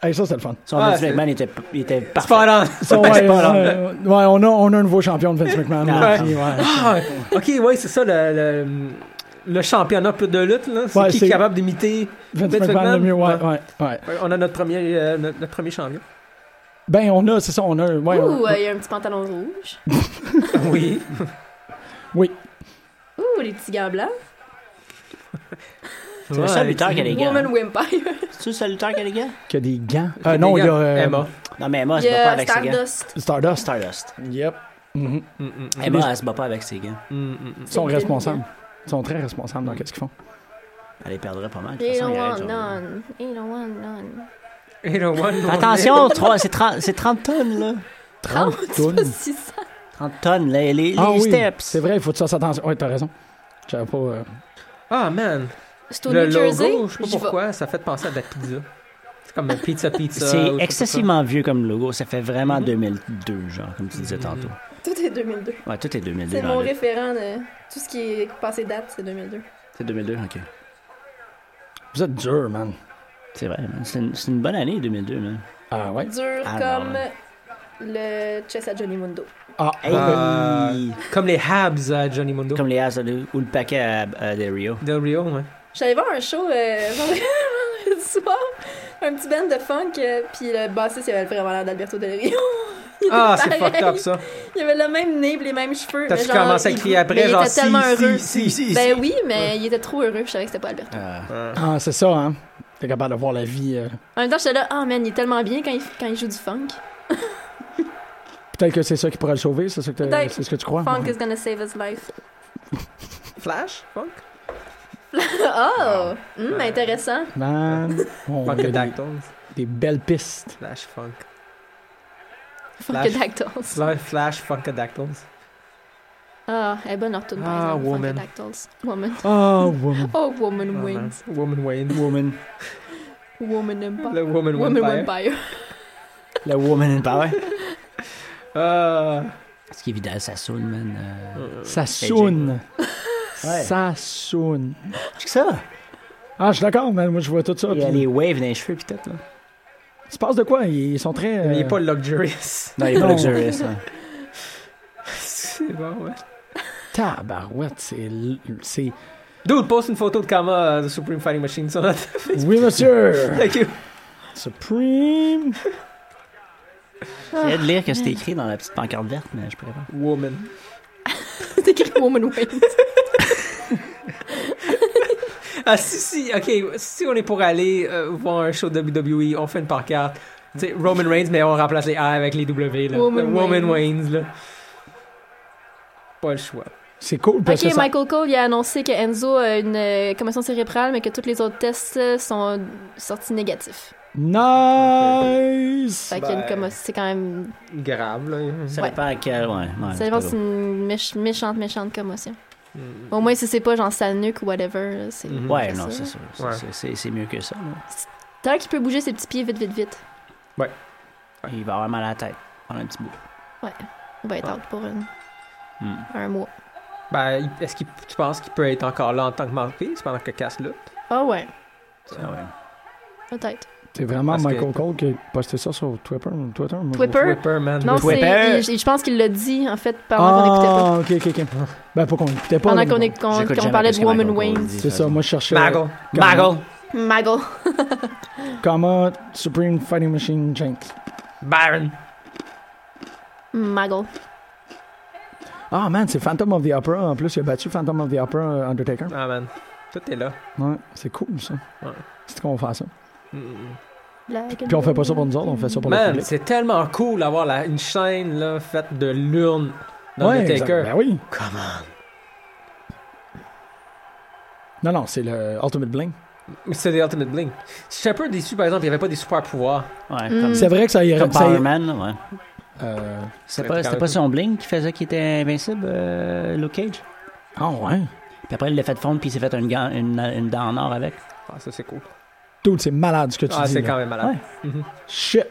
S3: Hey, ça, c'est le fun.
S6: Son
S4: Ah,
S6: Vince
S4: c'est-
S6: McMahon était, il était parfait.
S4: spot on.
S3: Ça, ouais, euh, ouais, on, a, on a un nouveau champion de Vince McMahon. là,
S4: Ouais.
S3: puis, ouais.
S4: Ah, ok, ouais, c'est ça, le, le, le championnat de lutte, là, c'est
S3: Ouais,
S4: qui
S3: c'est-
S4: est capable d'imiter
S3: Vince
S4: Vince
S3: McMahon, le
S4: McMahon?
S3: mieux, ouais,
S4: Ouais.
S3: ouais, ouais.
S4: Ouais, On a notre premier, euh, notre, notre premier champion.
S3: Ben, on a, c'est ça, on a. ouais,
S5: Ouh,
S3: ouais.
S5: euh, il y a un petit pantalon rouge.
S4: *laughs* Oui.
S3: Oui.
S5: Ouh, les petits gants blancs.
S6: C'est le seul lutteur qui a les gants.
S5: Woman Wimpire.
S6: C'est le seul lutteur qui a les gants?
S3: Qui a des gants. Euh, non, il y a. euh,
S4: Emma.
S6: Non, mais Emma,
S5: Il
S6: elle se
S5: y
S6: bat pas
S5: a
S6: avec ses gants.
S5: Stardust.
S3: Stardust.
S6: Stardust.
S3: Yep. Mhm.
S5: Eh ben,
S6: Emma, elle se bat pas avec ses gants.
S3: Ils sont responsables. Ils sont très responsables dans qu'est-ce qu'ils font.
S6: Elle les perdrait pas mal. de toute
S5: They
S6: façon,
S5: don't
S6: il arrête
S5: want
S6: son-
S5: none. They don't want none.
S4: Et le one, one.
S6: Attention, trois- c'est 30, c'est 30 tonnes, là. Ah,
S3: 30
S5: *laughs* C'est pas
S3: tonnes.
S5: si Ah, ça.
S6: 30 tonnes, les, les,
S3: Ah
S6: les
S3: oui,
S6: steps.
S3: C'est vrai, il faut que tu fasses attention. Oui, t'as raison. J'avais pas. euh,
S4: Ah, man.
S5: C'est au
S4: Le
S5: New Jersey.
S4: logo, je
S5: J'y
S4: sais pas
S5: vais.
S4: pourquoi, ça fait penser à de la pizza. C'est comme un pizza pizza. Euh, ou je sais
S6: C'est
S4: pas
S6: excessivement vieux comme logo. Ça fait vraiment 2002, genre, comme tu disais tantôt.
S5: Tout est 2002.
S6: Ouais, tout est 2002.
S5: C'est
S6: dans
S5: mon
S6: le-
S5: référent de tout ce qui est passé date, c'est 2002.
S6: C'est 2002, ok.
S3: Vous êtes dur, man.
S6: C'est vrai, man. C'est une, c'est une bonne année, 2002, man.
S3: Ah ouais.
S5: Dur
S6: Ah,
S5: comme
S6: non, ouais.
S4: hein.
S5: le chess à Johnny Mundo.
S3: Ah,
S6: Hey!
S4: Ah. ça. Comme les Habs à Johnny Mundo.
S6: Bah, Comme les As ou le paquet à, à Del Rio.
S4: De
S5: *laughs*
S4: Rio, ouais.
S5: J'allais voir un show euh, *laughs* vendredi vendredi soir, un petit band de funk, euh, puis le bassiste, il avait vraiment l'air d'Alberto Del Rio. *laughs* Il était
S4: Ah, c'est
S5: pareil.
S4: fucked up, ça.
S5: Il avait le même nez, puis les mêmes cheveux. mais
S4: T'as-tu
S5: genre,
S4: commencé à
S5: il-
S4: crier
S5: mais
S4: après,
S5: il
S4: genre,
S5: était tellement
S4: si,
S5: heureux.
S4: si, si, si, si. Euh,
S5: Ben oui, mais il était trop heureux, je savais que c'était pas Alberto.
S6: Euh,
S3: ah, c'est ça, hein. T'es capable de voir la vie. euh,
S5: En même temps, j'étais là, ah man, il est tellement bien quand il, quand il joue du funk.
S3: Peut-être que c'est ça qui pourrait le sauver, c'est ça que, t'as-
S5: Peut-être.
S3: c'est ce que tu
S4: Ah,
S3: crois.
S5: Funk is gonna save his life. *laughs*
S4: Flash? Funk? Ah,
S5: Oh! Hum, intéressant.
S3: Man,
S5: *laughs*
S3: on a
S4: Funk
S3: des,
S4: Dactyls.
S3: des belles pistes.
S4: Flash Funk.
S5: Funkadactyls.
S4: Fla- Flash Funkadactyls.
S5: Ah, elle est bonne leur tune,
S4: Ah,
S5: par exemple.
S4: woman.
S5: Funkadactyls. Woman.
S3: Oh, woman.
S5: Oh, Woman
S4: Ah, man.
S5: Wings.
S4: Woman Wayne.
S6: Woman.
S5: Woman Empire.
S4: Le Woman,
S5: Woman
S4: Vampire.
S5: Empire. *laughs*
S6: La Woman in Power.
S4: Ah.
S6: Ce qui est évident, ça sonne, man. euh,
S3: Ça sonne.
S6: Ouais.
S3: Ça sonne.
S6: C'est que ça.
S3: Ah, je suis d'accord, man. Moi, je vois tout ça.
S6: Il y a
S3: puis-
S6: les waves dans les cheveux, pis tout, là.
S3: Il se passe de quoi? Ils sont très...
S4: Mais il
S3: euh,
S4: est pas luxurious. *laughs*
S6: Non, il est pas
S3: Non.
S6: luxurious, hein. là.
S4: c'est bon, ouais.
S3: Tabarouette, c'est... l-
S6: *laughs*
S3: c'est...
S4: Dude, poste une photo de Kama euh, de Supreme Fighting Machine sur notre.
S3: Oui,
S4: *coughs*
S3: monsieur!
S4: Thank you.
S3: Supreme!
S6: J'essayais de lire que c'était écrit dans la petite pancarte verte, mais je pourrais pas.
S4: Woman.
S5: C'est écrit Woman Wings.
S4: Ah, si, si, ok, si on est pour aller euh, voir un show de WWE, on fait une pancarte. Tu sais, Roman Reigns, mais on remplace les A avec les W, là.
S5: Woman
S4: Le
S5: Reigns.
S4: Woman Reigns, là. Pas le choix.
S3: C'est cool parce
S5: ok,
S3: que ça...
S5: Michael Cole, il a annoncé que Enzo a une euh, commotion cérébrale, mais que tous les autres tests euh, sont sortis négatifs.
S3: Nice!
S5: Fait qu'il y a une
S4: Ben.
S5: commotion. C'est quand même.
S4: Grave, là.
S6: Ça
S5: Ouais.
S6: dépend à quel, ouais. ouais
S5: Ça
S6: c'est
S5: dépend
S6: pas
S5: si c'est une méch- méchante, méchante commotion. Au moins, si c'est pas genre sa nuque ou whatever, là, c'est.
S4: Mhm.
S6: gros.
S5: c'est
S6: Ouais, non,
S5: ça.
S6: c'est sûr. C'est-
S4: Ouais.
S6: c'est- C'est c'est mieux que ça, là.
S5: Tant qu'il peut bouger ses petits pieds vite, vite, vite.
S6: Il va avoir mal à la tête pendant un petit bout.
S5: Ouais. Il va être out pour une-
S6: Hmm.
S5: un mois.
S4: Ben, il- est-ce que tu penses qu'il peut être encore là en tant que mouthpiece pendant que Cass lutte?
S5: Ah ouais,
S6: Ah ouais.
S5: peut-être.
S3: C'est vraiment
S4: Parce que-
S3: Michael Cole qui a posté ça sur Twitter. Twitter, moi, je-
S5: Twipper?
S4: Whipper, man.
S5: Non, c'est.
S6: Twipper.
S5: il- Je pense qu'il l'a dit, en fait, pendant qu'on écoutait pas.
S3: Ah, ok, ok, ok. Ben, pas qu'on écoutait pas.
S5: Pendant
S3: mais
S5: qu'on
S3: bon.
S5: est- qu'on-
S6: J'écoute
S5: qu'on
S6: jamais
S5: parlait
S6: qu'est-ce
S5: de
S6: que
S5: Woman
S6: Michael Cole
S5: Wings.
S6: dit,
S3: C'est
S6: ça,
S3: ça, moi, je cherchais...
S4: Maggle.
S3: Comment-
S4: Maggle.
S5: Maggle.
S3: Comment Supreme Fighting Machine Jinx.
S4: Baron.
S5: Maggle.
S3: Ah, man, c'est Phantom of the Opera. En plus, il a battu Phantom of the Opera euh, Undertaker.
S4: Ah, man. Tout est là.
S3: Ouais, c'est cool, ça.
S4: Ouais.
S3: C'est qu'on fait ça.
S4: Mm.
S3: Puis on fait pas ça pour nous autres, on fait ça pour le
S4: Man,
S3: public.
S4: c'est tellement cool d'avoir la- une chaîne, là, faite de l'urne dans
S3: ouais,
S4: The
S3: exact.
S4: Taker.
S3: Ben oui.
S4: Come on.
S3: Non, non, c'est le Ultimate Bling.
S5: Mm.
S4: Mais C'est The Ultimate Bling. Je suis un peu déçu, par exemple, il n'y avait pas des super pouvoirs.
S6: Ouais,
S5: Mm.
S6: comme,
S3: C'est vrai que ça irait.
S6: comme
S3: ça
S6: Power
S3: irait-
S6: Man, là, ouais.
S3: euh,
S6: C'était
S4: Ouais,
S6: pas,
S4: quand
S6: c'était
S4: même.
S6: pas son bling qui faisait qu'il était invincible, euh, Luke Cage?
S3: Ah, ouais.
S6: Puis après, il l'a fait fondre, puis il s'est fait une, gant- une, une dent en or avec.
S4: Ah, ça, c'est cool.
S3: Dude, c'est malade ce que tu
S4: Ah,
S3: dis.
S4: c'est
S3: là.
S4: quand même malade.
S3: Shit.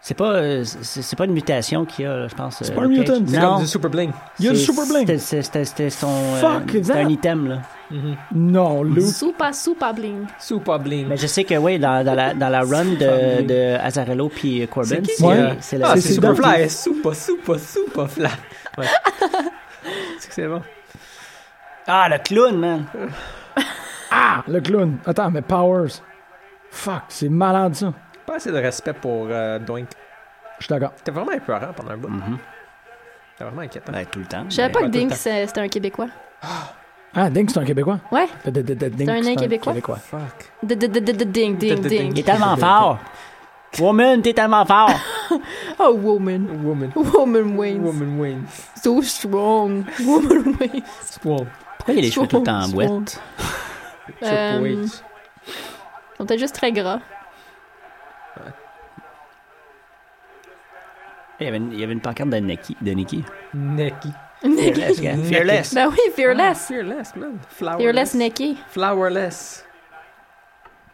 S6: C'est pas, euh, c'est c'est pas une mutation qu'il a, là, je pense.
S3: C'est
S6: euh,
S3: pas un
S6: Luke Cage.
S3: mutant.
S4: C'est
S6: Non.
S4: comme du Super Bling.
S3: Il y a du
S6: C'est-
S3: Super Bling.
S6: c'était- c'est- C'était c'était son. euh,
S3: Fuck
S6: c'était
S3: that.
S6: un item, là.
S3: Non, Luke.
S5: Super, super bling.
S4: Super Bling.
S6: Mais je sais que, oui, dans, dans, la, dans la run de, de Azarello puis Corbin,
S4: qui,
S6: c'est
S3: Ouais.
S6: euh, c'est le-
S4: Ah,
S3: c'est-
S4: c'est
S3: c'est
S4: Superfly.
S6: *laughs*
S4: Super, super, super fly. Ouais. c'est que c'est bon.
S6: Ah, le clown, man.
S3: Ah, le clown. Attends, mais Powers. Fuck, c'est malade ça.
S4: Pas assez de respect pour euh, Doink.
S3: Je suis d'accord.
S4: C'était vraiment épeurant pendant un bout.
S6: Mm-hmm.
S4: C'était vraiment inquiétant.
S6: Ben, tout le temps.
S5: Je savais pas
S4: Ouais,
S5: que
S4: tout le
S5: Dink,
S4: temps.
S5: c'est- c'était un Québécois.
S3: Ah, Dink, c'est un Québécois.
S5: Ouais.
S3: D- d- d- Dink,
S5: C'est un Québécois.
S4: Fuck.
S5: D- d- d- d- d- Dink, Dink,
S4: D- d-
S6: Il est
S5: Dink.
S6: tellement *laughs* fort. Woman, t'es tellement fort.
S5: Oh, woman.
S4: Woman.
S5: Woman wins.
S4: Woman Wayne.
S5: So strong. Woman wins.
S4: Swan.
S6: Pourquoi il a les cheveux tout le temps en
S5: Strong,
S6: boîte?
S5: Euh,
S4: Triple
S5: ils
S4: H.
S5: sont peut-être juste très gras.
S6: Il y avait une, il y avait une pancarte de Nike. De Nike.
S4: Necky.
S6: Fearless, gars. Fearless.
S5: Ben oui, Fearless.
S4: Ah, Fearless, man.
S6: Ah.
S4: Flowerless.
S5: Fearless Nicky.
S6: Mhm.
S4: Flowerless.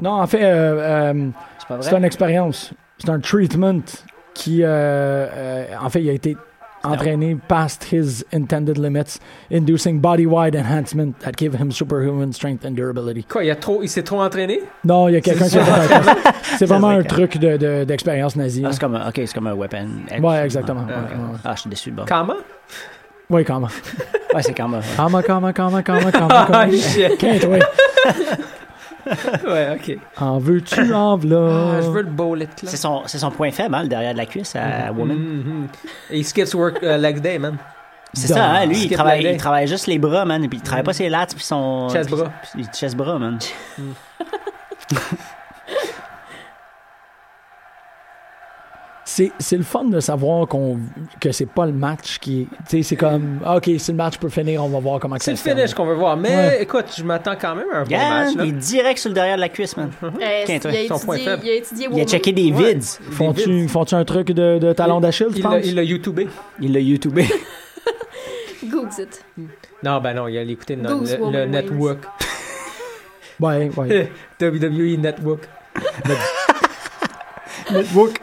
S3: Non, en fait, euh, euh,
S6: C'est pas
S3: c'est
S6: vrai?
S3: une expérience. C'est un treatment qui, euh, euh, en fait, il a été entraîné past his intended limits, inducing body-wide enhancement that gave him superhuman strength and durability.
S4: Quoi, il, a trop, il s'est trop entraîné?
S3: Non, il y a quelqu'un qui a fait
S6: *laughs*
S3: un test. C'est vraiment
S6: C'est
S3: un
S6: vrai.
S3: truc de- de- d'expérience nazie.
S6: Ah,
S3: hein.
S6: c'est comme, un- ok, c'est comme un weapon.
S3: Ouais, exactement.
S6: Ah,
S3: Ouais,
S6: ok.
S3: ouais.
S6: Ah, je suis déçu de bord.
S4: Comment?
S3: Oui, comment?
S6: Ouais, c'est quand même. ouais.
S3: Comment, comment, comment, comment, comment,
S4: *laughs*
S3: comment?
S4: Ah, shit.
S3: Quinte, oui.
S4: ouais, ok.
S3: En veux-tu, en v'là?
S4: Ah, je veux le bullet là.
S6: C'est son, c'est son point faible, hein, le derrière de la cuisse à Woman.
S4: Mhm. Il skips work euh, leg day, man.
S6: C'est
S3: Dans-
S6: ça, hein, lui, il
S4: Skip
S6: travaille,
S4: leg day.
S6: il travaille juste les bras, man. Puis il travaille pas ses lats, puis son.
S4: Chest
S6: puis-
S4: bras.
S6: puis- Chest bras, man.
S3: C'est c'est le fun de savoir qu'on que c'est pas le match qui... Tu sais, c'est comme, ah, OK, si le match peut finir, on va voir comment que
S4: C'est le
S3: ça se termine.
S4: finish qu'on veut voir. Mais
S3: Ouais.
S4: écoute, je m'attends quand même à un bon
S6: Yeah,
S4: match. Là.
S6: il est direct sur le derrière de la cuisse, man.
S5: Euh,
S6: Quinte, ouais,
S5: il, a
S4: son point
S5: étudié,
S4: faible.
S5: il a étudié
S6: Il a
S5: Woman.
S6: checké des
S4: Ouais.
S6: vides.
S3: Font-tu font un truc de, de talon d'Achille, tu
S4: Il l'a-
S3: penses?
S4: il l'a YouTubé.
S6: Il l'a youtubé.
S5: Google it.
S4: Non, ben non, il a écouté le,
S5: Goose
S4: le- le
S3: *laughs*
S5: Woman
S4: network.
S3: Ouais,
S4: *laughs*
S3: ouais.
S4: WWE Network.
S3: Network.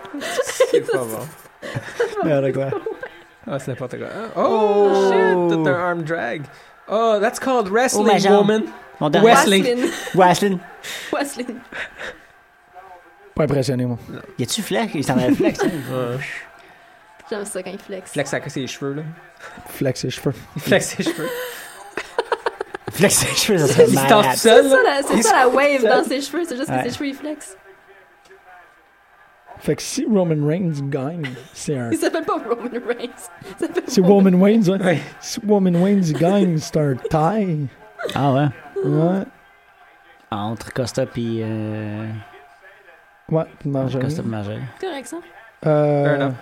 S4: C'est pas bon. Ah, c'est n'importe quoi. Ah, Oh, shit! Tout un arm drag. Oh, that's called
S6: Oh, ma
S4: wrestling,
S6: jambe.
S4: woman.
S6: Mon dernier.
S4: Wesley.
S5: *laughs* Wrestling.
S6: Wrestling.
S5: Wrestling.
S3: Pas impressionné, moi.
S6: Y a-tu flex? Il s'en a
S4: *laughs*
S6: flex. hein?
S5: J'aime ça quand il flex.
S4: Flex à ses cheveux, là.
S3: Flex ses cheveux.
S4: Il flex ses cheveux.
S6: Flex ses cheveux, ça serait
S4: Il se tasse
S6: malade.
S4: tout
S5: C'est
S4: seul,
S5: ça,
S4: là.
S5: la, c'est ça la wave dans ses cheveux, c'est juste que
S6: Ouais.
S5: ses cheveux ils flexent.
S3: Fait que si Roman Reigns gagne, c'est un...
S5: Il s'appelle pas Roman Reigns. Il s'appelle
S3: C'est Roman Reigns,
S4: *laughs*
S3: ouais. Si Roman Reigns gagne, c'est un tie.
S6: Ah ouais.
S3: Ouais.
S6: Entre Costa puis. Euh...
S3: Ouais, Marjorie.
S6: Costa puis Marjorie.
S5: correct ça.
S4: Fair
S3: Euh,
S4: enough.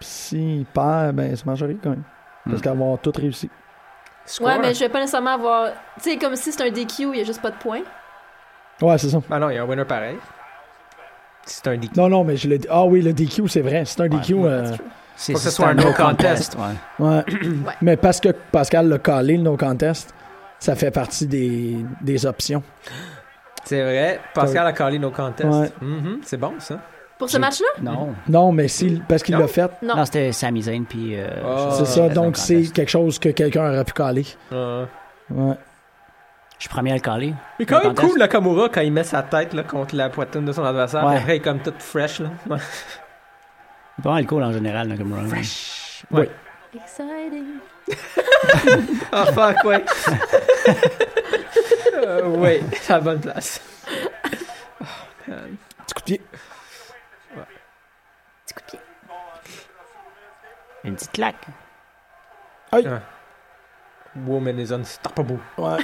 S3: pis s'il perd, ben c'est Marjorie quand même. Parce
S6: Mm.
S3: qu'elle va avoir tout réussi.
S4: Score.
S5: Ouais, mais je vais pas nécessairement avoir. Tu sais, comme si c'est un DQ, il y a juste pas de points.
S3: Ouais, c'est ça.
S4: Ah non, il y a un winner pareil. C'est un DQ.
S3: Non, non, mais je l'ai dit. Ah oui, le DQ, c'est vrai. C'est un DQ. euh,
S6: C'est
S4: Faut que ce
S6: c'est
S4: soit un no contest.
S6: ouais.
S3: ouais. Mais parce que Pascal l'a calé, le no contest, ça fait partie des, des options.
S4: C'est vrai. Pascal a collé nos contests.
S3: Ouais.
S4: Mhm, C'est bon, ça.
S5: Pour ce
S6: J'ai-
S5: match-là?
S6: Non.
S3: Non, mais si, parce qu'il
S4: Non.
S3: l'a fait,
S5: Non.
S6: Non, c'était Sami Zayn puis. euh,
S4: Oh.
S3: c'est
S4: Ah,
S3: ça.
S6: le no
S3: Donc c'est
S6: contest.
S3: quelque chose que quelqu'un aurait pu caler.
S4: Euh,
S3: Ouais.
S6: Je suis premier à le caler.
S4: Mais quand
S6: No
S4: même
S6: contest.
S4: cool, la Kamura, quand il met sa tête là, contre la poitrine de son adversaire.
S6: Ouais.
S4: Après, il est comme tout fresh. Là. Ouais.
S6: C'est Pas mal cool en général, là, comme Roman.
S4: Ouais.
S5: Exciting.
S4: *laughs* Ah, fuck, ouais. *laughs* euh, *laughs* ouais, c'est la bonne place.
S3: Petit coup de pied.
S5: Petit coup de pied. *laughs*
S6: Une petite claque.
S4: Woman is unstoppable.
S3: Ouais.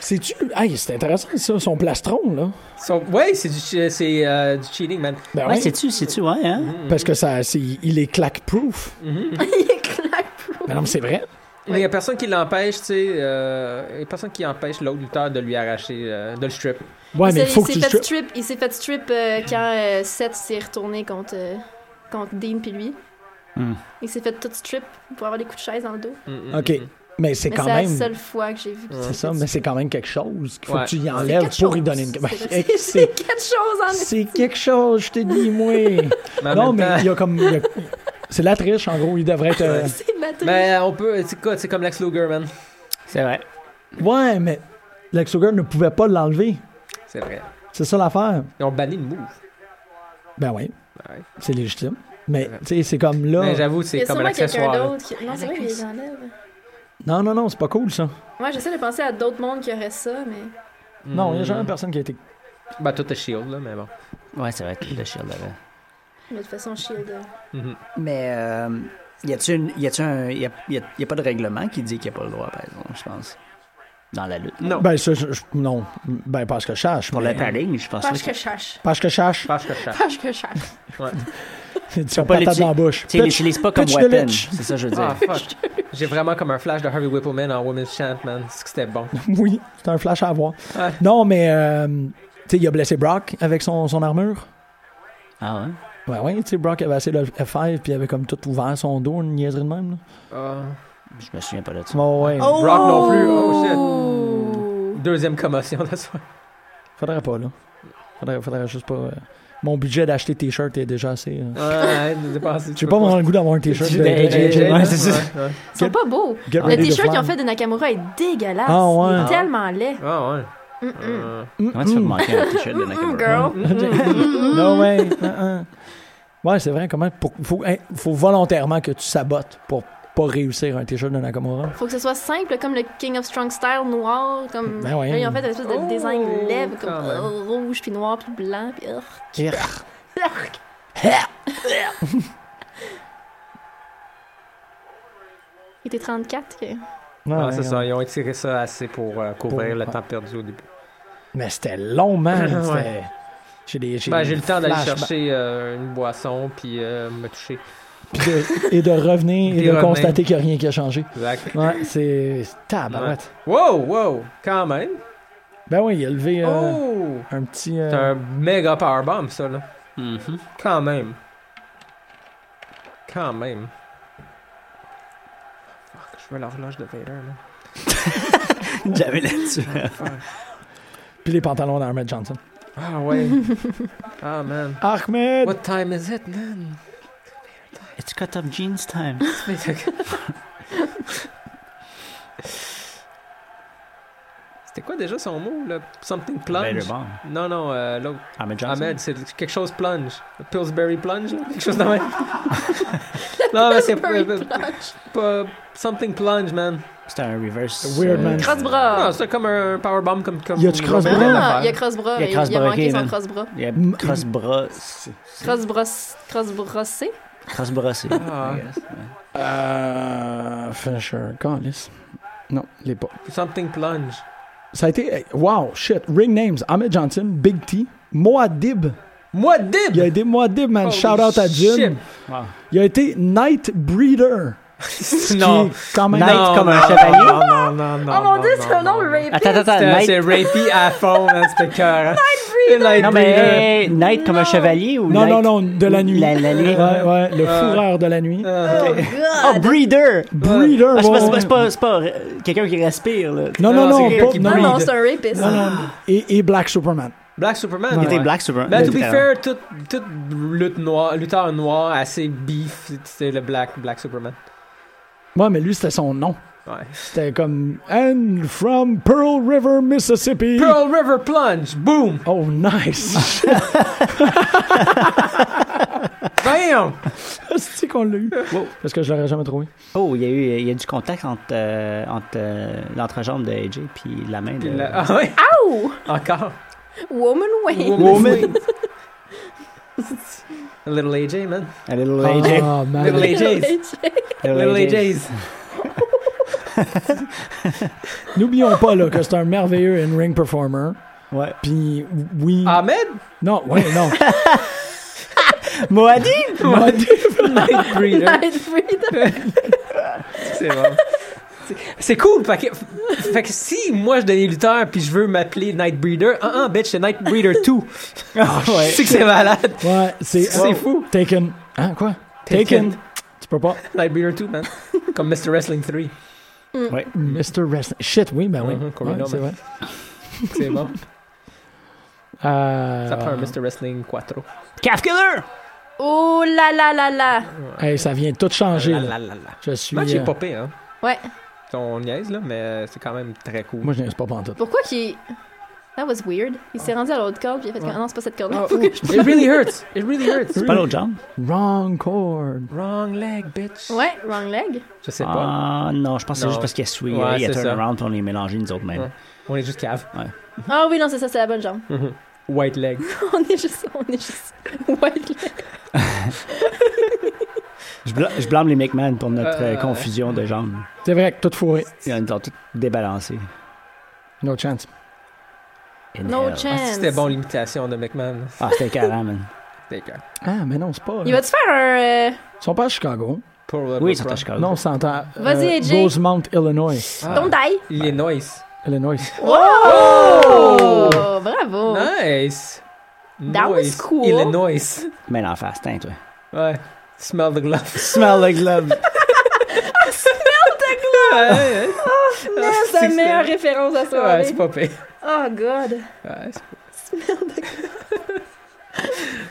S3: C'est-tu. Hey, c'est intéressant ça, son plastron, là.
S4: So, ouais, c'est du, che- c'est, euh, du cheating, man.
S3: Ben
S6: Ouais,
S3: oui,
S6: c'est-tu, c'est-tu, ouais, hein?
S4: Mm-hmm.
S3: parce que ça, c'est- il est clack-proof.
S5: il est claque.
S3: Mais non, mais c'est vrai.
S4: Mais il n'y a personne qui l'empêche, tu sais. euh, Il y a personne qui empêche l'autre lutteur de lui arracher, euh, de le strip.
S3: Ouais,
S5: Il
S3: mais il
S5: s'est-
S3: faut
S5: il
S3: que tu
S5: s'est
S3: le
S5: fait
S3: strippes.
S5: strip. Il s'est fait strip euh, quand euh, Seth s'est retourné contre, euh, contre Dean puis lui.
S6: Hmm.
S5: Il s'est fait tout strip pour avoir des coups de chaise dans le dos.
S4: Mm, mm,
S3: OK.
S4: mm, mm.
S3: Mais c'est
S5: Mais
S3: quand
S5: c'est la
S3: même.
S5: seule fois que j'ai vu. qu'il s'est
S3: C'est ça,
S5: fait
S3: mais c'est quand même quelque chose qu'il faut
S4: Ouais.
S3: que tu y
S5: C'est
S3: enlèves
S5: quelque
S3: pour y
S5: chose.
S3: donner une. *laughs* Ben,
S5: *laughs* C'est c'est
S3: c'est-
S5: quelque chose, en
S3: C'est quelque chose, je t'ai dit, moi.
S4: Mais en
S3: non,
S4: même
S3: mais
S4: temps-
S3: il y a comme. il y a- C'est la triche, en gros. Il devrait être. euh,
S5: *laughs* C'est de la triche.
S4: Mais on peut, c'est quoi, c'est comme Lex Luger, man.
S6: C'est vrai.
S3: euh, Ouais, mais Lex Luger ne pouvait pas l'enlever.
S4: C'est vrai.
S3: C'est ça l'affaire.
S4: Ils ont banni le move.
S3: Ben oui,
S4: Ouais.
S3: c'est légitime. Mais, tu sais, c'est comme là.
S4: Mais j'avoue,
S5: Il y
S4: c'est
S5: a
S4: comme
S5: sûrement quelqu'un
S4: l'accessoire. là.
S5: d'autre qui. Non, c'est vrai qu'il les enlève.
S3: Non, non, non, c'est pas cool, ça.
S5: Moi, j'essaie de penser à d'autres mondes qui auraient ça, mais.
S3: Non, il n'y a
S4: Hmm.
S3: jamais personne qui a été.
S4: Ben, tout est shield, là, mais bon.
S6: Ouais, c'est vrai que le shield avait.
S5: Mais de toute façon, Shield. euh,
S6: Mais euh, y a-tu une- y a-tu un y a, y a- y a pas de règlement qui dit qu'il n'y a pas le droit, par exemple, je pense, dans la lutte.
S4: Non.
S3: Ben, ça, je- je- non. Ben, parce que je sache.
S6: Pour
S3: mais-
S6: le padding, je pense.
S5: Fâche
S6: que-
S5: que chache.
S3: Parce que je sache.
S4: Fâche que je sache.
S5: Fâche que chache.
S3: Tu pas
S6: pas
S3: patate
S6: l'utiliser.
S3: dans la bouche.
S6: Tu sais, il
S3: Pitch.
S6: l'utilise pas comme
S3: Pitch the
S6: weapon.
S3: lich.
S6: C'est ça que je veux
S4: Ah,
S6: dire.
S4: fuck. J'ai vraiment comme un flash de Harvey Whippleman en Women's Chant, man. C'est que c'était bon.
S3: *laughs* Oui, c'est un flash à avoir.
S4: Ouais.
S3: Non, mais. euh, tu sais, il a blessé Brock avec son, son armure.
S6: Ah ouais?
S3: Ben oui, tu sais, Brock avait assez de F5 puis il avait comme tout ouvert son dos, une niaiserie de même. Là.
S4: Ah.
S6: Je me souviens pas de ça.
S3: Bon, ouais.
S4: Brock non plus.
S5: Oh,
S4: Oh shit. Deuxième commotion de soir.
S3: Faudrait pas, là. Faudrait, faudrait juste pas. euh, Mon budget d'acheter tes shirts est déjà assez. euh.
S4: Ouais, dépenser.
S3: J'ai pas vraiment le goût d'avoir un t-shirt de, de AJ. Ouais, c'est ça.
S4: Ouais, ouais.
S5: Ils sont
S3: Get-
S5: pas beaux.
S3: euh, Get
S5: Le
S3: ready to
S5: t-shirt qu'ils ont
S3: fly. *laughs*
S5: fait de Nakamura est dégueulasse.
S3: Ah ouais.
S5: Il est tellement laid.
S4: Ah, ouais.
S5: Mm-mm.
S4: Euh,
S6: Comment tu fais de manquer un t-shirt de
S5: Mm,
S6: Nakamura?
S5: girl.
S3: Non, ouais. hein, hein. Ouais, c'est vrai. Comment. pour- faut, hein, faut volontairement que tu sabotes pour pas réussir un t-shirt de Nakamura.
S5: Faut que ce soit simple, comme le King of Strong Style noir. Comme...
S3: Ben ouais.
S5: Là, ils ont fait une espèce de
S4: Oh,
S5: design lèvres,
S4: quand
S5: comme
S4: même.
S5: euh, rouge, puis noir, puis blanc, puis urk,
S6: Kirk.
S5: urk. *laughs* Il était 34. que-
S4: Ah,
S3: Ouais,
S4: c'est
S3: ouais.
S4: ça. Ils ont étiré ça assez pour euh, couvrir
S3: Pour-
S4: le
S3: ouais.
S4: temps perdu au début.
S3: Mais c'était long, man.
S4: *laughs* Ouais.
S3: C'était- J'ai des. j'ai
S4: Ben,
S3: des
S4: j'ai le temps d'aller
S3: flashbacks.
S4: chercher euh, une boisson puis euh, me toucher.
S3: Puis de- et de revenir et
S4: Puis
S3: de
S4: revenir.
S3: constater qu'il n'y a rien qui a changé.
S4: Exact.
S3: Ouais, *laughs* c'est. Tabarouette.
S4: Wow, wow, quand même.
S3: Ben oui, il a levé euh,
S4: Oh!
S3: un petit. euh,
S4: C'est un méga powerbomb, ça, là.
S6: Mhm.
S4: Quand même. Quand même. Fuck, je veux l'horloge de Vader, là.
S6: J'avais là-dessus.
S3: Puis les pantalons d'Ahmed Johnson.
S4: Ah *laughs* ouais. ah man.
S3: Ahmed!
S4: What time is it, man?
S6: It's cut off jeans time.
S4: C'était quoi déjà son mot, là? Something
S3: Ben,
S6: Vader
S4: plunge?
S6: Bomb.
S4: Non, non, euh, l'autre.
S6: Ahmed Johnson.
S4: Ahmed, c'est quelque chose plunge. Pillsbury plunge, là? Quelque chose de même. *laughs* non, mais c'est
S5: Very
S4: pas- euh,
S5: plunge.
S4: pas. Something plunge, man.
S6: C'était un reverse. euh,
S3: Weird man.
S5: Cross-bras.
S4: Non, Ah, c'est comme un powerbomb comme. comme
S3: Y a-tu crossbreed?
S4: comme une
S5: Ah,
S4: affaire.
S5: il y a cross-bras.
S6: Il y a
S5: Il, il a
S6: cross-bras,
S5: manqué
S6: ok,
S5: son
S6: man.
S5: cross-bras.
S6: Il y a
S3: Mm.
S6: cross-bras.
S5: Cross-bras. Cross-bras C.
S6: Cross-brassé.
S4: Ah.
S6: I guess, ouais.
S3: Euh. Finisher. Callis. Non, il est pas.
S4: Something plunge.
S3: Ça a été. hey, Wow, shit. Ring names. Ahmed Johnson, Big T, Moadib.
S4: Moi, Dib!
S3: Il a aidé Moadib, man.
S4: Holy
S3: Shout out à Jim.
S4: shit.
S6: Wow.
S3: Il a été Night Breeder.
S4: non.
S3: Qui est quand même.
S6: Knight
S4: Non,
S6: comme
S4: non,
S6: un chevalier.
S4: Non, non, non, non.
S5: Oh mon dieu,
S4: non,
S5: c'est un
S4: non,
S5: nom
S4: non.
S5: rapide.
S6: Attends, attends,
S4: C'était-
S6: Knight.
S4: C'est rapey à fond, hein, c'était cœur. Nightbreeder!
S6: Non, mais euh, hey, Knight comme un chevalier ou
S3: Non,
S6: Knight-
S3: non, non, de la nuit.
S6: La, la nuit.
S3: Ouais, ouais, le
S4: Euh,
S3: fourreur de la nuit.
S1: Ah,
S6: Oh, Breeder!
S3: Breeder,
S6: Ah, c'est
S3: ouais,
S6: pas, c'est pas,
S3: ouais.
S6: c'est pas, c'est pas, euh, quelqu'un qui respire, là.
S3: Non, non,
S4: Non,
S3: non,
S4: c'est quelqu'un
S3: pas-
S4: qui
S3: non,
S5: Ah Non,
S4: breed.
S5: non, c'est un rapiste.
S4: Ah.
S3: non, non. Et, et Black Superman.
S4: Black Superman.
S3: Il
S6: Il était
S4: ouais.
S6: Black Superman.
S4: Ben, to be
S6: littéralement.
S4: fair, tout, tout lutte noir, lutteur noir assez beef, c'est le Black, Black Superman.
S3: Ouais, mais lui, c'était son nom.
S4: Ouais.
S3: C'était comme And from Pearl River, Mississippi.
S4: Pearl River Plunge, boom!
S3: Oh, nice.
S4: Bam!
S3: c'est qu'on l'a eu.
S6: Wow.
S3: Parce que je l'aurais jamais trouvé.
S6: Oh, il y a eu il y a du contact entre, euh, entre euh, l'entrejambe de AJ puis la main de.
S4: Puis là- ah ouais,
S5: Ow!
S4: encore.
S5: Woman Wayne.
S4: Woman. Little AJ, man.
S6: A little AJ.
S3: Ah, man.
S4: Little
S5: *laughs*
S4: AJs. Little AJs.
S3: N'oublions pas là, que c'est un merveilleux in-ring performer.
S6: Ouais.
S3: Puis oui.
S4: Ahmed?
S3: Non, ouais, non.
S4: *laughs*
S6: Moadi!
S5: *laughs*
S4: Nightbreeder.
S5: Nightbreeder.
S4: C'est bon. C'est- C'est cool. Fait que, fait que si moi je deviens lutteur puis je veux m'appeler Nightbreeder, ah ah, bitch, c'est Nightbreeder 2. Je sais que c'est malade.
S3: Ah, Ouais, c'est. euh,
S4: C'est fou.
S3: Taken. Hein, quoi?
S4: Taken.
S3: Taken. Tu peux pas.
S4: Nightbreeder 2, man. Comme Mr. Wrestling 3.
S3: Mr. Wrestling. Shit, oui, ben oui.
S4: Mhm, Corey
S3: Ouais, c'est vrai.
S4: Norman. C'est bon.
S3: Euh,
S4: Ça prend un Mr. Wrestling 4.
S6: Calf Killer!
S5: Oh là là là là.
S3: Euh, hey, ça vient tout changer.
S4: La,
S3: là.
S4: la, la, la.
S3: Je suis.
S4: Match est
S3: euh,
S4: popé, hein.
S5: Ouais.
S4: On niaise, là, mais c'est quand même très cool.
S3: Moi, je n'ai pas pantoute.
S5: Pourquoi qu'il. That was weird. Il s'est rendu à l'autre corde, puis il a fait comme, ah non, c'est pas cette corde-là.
S4: Oh, It really hurts. It really hurts.
S6: C'est pas l'autre jambe?
S3: Wrong chord.
S4: Wrong leg, bitch.
S5: Ouais, wrong leg.
S4: Je sais pas.
S6: Ah, non, je pense que c'est
S4: Non.
S6: juste parce qu'il y a Sui,
S4: Ouais,
S6: il y a
S4: c'est ça.
S6: Turnaround, puis on les mélangé nous autres même.
S4: On est juste cave. *laughs*
S5: Ah oui, non, c'est ça, c'est la bonne jambe. *laughs*
S4: White leg.
S5: on est juste, on est juste. *laughs* White leg.
S6: Je, bla- je blâme les McMahon pour notre
S4: Euh,
S6: euh, confusion de jambes.
S3: C'est vrai que tout fourré.
S6: Ils ont- ils ont tout débalancé.
S3: No chance.
S6: In
S5: No
S6: hell.
S4: Ah, si
S5: chance.
S4: C'était bon l'imitation de McMahon.
S6: Ah, c'était carrément, man.
S4: D'accord.
S3: Ah, mais non, c'est pas.
S5: Il va-tu faire un. euh,
S3: Ils sont pas à Chicago.
S4: Pour euh,
S6: Oui,
S4: pour-
S6: ça t'a Chicago.
S3: Non, c'est en temps.
S5: Vas-y, AJ.
S3: Rosemount, Illinois.
S4: Ah,
S5: Don't die.
S4: Illinois.
S5: *laughs*
S3: Illinois.
S5: Oh! Bravo!
S4: Nice.
S5: That was
S4: Nice.
S5: cool.
S4: Illinois.
S6: Mais en face, teint, toi.
S4: Ouais. *laughs* Smell the
S5: *laughs*
S4: glove.
S6: Smell like love.
S4: Ouais, ouais.
S5: Man, c'est la meilleure référence à
S4: Ouais,
S5: soirée.
S4: c'est pas pire.
S5: Oh god.
S4: Ouais, c'est pas...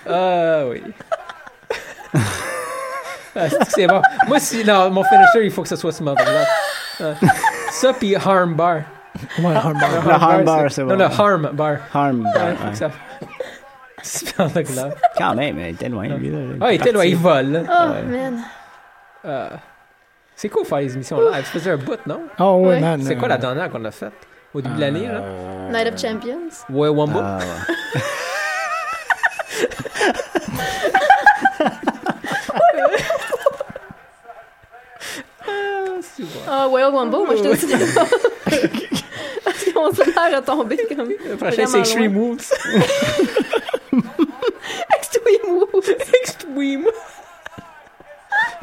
S4: Ah oui. Ah, c'est- c'est bon. Moi, si, non, mon finisher, il faut que ce soit Smother Love. Ouais. Ça, puis Harm Bar.
S3: Ouais, un bar.
S6: Le harm bar, c'est
S4: Non,
S6: bon.
S4: le Harm Bar.
S6: Harm bar.
S4: Ouais, faut
S6: ouais.
S4: que ça... *laughs* Smother Glove.
S6: Quand même, il était loin, lui. Là,
S4: Ah, il était loin, il vole. là.
S5: Oh man.
S4: Ah. c'est cool de faire les émissions live. Ça faisait un bout, non?
S3: Oh, ouais,
S5: Ouais.
S3: man.
S4: C'est
S3: euh,
S4: quoi la dernière qu'on a faite? Au début de l'année, là?
S5: Night of Champions.
S4: Ouais, Wombo?
S6: Ah, ouais.
S5: Ah, Whale Wombo, moi je te dis. Parce qu'on se l'air retomber comme.
S4: Le prochain, *laughs* c'est Extreme Moves.
S5: Extreme Move.
S4: Extreme.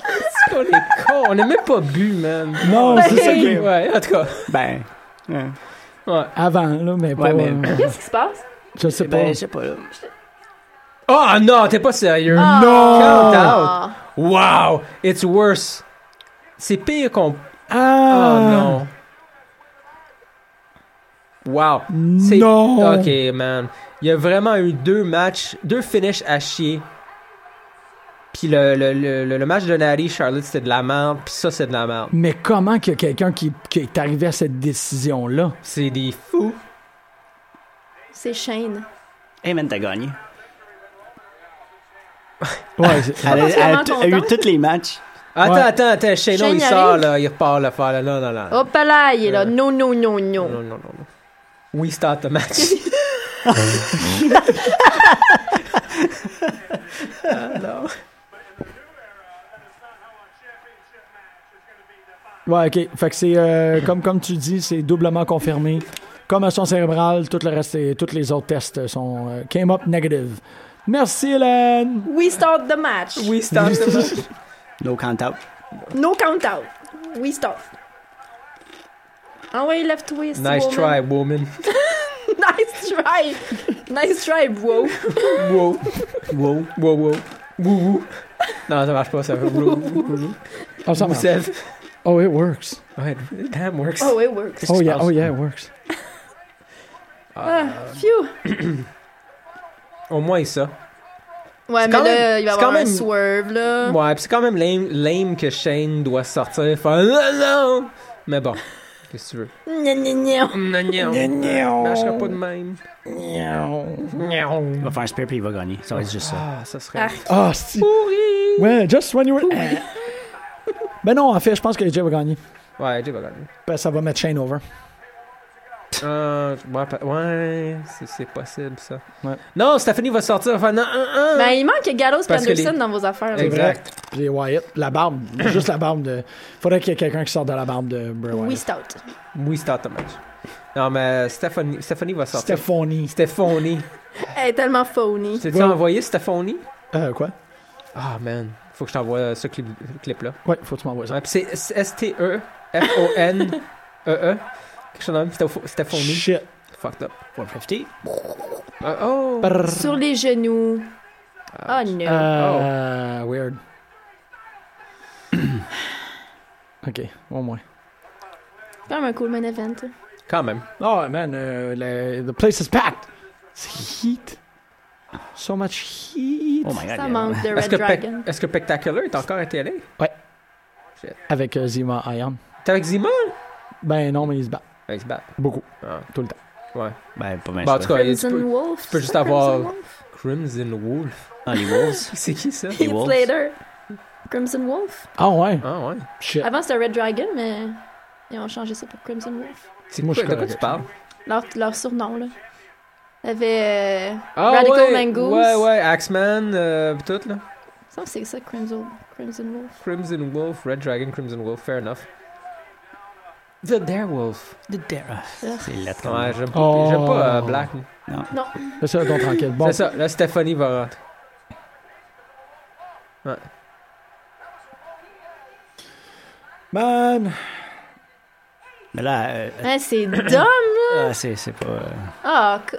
S4: Qu'est-ce qu'on est con? On n'a même pas bu, man.
S3: Non, c'est ça qui est-
S4: Ouais, en tout cas.
S6: Ben. ouais.
S4: Ouais.
S3: Avant, là, mais pas.
S6: mais-
S3: euh,
S5: Qu'est-ce qui se passe?
S3: Je sais pas.
S6: Ben, je sais pas, là.
S4: Oh non, t'es pas sérieux. Count out.
S5: Ah.
S4: Wow, it's worse. C'est pire qu'on. Oh
S3: Ah!
S4: non. Wow. C'est-
S3: Non.
S4: Ok, man. Il y a vraiment eu deux matchs, deux finishes à chier. Puis le, le, le, le- le match de Nari, Charlotte, c'était de la merde. Puis ça, c'est de la merde.
S3: Mais comment qu'il y a quelqu'un qui, qui est arrivé à cette décision-là?
S4: C'est des fous.
S5: C'est Shane.
S6: Hey, man, t'as gagné.
S3: Ouais, c'est-
S6: Elle a,
S5: pense qu'elle
S6: elle
S5: est
S6: a tout-
S5: vraiment
S6: a eu
S5: contente.
S6: tous les matchs.
S4: Attends,
S3: Ouais.
S4: attends, attends. Shane,
S5: Shane,
S4: il
S5: il
S4: sort,
S5: arrive. Oh.
S4: là. Il repart le faire, là. Non, non, non.
S5: Hop là, il est là.
S4: Ouais.
S5: Non, non, non,
S4: Non,
S5: non.
S4: non, non, non. We start the match.
S3: ouais, ok. Fait que c'est, euh, comme, comme tu dis, c'est doublement confirmé. Commotion cérébrale, tout le reste, est- tous les autres tests sont. euh, came up negative. Merci, Hélène!
S5: We start the match.
S4: We start the match.
S6: No count out.
S5: No count out. We start. Ah ouais, left twist.
S4: Nice
S5: woman.
S4: try, woman.
S5: *laughs* Nice try. nice try, bro.
S4: Wow. Wow. Wow, wow. Wou, wou. Non, ça marche pas, ça. Wou, wou, wou.
S3: Oh, ça
S4: Vous
S3: marche.
S4: savez.
S3: Oh, it works.
S4: Ouais, it damn works.
S5: Oh, it works.
S3: Oh, yeah, oh, yeah, it works.
S5: Ah, phew.
S4: Au moins ça.
S5: Ouais,
S4: C'est
S5: mais
S4: quand
S5: là,
S4: même-
S5: il va y
S4: c'est quand
S5: avoir un
S4: même-
S5: swerve, là.
S4: Ouais, pis c'est quand même lame, lame que Shane doit sortir et faire non, non. Mais bon, qu'est-ce que tu veux?
S5: Gna, gna, gna.
S4: Non, non. Marchera pas de même.
S6: Il
S4: Gnaon.
S6: va faire un spear puis il va gagner. Ça va être juste ça.
S4: Ah, ça
S5: Ah.
S4: serait.
S3: Ah, si. Ouais, just when you were. *laughs* Ben non, en fait, je pense que AJ va gagner.
S4: Ouais, j'ai pas gagné.
S3: Ben, ça va mettre Shane over.
S4: Euh, ouais, pa- ouais c'est, c'est possible ça.
S3: Ouais.
S4: Non, Stephanie va sortir. Enfin, non, un, un.
S5: Ben, il manque Gallows et
S4: Parce que les-
S5: Anderson dans vos affaires. là.
S4: exact.
S3: Puis Wyatt, la barbe, juste la barbe de. Faudrait qu'il y ait quelqu'un qui sorte de la barbe de Bray Wyatt.
S5: We start.
S4: Oui, start the match. Non, mais Stephanie, Stephanie va sortir.
S3: Stephanie.
S4: Stephanie.
S5: Elle est tellement phony.
S4: T'as-tu
S3: Ouais.
S4: envoyé Stephanie?
S3: Euh, quoi?
S4: Ah, man. Faut que je t'envoie euh, ce clip- clip-là.
S3: Ouais, faut que tu m'envoies ça.
S4: Ouais, pis c'est S- E S-T-E-F-O-N-E-E. E Quelque chose de même. Steph- Stephanie.
S3: Shit.
S4: Fucked up.
S6: 150.
S4: Euh, oh!
S3: Brrr.
S5: Sur les genoux.
S4: Ah,
S5: Oh non.
S3: Euh, weird. ok, au moins.
S5: C'est quand même un cool main event.
S4: Quand même.
S3: Oh man, euh, le- the place is packed. C'est heat. So much heat.
S6: Oh my god.
S5: Ça
S6: il-
S5: manque de
S4: Est-ce
S5: Red
S4: que, Pe-
S5: Dragon.
S4: est-ce que Spectacular est encore à télé?
S3: Avec euh, Zima Ayam.
S4: T'es avec Zima?
S3: Ben non, mais il se bat.
S4: Ah, il se bat.
S3: Beaucoup.
S4: Ah.
S3: Tout le temps.
S4: Ouais.
S6: Ben, pas mal.
S4: Bah, en tout cas, tu
S5: Crimson
S4: peux,
S5: Wolf.
S4: tu peux
S5: c'est
S4: juste
S5: ça,
S4: avoir-
S5: Crimson Wolf?
S4: Crimson Wolf.
S6: Ah, les Wolves.
S4: *laughs* C'est qui ça?
S6: Les
S5: Heath
S6: Wolves.
S5: Slater. Crimson Wolf.
S3: Ah ouais.
S4: Ah ouais.
S3: Shit.
S5: Avant, c'était Red Dragon, mais ils ont changé ça pour Crimson Wolf.
S4: C'est
S3: Moi,
S4: quoi,
S3: je
S4: de quoi
S3: connais.
S4: tu parles?
S5: Leur, leur surnom, là. Il y avait. euh,
S4: Ah,
S5: Radical
S4: ouais,
S5: Mangoose.
S4: Ouais, ouais, Axeman, euh, pis tout, là.
S5: il me semble que c'est ça, Crimson, Crimson Wolf.
S4: Crimson Wolf, Red Dragon, Crimson Wolf, fair enough. The Darewolf.
S6: Ah, C'est la trompe.
S4: Ouais, j'aime pas,
S3: Oh.
S4: j'aime pas euh, Black. moi.
S5: Non,
S3: C'est ça, donc tranquille. Bon.
S4: C'est ça, là, Stéphanie va rentrer.
S3: Man.
S6: Mais là, euh,
S5: Hein, c'est dumb!
S6: euh, ah, c'est c'est pas. euh,
S5: Ah, c-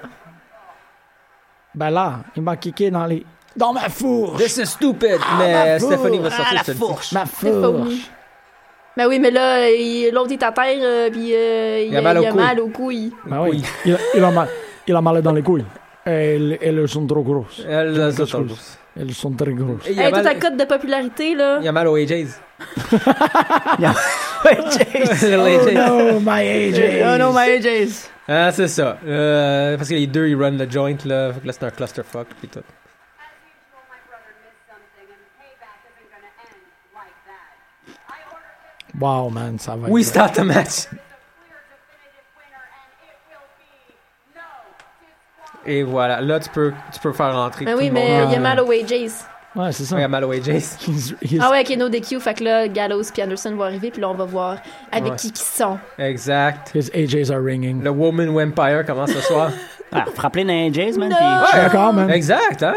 S3: Ben là, il m'a kické dans les. Dans ma fourche.
S4: This is stupid, mais Stéphanie va sortir cette Ah, fourche.
S3: Ma
S5: c'est pas où.
S3: fourche.
S5: Ben oui, mais là, il- l'autre est à terre, euh, puis euh, il,
S4: a mal
S5: il
S4: aux
S5: a
S4: couilles.
S5: mal aux couilles.
S3: Ben oui. Il, a- il a mal. Il a mal dans les couilles. Elles, elles sont trop grosses.
S4: Elle a ça,
S3: Quelque chose. Elles sont très grosses.
S4: Il y
S5: Hey,
S4: a
S5: toi, ta
S4: mal-
S5: cote de popularité, là.
S4: il y a mal aux AJs.
S6: Ouais, Jace.
S4: *laughs* Les AJs.
S3: Oh, my AJ.
S6: Oh non, my AJs.
S4: Ah, c'est ça. Euh, parce que les deux, ils run le joint, là. Fait que là, c'est un clusterfuck, pis tout.
S3: Wow, man, ça va.
S4: We
S3: être-
S4: start the match. Et voilà, là, tu peux, tu peux faire rentrer.
S5: Ben
S4: tout
S5: oui,
S4: le monde.
S5: mais il
S4: euh,
S5: a
S3: Ouais.
S5: mal aux wages.
S3: Ouais, c'est ça.
S4: Il y a mal aux AJs.
S3: He's- he's-
S5: Ah ouais, avec no DQ, fait que là, Gallows puis Anderson vont arriver, puis là, on va voir avec
S4: Ouais.
S5: qui qui sont.
S4: Exact.
S3: His AJs are ringing.
S4: Le Woman Vampire commence ce
S6: *laughs*
S4: soir.
S6: *laughs* Ah, frapper dans les AJs, man.
S5: Non.
S6: puis-
S3: Je suis d'accord, man.
S4: exact, hein?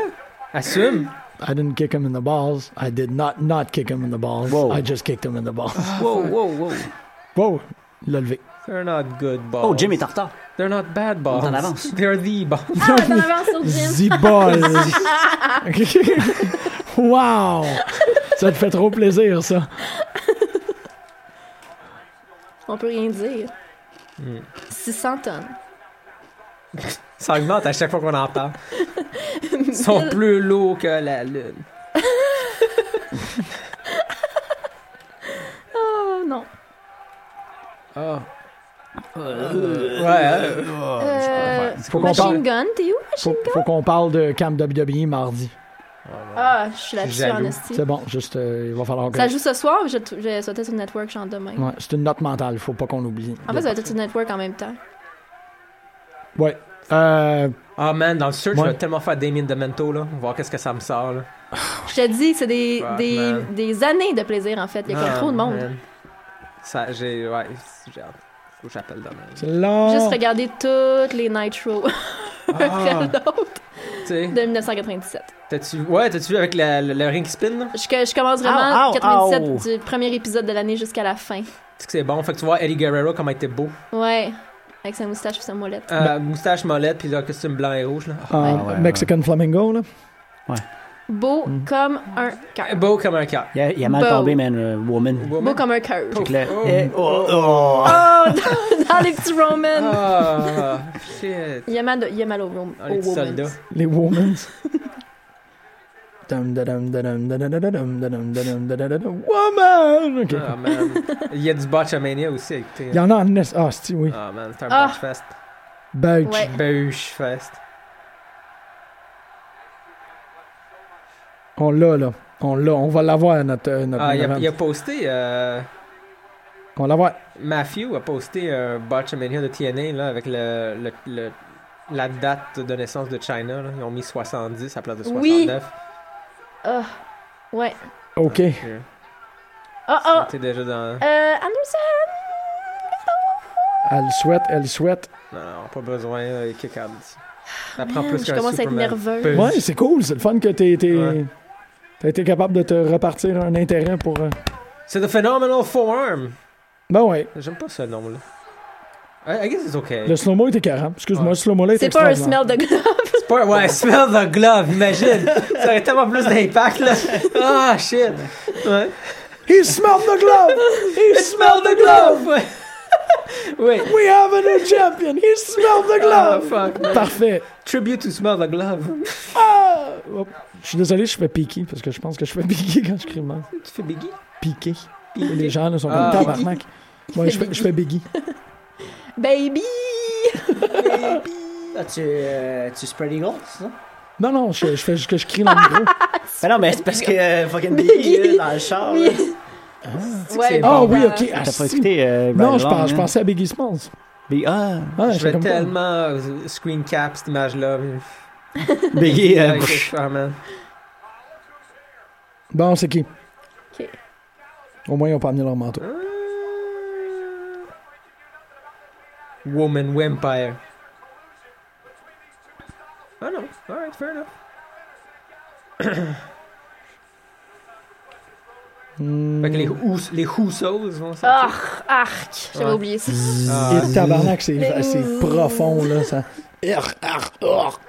S4: Assume.
S3: I didn't kick him in the balls. I did not not kick him in the balls.
S6: Whoa.
S3: I just kicked him in the balls.
S6: Wow, wow, wow.
S3: Wow, il l'a levé.
S4: They're not good balls.
S6: Oh, Jim est en retard.
S4: They're not bad balls.
S6: On est en avance.
S4: *laughs* They're the balls.
S5: Ah, t'en avance
S4: *laughs*
S5: sur Jim!
S3: Z-ball. *laughs* wow. Ça te fait trop plaisir, ça.
S5: On peut rien dire.
S4: Hmm.
S5: 600 tonnes.
S4: Ça augmente à chaque fois qu'on en
S5: *laughs*
S4: parle. Ils sont plus lourds que la lune.
S5: Oh non.
S4: Ah. ouais, hein?
S5: Euh,
S3: Faut qu'on parle,
S5: machine gun, t'es où, Machine
S3: faut, faut qu'on parle de Camp WWE mardi.
S5: Ah, je suis là-dessus, en
S4: jaloux.
S5: esti.
S3: C'est bon, juste, euh, il va falloir que...
S5: Ça joue ce soir ou je, je sautais sur le network, je chante demain?
S3: Ouais, c'est une note mentale, faut pas qu'on oublie.
S5: En fait, ça va être sur le network en même temps.
S3: Ouais. Euh,
S4: Ah, man, dans le search,
S3: Ouais.
S4: je vais tellement faire Damien Demento, là. Voir qu'est-ce que ça me sort, là.
S5: Je te dis, c'est des,
S4: Fuck,
S5: des,
S4: man.
S5: des années de plaisir, en fait. Il y a comme
S4: Ah,
S5: trop de monde.
S4: man. Ça, j'ai. Ouais, j'ai hâte. Faut que j'appelle demain.
S3: c'est Euh, long.
S5: Juste regarder toutes les Nitro, *laughs*
S4: Ah.
S5: un après l'autre,
S4: Tu sais,
S5: de 1997.
S4: t'as-tu. Ouais, t'as-tu vu avec la- le, le ring spin, là?
S5: Je, je commence vraiment
S6: Ow, ow,
S5: 97
S6: ow.
S5: du premier épisode de l'année jusqu'à la fin.
S4: Tu sais que c'est bon. Fait que tu vois Eddie Guerrero, comment il était beau.
S5: Ouais. Avec sa moustache et sa molette.
S4: Euh, Moustache, molette, puis le costume blanc et rouge, là.
S3: Euh,
S5: Ouais.
S6: ouais, ouais.
S3: Mexican Flamingo, là.
S5: Beau comme un
S4: Ah,
S5: cœur.
S4: Beau comme un cœur.
S6: Il a, il a mal
S5: Beau.
S6: tombé, man, euh, woman.
S5: Beau comme un cœur.
S6: Fait que là,
S4: Oh.
S6: eh, oh, oh.
S5: *laughs* Oh, dans, dans les petits Romans.
S4: Ah, shit.
S5: *laughs* Il y a mal, de- il y a mal aux Romans.
S4: Ah, les petits soldats.
S3: Les Womans. Dum, da, dum, da, dum, da, da, da, da, dum, da, dum, da, dum, da, da, da, da. Woman! Ok.
S4: Ah, man. Il y a du botchamania aussi, écoutez.
S3: Il y en a en Nest. Ah, si, oui.
S4: Ah, man, c'est un
S5: Ah.
S4: botch fest.
S3: Belge.
S5: Ouais.
S4: Bouche fest.
S3: On l'a, là. On l'a. On va l'avoir, notre. euh, notre
S4: Ah, il a,
S3: event.
S4: il a posté. Euh,
S3: On va l'avoir.
S4: Matthew a posté un botchamania de TNA, là, avec le. le, le- la date de naissance de China, là. ils ont mis 70 à la place de
S5: Oui.
S4: 69.
S5: Ah, ouais.
S3: OK.
S4: Euh,
S5: Oh, oh.
S4: T'es déjà dans.
S5: Euh, Anderson.
S3: Elle souhaite, elle souhaite.
S4: Non, non, pas besoin, euh, kick out d'ici. Ça prend
S5: Man, je
S4: plus qu'un
S5: commence à être
S4: Superman.
S5: nerveux.
S4: Peu-
S3: Ouais, c'est cool. C'est le fun que t'es. t'es-
S4: Ouais.
S3: T'as été capable de te repartir un intérêt pour. euh,
S4: C'est The Phenomenal Forearm.
S3: Ben ouais.
S4: J'aime pas ce nom-là. I, I guess it's okay.
S3: Le slow-mo était carrément. Excuse-moi,
S4: Ouais.
S3: le slow-mo là était
S5: C'est pas un
S3: extraordinaire.
S5: smell de glove.
S4: Pas- ouais, smell the glove, imagine. ça aurait tellement plus d'impact, là. Ah, shit. Ouais.
S3: He smelled the
S5: *laughs*
S3: glove! He
S4: Smell the glove! *laughs* oui.
S3: We have a new champion! He smelled the
S4: Ah,
S3: glove!
S4: fuck. man.
S3: Parfait.
S4: Tribute to smell the glove.
S3: Ah! Hop. Je suis désolé, je fais piquer parce que je pense que je fais *laughs* piquer quand je crie mal.
S4: tu fais Biggie?
S3: Piquer. Les gens là, sont comme
S4: Ah.
S3: tabarnak. Ouais, je fais, je fais biggie.
S5: *laughs* Baby.
S6: Ah, tu, euh, tu spread eagle, c'est ça?
S3: Non, non, je, je fais juste que je crie dans
S4: *laughs*
S3: le micro. Ah
S6: Ben non, mais c'est parce que euh, fucking Biggie, là, dans le char. là.
S5: Ouais,
S3: Ah
S5: bon,
S3: oui,
S5: bah,
S3: ok. ah,
S6: T'as pas
S3: si.
S6: écouté euh, Ride
S3: Non, je,
S6: Along,
S3: pense- je
S6: hein?
S3: pensais à Biggie Smalls.
S6: Big- ah,
S3: Ouais,
S4: Je
S3: j'étais
S4: vais
S3: comme-
S4: tellement euh, screen cap cette image-là.
S6: Biggie, euh,
S4: Avec les cheveux, man.
S3: Bon, c'est qui?
S5: Ok.
S3: Au moins, ils ont pas amené leur manteau.
S4: Euh, Woman Vampire. Ah non, alright, fair enough.
S6: Hmm.
S4: Fait que les, Hous- les Houssos vont
S5: Ah,
S4: sortir.
S5: arc! J'avais
S4: Ouais.
S5: oublié ça.
S4: Ah,
S3: Et tabarnak, c'est c'est profond, là. Ça. Arr, arr, arr.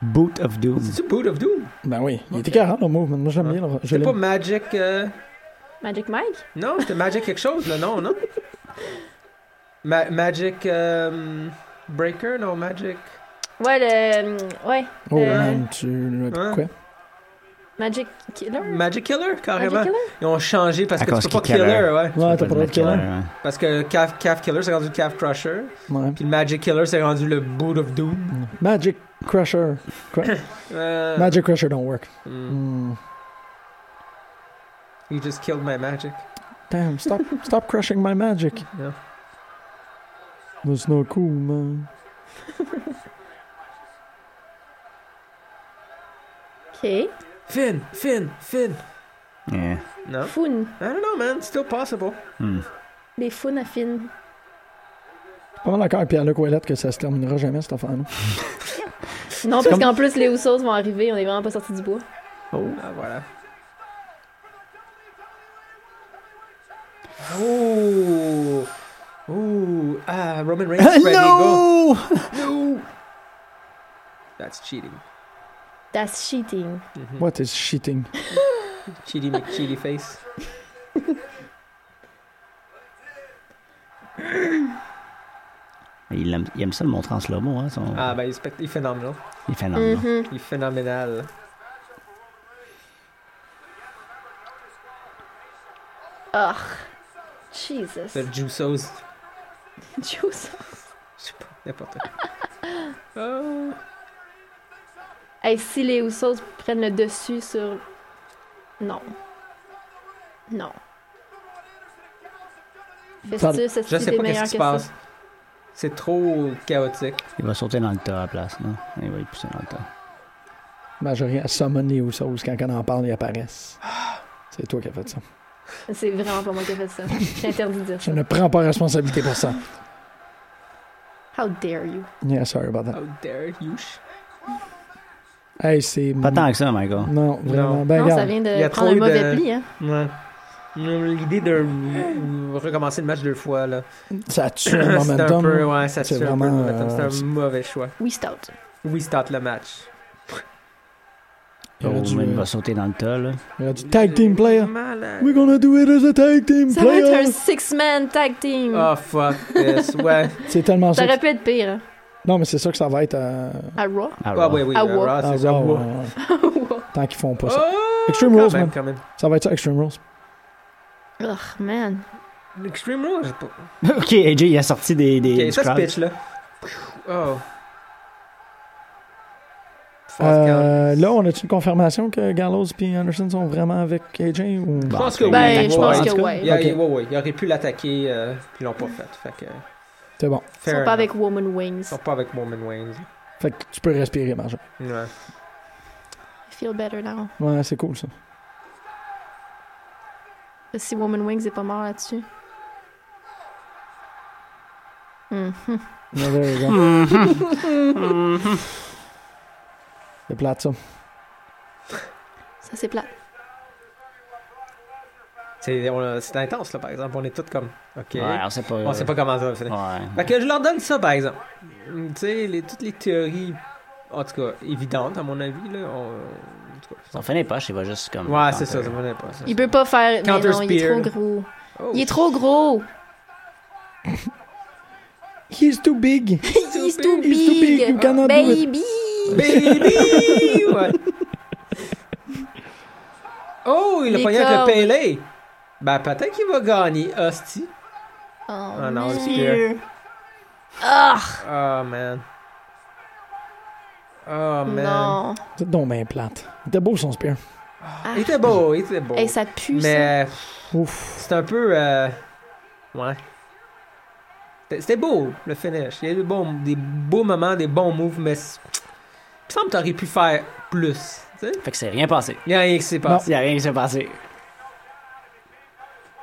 S6: Boot of Doom.
S4: C'est-tu Boot of Doom?
S3: Ben oui, il était 40 le move. Moi, j'aime bien. le- Je
S4: Ah. C'était pas
S3: l'aime.
S4: Magic... euh,
S5: Magic Mike?
S4: Non, c'était Magic quelque chose, là, non, non? Ma- Magic... euh, Breaker? Non, Magic...
S5: Ouais, le. Ouais.
S3: Oh,
S5: Euh,
S3: man, tu. le-
S4: hein?
S3: Quoi?
S5: Magic Killer?
S4: Magic Killer,
S5: Magic
S4: carrément.
S5: Killer?
S4: Ils ont changé parce
S6: À
S4: que tu
S6: cause
S4: peux pas
S6: qu'il est killer.
S4: killer, ouais.
S3: Ouais, t'as pas le droit de hein? killer.
S4: Parce que Calf, Calf Killer, c'est rendu Calf Crusher.
S3: Ouais.
S4: Puis le Magic Killer, c'est rendu le Boot of Doom.
S3: Magic Crusher.
S4: Euh,
S3: Magic Crusher don't work. Hmm.
S4: mm, You just killed my magic.
S3: Damn, stop, stop crushing my magic.
S4: Yeah.
S3: That's not cool, man.
S5: Ok.
S4: Finn, Finn, Finn.
S6: Yeah.
S4: No,
S5: Foon.
S4: I don't know, man. Still possible.
S6: Hmm.
S5: Des Foon à Finn.
S3: Pas mal d'accord avec Pierre-Luc Ouellette que ça se terminera jamais, cette affaire-là.
S5: Non, parce qu'en plus, les Houssos vont arriver, on est vraiment pas sortis du bois.
S4: Oh, ah, voilà. Oh, oh, ah, Roman *laughs* Reigns. spread eagle. no, that's cheating.
S5: That's cheating.
S3: What is cheating?
S4: Cheaty McCheaty face.
S6: Il aime, il aime ça le montrer en slow-mo, hein, son-
S4: Ah, ben, il est spect- il est phénoménal.
S6: Il fait non, non.
S5: Mhm.
S4: Il est phénoménal.
S5: Ah. Jesus.
S4: Le Jusos.
S5: *laughs* Juice.
S4: Je sais pas, n'importe quoi. Oh.
S5: Hey, si les Houssos prennent le dessus sur. Non. Non. Festus,
S4: Je
S5: est-ce
S4: sais
S5: qu'il est
S4: pas
S5: meilleur que
S4: qu'est-ce qui se
S5: ça?
S4: passe. C'est trop chaotique.
S6: Il va sauter dans le tas à la place, non? Il va y pousser dans le tas.
S3: Ben, j'ai rien à summoner ou sauce quand on en parle, ils apparaissent. C'est toi qui as fait ça.
S5: C'est vraiment pas moi qui ai
S4: *laughs*
S5: fait ça. J'ai interdit de dire
S3: Je
S5: ça.
S3: ne prends pas responsabilité pour ça.
S5: How dare you?
S3: Yeah, sorry about that.
S4: How dare you? sh-
S3: Hey, c'est...
S4: Mm.
S6: Pas tant que ça, Michael.
S3: Non, vraiment.
S4: Non.
S3: Ben,
S5: non, ça
S3: regarde.
S5: vient
S4: il y
S5: de
S4: a
S5: prendre
S4: trop
S5: un
S4: eu
S5: mauvais
S4: de-
S5: pli, hein?
S4: Ouais. Mm, L'idée de re- recommencer le match deux fois, là.
S3: Ça *coughs* tue le
S4: C'est un
S3: momentum.
S4: peu, ouais, ça
S3: C'est
S4: tue un peu le
S3: vraiment,
S4: momentum.
S3: euh,
S4: C'est un mauvais choix.
S5: We stout.
S4: Oui, start le match.
S3: Il aurait
S6: Oh,
S3: dû,
S6: mais il
S3: euh,
S6: va sauter dans le tas, là.
S3: il aurait dit, tag team player.
S4: Malade.
S3: We're gonna do it as a tag team
S5: Ça va
S3: player.
S5: être un six-man tag team.
S4: Oh, fuck this. Ouais.
S3: C'est tellement
S5: ça
S3: ça.
S5: aurait pu être pire, hein?
S3: que- Non, mais c'est ça que ça va être. euh,
S5: À Raw. *laughs*
S6: Ah,
S4: Ah, ouais, oui.
S5: Ah,
S4: Ah,
S5: ouais.
S4: Raw,
S3: ah,
S4: c'est ça.
S3: ouais,
S4: ouais.
S3: ouais, ouais.
S5: Wow.
S3: Tant qu'ils font pas ça.
S4: Oh,
S3: Extreme
S4: quand
S3: Rules,
S4: même,
S3: man.
S4: quand même.
S3: Ça va être ça, Extreme Rules.
S5: Ugh, man.
S4: Extreme Rules, j'ai pas-
S6: ok, AJ, il a sorti des. des
S4: Ok,
S6: du
S4: ça se
S6: crowd.
S4: pitch, là. Oh. False count.
S3: Euh, là, on a-tu une confirmation que Gallows et Anderson sont vraiment avec AJ ou.
S4: Je pense que oui.
S5: Ben, je
S4: Oh, Ouais,
S5: pense
S4: en
S5: que
S4: tout cas,
S5: ouais.
S4: Il, a-
S3: Ok.
S4: il- ouais, ouais, il aurait pu l'attaquer, euh, puis ils l'ont pas fait. Fait que,
S3: C'est bon.
S5: Ils
S4: fair
S5: sont pas
S4: enough.
S5: avec Woman Wings.
S4: Ils sont pas avec Mormon Wayne.
S3: Fait que tu peux respirer, Marge.
S4: Ouais.
S5: I feel better now.
S3: Ouais, c'est cool ça.
S5: Si Woman Wings est pas mort là-dessus. Mhm.
S3: Yeah, there you go. c'est plate ça.
S5: Ça, c'est plat.
S4: C'est on a- c'est intense, là, par exemple. On est tous comme, OK.
S6: Ouais, on sait pas. euh,
S4: on sait pas comment ça va finir.
S6: Ouais.
S4: Fait que je leur donne ça, par exemple. Mm, Tu sais, les- toutes les théories, en tout cas, évidentes, à mon avis, là. on- en tout cas,
S6: Ça finit pas, il va juste comme.
S4: Ouais, c'est ça, ça m'en est pas. ça.
S5: Il peut pas faire. Mais
S4: Counter
S5: non, il est
S4: spear.
S5: trop gros.
S4: Oh,
S5: Il est trop gros.
S3: He's too big.
S5: He's too big.
S3: He's too big. You cannot do it.
S5: Baby. *laughs*
S4: Baby! Ouais. Oh, il a
S5: Les
S4: pogné avec
S5: cordes.
S4: le Pele. Ben, peut-être qu'il va gagner, hostie.
S5: Oh,
S4: Ah non,
S5: man. Ah,
S4: c'est Oh, man. Oh, man.
S5: non.
S3: C'est donc bien plate. C'était beau son spear.
S4: Il était beau, il était beau.
S5: Hey, ça pue, ça.
S4: Oh. Mais euh,
S3: Ouf.
S4: c'est un peu. euh, Ouais. C'était- C'était beau, le finish. Il y a eu des bons, des beaux moments, des bons moves, mais. c'est- Il me semble que t'aurais pu faire plus. tu sais.
S6: Fait que c'est rien passé.
S4: Il n'y a rien qui s'est passé.
S6: Il n'y a rien qui s'est passé.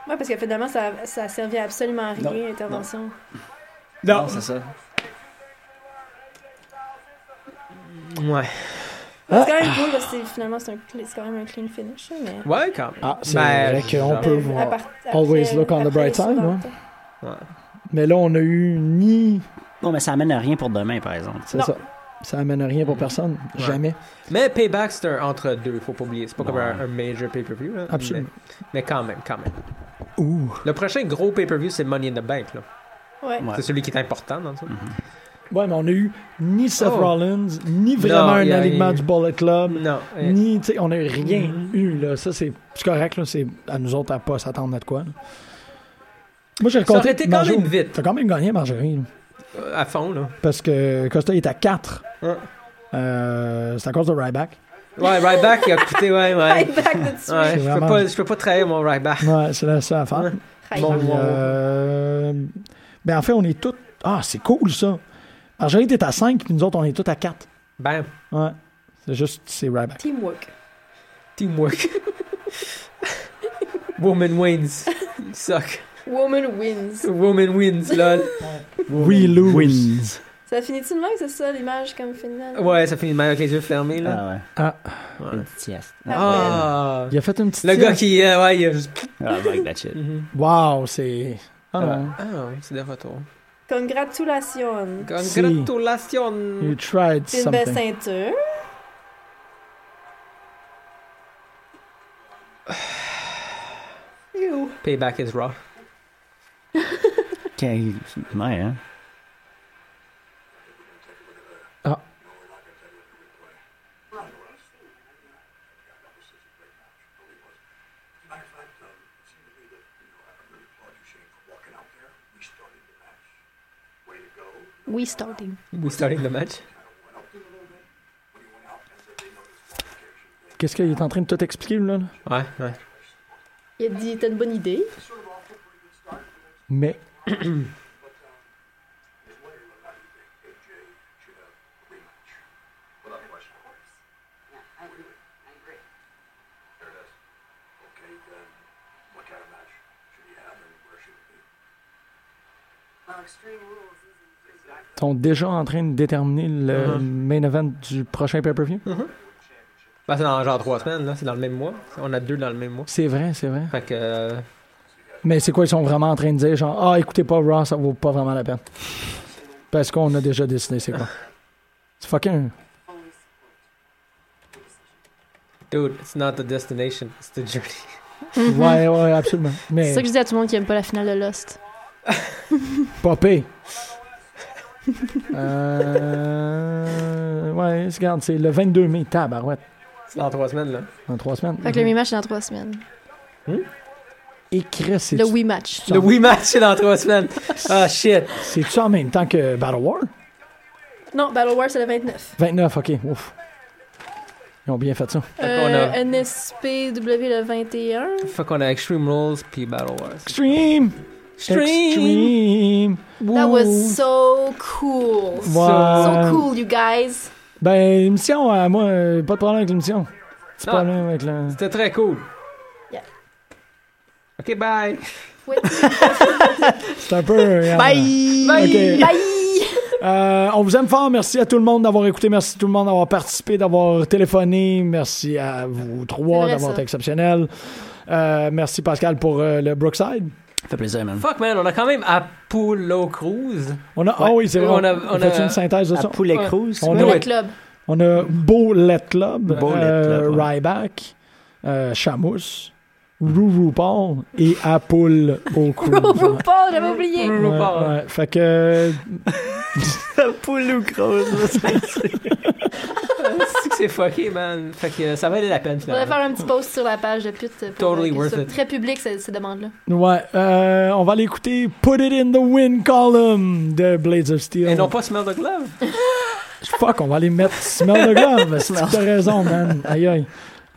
S5: Ouais, parce que finalement, ça, ça servait absolument à rien,
S6: Non,
S5: l'intervention.
S6: Non, c'est ça.
S4: Ouais.
S5: C'est quand même cool, parce que finalement, c'est un cl- c'est quand même un clean finish, mais...
S4: Ouais, quand même.
S3: Ah, c'est
S4: Ben,
S3: vrai qu'on peut
S5: Euh, à
S3: voir.
S5: part- après-
S3: Always look on the
S5: après,
S3: bright side,
S5: souvent,
S3: ouais.
S5: t'as-
S3: Mais là, on a eu ni.
S6: Non, mais ça amène à rien pour demain, par exemple.
S3: C'est
S4: Non.
S3: ça. Ça amène à rien pour personne.
S4: Ouais.
S3: Jamais.
S4: Mais Payback, c'est un entre-deux, faut pas oublier. C'est pas comme
S6: Ouais.
S4: un, un major pay-per-view. là.
S3: Absolument.
S4: Mais, mais quand même, quand même.
S3: Ouh.
S4: Le prochain gros pay-per-view, c'est Money in the Bank. là.
S5: Ouais.
S6: Ouais.
S4: C'est celui qui est important dans ça.
S3: Ouais, mais on a eu ni Seth
S4: Oh.
S3: Rollins, ni vraiment un
S4: il y a-
S3: alignement
S4: il-
S3: du Bullet Club,
S4: Non. euh,
S3: ni, tu sais, on a rien
S4: Mm-hmm.
S3: eu, là. Ça, c'est c'est correct, là. C'est à nous autres à pas s'attendre à de quoi, là. Moi, j'ai
S4: Ça
S3: raconté.
S4: aurait été quand même vite.
S3: T'as quand même gagné, Marjorie, là.
S4: euh, À fond, là.
S3: Parce que Costa est à 4.
S4: Ouais.
S3: Euh, c'est à cause de Ryback.
S4: Ouais, Ryback, il a coûté, ouais, ouais.
S5: Right *laughs* back tout de suite.
S4: Ouais, je peux
S3: vraiment-
S4: pas, je peux pas trahir mon Ryback.
S3: Ouais, c'est la seule
S4: Ouais.
S3: affaire.
S5: Right
S4: Bon,
S5: back.
S3: Puis,
S4: bon,
S3: euh, ben, en fait, on est tous. Ah, c'est cool, ça. Marjorie était à 5, puis nous autres, on est tous à 4.
S4: Bam.
S3: Ouais. C'est juste, c'est Ryback.
S5: Teamwork.
S4: Teamwork. Woman wins. Il suck.
S5: Woman wins.
S4: Woman wins, lol.
S3: We lose.
S5: Ça finit-tu de même, c'est ça, l'image comme finale?
S4: Ouais, ça finit mal avec les yeux fermés, là.
S6: Ah ouais.
S3: Ah.
S6: Une petite sieste.
S5: Ah.
S4: Ah.
S3: Il a fait une petite.
S4: Le gars qui, euh, ouais, il a juste.
S6: Ah, like that shit.
S4: Mhm.
S3: Wow, c'est. Ah, non.
S4: Ah, ouais, c'est de retour.
S5: Congratulations.
S3: You
S4: Congratulations.
S3: tried
S5: C'est une belle
S3: something.
S5: ceinture. Ew.
S4: Payback is raw.
S6: Okay. Ouais, hein.
S5: We starting.
S4: We starting the match.
S3: Qu'est-ce qu'il est en train de tout expliquer, là? là?
S4: Ouais, ouais.
S5: Il a dit, t'as une bonne idée.
S3: Mais. Ils sont déjà en train de déterminer
S10: Uh-huh.
S3: le main event du prochain pay-per-view.
S4: Ben, c'est dans genre trois semaines, là. C'est dans le même mois. On a deux dans le même mois.
S3: C'est vrai, c'est vrai.
S4: Fait que. euh,
S3: Mais c'est quoi, ils sont vraiment en train de dire, genre, ah, écoutez pas Raw, ça vaut pas vraiment la peine. Parce qu'on a déjà décidé, c'est quoi.
S10: Uh-huh.
S3: C'est fucking.
S4: Dude, it's not the destination, it's the journey.
S3: Ouais, ouais, absolument.
S10: Uh-huh. C'est
S3: Mais
S10: ça que je dis à tout le monde qui aime pas la finale de Lost.
S3: popé. *laughs* euh... Ouais, c'est- regarde, c'est le 22 mai, tabarouette,
S4: C'est dans trois semaines, là.
S3: dans trois semaines.
S10: Fait que le mi-match, c'est dans trois semaines.
S3: Écrit, c'est
S10: Le Wii match.
S4: Le Wii Match, c'est dans trois semaines. Ah, shit.
S3: c'est ça en même temps que Battle War?
S5: Non, Battle War, c'est le 29.
S3: 29, ok, ouf. Ils ont bien fait ça.
S4: qu'on
S5: Euh,
S4: a-
S5: NSPW le 21.
S4: Fait qu'on a Extreme Rules puis Battle Wars.
S3: Extreme! Extreme!
S10: That
S3: Ouh.
S10: was so cool.
S3: Ouais.
S10: So cool, you guys.
S3: Ben, l'émission, euh, moi, euh, pas de problème avec l'émission. Petit
S4: Non.
S3: problème avec le.
S4: C'était très cool.
S5: Yeah.
S4: Ok, bye.
S5: *laughs* Ouais.
S3: C'est un peu. euh,
S10: Bye.
S3: Bye.
S10: Bye.
S3: Euh, on vous aime fort. Merci à tout le monde d'avoir écouté. Merci à tout le monde d'avoir participé, d'avoir téléphoné. Merci à vous trois
S10: vrai,
S3: d'avoir
S10: ça.
S3: été exceptionnels. Euh, merci Pascal pour euh, le Brookside.
S6: Ça fait plaisir, man.
S4: Fuck, man, on a quand même Apollo Cruise.
S3: On a, ah oui, c'est vrai.
S4: On a- on
S3: fait
S4: a-
S3: une synthèse de
S6: À
S3: ça.
S6: Poulet
S4: Ouais.
S6: Cruz.
S3: On
S6: *laughs*
S10: Le
S3: a,
S5: *laughs*
S10: club.
S3: on a Beaulet Club,
S6: Beaulet
S3: euh,
S6: Club, ouais.
S3: Ryback, euh, Shamus, Ruru Paul et Apple au Crew.
S10: Oh, Paul, j'avais
S4: Mm.
S10: oublié.
S3: Ouais, ouais. Fait que
S6: Apollo Cruz.
S4: *laughs*
S11: C'est que c'est fucké, man. Fait que euh, ça valait la peine,
S5: On va
S11: finalement.
S5: faire un petit post sur la page de pute. Pour,
S11: Totally
S5: euh, que ce
S11: worth
S5: soit
S11: it.
S5: Très public, ces, ces demandes-là.
S3: Ouais, euh, on va aller écouter Put It in the Wind Column de Blades of Steel.
S11: Et non pas Smell the Glove.
S3: Fuck, on va aller mettre Smell the Glove. C'est que T'as raison, man. Aïe aïe.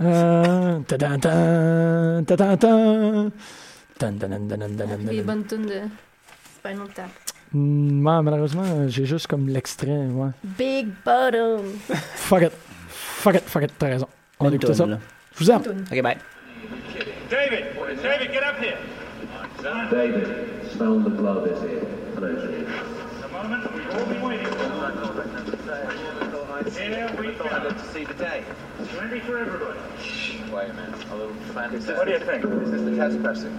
S3: Euh, ta-dan-tan, ta-dan-tan. Tan-dan-dan-dan-dan-dan-dan.
S5: Des bonnes tunes de Spinal Tap.
S3: Hmm, ouais, malheureusement, euh, j'ai juste comme l'extrait. Ouais.
S5: Big Bottom.
S3: Fuck it. Fuck it, fuck it, t'as raison. On va écouter ça.
S6: Là.
S3: Je vous aime.
S6: Ok, bye.
S7: David! David, get up here!
S4: David, smell the glove is here.
S7: A moment, we've all been waiting Here we go. I to see the day. Ready for everybody.
S4: Wait a minute, a little fan.
S7: What do you think?
S4: Is this the test pressing?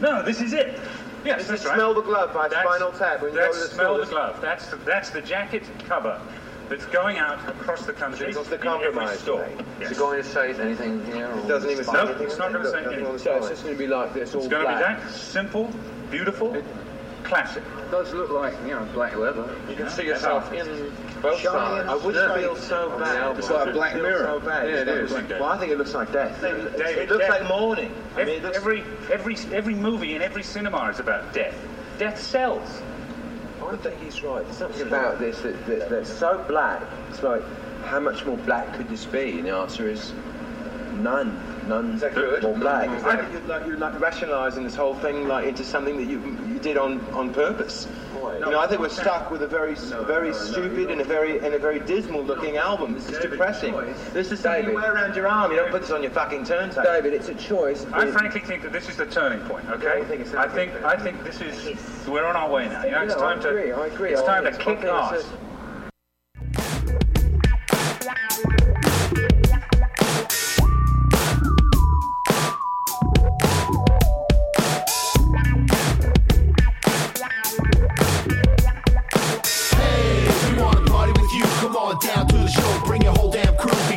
S7: No, this is it. Yes,
S4: Is
S7: that's
S4: this
S7: right.
S4: smell the glove by
S7: That's-
S4: Spinal Tap? When you
S7: that's
S4: go to the
S7: smell the
S4: stores?
S7: glove. That's the, that's the jacket cover that's going out across the country.
S4: It's the
S7: in every
S4: compromise.
S7: store.
S4: mate.
S7: Yes.
S4: Is it going to say anything here? Or It doesn't even say
S7: No,
S4: anything.
S7: it's not gonna
S4: Look,
S7: say
S4: nothing
S7: anything.
S4: on the side. It's just going to be like this, all
S7: It's going to be
S4: black.
S7: that simple, beautiful, classic.
S4: It does look like, you know, black leather. You can see yourself in both
S7: sides.
S4: I wouldn't feel so bad. It's like a black mirror. Yeah, it is. Well, I think it looks like death.
S7: David,
S4: It looks
S7: death.
S4: like mourning. I mean, it
S7: Every,
S4: looks...
S7: every every every movie and every cinema is about death. Death sells.
S4: I think he's right. There's something about this that, that, that's so black. It's like, how much more black could this be? And the answer is none. None
S7: good?
S4: more black.
S7: Is that-
S4: you're like, you're like rationalising this whole thing like into something that you you did on, on purpose. you know, I think we're stuck with a very very stupid and a very and a very dismal looking album. This is depressing. This is something you wear around your arm. You don't put this on your fucking turntable. David, it's a choice.
S7: I frankly think that this is the turning point. Okay,
S4: Yeah, I think it's
S7: I think I think this is we're on our way now. You know, it's time to
S4: I agree.
S7: it's
S4: I
S7: time to
S4: think
S7: kick
S4: it's-
S7: ass.